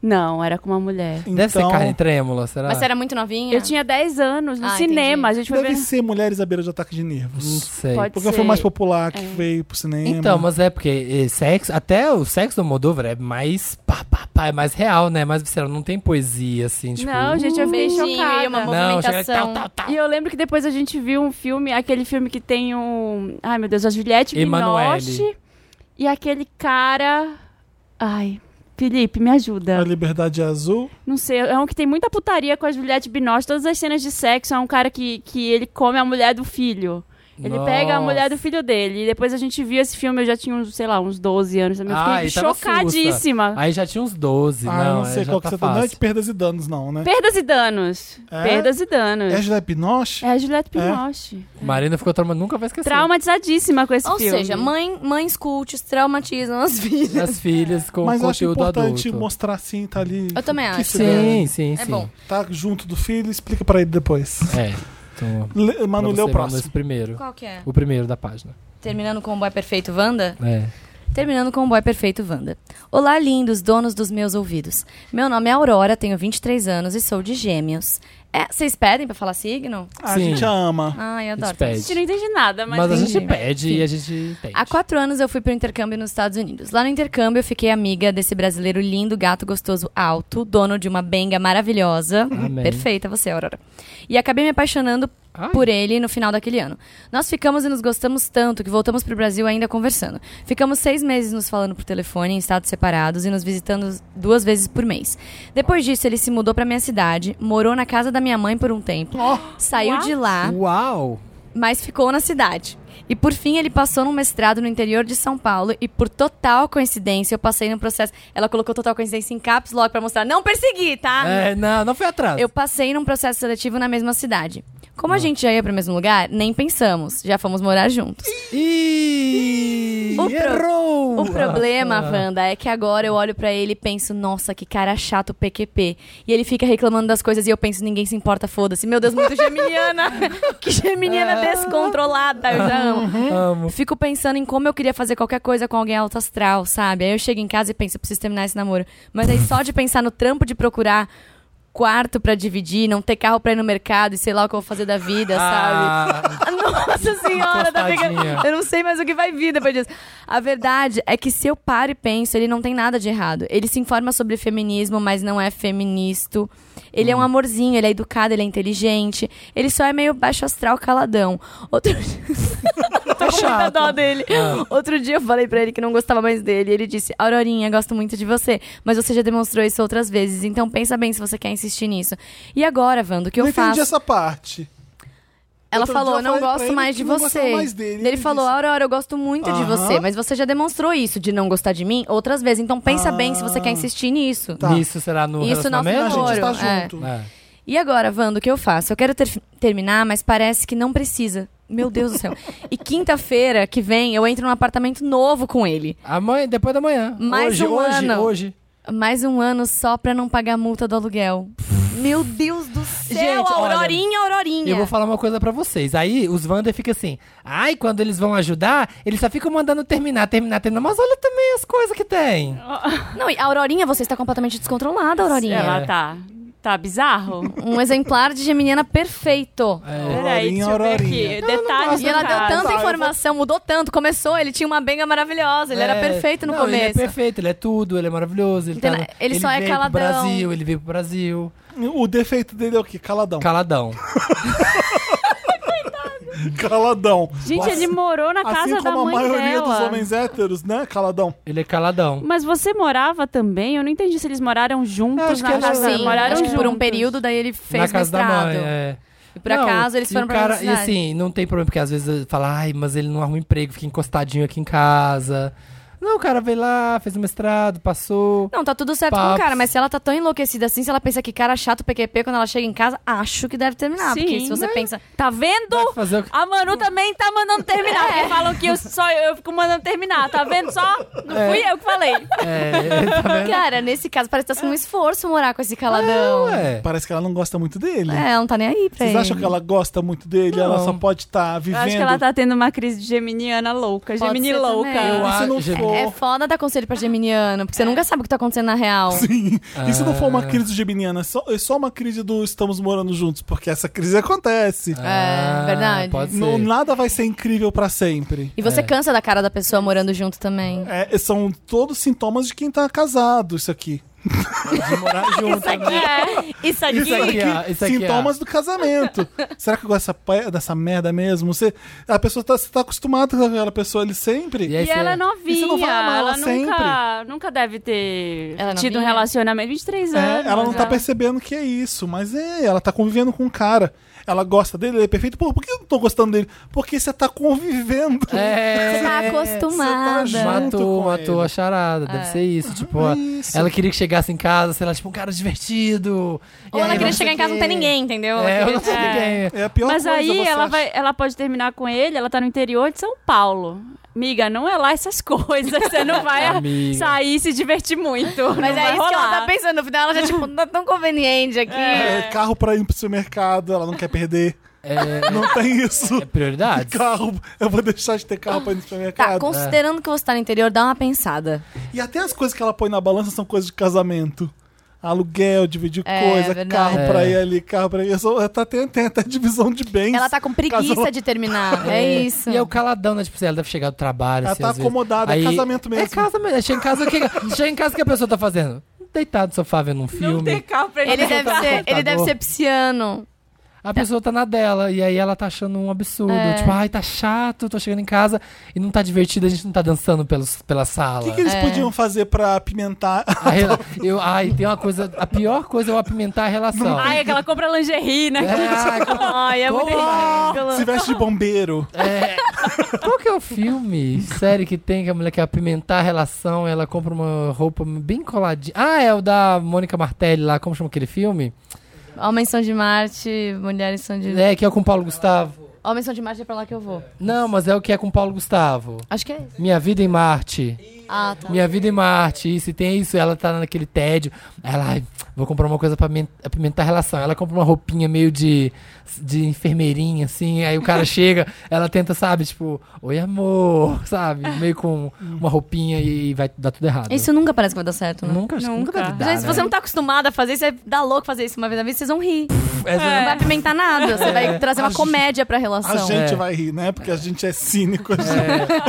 Speaker 2: Não, era com uma mulher.
Speaker 1: Então,
Speaker 3: Deve ser carne trêmula, será?
Speaker 5: Mas você era muito novinha?
Speaker 2: Eu tinha 10 anos no
Speaker 5: Ah,
Speaker 2: cinema. A gente foi
Speaker 1: Deve
Speaker 2: ver.
Speaker 1: ser Mulheres à Beira de Ataque de
Speaker 3: Não
Speaker 1: Nervos.
Speaker 3: sei.
Speaker 2: Pode
Speaker 1: Porque
Speaker 2: ser.
Speaker 1: foi o mais popular que veio pro cinema.
Speaker 3: É. Então, mas é porque eh, sexo, até o sexo do Moldover é mais pá, pá, pá, é mais real, né? Mais visceral, não tem poesia assim, tipo.
Speaker 2: Não, é gente, eu fiquei
Speaker 5: Beijinho
Speaker 2: chocada.
Speaker 5: e uma
Speaker 3: não, chega tal,
Speaker 5: movimentação.
Speaker 3: tal, tal.
Speaker 2: E eu lembro que depois a gente viu um filme, aquele filme que tem um. Ai, meu Deus, a Juliette
Speaker 3: Emanuele.
Speaker 2: Binoche. E aquele cara. Ai, Felipe, me ajuda.
Speaker 1: A Liberdade Azul.
Speaker 2: Não sei, é um que tem muita putaria com a Juliette Binoche. Todas as cenas de sexo é um cara que, que ele come a mulher do filho. Ele
Speaker 3: Nossa.
Speaker 2: pega a mulher do filho dele. E depois a gente viu esse filme, eu já tinha, uns, sei lá, uns 12 anos também. Eu fiquei
Speaker 3: Ai, Ah, tava
Speaker 2: chocadíssima.
Speaker 3: Aí já tinha uns 12,
Speaker 1: ah, eu
Speaker 3: não,
Speaker 1: não sei
Speaker 3: já
Speaker 1: qual
Speaker 3: tá
Speaker 1: que você tá. Não é de
Speaker 3: fácil.
Speaker 1: perdas e danos, não, né?
Speaker 2: Perdas e danos.
Speaker 1: É?
Speaker 2: Perdas e danos.
Speaker 1: É José Pinoche?
Speaker 2: É a Juliette
Speaker 3: Assim.
Speaker 2: Binoche.
Speaker 3: Marina ficou trauma, nunca vai esquecer.
Speaker 2: Traumatizadíssima com esse
Speaker 5: Ou
Speaker 2: filme.
Speaker 5: seja, mãe, mães cultes traumatizam as filhas.
Speaker 3: As filhas com
Speaker 1: Mas eu acho
Speaker 3: conteúdo
Speaker 1: importante
Speaker 3: adulto.
Speaker 1: mostrar assim, tá ali.
Speaker 5: Eu também
Speaker 1: que
Speaker 5: acho.
Speaker 1: se
Speaker 3: Sim, sim, sim.
Speaker 5: É bom.
Speaker 1: Tá junto do filho, explica pra ele depois.
Speaker 3: É. Então,
Speaker 1: Le,
Speaker 3: pra
Speaker 1: Manu,
Speaker 3: você,
Speaker 1: lê o
Speaker 3: Manu,
Speaker 1: próximo.
Speaker 3: esse primeiro.
Speaker 5: Qual que é?
Speaker 3: O primeiro da página.
Speaker 5: Terminando com o boy perfeito, Wanda?
Speaker 3: É.
Speaker 5: Terminando com o boy perfeito, Wanda. Olá, lindos donos dos meus ouvidos. Meu nome é Aurora, tenho 23 anos e sou de gêmeos. É, vocês pedem pra falar signo?
Speaker 1: Ah, A
Speaker 3: Sim.
Speaker 1: gente a ama.
Speaker 5: Ai, eu
Speaker 3: A gente
Speaker 5: adoro.
Speaker 2: A
Speaker 3: pede.
Speaker 2: gente não entende nada, mas.
Speaker 3: É Mas, a
Speaker 5: entendi.
Speaker 3: gente pede e a gente tem.
Speaker 5: Há quatro anos eu fui pro intercâmbio nos Estados Unidos. Lá no intercâmbio eu fiquei amiga desse brasileiro lindo, gato gostoso, alto, dono de uma benga maravilhosa.
Speaker 3: Amém.
Speaker 5: Perfeita você, Aurora. E acabei me apaixonando
Speaker 3: Ai.
Speaker 5: por ele no final daquele ano. Nós ficamos e nos gostamos tanto que voltamos pro Brasil ainda conversando. Ficamos seis meses nos falando por telefone, em estados separados e nos visitando duas vezes por mês. Depois disso, ele se mudou pra minha cidade, morou na casa da minha mãe por um tempo,
Speaker 3: Oh,
Speaker 5: saiu de lá
Speaker 3: Uau!
Speaker 5: mas ficou na cidade. E por fim ele passou num mestrado no interior de São Paulo e por total coincidência eu passei no processo. Ela colocou total coincidência em caps logo pra mostrar, não persegui, tá?
Speaker 3: É, não, não foi atrás.
Speaker 5: Eu passei num processo seletivo na mesma cidade. Como a gente já ia pro mesmo lugar, nem pensamos, já fomos morar juntos.
Speaker 3: Ih!
Speaker 5: O pro-
Speaker 3: Errou!
Speaker 5: O problema,
Speaker 3: Ah.
Speaker 5: Wanda, é que agora eu olho pra ele e penso, nossa, que cara chato PQP. E ele fica reclamando das coisas e eu penso, ninguém se importa, foda-se. Meu Deus, muito geminiana. que geminiana descontrolada, eu já amo.
Speaker 3: Ah, Amo.
Speaker 5: Fico pensando em como eu queria fazer qualquer coisa com alguém alto astral, sabe? Aí eu chego em casa e penso, eu preciso terminar esse namoro. Mas aí só de pensar no trampo de procurar quarto pra dividir, não ter carro pra ir no mercado e sei lá o que eu vou fazer da vida, é, sabe?
Speaker 3: Ah,
Speaker 5: Nossa senhora, tá pegando...
Speaker 3: Encostadinha.
Speaker 5: eu não sei mais o que vai vir depois disso. A verdade é que se eu paro e penso, ele não tem nada de errado. Ele se informa sobre feminismo, mas não é feministo. Ele é um amorzinho, ele é educado, ele é inteligente. Ele só é meio baixo astral caladão. Outro
Speaker 3: tá
Speaker 5: muita
Speaker 3: chato.
Speaker 5: dó dele. Outro dia eu falei pra ele que não gostava mais dele. e Ele disse: Aurorinha, gosto muito de você, mas você já demonstrou isso outras vezes, então pensa bem se você quer insistir nisso. E agora, Wanda, o que eu
Speaker 1: não entendi
Speaker 5: faço?
Speaker 1: um essa parte.
Speaker 5: Ela
Speaker 1: Outro dia
Speaker 5: falou:
Speaker 1: eu
Speaker 5: Não
Speaker 1: falei pra
Speaker 5: gosto
Speaker 1: ele
Speaker 5: mais
Speaker 1: que
Speaker 5: de
Speaker 1: não gostava
Speaker 5: você.
Speaker 1: mais dele, e
Speaker 5: Ele,
Speaker 1: ele
Speaker 5: falou:
Speaker 1: disse-
Speaker 5: Aurora, eu gosto muito de
Speaker 1: Aham.
Speaker 5: você, mas você já demonstrou isso de não gostar de mim outras vezes, então pensa
Speaker 1: Ah.
Speaker 5: bem se você quer insistir nisso.
Speaker 1: Tá.
Speaker 3: Isso será no
Speaker 5: Isso nosso
Speaker 1: A
Speaker 3: relacionamento?
Speaker 5: namoro.
Speaker 1: gente tá- está
Speaker 5: é.
Speaker 1: junto.
Speaker 3: É.
Speaker 5: E agora, Wanda, o que eu faço? Eu quero ter- terminar, mas parece que não precisa. Meu Deus do céu. E quinta-feira que vem eu entro num apartamento novo com ele.
Speaker 3: Amanhã, depois da manhã.
Speaker 5: Mais
Speaker 3: hoje,
Speaker 5: um
Speaker 3: hoje,
Speaker 5: ano.
Speaker 3: hoje.
Speaker 5: Mais um ano só pra não pagar a multa do aluguel. Meu Deus do céu,
Speaker 3: Gente, olha,
Speaker 5: Aurorinha, Aurorinha.
Speaker 3: E eu vou falar uma coisa pra vocês. Aí os Wander ficam assim, ai, quando eles vão ajudar, eles só ficam mandando terminar, terminar, terminar. Mas olha também as coisas que tem.
Speaker 5: Não, e a Aurorinha, você está completamente descontrolada, Aurorinha.
Speaker 3: É.
Speaker 2: Ela tá. Tá bizarro?
Speaker 5: Um exemplar de geminiana perfeito.
Speaker 3: É.
Speaker 2: Peraí, deixa eu ver
Speaker 1: Aurorinha.
Speaker 2: aqui.
Speaker 3: Ah,
Speaker 2: Detalhes
Speaker 5: E
Speaker 2: do
Speaker 3: então
Speaker 5: ela deu
Speaker 2: caso.
Speaker 5: tanta
Speaker 1: Tá, eu
Speaker 5: informação, mudou tanto, começou, ele tinha uma benga maravilhosa, ele era
Speaker 3: É.
Speaker 5: perfeito no
Speaker 3: Não,
Speaker 5: começo.
Speaker 3: Ele é perfeito, ele é tudo, ele é maravilhoso. Ele,
Speaker 5: Então,
Speaker 3: tá no-
Speaker 5: ele só é
Speaker 3: veio
Speaker 5: caladão.
Speaker 3: Pro Brasil, ele veio pro Brasil.
Speaker 1: O defeito dele é o quê? Caladão.
Speaker 3: Caladão.
Speaker 1: Caladão.
Speaker 2: Gente, ele morou na casa
Speaker 1: assim
Speaker 2: da
Speaker 1: como a
Speaker 2: mãe
Speaker 1: maioria
Speaker 2: dela.
Speaker 1: dos homens héteros, né? Caladão.
Speaker 3: Ele é caladão.
Speaker 2: Mas você morava também? Eu não entendi se eles moraram juntos
Speaker 3: acho
Speaker 2: na
Speaker 3: que era-
Speaker 2: casa.
Speaker 5: Sim,
Speaker 2: moraram
Speaker 5: acho que
Speaker 2: juntos.
Speaker 5: por um período, daí ele fez
Speaker 3: na casa da
Speaker 5: mestrado.
Speaker 3: mãe, é.
Speaker 5: E por
Speaker 3: Não,
Speaker 5: acaso eles
Speaker 3: e
Speaker 5: foram
Speaker 3: o
Speaker 5: pra
Speaker 3: cara, E
Speaker 5: universidade.
Speaker 3: assim, não tem problema, porque às vezes fala, ai, mas ele não arruma emprego, fica encostadinho aqui em casa. Não, o cara veio lá, fez o mestrado, passou.
Speaker 5: Não, tá tudo certo com o
Speaker 3: Papos.
Speaker 5: cara, mas se ela tá tão enlouquecida assim, se ela pensa que cara chato PQP quando ela chega em casa, acho que deve terminar.
Speaker 2: Sim,
Speaker 5: porque se você
Speaker 2: né?
Speaker 5: pensa.
Speaker 2: Tá vendo?
Speaker 3: Vai fazer o quê?
Speaker 2: A Manu também tá mandando terminar.
Speaker 5: É.
Speaker 2: Porque falam que eu só eu fico mandando terminar. Tá vendo só? Não fui eu que falei.
Speaker 3: É, tá vendo?
Speaker 5: Cara, nesse caso parece que tá sendo um esforço morar com esse caladão. É,
Speaker 3: Ué.
Speaker 1: Parece que ela não gosta muito dele.
Speaker 2: É,
Speaker 5: ela não tá nem aí pra
Speaker 1: Vocês
Speaker 5: ele.
Speaker 1: acham que ela gosta muito dele? Ela
Speaker 3: Não.
Speaker 1: só pode estar
Speaker 2: Eu
Speaker 1: vivendo.
Speaker 2: acho que ela tá tendo uma crise de geminiana louca.
Speaker 5: Pode
Speaker 2: Gemini
Speaker 5: ser também.
Speaker 2: louca.
Speaker 5: Eu
Speaker 1: E se
Speaker 3: acho-
Speaker 1: não
Speaker 3: Gem-
Speaker 1: for.
Speaker 5: É foda dar conselho pra geminiano,
Speaker 3: É.
Speaker 5: porque você nunca sabe o que tá acontecendo na real.
Speaker 1: Sim. E se não for uma
Speaker 3: Ah.
Speaker 1: crise geminiana, é só, é só uma crise do estamos morando juntos, porque essa crise acontece.
Speaker 3: Ah,
Speaker 5: É, verdade.
Speaker 3: Pode ser.
Speaker 1: Não, nada vai ser incrível pra sempre.
Speaker 5: E você
Speaker 3: É.
Speaker 5: cansa da cara da pessoa morando junto também.
Speaker 1: É, são todos sintomas de quem tá casado, isso aqui.
Speaker 3: De morar junto.
Speaker 5: Isso aqui, isso aqui.
Speaker 3: Isso aqui, ó, isso aqui, ó.
Speaker 1: Sintomas do casamento. Será que eu gosto dessa pe- dessa merda mesmo? Você, a pessoa tá, você tá acostumado com aquela pessoa ali sempre.
Speaker 3: E
Speaker 2: E
Speaker 3: aí você-
Speaker 2: ela é
Speaker 1: E
Speaker 2: novinha.
Speaker 1: você não vai amar ela
Speaker 2: ela nunca, nunca deve ter
Speaker 5: Ela é
Speaker 2: tido um
Speaker 5: novinha?
Speaker 2: relacionamento. 23 anos.
Speaker 1: É, ela não tá
Speaker 2: né?
Speaker 1: percebendo que é isso, mas é, ela tá convivendo com um cara. Ela gosta dele, ele é perfeito. Pô, por que eu não tô gostando dele? Porque você tá convivendo.
Speaker 3: É.
Speaker 5: Você tá
Speaker 1: você
Speaker 5: acostumada.
Speaker 1: tá junto.
Speaker 3: Matou,
Speaker 1: com
Speaker 3: matou
Speaker 1: ele.
Speaker 3: a charada,
Speaker 5: É.
Speaker 3: deve ser isso. Tipo, ó,
Speaker 1: isso.
Speaker 3: ela queria que chegasse em casa, sei lá, tipo, um cara divertido. E
Speaker 5: Ou ela
Speaker 3: aí,
Speaker 5: queria
Speaker 3: sei
Speaker 5: chegar em casa e
Speaker 3: quê.
Speaker 5: não tem ninguém, entendeu? Ela
Speaker 3: É, eu
Speaker 5: queria-
Speaker 3: não sei ninguém.
Speaker 1: É a pior
Speaker 2: Mas
Speaker 1: coisa,
Speaker 2: aí
Speaker 1: você
Speaker 2: ela,
Speaker 1: acha.
Speaker 2: vai, ela pode terminar com ele, ela tá no interior de São Paulo. Miga, não é lá essas coisas. Você não vai
Speaker 3: Amiga.
Speaker 2: sair e se divertir muito.
Speaker 5: Mas
Speaker 2: não
Speaker 5: é
Speaker 2: vai
Speaker 5: isso que ela
Speaker 2: rolar.
Speaker 5: tá pensando. No final, ela já, tipo, não tá tão conveniente aqui.
Speaker 1: É, carro pra ir pro supermercado, ela não quer perder.
Speaker 3: É,
Speaker 1: Não tem isso.
Speaker 3: é prioridade.
Speaker 1: Carro, eu vou deixar de ter carro pra ir no
Speaker 5: Tá,
Speaker 3: É.
Speaker 1: supermercado.
Speaker 5: considerando que você tá no interior, dá uma pensada.
Speaker 1: E até as coisas que ela põe na balança são coisas de casamento. Aluguel, dividir
Speaker 5: É,
Speaker 1: coisa,
Speaker 5: verdade.
Speaker 1: carro pra
Speaker 3: É.
Speaker 1: ir ali, carro pra ir. Eu sou- tá, tem, tem até divisão de bens.
Speaker 5: Ela tá com preguiça
Speaker 1: Casou-
Speaker 5: de terminar. É, isso.
Speaker 3: E é o caladão, né? Tipo, assim, ela deve chegar do trabalho.
Speaker 1: Ela
Speaker 3: assim,
Speaker 1: tá
Speaker 3: às vezes.
Speaker 1: acomodada, é casamento mesmo.
Speaker 3: É casamento. Aí Chega em casa, o que, chega em casa, o que a pessoa tá fazendo? Deitado no sofá vendo um filme.
Speaker 2: Não tem carro pra ele.
Speaker 5: Ele deve
Speaker 3: tá no
Speaker 5: ser, ele
Speaker 3: computador.
Speaker 5: deve ser pisciano.
Speaker 3: A pessoa tá na dela, e aí ela tá achando um absurdo.
Speaker 2: É.
Speaker 3: Tipo, ai, tá chato, tô chegando em casa e não tá divertido, a gente não tá dançando pelos, pela
Speaker 1: O
Speaker 3: sala.
Speaker 1: que, tá que
Speaker 5: É.
Speaker 1: eles podiam fazer pra apimentar?
Speaker 3: A rela- eu, ai, tem uma coisa. A pior coisa é eu apimentar a relação.
Speaker 2: Ai, aquela compra lingerie, né?
Speaker 3: É, ai, como-
Speaker 2: Ai, é muito
Speaker 3: como-
Speaker 2: ridículo.
Speaker 1: Se veste de bombeiro.
Speaker 3: É. Qual que é o filme, série que tem que a mulher quer apimentar a relação, ela compra uma roupa bem coladinha. Ah, é o da Mônica Martelli lá, como chama aquele filme?
Speaker 5: Homens são de Marte, mulheres são de.
Speaker 3: É, que é com o Paulo Gustavo.
Speaker 5: Homens são de Marte é pra lá que eu vou.
Speaker 3: Não, mas é o que é com o Paulo Gustavo.
Speaker 5: Acho que é isso.
Speaker 3: Minha Vida em Marte.
Speaker 5: Ah, tá.
Speaker 3: Minha Vida em Marte. Isso, e tem isso. Ela tá naquele tédio. Aí Ela, ai, vou comprar uma coisa pra apimen- apimentar a relação. Ela compra uma roupinha meio de, de enfermeirinha, assim. Aí o cara chega, ela tenta, sabe, tipo, oi amor, sabe? Meio com uma roupinha e vai dar tudo errado.
Speaker 5: Isso nunca parece que vai dar certo, né?
Speaker 3: Nunca, acho que
Speaker 2: Nunca.
Speaker 3: nunca deve
Speaker 5: Mas
Speaker 3: dar,
Speaker 5: aí, se
Speaker 3: né?
Speaker 5: você não tá acostumada a fazer isso, você dá louco fazer isso uma vez na vida, vocês vão rir.
Speaker 3: Essa- é
Speaker 2: É.
Speaker 5: Não vai apimentar nada. Você vai trazer
Speaker 1: É. A
Speaker 5: uma
Speaker 1: gente-
Speaker 5: comédia pra
Speaker 1: A
Speaker 5: relação.
Speaker 1: gente
Speaker 3: É.
Speaker 1: vai rir, né? Porque a gente é cínico. a gente-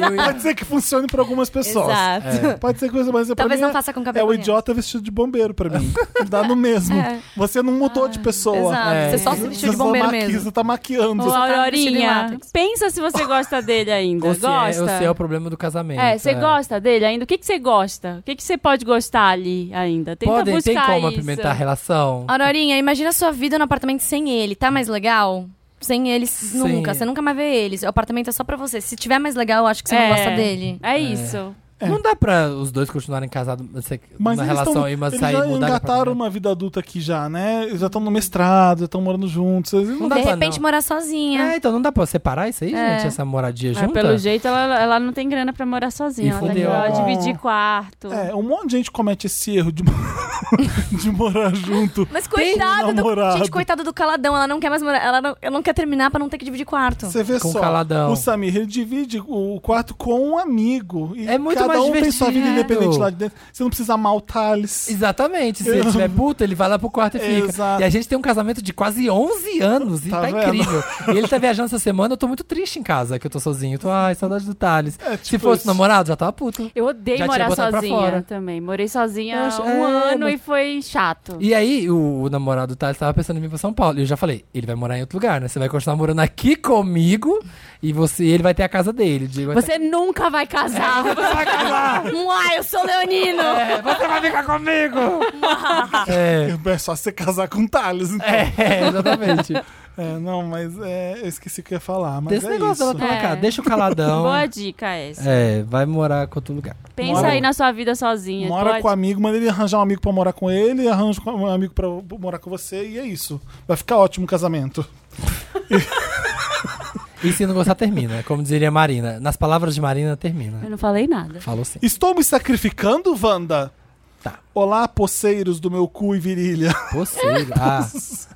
Speaker 3: Eu ia-
Speaker 1: Pode ser que funcione pra algumas pessoas. É.
Speaker 5: Exato.
Speaker 1: Pode ser coisa, mas pra
Speaker 5: Talvez
Speaker 1: mim
Speaker 5: não
Speaker 1: é-
Speaker 5: faça com
Speaker 1: É
Speaker 5: cabelo.
Speaker 1: o idiota vestido de bombeiro pra mim. Dá no mesmo.
Speaker 5: É.
Speaker 1: Você não mudou de pessoa.
Speaker 5: Exato.
Speaker 3: É.
Speaker 5: Você só
Speaker 1: Você
Speaker 5: se vestiu de
Speaker 1: só
Speaker 5: bombeiro
Speaker 1: maqui-
Speaker 5: mesmo.
Speaker 1: Você tá maquiando.
Speaker 2: Ô,
Speaker 5: tá vestido em
Speaker 2: Aurorinha,
Speaker 5: látex.
Speaker 2: pensa se você gosta dele ainda.
Speaker 3: Ou se é,
Speaker 2: gosta?
Speaker 3: ou se é o problema do casamento.
Speaker 2: É, você gosta dele ainda? O que, que você gosta? O que, que você pode gostar ali ainda? Tenta
Speaker 3: Podem, tem
Speaker 2: buscar
Speaker 3: como
Speaker 2: isso.
Speaker 3: apimentar a relação?
Speaker 5: Aurorinha, imagina a sua vida no apartamento sem ele. Tá mais legal? Sem ele nunca. Você nunca mais vê ele. O apartamento é só pra você. Se tiver mais legal, eu acho que você
Speaker 2: É.
Speaker 5: não gosta dele.
Speaker 2: É isso.
Speaker 3: Não dá pra os dois continuarem casados, você-
Speaker 1: Mas
Speaker 3: na
Speaker 1: eles
Speaker 3: relação
Speaker 1: tão-
Speaker 3: e uma
Speaker 1: eles
Speaker 3: sair
Speaker 1: já
Speaker 3: e mudar de
Speaker 1: engataram
Speaker 3: apartamento.
Speaker 1: uma vida adulta aqui já, né? Eles já estão no mestrado, já estão morando juntos. Eles não-
Speaker 3: dá
Speaker 5: de
Speaker 3: pra
Speaker 5: repente
Speaker 3: não.
Speaker 5: morar sozinha.
Speaker 3: É, então não dá pra separar isso aí,
Speaker 5: É.
Speaker 3: gente? Essa moradia
Speaker 2: Ah,
Speaker 3: junta?
Speaker 2: pelo jeito, ela, ela não tem grana pra morar sozinha.
Speaker 3: E
Speaker 2: Ela tem que
Speaker 3: fudeu.
Speaker 2: ó, dividir
Speaker 5: Uhum.
Speaker 2: quarto.
Speaker 1: É, um monte de gente comete esse erro de, mo- de morar junto.
Speaker 5: Mas
Speaker 1: Tem
Speaker 5: coitado
Speaker 1: um
Speaker 5: do.
Speaker 1: namorado.
Speaker 5: Gente, coitada do caladão. Ela não quer mais morar. Ela não, ela não quer terminar pra não ter que dividir quarto.
Speaker 1: Você vê
Speaker 3: Com
Speaker 1: só,
Speaker 3: caladão.
Speaker 1: o Samir, ele divide o quarto com um amigo. E
Speaker 3: É muito
Speaker 1: cada
Speaker 3: mais
Speaker 1: um tem sua vida
Speaker 3: divertido.
Speaker 1: independente lá de dentro. Você não precisa amar o Thales.
Speaker 3: Exatamente. Se ele tiver puto, ele vai lá pro quarto e fica.
Speaker 1: Exato.
Speaker 3: E a gente tem um casamento de quase 11 anos e
Speaker 1: Tá
Speaker 3: tá,
Speaker 1: vendo?
Speaker 3: incrível. E ele tá viajando essa semana, eu tô muito triste em casa, que eu tô sozinho. Eu tô, ai, saudade do Thales.
Speaker 1: tipo
Speaker 3: Se fosse
Speaker 1: isso.
Speaker 3: namorado, já tava puto.
Speaker 2: Eu odeio
Speaker 3: Já tinha
Speaker 2: morar
Speaker 3: botado pra fora.
Speaker 2: sozinha também. Morei sozinha
Speaker 3: Eu acho-
Speaker 2: um
Speaker 3: é,
Speaker 2: ano
Speaker 3: mas-
Speaker 2: e foi chato.
Speaker 3: E aí, o, o namorado do Thales tava pensando em vir pra São Paulo. E eu já falei, ele vai morar em outro lugar, né? Você vai continuar morando aqui comigo e você, ele vai ter a casa dele. Diego, vai É,
Speaker 2: Você nunca vai casar. Um,
Speaker 3: vai casar!
Speaker 5: Uai, eu sou leonino!
Speaker 3: É, você vai ficar comigo! é,
Speaker 1: É só você casar com o Thales. Então. É.
Speaker 3: é, exatamente.
Speaker 1: não, mas é, eu esqueci o que eu ia falar. Mas
Speaker 3: Desse
Speaker 1: é
Speaker 3: negócio
Speaker 1: isso.
Speaker 3: dela pra
Speaker 2: É.
Speaker 3: cá, deixa o caladão.
Speaker 2: Boa dica essa.
Speaker 3: Então, É, vai morar com outro lugar.
Speaker 2: Pensa
Speaker 1: Mora-
Speaker 2: aí na sua vida sozinha.
Speaker 1: Mora
Speaker 2: pode?
Speaker 1: com amigo, manda ele arranjar um amigo pra morar com ele, arranja com- um amigo pra morar com você, e é isso. Vai ficar ótimo o casamento.
Speaker 3: E se não gostar, termina. Como diria Marina. Nas palavras de Marina, termina.
Speaker 2: Eu não falei nada.
Speaker 3: Falou sim.
Speaker 1: Estou me sacrificando, Wanda?
Speaker 3: Tá.
Speaker 1: Olá, poceiros do meu cu e virilha.
Speaker 3: Poceiro. Ah,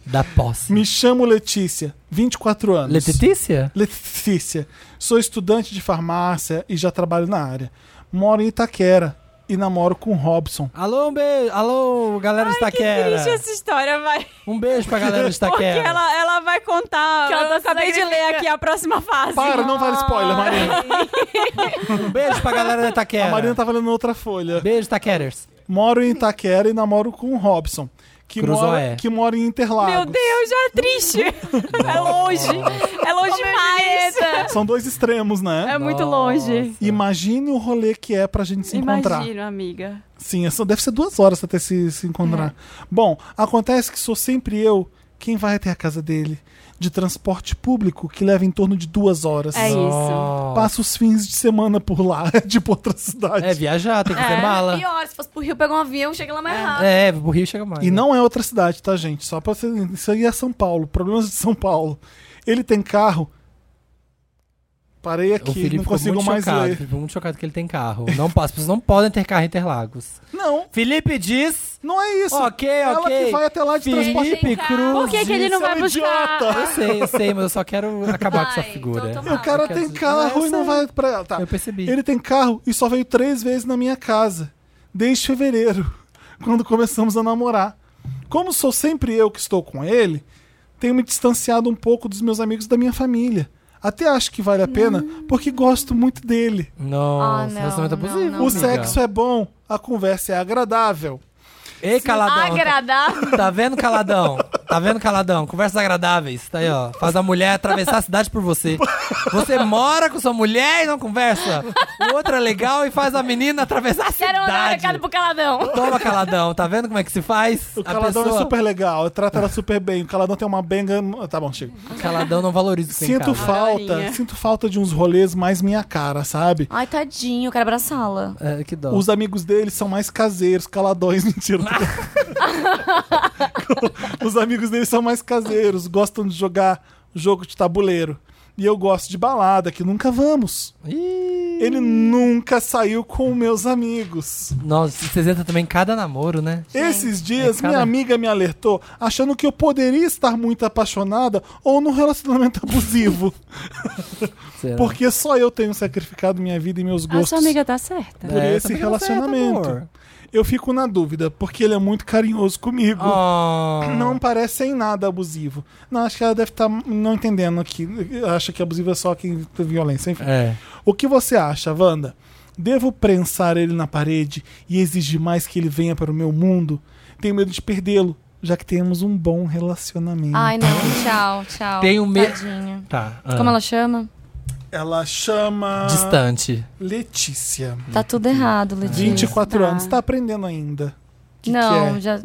Speaker 3: da posse.
Speaker 1: Me chamo Letícia, 24 anos.
Speaker 3: Letícia?
Speaker 1: Letícia, sou estudante de farmácia e já trabalho na área. Moro em Itaquera e namoro com Robson.
Speaker 3: Alô, um beijo. Alô, galera de Itaquera.
Speaker 2: história, vai.
Speaker 3: Um beijo pra galera de Itaquera.
Speaker 2: ela vai contar.
Speaker 5: eu acabei de ler aqui
Speaker 2: a próxima fase.
Speaker 1: Para, não vale spoiler, Marina.
Speaker 3: Um beijo pra galera de Itaquera.
Speaker 1: A Marina tá- tava lendo outra folha.
Speaker 3: Beijo, Itaquerers.
Speaker 1: Moro em Itaquera e namoro com Robson, que,
Speaker 3: Cruzoé.
Speaker 1: mora, que mora em Interlagos.
Speaker 2: já é triste. é longe. É longe demais.
Speaker 1: São dois extremos, né?
Speaker 2: É muito longe.
Speaker 1: Imagine o rolê que é pra gente se encontrar.
Speaker 2: Imagino, amiga.
Speaker 1: Sim, essa- deve ser duas horas até se, se encontrar.
Speaker 2: É.
Speaker 1: Bom, acontece que sou sempre eu quem vai até a casa dele. De transporte público que leva em torno de duas horas.
Speaker 2: É isso.
Speaker 3: Nossa.
Speaker 1: Passa os fins de semana por lá, tipo outra cidade.
Speaker 3: É viajar, tem que ter mala.
Speaker 5: É Pior, se fosse pro Rio, pegar um avião, chega lá mais rápido.
Speaker 3: É, pro Rio chega mais.
Speaker 1: E não é outra cidade, tá, gente? Só pra você. Isso aí é São Paulo. Problemas de São Paulo. Ele tem carro. Parei
Speaker 3: O Felipe
Speaker 1: aqui, não
Speaker 3: ficou
Speaker 1: consigo
Speaker 3: muito
Speaker 1: mais
Speaker 3: chocado. O
Speaker 1: ler.
Speaker 3: Felipe ficou muito chocado que ele tem carro. Não passa, as pessoas não podem ter carro em Interlagos.
Speaker 1: Não,
Speaker 3: Felipe diz.
Speaker 1: não é isso.
Speaker 3: Ok,
Speaker 1: Ela
Speaker 3: ok.
Speaker 1: que vai até lá de transporte.
Speaker 3: Felipe Cruz.
Speaker 2: Por que, que ele não
Speaker 1: Você é
Speaker 2: vai
Speaker 1: um
Speaker 2: buscar?
Speaker 1: idiota.
Speaker 3: Eu sei, eu sei, mas eu só quero acabar com essa
Speaker 5: Ai,
Speaker 3: figura.
Speaker 5: então toma.
Speaker 1: O cara
Speaker 3: Eu quero
Speaker 1: tem
Speaker 3: Ah, dizer-
Speaker 1: carro
Speaker 3: Eu
Speaker 1: e não
Speaker 3: sei.
Speaker 1: vai pra ela. Tá.
Speaker 3: Eu percebi.
Speaker 1: Ele tem carro e só veio três vezes na minha casa. Desde fevereiro, quando começamos a namorar. Como sou sempre eu que estou com ele, tenho me distanciado um pouco dos meus amigos e da minha família. Até acho que vale a pena, porque gosto muito dele.
Speaker 3: Nossa,
Speaker 5: Ah, não,
Speaker 3: relacionamento
Speaker 5: não,
Speaker 3: abusivo.
Speaker 5: não,
Speaker 1: o sexo é bom, a conversa é agradável.
Speaker 3: Ei,
Speaker 1: É,
Speaker 3: caladão.
Speaker 5: Agradável.
Speaker 3: Tá vendo, caladão? Tá vendo, caladão? Conversas agradáveis. Tá aí, ó. Faz a mulher atravessar a cidade por você. Você mora com sua mulher e não conversa. O outro é legal e faz a menina atravessar a
Speaker 5: Quero mandar um recado
Speaker 3: cidade.
Speaker 5: pro caladão.
Speaker 3: Toma, caladão. Tá vendo como é que se faz?
Speaker 1: O caladão é super legal, trata ela super bem. O caladão tem uma benga. Tá bom, chega.
Speaker 3: Caladão não valoriza o que tem em
Speaker 1: Sinto
Speaker 3: casa.
Speaker 1: falta,
Speaker 2: Aurorinha.
Speaker 1: sinto falta de uns rolês mais minha cara, sabe?
Speaker 5: Ai, tadinho, eu quero abraçá-la.
Speaker 3: É, que dó.
Speaker 1: Os amigos dele são mais caseiros, caladões, mentira. Os amigos dele são mais caseiros, gostam de jogar jogo de tabuleiro. E eu gosto de balada, que nunca vamos.
Speaker 3: Ih.
Speaker 1: Ele nunca saiu com meus amigos.
Speaker 3: Nossa, vocês entram também em cada namoro, né?
Speaker 1: Esses dias,
Speaker 3: é cada-
Speaker 1: minha amiga me alertou, achando que eu poderia estar muito apaixonada ou num relacionamento abusivo.
Speaker 3: Será?
Speaker 1: porque só eu tenho sacrificado minha vida e meus
Speaker 2: A
Speaker 1: gostos.
Speaker 2: sua amiga tá certa.
Speaker 1: por
Speaker 3: É,
Speaker 1: esse
Speaker 3: tá tudo certo,
Speaker 1: relacionamento.
Speaker 3: amor.
Speaker 1: Eu fico na dúvida, porque ele é muito carinhoso comigo.
Speaker 3: Oh.
Speaker 1: Não parece em nada abusivo. Não, acho que ela deve estar não entendendo aqui. Acha que abusivo é só quem tem violência. Enfim.
Speaker 3: É.
Speaker 1: O que você acha, Wanda? Devo prensar ele na parede e exigir mais que ele venha para o meu mundo? Tenho medo de perdê-lo, já que temos um bom relacionamento.
Speaker 5: Ai, não. Tchau, tchau.
Speaker 3: Tenho medo-
Speaker 5: Tadinho.
Speaker 3: Tá.
Speaker 5: Como
Speaker 3: ah.
Speaker 5: ela chama?
Speaker 1: Ela chama
Speaker 3: Distante.
Speaker 1: Letícia,
Speaker 3: Hum.
Speaker 5: Tá tudo errado, Letícia.
Speaker 1: 24
Speaker 2: Tá.
Speaker 1: anos, está aprendendo ainda. que
Speaker 5: não,
Speaker 1: que é?
Speaker 5: já. é.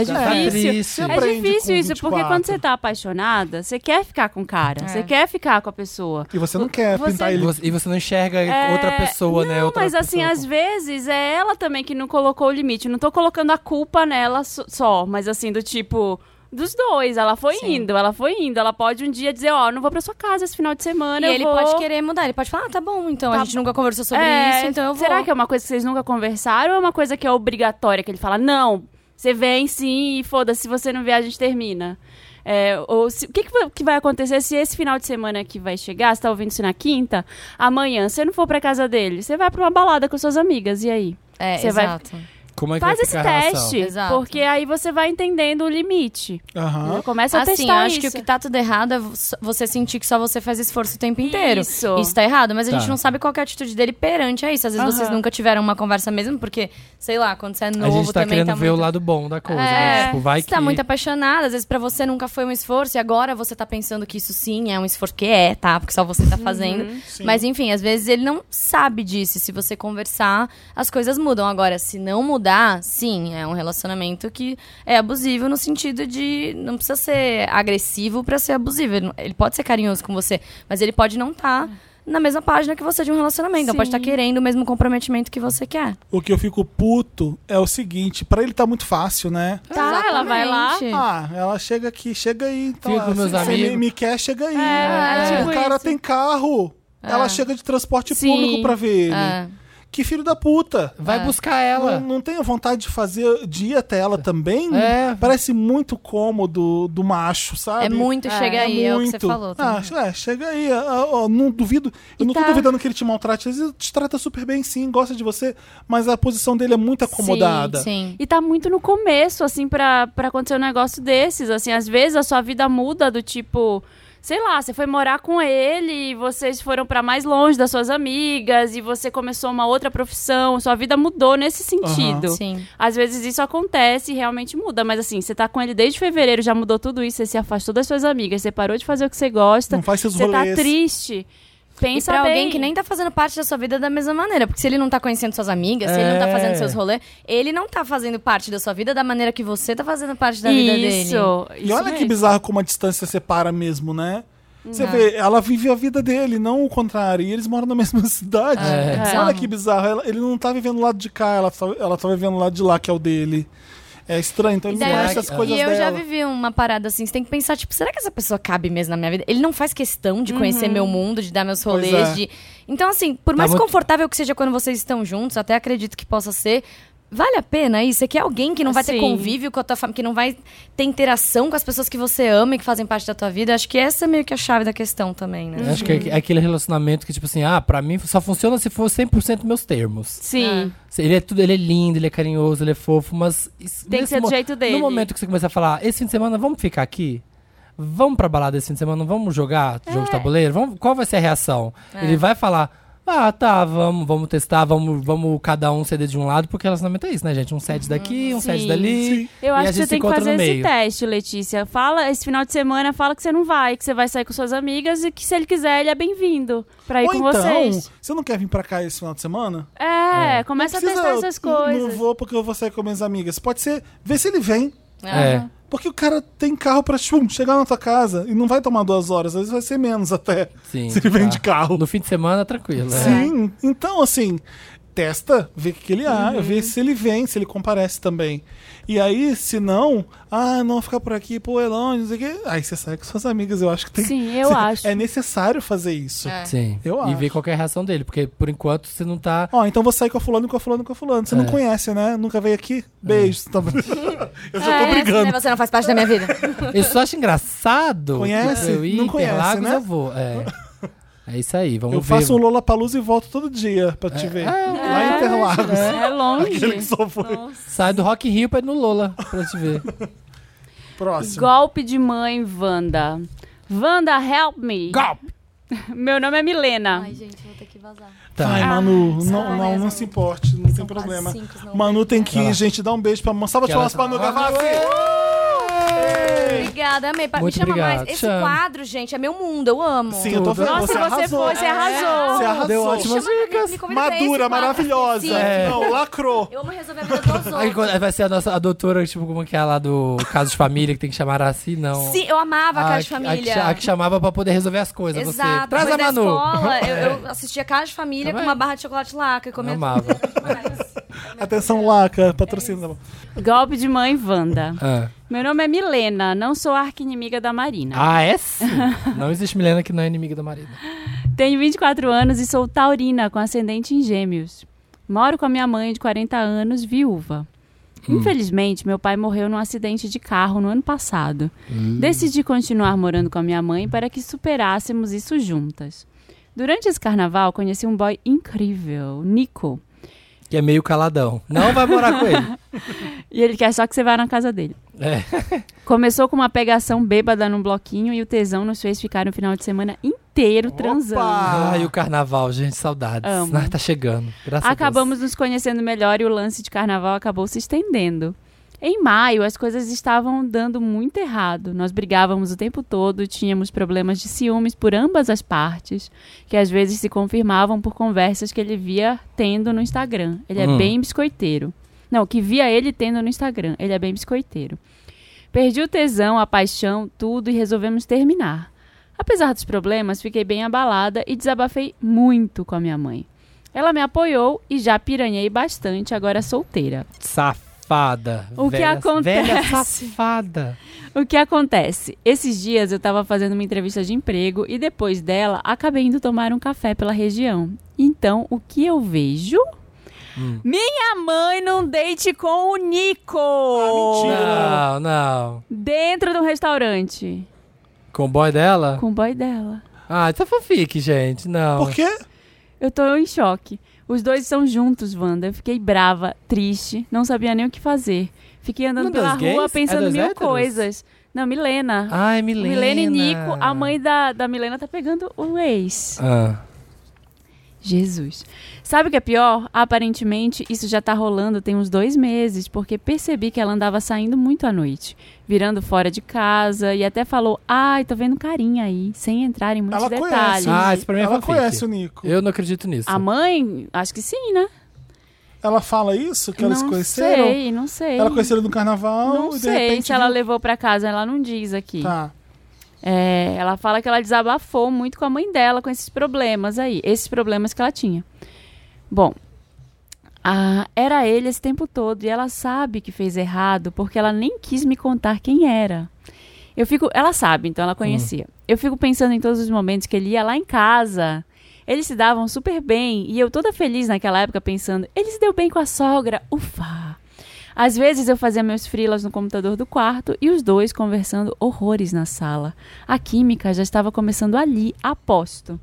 Speaker 2: É
Speaker 3: Tá
Speaker 2: difícil.
Speaker 3: triste.
Speaker 1: Sempre-
Speaker 2: É
Speaker 1: Aprende
Speaker 2: difícil
Speaker 1: com
Speaker 2: isso, porque
Speaker 1: 24.
Speaker 2: quando você tá apaixonada, você quer ficar com o cara,
Speaker 5: É.
Speaker 2: você quer ficar com a pessoa.
Speaker 1: E você não quer
Speaker 2: Você-
Speaker 1: pintar
Speaker 3: E
Speaker 1: ele.
Speaker 3: você- E você não enxerga
Speaker 2: É,
Speaker 3: outra pessoa,
Speaker 2: não,
Speaker 3: né? Outra
Speaker 2: mas assim,
Speaker 3: pessoa.
Speaker 2: às vezes é ela também que não colocou o limite. Não tô colocando a culpa nela so- só, mas assim, do tipo. Dos dois, ela foi
Speaker 5: Sim.
Speaker 2: indo, ela foi indo. Ela pode um dia dizer, ó, não vou pra sua casa esse final de semana.
Speaker 5: E
Speaker 2: eu
Speaker 5: ele
Speaker 2: vou...
Speaker 5: pode querer mudar, ele pode falar, ah, tá bom, então a
Speaker 2: Tá
Speaker 5: gente nunca conversou sobre
Speaker 2: É,
Speaker 5: isso, então eu vou.
Speaker 2: Será que é uma coisa que vocês nunca conversaram ou é uma coisa que é obrigatória? Que ele fala, não, você vem sim e foda-se, se você não vier, a gente termina. É, ou se- o que, que vai- que vai acontecer se esse final de semana que vai chegar, você tá ouvindo isso na quinta, amanhã você não for pra casa dele, você vai pra uma balada com suas amigas, e aí?
Speaker 5: É,
Speaker 2: Você vai-
Speaker 5: exato.
Speaker 3: Como é que
Speaker 2: Faz
Speaker 3: vai
Speaker 2: esse
Speaker 3: ficar a relação?
Speaker 2: teste,
Speaker 5: Exato.
Speaker 2: porque aí você vai entendendo o limite.
Speaker 1: Aham.
Speaker 2: Começa a
Speaker 5: assim, eu
Speaker 2: testar
Speaker 5: acho que o
Speaker 2: isso.
Speaker 5: que tá tudo errado é vo- você sentir que só você faz esforço o tempo inteiro.
Speaker 2: Isso.
Speaker 5: Isso tá errado, mas a
Speaker 3: Tá.
Speaker 5: gente não sabe qual que é a atitude dele perante a isso. Às vezes
Speaker 2: Aham.
Speaker 5: vocês nunca tiveram uma conversa mesmo, porque, sei lá, quando você é
Speaker 3: a
Speaker 5: novo
Speaker 3: gente tá
Speaker 5: também
Speaker 3: querendo
Speaker 5: tá
Speaker 3: ver
Speaker 5: muito...
Speaker 3: o lado bom da coisa,
Speaker 5: É,
Speaker 3: né? Tipo, vai
Speaker 5: você
Speaker 3: que...
Speaker 5: tá muito apaixonada, às vezes pra você nunca foi um esforço, e agora você tá pensando que isso sim é um esforço, que é, tá? Porque só você
Speaker 2: Uhum,
Speaker 5: tá fazendo.
Speaker 1: Sim.
Speaker 5: Mas enfim, às vezes ele não sabe disso. e Se você conversar, as coisas mudam. Agora, se não mudar, sim, é um relacionamento que é abusivo no sentido de não precisa ser agressivo pra ser abusivo. Ele não- Ele pode ser carinhoso com você, mas ele pode não estar na mesma página que você de um relacionamento. Então
Speaker 2: Sim.
Speaker 5: pode estar querendo o mesmo comprometimento que você quer.
Speaker 1: O que eu fico puto é o seguinte, pra ele tá muito fácil, né?
Speaker 2: Tá, ela vai lá.
Speaker 5: Exatamente.
Speaker 1: Ah, ela chega aqui, chega aí. Então,
Speaker 3: Fica com
Speaker 1: ah,
Speaker 3: meus
Speaker 1: se você
Speaker 3: amigos.
Speaker 1: Me, me quer, chega aí.
Speaker 2: É,
Speaker 5: é
Speaker 1: o
Speaker 2: tipo
Speaker 1: cara
Speaker 2: isso.
Speaker 1: tem carro. Ela chega de transporte
Speaker 2: Sim.
Speaker 1: público pra ver ele.
Speaker 5: É.
Speaker 1: Que filho da puta.
Speaker 3: Vai buscar ela.
Speaker 1: Não, não tenho vontade de fazer de ir até ela também.
Speaker 3: É.
Speaker 1: Parece muito cômodo do macho, sabe?
Speaker 5: É muito, chega
Speaker 1: É
Speaker 5: aí, é o que você
Speaker 1: muito.
Speaker 5: falou. tá
Speaker 1: Ah, é, chega aí. ah, ó, não duvido. Eu
Speaker 5: E
Speaker 1: não
Speaker 5: tá-
Speaker 1: tô duvidando que ele te maltrate. Às vezes ele te trata super bem, sim, gosta de você, mas a posição dele é muito acomodada.
Speaker 5: Sim, sim.
Speaker 2: E tá muito no começo, assim, pra, pra acontecer um negócio desses. Assim, às vezes a sua vida muda do tipo. Sei lá, você foi morar com ele, e vocês foram pra mais longe das suas amigas e você começou uma outra profissão, sua vida mudou nesse sentido.
Speaker 5: Sim.
Speaker 2: Às vezes isso acontece e realmente muda, mas assim, você tá com ele desde fevereiro, já mudou tudo isso, você se afastou das suas amigas, você parou de fazer o que você gosta,
Speaker 1: Não faz seus
Speaker 2: você tá
Speaker 1: rolês.
Speaker 2: triste.
Speaker 5: E
Speaker 2: Pensa
Speaker 5: pra
Speaker 2: bem.
Speaker 5: alguém que nem tá fazendo parte da sua vida da mesma maneira. Porque se ele não tá conhecendo suas amigas, se ele não tá
Speaker 3: É.
Speaker 5: fazendo seus rolês, ele não tá fazendo parte da sua vida da maneira que você tá fazendo parte da vida dele.
Speaker 2: Isso.
Speaker 1: E olha que bizarro como a distância separa mesmo, né? Você
Speaker 5: Uhum.
Speaker 1: vê, ela vive a vida dele, não o contrário. E eles moram na mesma cidade.
Speaker 5: É.
Speaker 1: Olha
Speaker 5: Bizarro.
Speaker 1: que bizarro. ela- ele não tá vivendo do lado de cá, ela tá, ela tá vivendo do lado de lá, que é o dele. É estranho, então
Speaker 5: E,
Speaker 1: ele
Speaker 5: daí
Speaker 1: não
Speaker 5: eu
Speaker 3: Será
Speaker 1: acha
Speaker 5: acho-
Speaker 1: as
Speaker 3: que-
Speaker 1: coisas
Speaker 5: e eu
Speaker 1: dela.
Speaker 5: já vivi uma parada assim, você tem que pensar, tipo, será que essa pessoa cabe mesmo na minha vida? Ele não faz questão de conhecer meu mundo, de dar meus
Speaker 1: Uhum. Pois
Speaker 5: rolês,
Speaker 1: é.
Speaker 5: de. Então, assim, por
Speaker 3: Tá
Speaker 5: mais
Speaker 3: muito-
Speaker 5: confortável que seja quando vocês estão juntos, até acredito que possa ser. Vale a pena isso? Você quer alguém que não vai
Speaker 1: Assim
Speaker 5: ter
Speaker 2: Sim.
Speaker 5: convívio com a tua família, que não vai ter interação com as pessoas que você ama e que fazem parte da tua vida? Acho que essa é meio que a chave da questão também, né?
Speaker 3: Eu Acho que é aquele relacionamento que, tipo assim, ah, pra mim só funciona se for 100% meus termos.
Speaker 2: Sim.
Speaker 3: Ele é tudo, ele é lindo, ele é carinhoso, ele é fofo, mas. isso-
Speaker 2: Tem que
Speaker 3: nesse
Speaker 2: ser do
Speaker 3: mo-
Speaker 2: jeito dele.
Speaker 3: No momento que você começa a falar, esse fim de semana vamos ficar aqui? Vamos pra balada esse fim de semana? Vamos jogar
Speaker 2: É.
Speaker 3: jogo de tabuleiro? Vamos, qual vai ser a reação? Ele vai falar. Ah, tá, vamos, vamos testar, vamos, vamos cada um ceder de um lado, porque relacionamento é isso, né, gente? Um sede daqui, um sede
Speaker 2: Uhum. Sim.
Speaker 3: dali.
Speaker 2: Eu
Speaker 3: e a
Speaker 2: acho que
Speaker 3: gente
Speaker 2: você tem
Speaker 3: se
Speaker 2: que
Speaker 3: encontra
Speaker 2: fazer
Speaker 3: no
Speaker 2: esse
Speaker 3: meio.
Speaker 2: teste, Letícia. Fala, esse final de semana, fala que você não vai, que você vai sair com suas amigas e que se ele quiser, ele é bem-vindo pra ir
Speaker 1: Ou
Speaker 2: com
Speaker 1: então,
Speaker 2: vocês.
Speaker 1: você não quer vir pra cá esse final de semana?
Speaker 2: É, começa a
Speaker 1: Precisa-
Speaker 2: testar essas
Speaker 1: Não
Speaker 2: coisas.
Speaker 1: vou porque eu vou sair com minhas amigas. Pode ser, vê se ele vem.
Speaker 3: É.
Speaker 1: Porque o cara tem carro pra chum, chegar na tua casa e não vai tomar duas horas, às vezes vai ser menos até.
Speaker 3: Sim,
Speaker 1: se ele vem
Speaker 3: tá.
Speaker 1: de carro.
Speaker 3: No fim de semana, tranquilo. é.
Speaker 1: Sim, então assim, testa, vê o que, que ele há, vê se ele vem, se ele comparece também. E aí, se não, ah, não, ficar por aqui, pô, é longe, não sei o quê. Aí você sai com suas amigas, eu acho que tem
Speaker 2: Sim, eu acho.
Speaker 1: É necessário fazer isso.
Speaker 2: É.
Speaker 3: Sim.
Speaker 1: Eu
Speaker 3: e
Speaker 1: acho.
Speaker 3: ver qual que é a reação dele, porque por enquanto você não tá.
Speaker 1: Ó, então vou sair com a fulano, com a fulano, com a fulano. Você não
Speaker 3: É.
Speaker 1: conhece, né? Nunca veio aqui? Beijos. Tá- eu já tô brigando.
Speaker 5: É, Você não faz parte da minha vida.
Speaker 3: Eu só acho engraçado.
Speaker 1: Conhece?
Speaker 3: tipo, Eu ia
Speaker 1: Não
Speaker 3: em
Speaker 1: conhece,
Speaker 3: Interlagos,
Speaker 1: né?
Speaker 3: eu vou. É. é isso aí, vamos
Speaker 1: Eu
Speaker 3: ver.
Speaker 1: faço o Lola Palusa e volto todo dia pra te ver. Lá em Interlagos.
Speaker 2: É
Speaker 1: Aquele que
Speaker 2: longe.
Speaker 1: só foi.
Speaker 3: Sai do Rock in Rio pra ir no Lola, pra te ver.
Speaker 1: Próximo.
Speaker 2: Golpe de mãe, Wanda. Wanda, help me.
Speaker 3: Golpe!
Speaker 2: Meu nome é Milena.
Speaker 5: gente, vou ter que vazar.
Speaker 3: Tá.
Speaker 1: Ai,
Speaker 2: Ah,
Speaker 1: Manu, não,
Speaker 5: sai,
Speaker 1: não, não
Speaker 5: Manu.
Speaker 1: se importe, não tem problema. Manu tem que ir, gente. Dá um beijo pra Manu. Salva de
Speaker 3: Que ela- tá-
Speaker 1: palmas pra Manu Gavassi!
Speaker 3: Manu,
Speaker 1: Ei!
Speaker 5: Obrigada, amei. Pa-
Speaker 3: Muito
Speaker 5: Me chama
Speaker 3: obrigado.
Speaker 5: mais. Esse
Speaker 3: Chama.
Speaker 5: quadro, gente, é meu mundo, eu amo.
Speaker 1: Sim, eu tô vendo.
Speaker 2: Nossa,
Speaker 1: você
Speaker 2: você
Speaker 1: arrasou. É.
Speaker 2: foi, você arrasou.
Speaker 1: Você arrasou.
Speaker 3: Deu
Speaker 5: Me
Speaker 3: ótimas
Speaker 5: chama-
Speaker 3: dicas.
Speaker 5: me convida pra esse
Speaker 1: Madura,
Speaker 5: quadro
Speaker 1: maravilhosa.
Speaker 5: específico.
Speaker 3: É.
Speaker 1: Não, lacrou.
Speaker 5: Eu amo resolver a vida dos outros.
Speaker 3: Aí quando- aí vai ser a nossa a doutora, tipo, como que é lá do caso de família, que tem que chamar assim, não.
Speaker 5: Sim, eu amava a Casa de
Speaker 3: que-
Speaker 5: Família.
Speaker 3: A que, cha- a que chamava pra poder resolver as coisas.
Speaker 5: Exato. é
Speaker 3: Você. Traz a
Speaker 5: Depois da
Speaker 3: Manu. É. Tá
Speaker 5: escola, eu, eu assistia Casa de Família
Speaker 3: Também.
Speaker 5: com uma barra de chocolate laca. e
Speaker 3: Eu
Speaker 5: Comia
Speaker 3: amava.
Speaker 1: Atenção,
Speaker 2: É
Speaker 1: laca. Patrocínio. tá bom.
Speaker 2: Golpe de mãe, Wanda.
Speaker 3: Ah.
Speaker 2: Meu nome é Milena, não sou a arquinimiga da Marina.
Speaker 3: Ah, é sim. Não existe Milena que não é inimiga da Marina.
Speaker 2: Tenho 24 anos e sou taurina, com ascendente em gêmeos. Moro com a minha mãe de 40 anos, viúva. Infelizmente, meu pai morreu num acidente de carro no ano passado. Decidi continuar morando com a minha mãe para que superássemos isso juntas. Durante esse carnaval, conheci um boy incrível, Nico.
Speaker 3: Que é meio caladão. Não vai morar com ele.
Speaker 2: E ele quer só que você vá na casa dele.
Speaker 1: Ah.
Speaker 3: É.
Speaker 2: Começou com uma pegação bêbada num bloquinho e o tesão nos fez ficar no final de semana inteiro transando.
Speaker 3: Ai, o carnaval, gente, saudades.
Speaker 2: Amo.
Speaker 3: Ah, tá chegando. Graças a
Speaker 2: Acabamos nos conhecendo melhor e o lance de carnaval acabou se estendendo. Em maio, as coisas estavam dando muito errado. Nós brigávamos o tempo todo, tínhamos problemas de ciúmes por ambas as partes, que às vezes se confirmavam por conversas que ele via tendo no Instagram. Ele
Speaker 3: Hum.
Speaker 2: é bem biscoiteiro. Não, que via ele tendo no Instagram. Ele é bem biscoiteiro. Perdi o tesão, a paixão, tudo e resolvemos terminar. Apesar dos problemas, fiquei bem abalada e desabafei muito com a minha mãe. Ela me apoiou e já piranhei bastante, agora solteira.
Speaker 3: Deus. Safada.
Speaker 2: O que
Speaker 3: velha,
Speaker 2: acontece?
Speaker 3: Velha safada.
Speaker 2: O que acontece? Esses dias eu tava fazendo uma entrevista de emprego e depois dela acabei indo tomar um café pela região. Então, o que eu vejo?
Speaker 3: Hum.
Speaker 2: Minha mãe num date com o Nico!
Speaker 3: Ah,
Speaker 1: Mentira.
Speaker 3: Não, não.
Speaker 2: Dentro de um restaurante.
Speaker 3: Com o boy dela?
Speaker 2: Com o boy dela.
Speaker 3: Ah, isso é fanfic, gente. Não.
Speaker 1: Por quê?
Speaker 2: Eu tô em choque. Os dois são juntos, Wanda. Eu fiquei brava, triste, não sabia nem o que fazer. Fiquei andando
Speaker 3: Um dos
Speaker 2: pela
Speaker 3: gays?
Speaker 2: rua
Speaker 3: É
Speaker 2: pensando
Speaker 3: dos
Speaker 2: mil
Speaker 3: héteros?
Speaker 2: coisas. Não, Milena.
Speaker 3: Ai, Milena.
Speaker 2: Milena e Nico, a mãe da, da Milena tá pegando o ex.
Speaker 3: Ah.
Speaker 2: Jesus. Sabe o que é pior? Aparentemente, isso já tá rolando tem uns dois meses, porque percebi que ela andava saindo muito à noite, virando fora de casa e até falou: ai, tô vendo carinha aí, sem entrar em muitos
Speaker 1: Ela conhece. né?
Speaker 2: detalhes.
Speaker 3: Ah, isso pra mim é
Speaker 1: Ela
Speaker 3: fanfic.
Speaker 1: conhece o Nico.
Speaker 3: Eu não acredito nisso.
Speaker 2: A mãe, acho que sim, né?
Speaker 1: Ela fala isso? Que elas se
Speaker 2: não
Speaker 1: conheceram?
Speaker 2: sei, não sei.
Speaker 1: Ela conheceu ele no carnaval
Speaker 2: Não
Speaker 1: e de
Speaker 2: sei
Speaker 1: repente
Speaker 2: se ela
Speaker 1: viu-
Speaker 2: levou pra casa, ela não diz aqui.
Speaker 1: Tá.
Speaker 2: É, ela fala que ela desabafou muito com a mãe dela, com esses problemas aí, esses problemas que ela tinha. Bom, ah, era ele esse tempo todo e ela sabe que fez errado porque ela nem quis me contar quem era. Eu fico, ela sabe, então ela conhecia. Eu fico pensando em todos os momentos que ele ia lá em casa. Eles se davam super bem e eu toda feliz naquela época pensando, ele se deu bem com a sogra, ufa. Às vezes eu fazia meus frilas no computador do quarto e os dois conversando horrores na sala. A química já estava começando ali, aposto.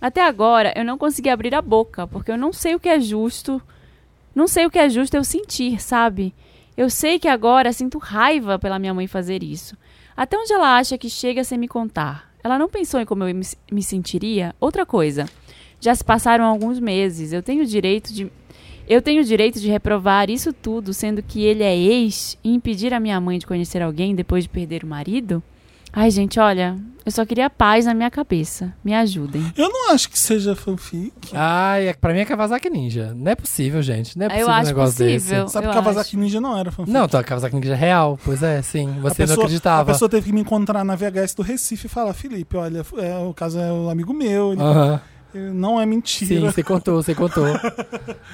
Speaker 2: Até agora eu não consegui abrir a boca, porque eu não sei o que é justo. Não sei o que é justo eu sentir, sabe? Eu sei que agora sinto raiva pela minha mãe fazer isso. Até onde ela acha que chega sem me contar? Ela não pensou em como eu me- me sentiria? Outra coisa. Já se passaram alguns meses. Eu tenho o direito de eu tenho o direito de reprovar isso tudo, sendo que ele é ex, e impedir a minha mãe de conhecer alguém depois de perder o marido? Ai, gente, olha, eu só queria paz na minha cabeça. Me ajudem.
Speaker 1: Eu não acho que seja fanfic.
Speaker 3: Ai, é- pra mim é Kawasaki Ninja. Não é possível, gente. Não é
Speaker 2: Eu
Speaker 3: possível um
Speaker 2: acho
Speaker 3: negócio
Speaker 2: possível.
Speaker 3: desse.
Speaker 1: Sabe
Speaker 2: Eu
Speaker 1: que Kawasaki
Speaker 2: acho.
Speaker 1: Ninja não era fanfic.
Speaker 3: Não, tá, Kawasaki Ninja é real. Pois é, sim.
Speaker 1: A
Speaker 3: Você
Speaker 1: pessoa,
Speaker 3: não acreditava.
Speaker 1: A pessoa teve que me encontrar na VHS do Recife e falar, Felipe, olha, é, o caso é um amigo meu, ele-
Speaker 3: Aham.
Speaker 1: ele não é
Speaker 3: Ah. Sim,
Speaker 1: mentira.
Speaker 3: você contou, você contou.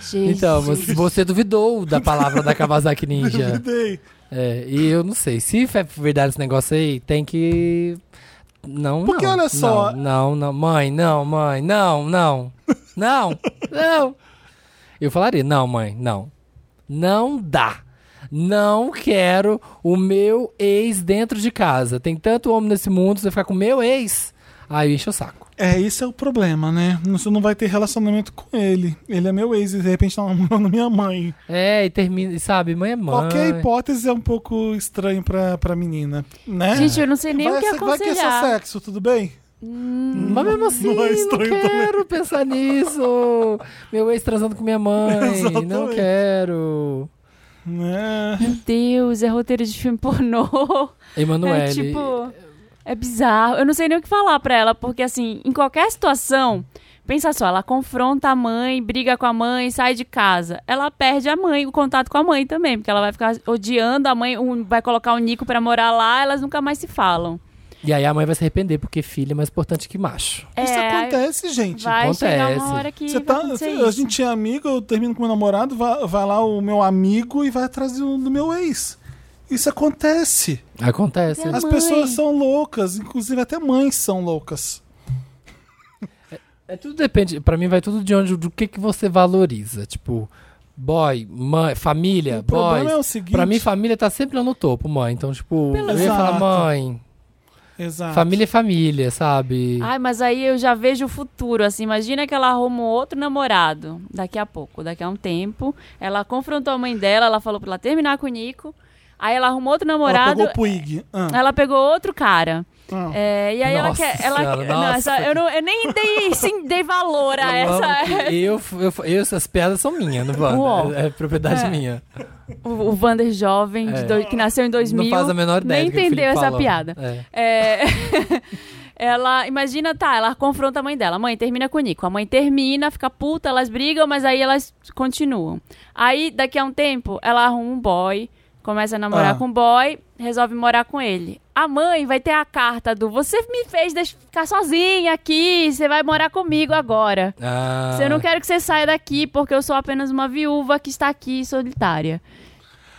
Speaker 2: Gente.
Speaker 3: Então, você, você duvidou da palavra da Kawasaki Ninja.
Speaker 1: Duvidei.
Speaker 3: É, e eu não sei. Se é verdade esse negócio aí, tem que. Não,
Speaker 1: Porque
Speaker 3: não,
Speaker 1: olha só-
Speaker 3: Não, não, não. Mãe, não, mãe, não, não. Não, não. Eu falaria, não, mãe, não. Não dá. Não quero o meu ex dentro de casa. Tem tanto homem nesse mundo, você ficar com o meu ex. Aí enche o saco.
Speaker 1: É, esse é o problema, né? Você não vai ter relacionamento com ele. Ele é meu ex e de repente tá namorando minha mãe.
Speaker 3: É, e termina, e sabe, mãe é mãe.
Speaker 1: Qualquer hipótese é um pouco estranho pra, pra menina, né?
Speaker 2: Gente, eu não sei nem
Speaker 1: vai,
Speaker 2: o que
Speaker 1: ser- vai que é só
Speaker 2: aconselhar.
Speaker 1: sexo, tudo bem?
Speaker 3: Mas mesmo assim,
Speaker 1: Não
Speaker 3: não,
Speaker 1: é estranho
Speaker 3: quero pensar nisso. Meu ex transando com minha mãe. Não
Speaker 1: Exatamente.
Speaker 3: quero.
Speaker 1: né?
Speaker 2: Meu Deus, é roteiro de filme pornô.
Speaker 3: Emanuele.
Speaker 2: É tipo. É bizarro. Eu não sei nem o que falar pra ela, porque assim, em qualquer situação, pensa só, ela confronta a mãe, briga com a mãe, sai de casa. Ela perde a mãe, o contato com a mãe também, porque ela vai ficar odiando a mãe, um vai colocar o Nico pra morar lá, elas nunca mais se falam.
Speaker 3: E aí a mãe vai se arrepender, porque filho é mais importante que macho.
Speaker 1: Isso
Speaker 2: É, aí
Speaker 1: acontece, gente.
Speaker 2: Vai chegar
Speaker 3: acontece.
Speaker 2: uma hora que.
Speaker 1: Você
Speaker 2: vai
Speaker 1: tá,
Speaker 2: acontecer
Speaker 1: a
Speaker 2: isso.
Speaker 1: gente é amigo, eu termino com meu namorado, vai, vai lá o meu amigo e vai atrás do, do meu ex. Isso acontece.
Speaker 3: Acontece.
Speaker 2: Minha
Speaker 1: As
Speaker 2: mãe.
Speaker 1: pessoas são loucas, inclusive até mães são loucas.
Speaker 3: É, tudo depende, pra mim vai tudo de onde, do que que você valoriza. Tipo, boy, mãe, família,
Speaker 1: o problema
Speaker 3: boys.
Speaker 1: é o seguinte.
Speaker 3: Pra mim, família tá sempre lá no topo, mãe. Então, tipo, eu ia falar,
Speaker 1: Exato.
Speaker 3: mãe,
Speaker 1: Exato.
Speaker 3: família é família, sabe?
Speaker 2: Ai, mas aí eu já vejo o futuro, assim, imagina que ela arruma um outro namorado daqui a pouco, daqui a um tempo. Ela confrontou a mãe dela, ela falou pra ela terminar com o Nico. Aí ela arrumou outro
Speaker 1: Ela
Speaker 2: namorado,
Speaker 1: pegou o Puig. Ah,
Speaker 2: ela pegou outro cara.
Speaker 1: ah.
Speaker 2: É, e aí ela
Speaker 3: Nossa
Speaker 2: quer. Ela,
Speaker 3: senhora,
Speaker 2: não,
Speaker 3: nossa.
Speaker 2: essa- eu, não- eu nem dei, sim, dei valor a
Speaker 3: Eu amo
Speaker 2: Ah, essa. é.
Speaker 3: que Eu, eu, eu- essas piadas são minhas, não
Speaker 2: Uou.
Speaker 3: vão. É, é propriedade
Speaker 2: É.
Speaker 3: minha.
Speaker 2: O, o Vander jovem, de
Speaker 3: É.
Speaker 2: dois- que nasceu em 2000.
Speaker 3: não faz a menor ideia.
Speaker 2: Nem
Speaker 3: do que o Felipe
Speaker 2: entendeu essa
Speaker 3: falou.
Speaker 2: piada.
Speaker 3: É.
Speaker 2: É, ela, imagina, tá, ela confronta a mãe dela. Mãe, termina com o Nico. A mãe termina, fica puta, elas brigam, mas aí elas continuam. Aí, daqui a um tempo, ela arruma um boy, começa a namorar
Speaker 1: Ah.
Speaker 2: com o boy, resolve morar com ele. A mãe vai ter a carta do você me fez deix- ficar sozinha aqui, você vai morar comigo agora.
Speaker 3: Ah,
Speaker 2: Eu não quero que você saia daqui porque eu sou apenas uma viúva que está aqui solitária.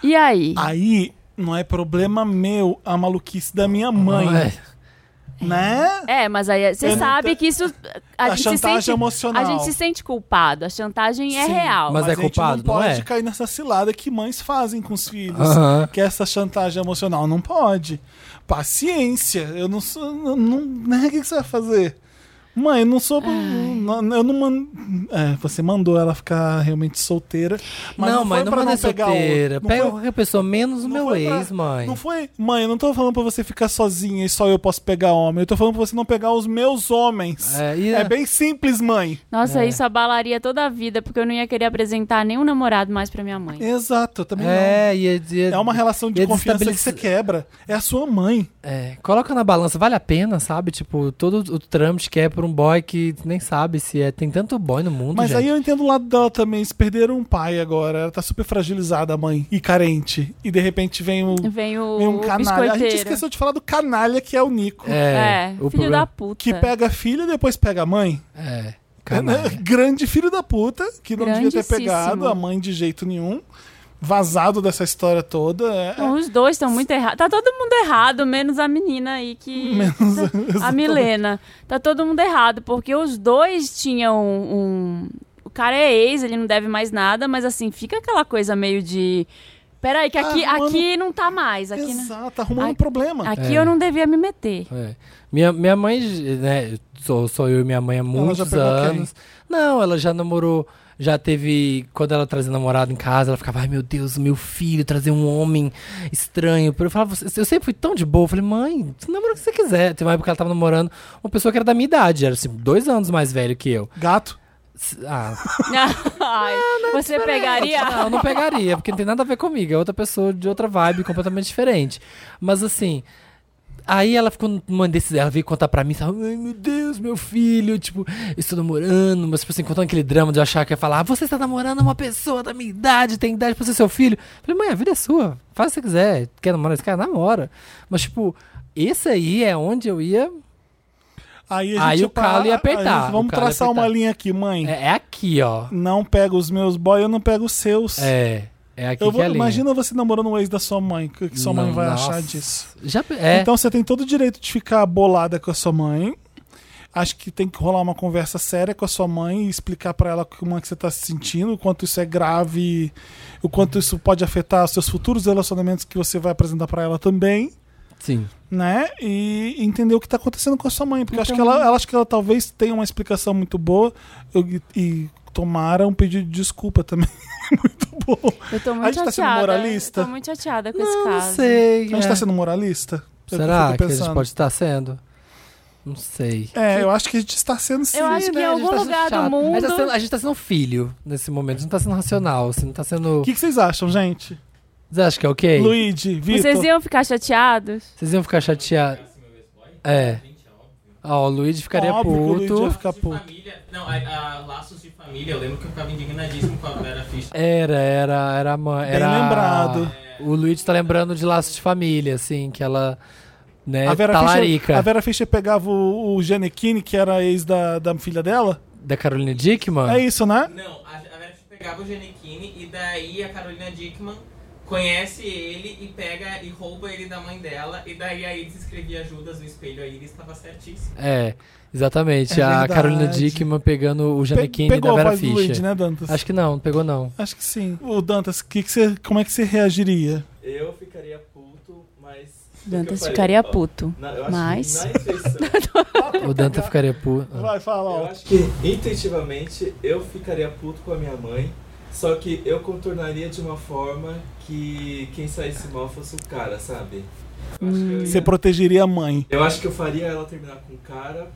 Speaker 2: E
Speaker 1: Ah,
Speaker 2: aí?
Speaker 1: Aí não é problema meu a maluquice da minha mãe,
Speaker 3: É.
Speaker 1: né?
Speaker 2: É, mas aí
Speaker 1: Eu
Speaker 2: você
Speaker 1: não
Speaker 2: sabe
Speaker 1: te-
Speaker 2: que isso. A,
Speaker 1: A
Speaker 2: gente
Speaker 1: chantagem
Speaker 2: se sente,
Speaker 1: emocional.
Speaker 2: A gente se sente culpado. A chantagem é
Speaker 1: Sim,
Speaker 2: real.
Speaker 3: mas- é
Speaker 1: a gente
Speaker 3: culpado,
Speaker 1: não
Speaker 3: não
Speaker 1: pode
Speaker 3: é?
Speaker 1: cair nessa cilada que mães fazem com os filhos.
Speaker 3: Aham.
Speaker 1: Que é essa chantagem emocional não pode. Paciência. Eu não sou. eu Não, né? O que que você vai fazer? Mãe, eu não sou. não- eu não man- é, você mandou ela ficar realmente solteira. Mas
Speaker 3: não,
Speaker 1: não, foi
Speaker 3: mãe, não
Speaker 1: pra
Speaker 3: manda
Speaker 1: pegar outro.
Speaker 3: solteira.
Speaker 1: Não
Speaker 3: Pega
Speaker 1: foi-
Speaker 3: qualquer pessoa, menos o
Speaker 1: não
Speaker 3: meu
Speaker 1: foi pra-
Speaker 3: ex, mãe.
Speaker 1: Não foi, mãe, eu não tô falando pra você ficar sozinha e só eu posso pegar homem. Eu tô falando pra você não pegar os meus homens.
Speaker 3: É, e-
Speaker 1: é bem simples, mãe.
Speaker 2: Nossa,
Speaker 3: É.
Speaker 2: isso abalaria toda a vida, porque eu não ia querer apresentar nenhum namorado mais pra minha mãe.
Speaker 1: Exato, eu também não.
Speaker 3: É, e, e,
Speaker 1: É uma relação de
Speaker 3: e
Speaker 1: confiança que
Speaker 3: desestabiliza-
Speaker 1: você quebra. É a sua mãe.
Speaker 3: É, coloca na balança, vale a pena, sabe? Tipo, todo o trâmite que é pra um boy que nem sabe se é. Tem tanto boy no mundo,
Speaker 1: Mas
Speaker 3: gente.
Speaker 1: aí eu entendo o lado dela também. Eles perderam um pai agora. Ela tá super fragilizada, a mãe. E carente. E de repente vem o,
Speaker 2: Vem o,
Speaker 1: vem um
Speaker 2: o
Speaker 1: canalha. A
Speaker 2: biscoiteiro.
Speaker 1: gente esqueceu de falar do canalha que é o Nico.
Speaker 3: É,
Speaker 2: É, filho
Speaker 3: o problema-
Speaker 2: da puta.
Speaker 1: Que pega a filha e depois pega a mãe.
Speaker 3: É, canalha.
Speaker 1: Grande filho da puta, que não devia ter
Speaker 2: Grandíssimo.
Speaker 1: pegado a mãe de jeito nenhum. Vazado dessa história toda. É,
Speaker 2: Não, os dois estão muito errados. Tá todo mundo errado, menos a menina aí que.
Speaker 1: Menos-
Speaker 2: a Milena. Tá todo mundo errado, porque os dois tinham um. O cara é ex, ele não deve mais nada, mas assim, fica aquela coisa meio de. Peraí, que aqui,
Speaker 1: Ah, mano.
Speaker 2: aqui não tá mais. Aqui, não-
Speaker 1: Exato, arrumando
Speaker 2: Ai,
Speaker 1: um problema.
Speaker 2: aqui
Speaker 3: É.
Speaker 2: eu não devia me meter.
Speaker 3: É. Minha, minha mãe, né? Sou, sou eu e minha mãe há
Speaker 1: já
Speaker 3: muitos
Speaker 1: pegou
Speaker 3: anos. Não, ela já namorou. Já teve. Quando ela trazia namorado em casa, ela ficava, ai meu Deus, meu filho, trazer um homem estranho. Eu falava, "Você- eu sempre fui tão de boa. Eu falei, mãe, você namora o que você quiser. Teve uma época que ela tava namorando uma pessoa que era da minha idade, era assim, dois anos mais velho que eu.
Speaker 1: Gato.
Speaker 3: Ah,
Speaker 2: Ai,
Speaker 1: é
Speaker 2: você pegaria.
Speaker 3: Não, não pegaria, porque não tem nada a ver comigo. É outra pessoa de outra vibe, completamente diferente. Mas assim. Aí ela ficou numa desses, ela veio contar pra mim, sabe? Ai, meu Deus, meu filho, tipo, eu estou namorando, mas tipo assim, contando aquele drama de eu achar que ia falar, "Ah, você está namorando uma pessoa da minha idade, tem idade pra ser seu filho. Eu falei, mãe, a vida é sua, faz o que você quiser, quer namorar esse cara, namora. Mas tipo, esse aí é onde eu ia,
Speaker 1: Aí, a gente
Speaker 3: Aí o
Speaker 1: parar,
Speaker 3: calo ia
Speaker 1: aí
Speaker 3: apertar, o
Speaker 1: vamos
Speaker 3: calo ia
Speaker 1: traçar uma
Speaker 3: apertar.
Speaker 1: linha aqui, mãe.
Speaker 3: é, é aqui, ó.
Speaker 1: Não pega os meus boy, eu não pego os seus.
Speaker 3: É, é aqui
Speaker 1: Eu
Speaker 3: que
Speaker 1: vou,
Speaker 3: é a linha.
Speaker 1: imagina você namorando um ex da sua mãe, o que que sua mãe
Speaker 3: Não,
Speaker 1: vai
Speaker 3: nossa.
Speaker 1: achar disso?
Speaker 3: Já, é,
Speaker 1: Então você tem todo o direito de ficar bolada com a sua mãe. Acho que tem que rolar uma conversa séria com a sua mãe e explicar pra ela como é que você tá se sentindo, o quanto isso é grave, o quanto isso pode afetar os seus futuros relacionamentos que você vai apresentar pra ela também,
Speaker 3: sim.
Speaker 1: né? E entender o que tá acontecendo com a sua mãe, porque eu acho que
Speaker 2: Então-
Speaker 1: ela, ela acho que ela talvez tenha uma explicação muito boa eu- e, e tomara um pedido de desculpa também muito bom.
Speaker 2: Eu tô muito
Speaker 1: A gente tá sendo
Speaker 2: chateada.
Speaker 1: moralista?
Speaker 2: Eu tô muito chateada com esse
Speaker 3: Não, não
Speaker 2: caso.
Speaker 3: sei.
Speaker 1: A gente
Speaker 2: É.
Speaker 1: tá sendo moralista? É o eu
Speaker 3: Será
Speaker 1: fico
Speaker 3: que a gente
Speaker 1: pensando.
Speaker 3: pode estar sendo? Não sei.
Speaker 1: É, eu acho que a gente está sendo sim. né,
Speaker 2: Eu acho que em
Speaker 3: A gente
Speaker 2: algum
Speaker 3: tá sendo
Speaker 2: lugar do
Speaker 3: chato. A gente, tá
Speaker 2: mundo-
Speaker 3: sendo, a gente tá sendo um filho nesse momento. A gente não tá sendo racional, assim, não tá sendo.
Speaker 1: O que, que vocês acham, gente?
Speaker 3: Vocês acham que é ok?
Speaker 1: Luigi,
Speaker 2: Vocês
Speaker 1: Vitor.
Speaker 2: iam ficar chateados?
Speaker 3: Vocês iam ficar chateados. É. Ó, o Luigi ficaria
Speaker 1: Óbvio que o Luigi
Speaker 3: puto.
Speaker 1: ia ficar puto.
Speaker 9: Família, não, a, a ah, Laços de Família, eu lembro que eu ficava indignadíssimo com a Vera Fischer.
Speaker 3: Era, era, era a mãe.
Speaker 1: Bem
Speaker 3: Era...
Speaker 1: lembrado.
Speaker 3: O Luigi tá lembrando de laços de família, assim, que ela. Né,
Speaker 1: A Vera, Fischer,
Speaker 3: talarica.
Speaker 1: a Vera Fischer pegava o, o Giannichini, que era ex da, da filha dela?
Speaker 3: Da Caroline Dickman?
Speaker 1: É isso, né?
Speaker 9: Não, a, a Vera Fischer pegava o Genequini e daí a Carolina Dickman conhece ele e pega e rouba ele da mãe dela. E daí a Iris escrevia Judas no espelho, a Iris estava certíssima.
Speaker 3: É, exatamente.
Speaker 1: É
Speaker 3: a
Speaker 1: verdade.
Speaker 3: Carolina Dickman pegando o
Speaker 1: Pe-
Speaker 3: Janequine da
Speaker 1: pegou a
Speaker 3: Vera
Speaker 1: voz do
Speaker 3: Fischer.
Speaker 1: Luigi, né, Dantas?
Speaker 3: Acho que não, não pegou não.
Speaker 1: Acho que sim. O Dantas, que que você- como é que você reagiria?
Speaker 10: Eu ficaria puto, mas.
Speaker 2: Dantas ficaria puto.
Speaker 10: Na, eu
Speaker 2: Mas-
Speaker 10: acho que na intuição,
Speaker 3: O Danta ficaria puto.
Speaker 1: Vai, fala,
Speaker 10: eu
Speaker 1: ó.
Speaker 10: acho que intuitivamente eu ficaria puto com a minha mãe. Só que eu contornaria de uma forma que quem saísse mal fosse o cara, sabe? Eu acho que eu ia-
Speaker 1: Você protegeria a mãe.
Speaker 10: Eu acho que eu faria ela terminar com o cara,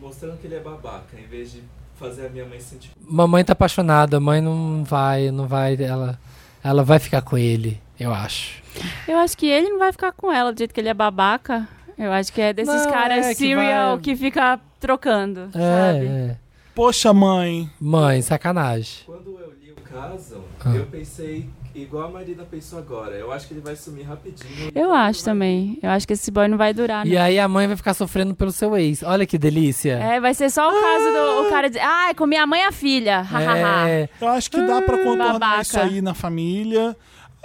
Speaker 10: mostrando que ele é babaca, em vez de fazer a minha mãe se sentir.
Speaker 3: Mamãe tá apaixonada, mãe não vai, não vai. Ela, ela vai ficar com ele, eu acho.
Speaker 2: Eu acho que ele não vai ficar com ela do jeito que ele é babaca. Eu acho que é desses
Speaker 3: Não,
Speaker 2: caras
Speaker 3: é, que
Speaker 2: serial
Speaker 3: vai-
Speaker 2: que, fica trocando,
Speaker 3: É,
Speaker 2: sabe?
Speaker 3: é.
Speaker 1: Poxa, mãe.
Speaker 3: Mãe, sacanagem.
Speaker 10: Quando eu li o caso,
Speaker 3: Ah.
Speaker 10: eu pensei igual a Marina pensou agora. Eu acho que ele vai sumir rapidinho.
Speaker 2: Eu acho também. Eu acho que esse boy não vai durar,
Speaker 3: E
Speaker 2: Ah, não.
Speaker 3: aí a mãe vai ficar sofrendo pelo seu ex. Olha que delícia.
Speaker 2: É, vai ser só o caso
Speaker 3: Ah!
Speaker 2: do o cara dizer, ai, comi a mãe e a filha. hahaha."
Speaker 3: É,
Speaker 1: Eu acho que dá pra contornar
Speaker 2: babaca.
Speaker 1: isso aí na família.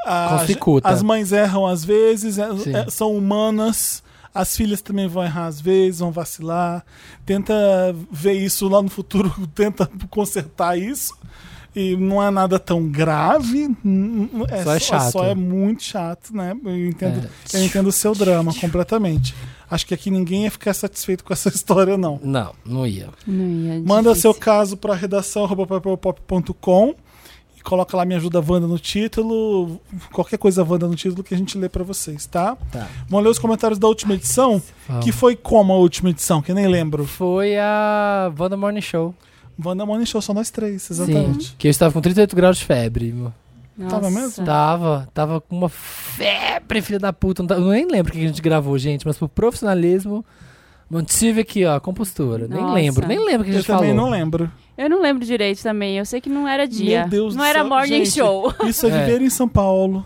Speaker 1: A-
Speaker 3: Conficuta.
Speaker 1: as mães erram às vezes, é-
Speaker 3: Sim.
Speaker 1: é- são humanas. As filhas também vão errar às vezes, vão vacilar. Tenta ver isso lá no futuro, tenta consertar isso. E não é nada tão grave. n- n-
Speaker 3: Só é chato.
Speaker 1: Só é muito chato, né? Eu entendo,
Speaker 3: É.
Speaker 1: eu entendo o seu drama completamente. Acho que aqui ninguém ia ficar satisfeito com essa história, não.
Speaker 3: Não, não ia.
Speaker 2: Não é ia,
Speaker 1: Manda seu
Speaker 2: difícil.
Speaker 1: caso para redação@papelpop.com e coloca lá me ajuda Wanda no título, qualquer coisa Wanda no título que a gente lê para vocês, tá?
Speaker 3: Tá.
Speaker 1: Vamos ler os comentários da última edição,
Speaker 3: Vamos.
Speaker 1: que foi como a última edição, que eu nem lembro.
Speaker 3: Foi a Wanda Morning Show.
Speaker 1: Wanda Morning Show só nós três, exatamente.
Speaker 3: Sim. Que eu estava com 38 graus de febre.
Speaker 1: Tava
Speaker 2: Nossa.
Speaker 1: mesmo?
Speaker 3: Tava, tava com uma febre, filha da puta. Não tá- Eu nem lembro o que a gente gravou, gente, mas por profissionalismo, mantive aqui, ó, a compostura. Nem
Speaker 2: Nossa.
Speaker 3: lembro, nem lembro o que a
Speaker 1: Eu
Speaker 3: gente
Speaker 1: também
Speaker 3: falou.
Speaker 1: não lembro.
Speaker 2: Eu não lembro direito também. Eu sei que não era dia.
Speaker 1: Meu Deus
Speaker 2: não
Speaker 1: do
Speaker 2: era
Speaker 1: céu.
Speaker 2: morning
Speaker 1: Gente,
Speaker 2: show.
Speaker 1: Isso é
Speaker 3: É.
Speaker 1: viver em São Paulo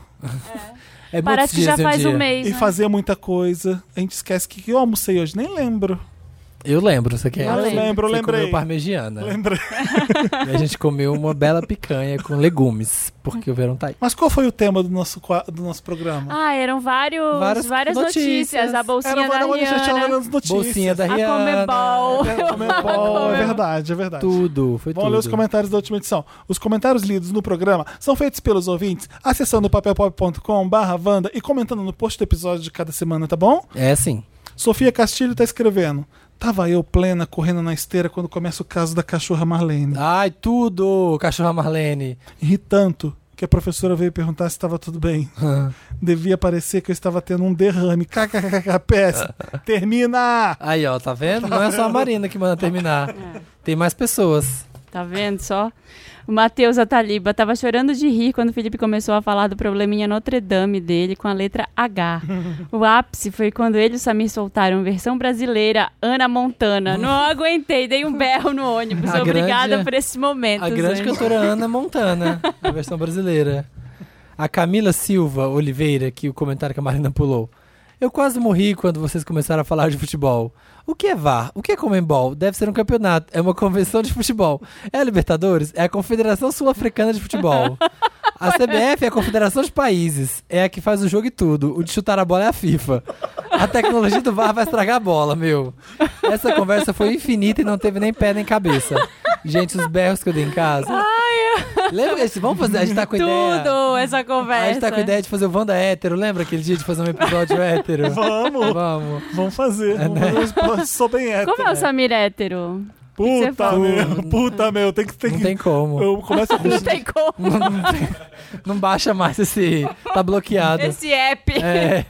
Speaker 3: É muitos
Speaker 2: Parece que
Speaker 3: dias
Speaker 2: já
Speaker 3: em
Speaker 2: faz
Speaker 3: dia.
Speaker 2: um mês.
Speaker 1: e
Speaker 2: né?
Speaker 1: fazer muita coisa. A gente esquece que, que eu almocei hoje, nem lembro.
Speaker 3: Eu lembro, você quer?
Speaker 2: Eu lembro,
Speaker 1: eu
Speaker 3: Você
Speaker 1: lembrei.
Speaker 3: comeu parmegiana.
Speaker 1: Lembrei.
Speaker 3: E a gente comeu uma bela picanha com legumes, porque o verão tá aí.
Speaker 1: Mas qual foi o tema do nosso qua- do nosso programa?
Speaker 2: Ah, eram vários,
Speaker 3: Várias
Speaker 2: várias, notícias.
Speaker 3: notícias.
Speaker 2: A bolsinha da
Speaker 1: Morning Show, tinha
Speaker 2: Rihanna,
Speaker 1: lá nas notícias.
Speaker 3: Bolsinha da
Speaker 2: a
Speaker 3: Rihanna.
Speaker 2: Comebol.
Speaker 1: Comebol, é verdade, é verdade.
Speaker 3: Tudo, foi
Speaker 1: Vamos
Speaker 3: tudo.
Speaker 1: ler os comentários da última edição. Os comentários lidos no programa são feitos pelos ouvintes acessando papelpop.com barra Wanda e comentando no post do episódio de cada semana, tá bom?
Speaker 3: É sim.
Speaker 1: Sofia Castilho tá escrevendo. Tava eu plena correndo na esteira quando começa o caso da cachorra Marlene.
Speaker 3: Ai, tudo, cachorra Marlene.
Speaker 1: Ri tanto que a professora veio perguntar se estava tudo bem. Devia parecer que eu estava tendo um derrame. KKKKPS. Termina!
Speaker 3: Aí, ó, tá vendo? Não é só a Marina que manda terminar.
Speaker 2: É.
Speaker 3: Tem mais pessoas.
Speaker 2: Tá vendo só? O Matheus Ataliba tava chorando de rir quando o Felipe começou a falar do probleminha Notre Dame dele com a letra H. O ápice foi quando ele e o Samir soltaram versão brasileira Ana Montana. Não aguentei, dei um berro no ônibus.
Speaker 3: A
Speaker 2: Obrigada
Speaker 3: grande-
Speaker 2: por esse momento.
Speaker 3: A grande
Speaker 2: gente.
Speaker 3: cantora Ana Montana, a versão brasileira. A Camila Silva Oliveira, que o comentário que a Marina pulou. Eu quase morri quando vocês começaram a falar de futebol. O que é VAR? O que é Comembol? Deve ser um campeonato. É uma convenção de futebol. É a Libertadores? É a Confederação Sul-Africana de Futebol. A CBF é a Confederação de Países. É a que faz o jogo e tudo. O de chutar a bola é a FIFA. A tecnologia do VAR vai estragar a bola, meu. Essa conversa foi infinita e não teve nem pé nem cabeça. Gente, os berros que eu dei em casa. Lembra esse? Vamos fazer. A gente tá com ideia.
Speaker 2: é. Tudo essa
Speaker 3: A
Speaker 2: conversa.
Speaker 3: gente tá com ideia de fazer o Wanda hétero. Lembra aquele dia de fazer um episódio hétero?
Speaker 1: Vamos!
Speaker 3: Vamos.
Speaker 1: Vamos fazer.
Speaker 3: É,
Speaker 1: Vamos
Speaker 3: né?
Speaker 1: fazer um episódio sobre hétero.
Speaker 2: Como é o Samir hétero? que você é
Speaker 1: Puta
Speaker 2: fala?
Speaker 1: meu, puta meu, tem que ter
Speaker 3: Não
Speaker 1: que.
Speaker 3: tem como.
Speaker 1: Eu começo com
Speaker 2: Não tem como.
Speaker 3: Não, não tem- não baixa mais esse. Tá bloqueado.
Speaker 2: Esse app.
Speaker 3: É.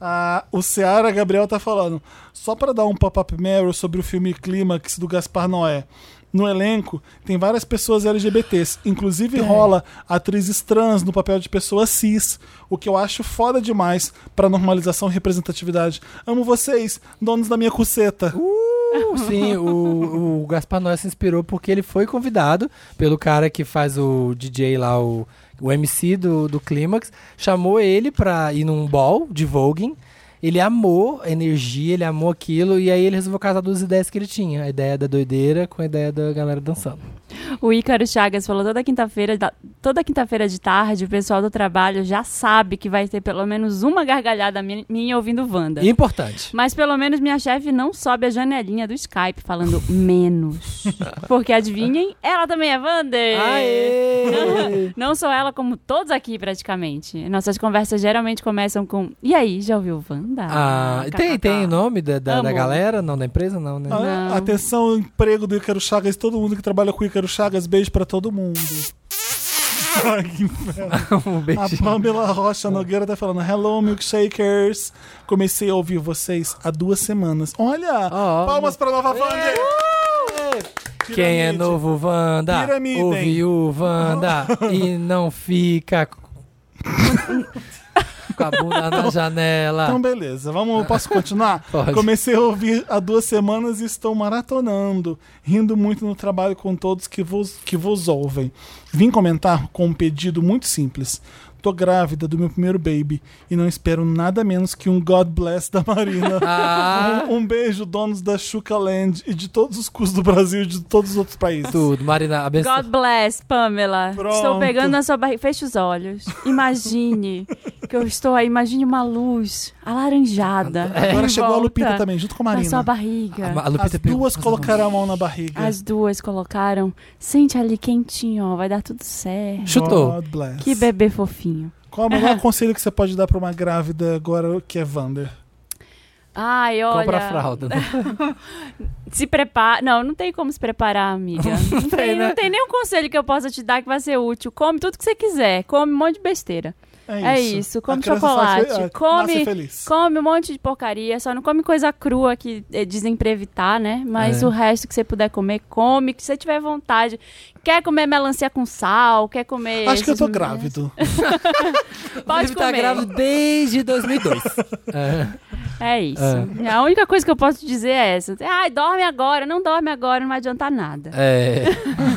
Speaker 1: Ah, o Seara Gabriel tá falando. Só pra dar um pop-up Meryl sobre o filme Clímax do Gaspar Noé. No elenco tem várias pessoas LGBTs, inclusive rola atrizes trans no papel de pessoas cis, o que eu acho foda demais pra normalização e representatividade. Amo vocês, donos da minha cuceta.
Speaker 3: Sim, o, o Gaspar Noé se inspirou porque ele foi convidado pelo cara que faz o DJ lá, o, o MC do, do Clímax. Chamou ele pra ir num ball de voguing. Ele amou a energia, ele amou aquilo. E aí ele resolveu casar duas ideias que ele tinha. A ideia da doideira com a ideia da galera dançando.
Speaker 2: O Ícaro Chagas falou toda quinta-feira, da- toda quinta-feira de tarde, o pessoal do trabalho já sabe que vai ter pelo menos uma gargalhada mi- minha ouvindo Wanda.
Speaker 3: Importante.
Speaker 2: Mas pelo menos minha chefe não sobe a janelinha do Skype falando menos. Porque adivinhem, ela também é Wander!
Speaker 3: Aê!
Speaker 2: Não só ela, como todos aqui praticamente. Nossas conversas geralmente começam com E aí, já ouviu Wanda?
Speaker 3: Ah, tem,
Speaker 2: KKK.
Speaker 3: tem nome da, da, da
Speaker 2: Amo.
Speaker 3: galera? Não, da empresa? Não, né?
Speaker 1: Ah,
Speaker 2: Não.
Speaker 1: Atenção, emprego do Ícaro Chagas, todo mundo que trabalha com o Ícaro Chagas, beijo pra todo mundo. Ai, que inferno.
Speaker 3: um
Speaker 1: A
Speaker 3: beijinho.
Speaker 1: Pamela
Speaker 3: Ah.
Speaker 1: Rocha Nogueira tá falando: Hello, milkshakers. Comecei a ouvir vocês há duas semanas. Olha!
Speaker 3: Ó, ó,
Speaker 1: palmas pra nova Wander!
Speaker 3: Quem é
Speaker 1: Piramide.
Speaker 3: novo, Wanda?
Speaker 1: Piramidem.
Speaker 3: Ouviu, Wanda? e não fica com a bunda na janela.
Speaker 1: Então, beleza, vamos, posso continuar?
Speaker 3: Ah. Pode.
Speaker 1: Comecei a ouvir há duas semanas e estou maratonando, rindo muito no trabalho com todos que vos, que vos ouvem. Vim comentar com um pedido muito simples. Tô grávida do meu primeiro baby e não espero nada menos que um God bless da Marina.
Speaker 3: Ah.
Speaker 1: Um, um beijo, donos da Xuca Land e de todos os cursos do Brasil e de todos os outros países.
Speaker 3: Tudo, Marina,
Speaker 2: God
Speaker 3: abençoa.
Speaker 2: bless, Pamela.
Speaker 1: Pronto.
Speaker 2: Estou pegando na sua barriga. Feche os olhos. Imagine que eu estou aí. Imagine uma luz alaranjada.
Speaker 1: Agora
Speaker 2: em
Speaker 1: chegou a
Speaker 2: volta
Speaker 1: Lupita também, junto com a
Speaker 2: Na
Speaker 1: Marina.
Speaker 2: sua barriga.
Speaker 3: A Lupita
Speaker 1: As
Speaker 3: pegou-
Speaker 1: duas colocaram a mão na barriga.
Speaker 2: As duas colocaram. Sente ali quentinho, ó. Vai dar tudo certo.
Speaker 3: Chutou.
Speaker 1: God bless.
Speaker 2: Que bebê fofinho.
Speaker 1: Qual o
Speaker 2: É.
Speaker 1: melhor conselho que você pode dar pra uma grávida agora que é Wander?
Speaker 2: Ai, olha.
Speaker 3: Compra a fralda. né?
Speaker 2: Se prepara. Não, não tem como se preparar, amiga. Não, tem,
Speaker 3: tem, né?
Speaker 2: não tem nenhum conselho que eu possa te dar que vai ser útil. Come tudo que você quiser. Come um monte de besteira. É isso, come
Speaker 1: A criança faz-
Speaker 2: chocolate,
Speaker 1: ah,
Speaker 2: come-
Speaker 1: nasce feliz.
Speaker 2: Come um monte de porcaria, só não come coisa crua que eh, dizem pra evitar, né? Mas
Speaker 3: É.
Speaker 2: o resto que você puder comer, come, que você tiver vontade. Quer comer melancia com sal, quer comer.
Speaker 1: Acho que eu
Speaker 2: esses
Speaker 1: tô
Speaker 2: negócios.
Speaker 1: grávido.
Speaker 2: Pode
Speaker 3: Inclusive, tá
Speaker 2: comer.
Speaker 3: grávida desde 2002. É.
Speaker 2: É isso. A única coisa que eu posso te dizer é essa. Ai, dorme agora, não dorme agora, não vai adiantar nada.
Speaker 3: É,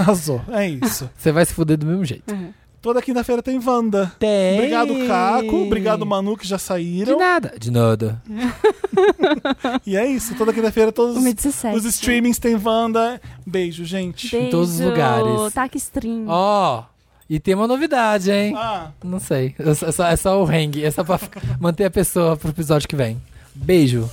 Speaker 1: Arrasou. É isso.
Speaker 3: você vai se fuder do mesmo jeito.
Speaker 1: Toda quinta-feira tem Wanda.
Speaker 3: Tem.
Speaker 1: Obrigado, Caco. Obrigado, Manu, que já
Speaker 3: De
Speaker 1: saíram.
Speaker 3: nada. De nada.
Speaker 1: E é isso. Toda quinta-feira todos os,
Speaker 2: 1,17.
Speaker 1: os streamings tem Wanda. Beijo, gente.
Speaker 2: Beijo.
Speaker 3: em todos os lugares.
Speaker 2: Taque stream.
Speaker 3: Ó, e tem uma novidade, hein?
Speaker 1: Ah,
Speaker 3: Não sei. É só, é só- é só o hang. É só pra manter a pessoa pro episódio que vem. Beijo.